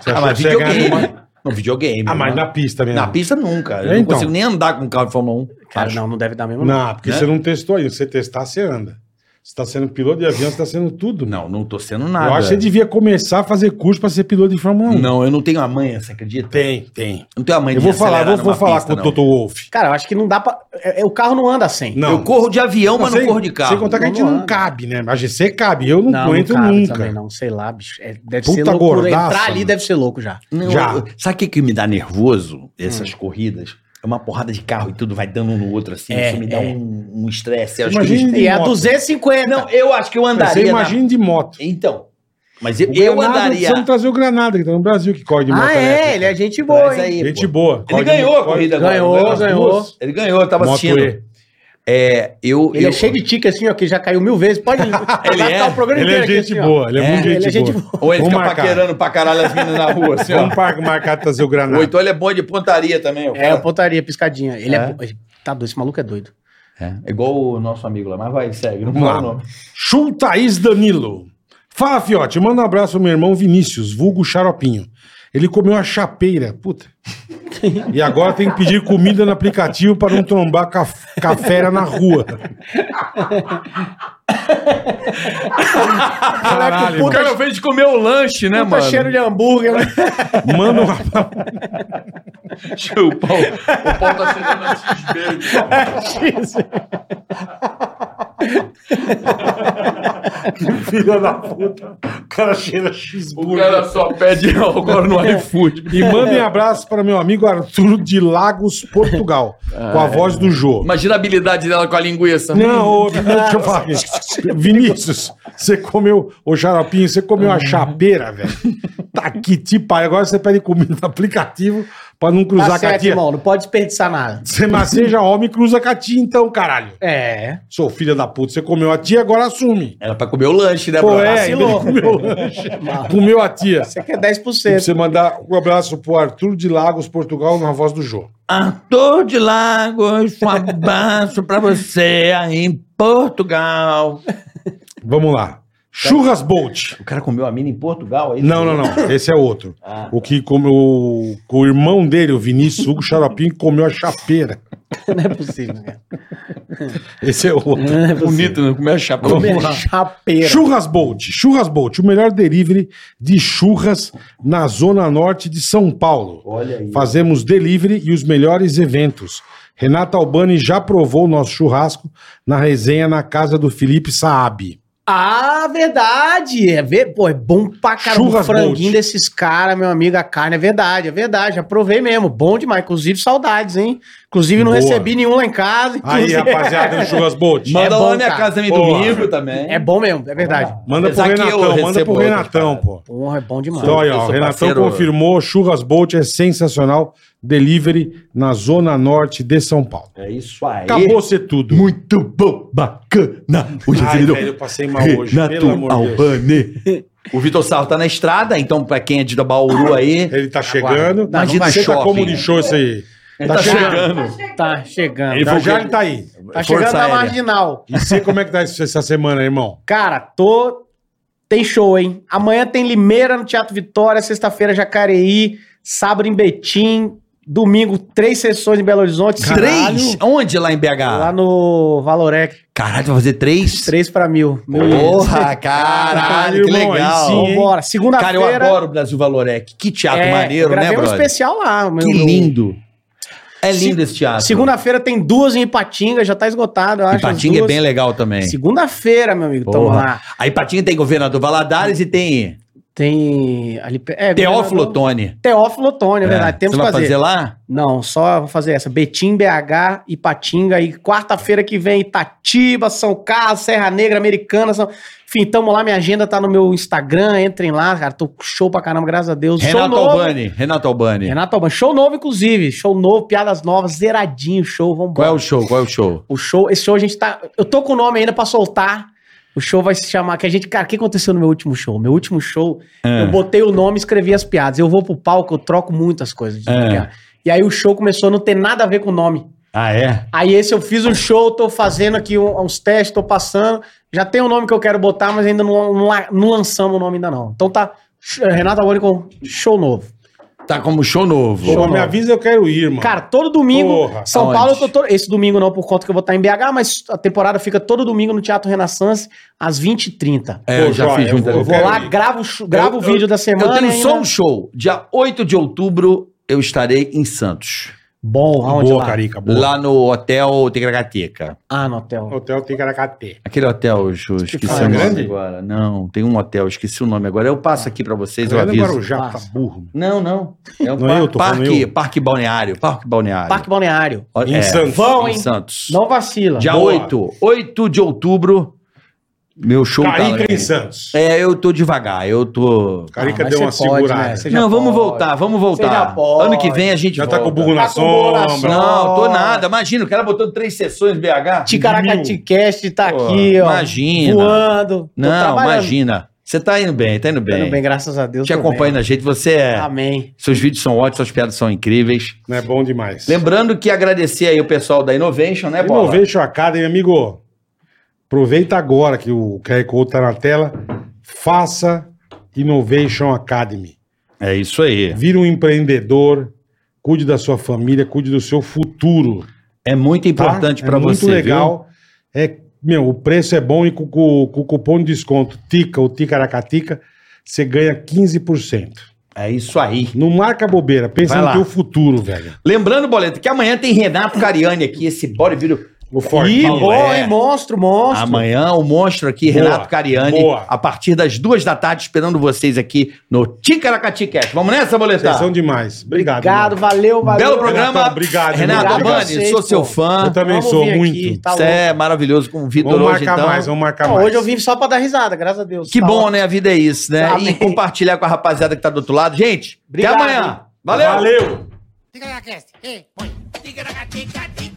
S4: Você
S3: Ah,
S4: achou
S3: mas
S4: que você ia ganhar
S3: videogame.
S4: com massa?
S3: No videogame.
S4: Ah, mas
S3: né?
S4: na pista mesmo.
S3: na pista nunca. Eu
S4: É,
S3: não
S4: então.
S3: consigo nem andar com o carro de Fórmula 1.
S6: Cara,
S3: acho.
S6: não, não deve dar mesmo. Não.
S4: Não, porque
S3: Né?
S4: você não testou ainda. Se você testar, você anda. Você tá sendo piloto de avião, você tá sendo tudo.
S3: Não, não tô sendo nada.
S4: Eu acho que é você devia começar a fazer curso pra ser piloto de Fórmula 1.
S3: Não, eu não tenho a manha, você acredita?
S4: Tem, tem.
S3: Não tenho a manha
S4: Eu
S3: de
S4: vou falar,
S3: acelerar
S4: vou, vou
S3: numa
S4: falar
S3: pista,
S4: com o
S3: não.
S4: Toto Wolff.
S6: Cara, eu acho que não dá pra. é- é- o carro não anda sem.
S4: Não.
S3: Eu corro de avião, mas não
S4: sem-
S3: corro de
S4: Sem
S3: carro.
S4: contar que a
S6: Não
S4: gente não
S6: anda.
S4: cabe, né? A GC cabe, eu não,
S6: não
S4: aguento
S6: cabe
S4: nunca.
S6: também, não. Sei lá, bicho. É, deve
S4: Puta
S6: ser loucura.
S4: gordaça,
S6: Entrar ali
S4: mano.
S6: deve ser louco já.
S3: Não,
S4: Já. Hum.
S3: eu- sabe o que, que me dá nervoso? Essas corridas. É uma porrada de carro e tudo vai dando um no outro assim.
S6: É,
S3: isso me dá
S6: é.
S3: um um estresse. Eu acho que
S4: Imagina
S3: eles-
S4: de
S6: E é
S4: moto.
S6: 250.
S3: Não, eu acho que eu
S4: Você
S3: andaria. na-
S4: imagina de moto.
S3: Então. Mas eu,
S4: O
S3: eu
S4: Granada,
S3: andaria.
S4: Precisamos trazer o Granada, que tá no Brasil, que corre de moto
S6: Ah, é,
S4: elétrica.
S6: ele é gente boa,
S3: Traz
S6: hein?
S3: aí, pô.
S4: Gente boa.
S3: Ele
S4: corre de
S3: ganhou a
S4: moto, corre-
S3: corrida agora.
S6: Ganhou,
S9: né?
S3: não
S6: ganhou.
S3: Duas? Ele ganhou, eu tava
S4: Moto
S3: assistindo.
S4: E.
S3: É, eu,
S6: Ele
S3: eu-
S6: é cheio de tique assim, ó, que já caiu mil vezes. Pode. Ele
S3: é?
S6: o programa
S4: Ele é
S6: inteiro aqui,
S4: gente
S6: assim, ó.
S4: boa, ele é,
S3: É,
S4: muito gente,
S6: Ele é gente
S4: boa.
S6: boa.
S3: Ou ele
S4: Vamos
S3: fica
S4: marcar.
S3: paquerando pra caralho as meninas na rua, assim, ó.
S4: Vamos par- marcar trazer o Granada.
S3: Ou então ele é bom de pontaria também, ó.
S6: É, eu pontaria, piscadinha. Ele é.
S3: É?
S6: bo- Tá doido, esse maluco é doido.
S3: É, é igual o nosso amigo lá, mas vai, segue, não
S4: Vamos
S3: fala o
S4: lá.
S3: nome.
S4: Chum Thaís Danilo. Fala, fiote. Manda um abraço ao meu irmão Vinícius, vulgo xaropinho. Ele comeu a chapeira, puta. E agora tem que pedir comida no aplicativo para não trombar com a, com a fera na rua. Caralho,
S9: O cara fez de comer o lanche, né,
S6: Puta
S9: mano?
S6: cheiro de hambúrguer, né?
S4: mano. manda um abraço.
S9: O pau, o pau tá cheirando a cisbeiro.
S4: É, Filha da puta. O cara cheira
S9: O
S4: cheeseburger.
S9: cara só pede agora no iFood.
S4: E mandem abraço para meu amigo Arthur de Lagos, Portugal. com a voz do Jô.
S9: Imagina a habilidade dela com a linguiça.
S4: Não, ô, deixa eu falar. Vinícius, você comeu, ô xaropinho, você comeu a chapeira, velho. Tá que tipo, agora você pede comida no aplicativo pra não cruzar
S6: Tá
S4: a
S6: certo,
S4: catinha.
S6: irmão, não pode desperdiçar nada.
S4: Você mas seja homem e cruza a catinha então, caralho.
S6: É.
S4: Sou filha da puta, você comeu a tia, agora assume.
S3: Era pra comer o lanche, né,
S4: Pô,
S3: bro?
S4: é,
S3: Vacilou.
S4: ele comeu o lanche. Comeu a tia.
S6: Você quer 10%.
S4: Pra você mandar um abraço pro Arthur de Lagos, Portugal, na voz do Jô.
S3: Arthur de Lagos, um abraço pra você aí em Portugal.
S4: Vamos
S6: Tá.
S4: lá. Churras Bolt.
S3: O cara comeu a mina em Portugal aí?
S4: Não, não, não. Esse é outro.
S3: Ah,
S4: o que comeu. O, o irmão dele, o Vinícius Hugo Xaropinho, comeu a chapeira.
S6: Não é possível, cara.
S4: Esse é outro.
S9: Bonito, né? Comer a chapa.
S4: Vamos lá.
S6: Chapeira.
S4: Churras Bolt. Churras Bolt, o melhor delivery de churras na zona norte de São Paulo.
S3: Olha aí.
S4: Fazemos delivery e os melhores eventos. Renata Albani já provou o nosso churrasco na resenha na casa do Felipe Saab.
S6: Ah, verdade. É ver, pô, é bom pra caramba
S4: Churras
S6: o franguinho
S4: Gold.
S6: desses caras, meu amigo, a carne. É verdade, é verdade. Já provei mesmo. Bom demais. Inclusive, saudades, hein? Inclusive, não
S4: Boa.
S6: recebi nenhum lá em casa.
S4: Aí,
S6: inclusive.
S4: rapaziada do Churras Bolt.
S3: Manda
S6: É
S3: lá
S6: bom,
S3: na minha
S6: cara.
S3: casa também
S4: Porra.
S3: domingo também.
S6: É bom mesmo, é verdade.
S4: Manda pro
S3: Apesar que eu
S4: Renatão, manda
S3: recebo
S4: pro
S3: outras
S4: Renatão,
S3: paradas.
S4: pô.
S6: Porra, é bom demais.
S4: Então, aí,
S3: eu
S4: ó,
S3: sou
S4: Renatão
S3: parceiro-
S4: confirmou, Churras Bolt é sensacional, delivery na zona norte de São Paulo.
S3: É isso aí.
S4: Acabou ser tudo.
S3: Muito bom, bacana. O Juscelino
S4: eu passei mal
S3: Renato Albani. O Vitor Sarro tá na estrada, então pra quem é de Bauru aí...
S4: Ele tá chegando.
S3: Não, não vai
S4: Você tá
S3: shopping. né?
S4: como de show isso aí.
S3: Ele
S4: Tá chegando.
S6: Tá chegando.
S4: Já já ele tá aí.
S6: Tá
S3: Força
S6: chegando na
S4: né?
S3: aérea.
S6: marginal.
S4: E você, como é que tá isso essa semana, irmão?
S6: Cara, tô. Tem show, hein? Amanhã tem Limeira no Teatro Vitória, sexta-feira Jacareí, sábado em Betim, domingo três sessões em Belo Horizonte.
S3: Três?
S6: Caralho.
S3: Onde lá em BH?
S6: Lá no Valorec,
S3: Caralho, vai fazer três?
S6: três pra mil. Meu Deus.
S3: Porra, caralho, que
S4: Irmão, aí
S3: legal.
S4: sim, hein?
S6: Vambora.
S3: Cara, eu
S6: Segunda-feira.
S3: adoro o Brasil Valorec. Que teatro maneiro,
S6: eu gravei
S3: né,
S6: um
S3: brother?
S6: especial lá. meu-
S3: Que
S6: meu-
S3: lindo. É lindo esse teatro.
S6: Segunda-feira tem duas em Ipatinga, já tá esgotado, eu acho. as
S3: Ipatinga é
S6: duas.
S3: bem legal também.
S6: Segunda-feira, meu amigo, tamo
S3: Porra.
S6: lá.
S3: A Ipatinga tem Governador Valadares e tem
S6: Tem. Ali, pe- é,
S3: Teófilo
S6: governador-
S3: Otoni.
S6: Teófilo Otônio, é verdade. Temos
S3: Você
S6: que
S3: vai
S6: fazer.
S3: fazer lá?
S6: Não, só vou fazer essa. Betim, BH, Ipatinga. E quarta-feira que vem, Itatiba, São Carlos, Serra Negra, Americana. São... Enfim, tamo lá. Minha agenda tá no meu Instagram. Entrem lá, cara. Tô com show pra caramba, graças a Deus. Um show
S3: Renato
S6: novo.
S3: Albani. Renato Albani.
S6: Renato Albani. Show novo, inclusive. Show novo, piadas novas, zeradinho o show. Vamos
S3: Qual é o show? Qual é o show?
S6: O show, esse show a gente tá. Eu tô com o nome ainda pra soltar. O show vai se chamar. Que a gente. Cara, o que aconteceu no meu último show? Meu último show,
S3: Ah.
S6: eu botei o nome e escrevi as piadas. Eu vou pro palco, eu troco muitas coisas. de
S3: É.
S6: piada. E aí o show começou a não ter nada a ver com o nome.
S3: Ah, é?
S6: Aí esse eu fiz um show, tô fazendo aqui um- uns testes, tô passando. Já tem o nome que eu quero botar, mas ainda não, não, la- não lançamos o nome ainda não. Então tá. sh- Renato Agoni com show novo.
S3: Tá como show novo.
S4: Pô, me avisa, eu quero ir, mano.
S6: Cara, todo domingo,
S4: Porra,
S6: São
S3: aonde?
S6: Paulo, eu tô todo- esse domingo não, por conta que eu vou estar em BH, mas a temporada fica todo domingo no Teatro Renaissance, às 20h30.
S3: É, eu já
S4: Pô,
S3: fiz
S4: joia,
S3: muita
S4: eu vou-
S3: coisa.
S6: Vou
S4: quero
S6: lá,
S4: ir.
S6: gravo, o sh- gravo o
S3: Eu-
S6: vídeo da semana. né?
S3: Eu tenho
S6: ainda.
S3: só um show. Dia 8 de outubro eu estarei em Santos.
S6: Bom, aonde
S4: boa,
S6: lá?
S4: Carica, boa.
S3: Lá no Hotel Tegracateca.
S6: Ah, no hotel.
S4: Hotel Ticaracate.
S3: Aquele hotel, Ju, esqueci
S6: faz
S3: o nome
S4: grande?
S3: agora. Não, tem um hotel, esqueci o nome agora. Eu passo aqui pra vocês, eu
S4: Grande
S3: aviso.
S4: Guarujá, tá
S6: Passa.
S4: burro.
S3: Não, não. É um
S4: Não
S3: par-
S4: é eu, tô falando
S3: parque,
S4: eu.
S3: parque balneário. Parque balneário.
S6: Parque Balneário.
S3: Ó,
S4: Em
S3: é,
S4: Santos.
S6: Vão,
S3: em
S6: hein?
S3: Santos.
S6: Não vacila.
S3: Dia
S4: Boa.
S3: 8. 8 de outubro. Meu show tá lá.
S4: Carica em Santos.
S3: É, Ah, eu tô devagar, eu tô.
S4: Carica
S6: mas
S4: deu
S6: você
S4: uma
S6: pode,
S4: segurada.
S6: né? Você já
S3: Não, vamos
S6: pode.
S3: voltar, vamos
S6: Você já
S3: voltar.
S6: pode.
S3: Ano que vem a gente
S4: Já
S3: volta.
S4: tá com o burro na
S6: Tá com o burro na
S4: sombra.
S6: sombra.
S3: Não, tô nada. Imagina, o cara botando três sessões BH.
S6: Ticaracaticast tá
S3: Pô,
S6: aqui, ó.
S3: imagina.
S6: Voando. Tô
S3: Não,
S6: trabalhando.
S3: imagina. Você tá indo bem, tá indo
S6: Tô
S3: bem.
S6: indo bem, graças a Deus.
S3: Te
S6: tô Ah,
S3: acompanha
S6: bem.
S3: na gente, você é.
S6: Amém.
S3: Seus vídeos são ótimos, suas piadas são incríveis.
S4: Não é bom demais.
S3: Lembrando que agradecer aí o pessoal da Innovation, né, Bola?
S4: Innovation Academy, amigo. Aproveita agora que o QR Code tá na tela. Faça Innovation Academy.
S3: É isso aí.
S4: Vira um empreendedor, cuide da sua família, cuide do seu futuro.
S3: É muito
S4: tá?
S3: importante
S4: É
S3: pra você.
S4: Muito legal. É, meu, o preço é bom e com, com- com o cupom de desconto TICA ou TICARACATICA, você ganha 15%.
S3: Viu? É isso aí.
S4: Não marca bobeira, pensa
S3: Vai
S4: no
S3: lá.
S4: teu futuro, velho.
S3: Lembrando, Boleto, que amanhã tem Renato Cariani aqui, esse bodybuilder
S4: O Fortão.
S5: Ih,
S3: Não
S5: bom,
S3: é.
S5: hein? Monstro, monstro.
S3: Amanhã o monstro aqui,
S4: Boa,
S3: Renato Cariani,
S4: boa.
S3: a partir das duas da tarde, esperando vocês aqui no Ticaracatiquete. Vamos nessa,
S4: Vocês são
S3: boletar?
S4: demais. Obrigado.
S6: Obrigado,
S4: irmão.
S6: valeu, valeu.
S3: Belo programa.
S4: Renatão, obrigado,
S3: Renato
S6: obrigado a
S3: Abani,
S6: vocês,
S3: sou seu
S6: pô.
S3: fã.
S4: Eu também
S6: Vamos
S4: sou
S6: vir
S4: muito.
S6: aqui, tá
S3: Você
S6: louco.
S3: é maravilhoso com o Vitor
S4: Vamos
S3: hoje,
S4: marcar
S3: então.
S4: mais, vamos marcar
S6: Não,
S4: mais.
S6: hoje eu vim só pra dar risada, graças a Deus.
S3: Que
S6: Tá
S3: bom,
S6: ótimo.
S3: né? A vida é isso, né?
S6: Tá
S3: E
S6: bem.
S3: compartilhar com a rapaziada que tá do outro lado. Gente,
S6: Obrigado,
S3: até amanhã.
S6: hein?
S3: Valeu!
S4: Valeu.
S2: Tica na cast, ei, põe. Tica na tica, tica.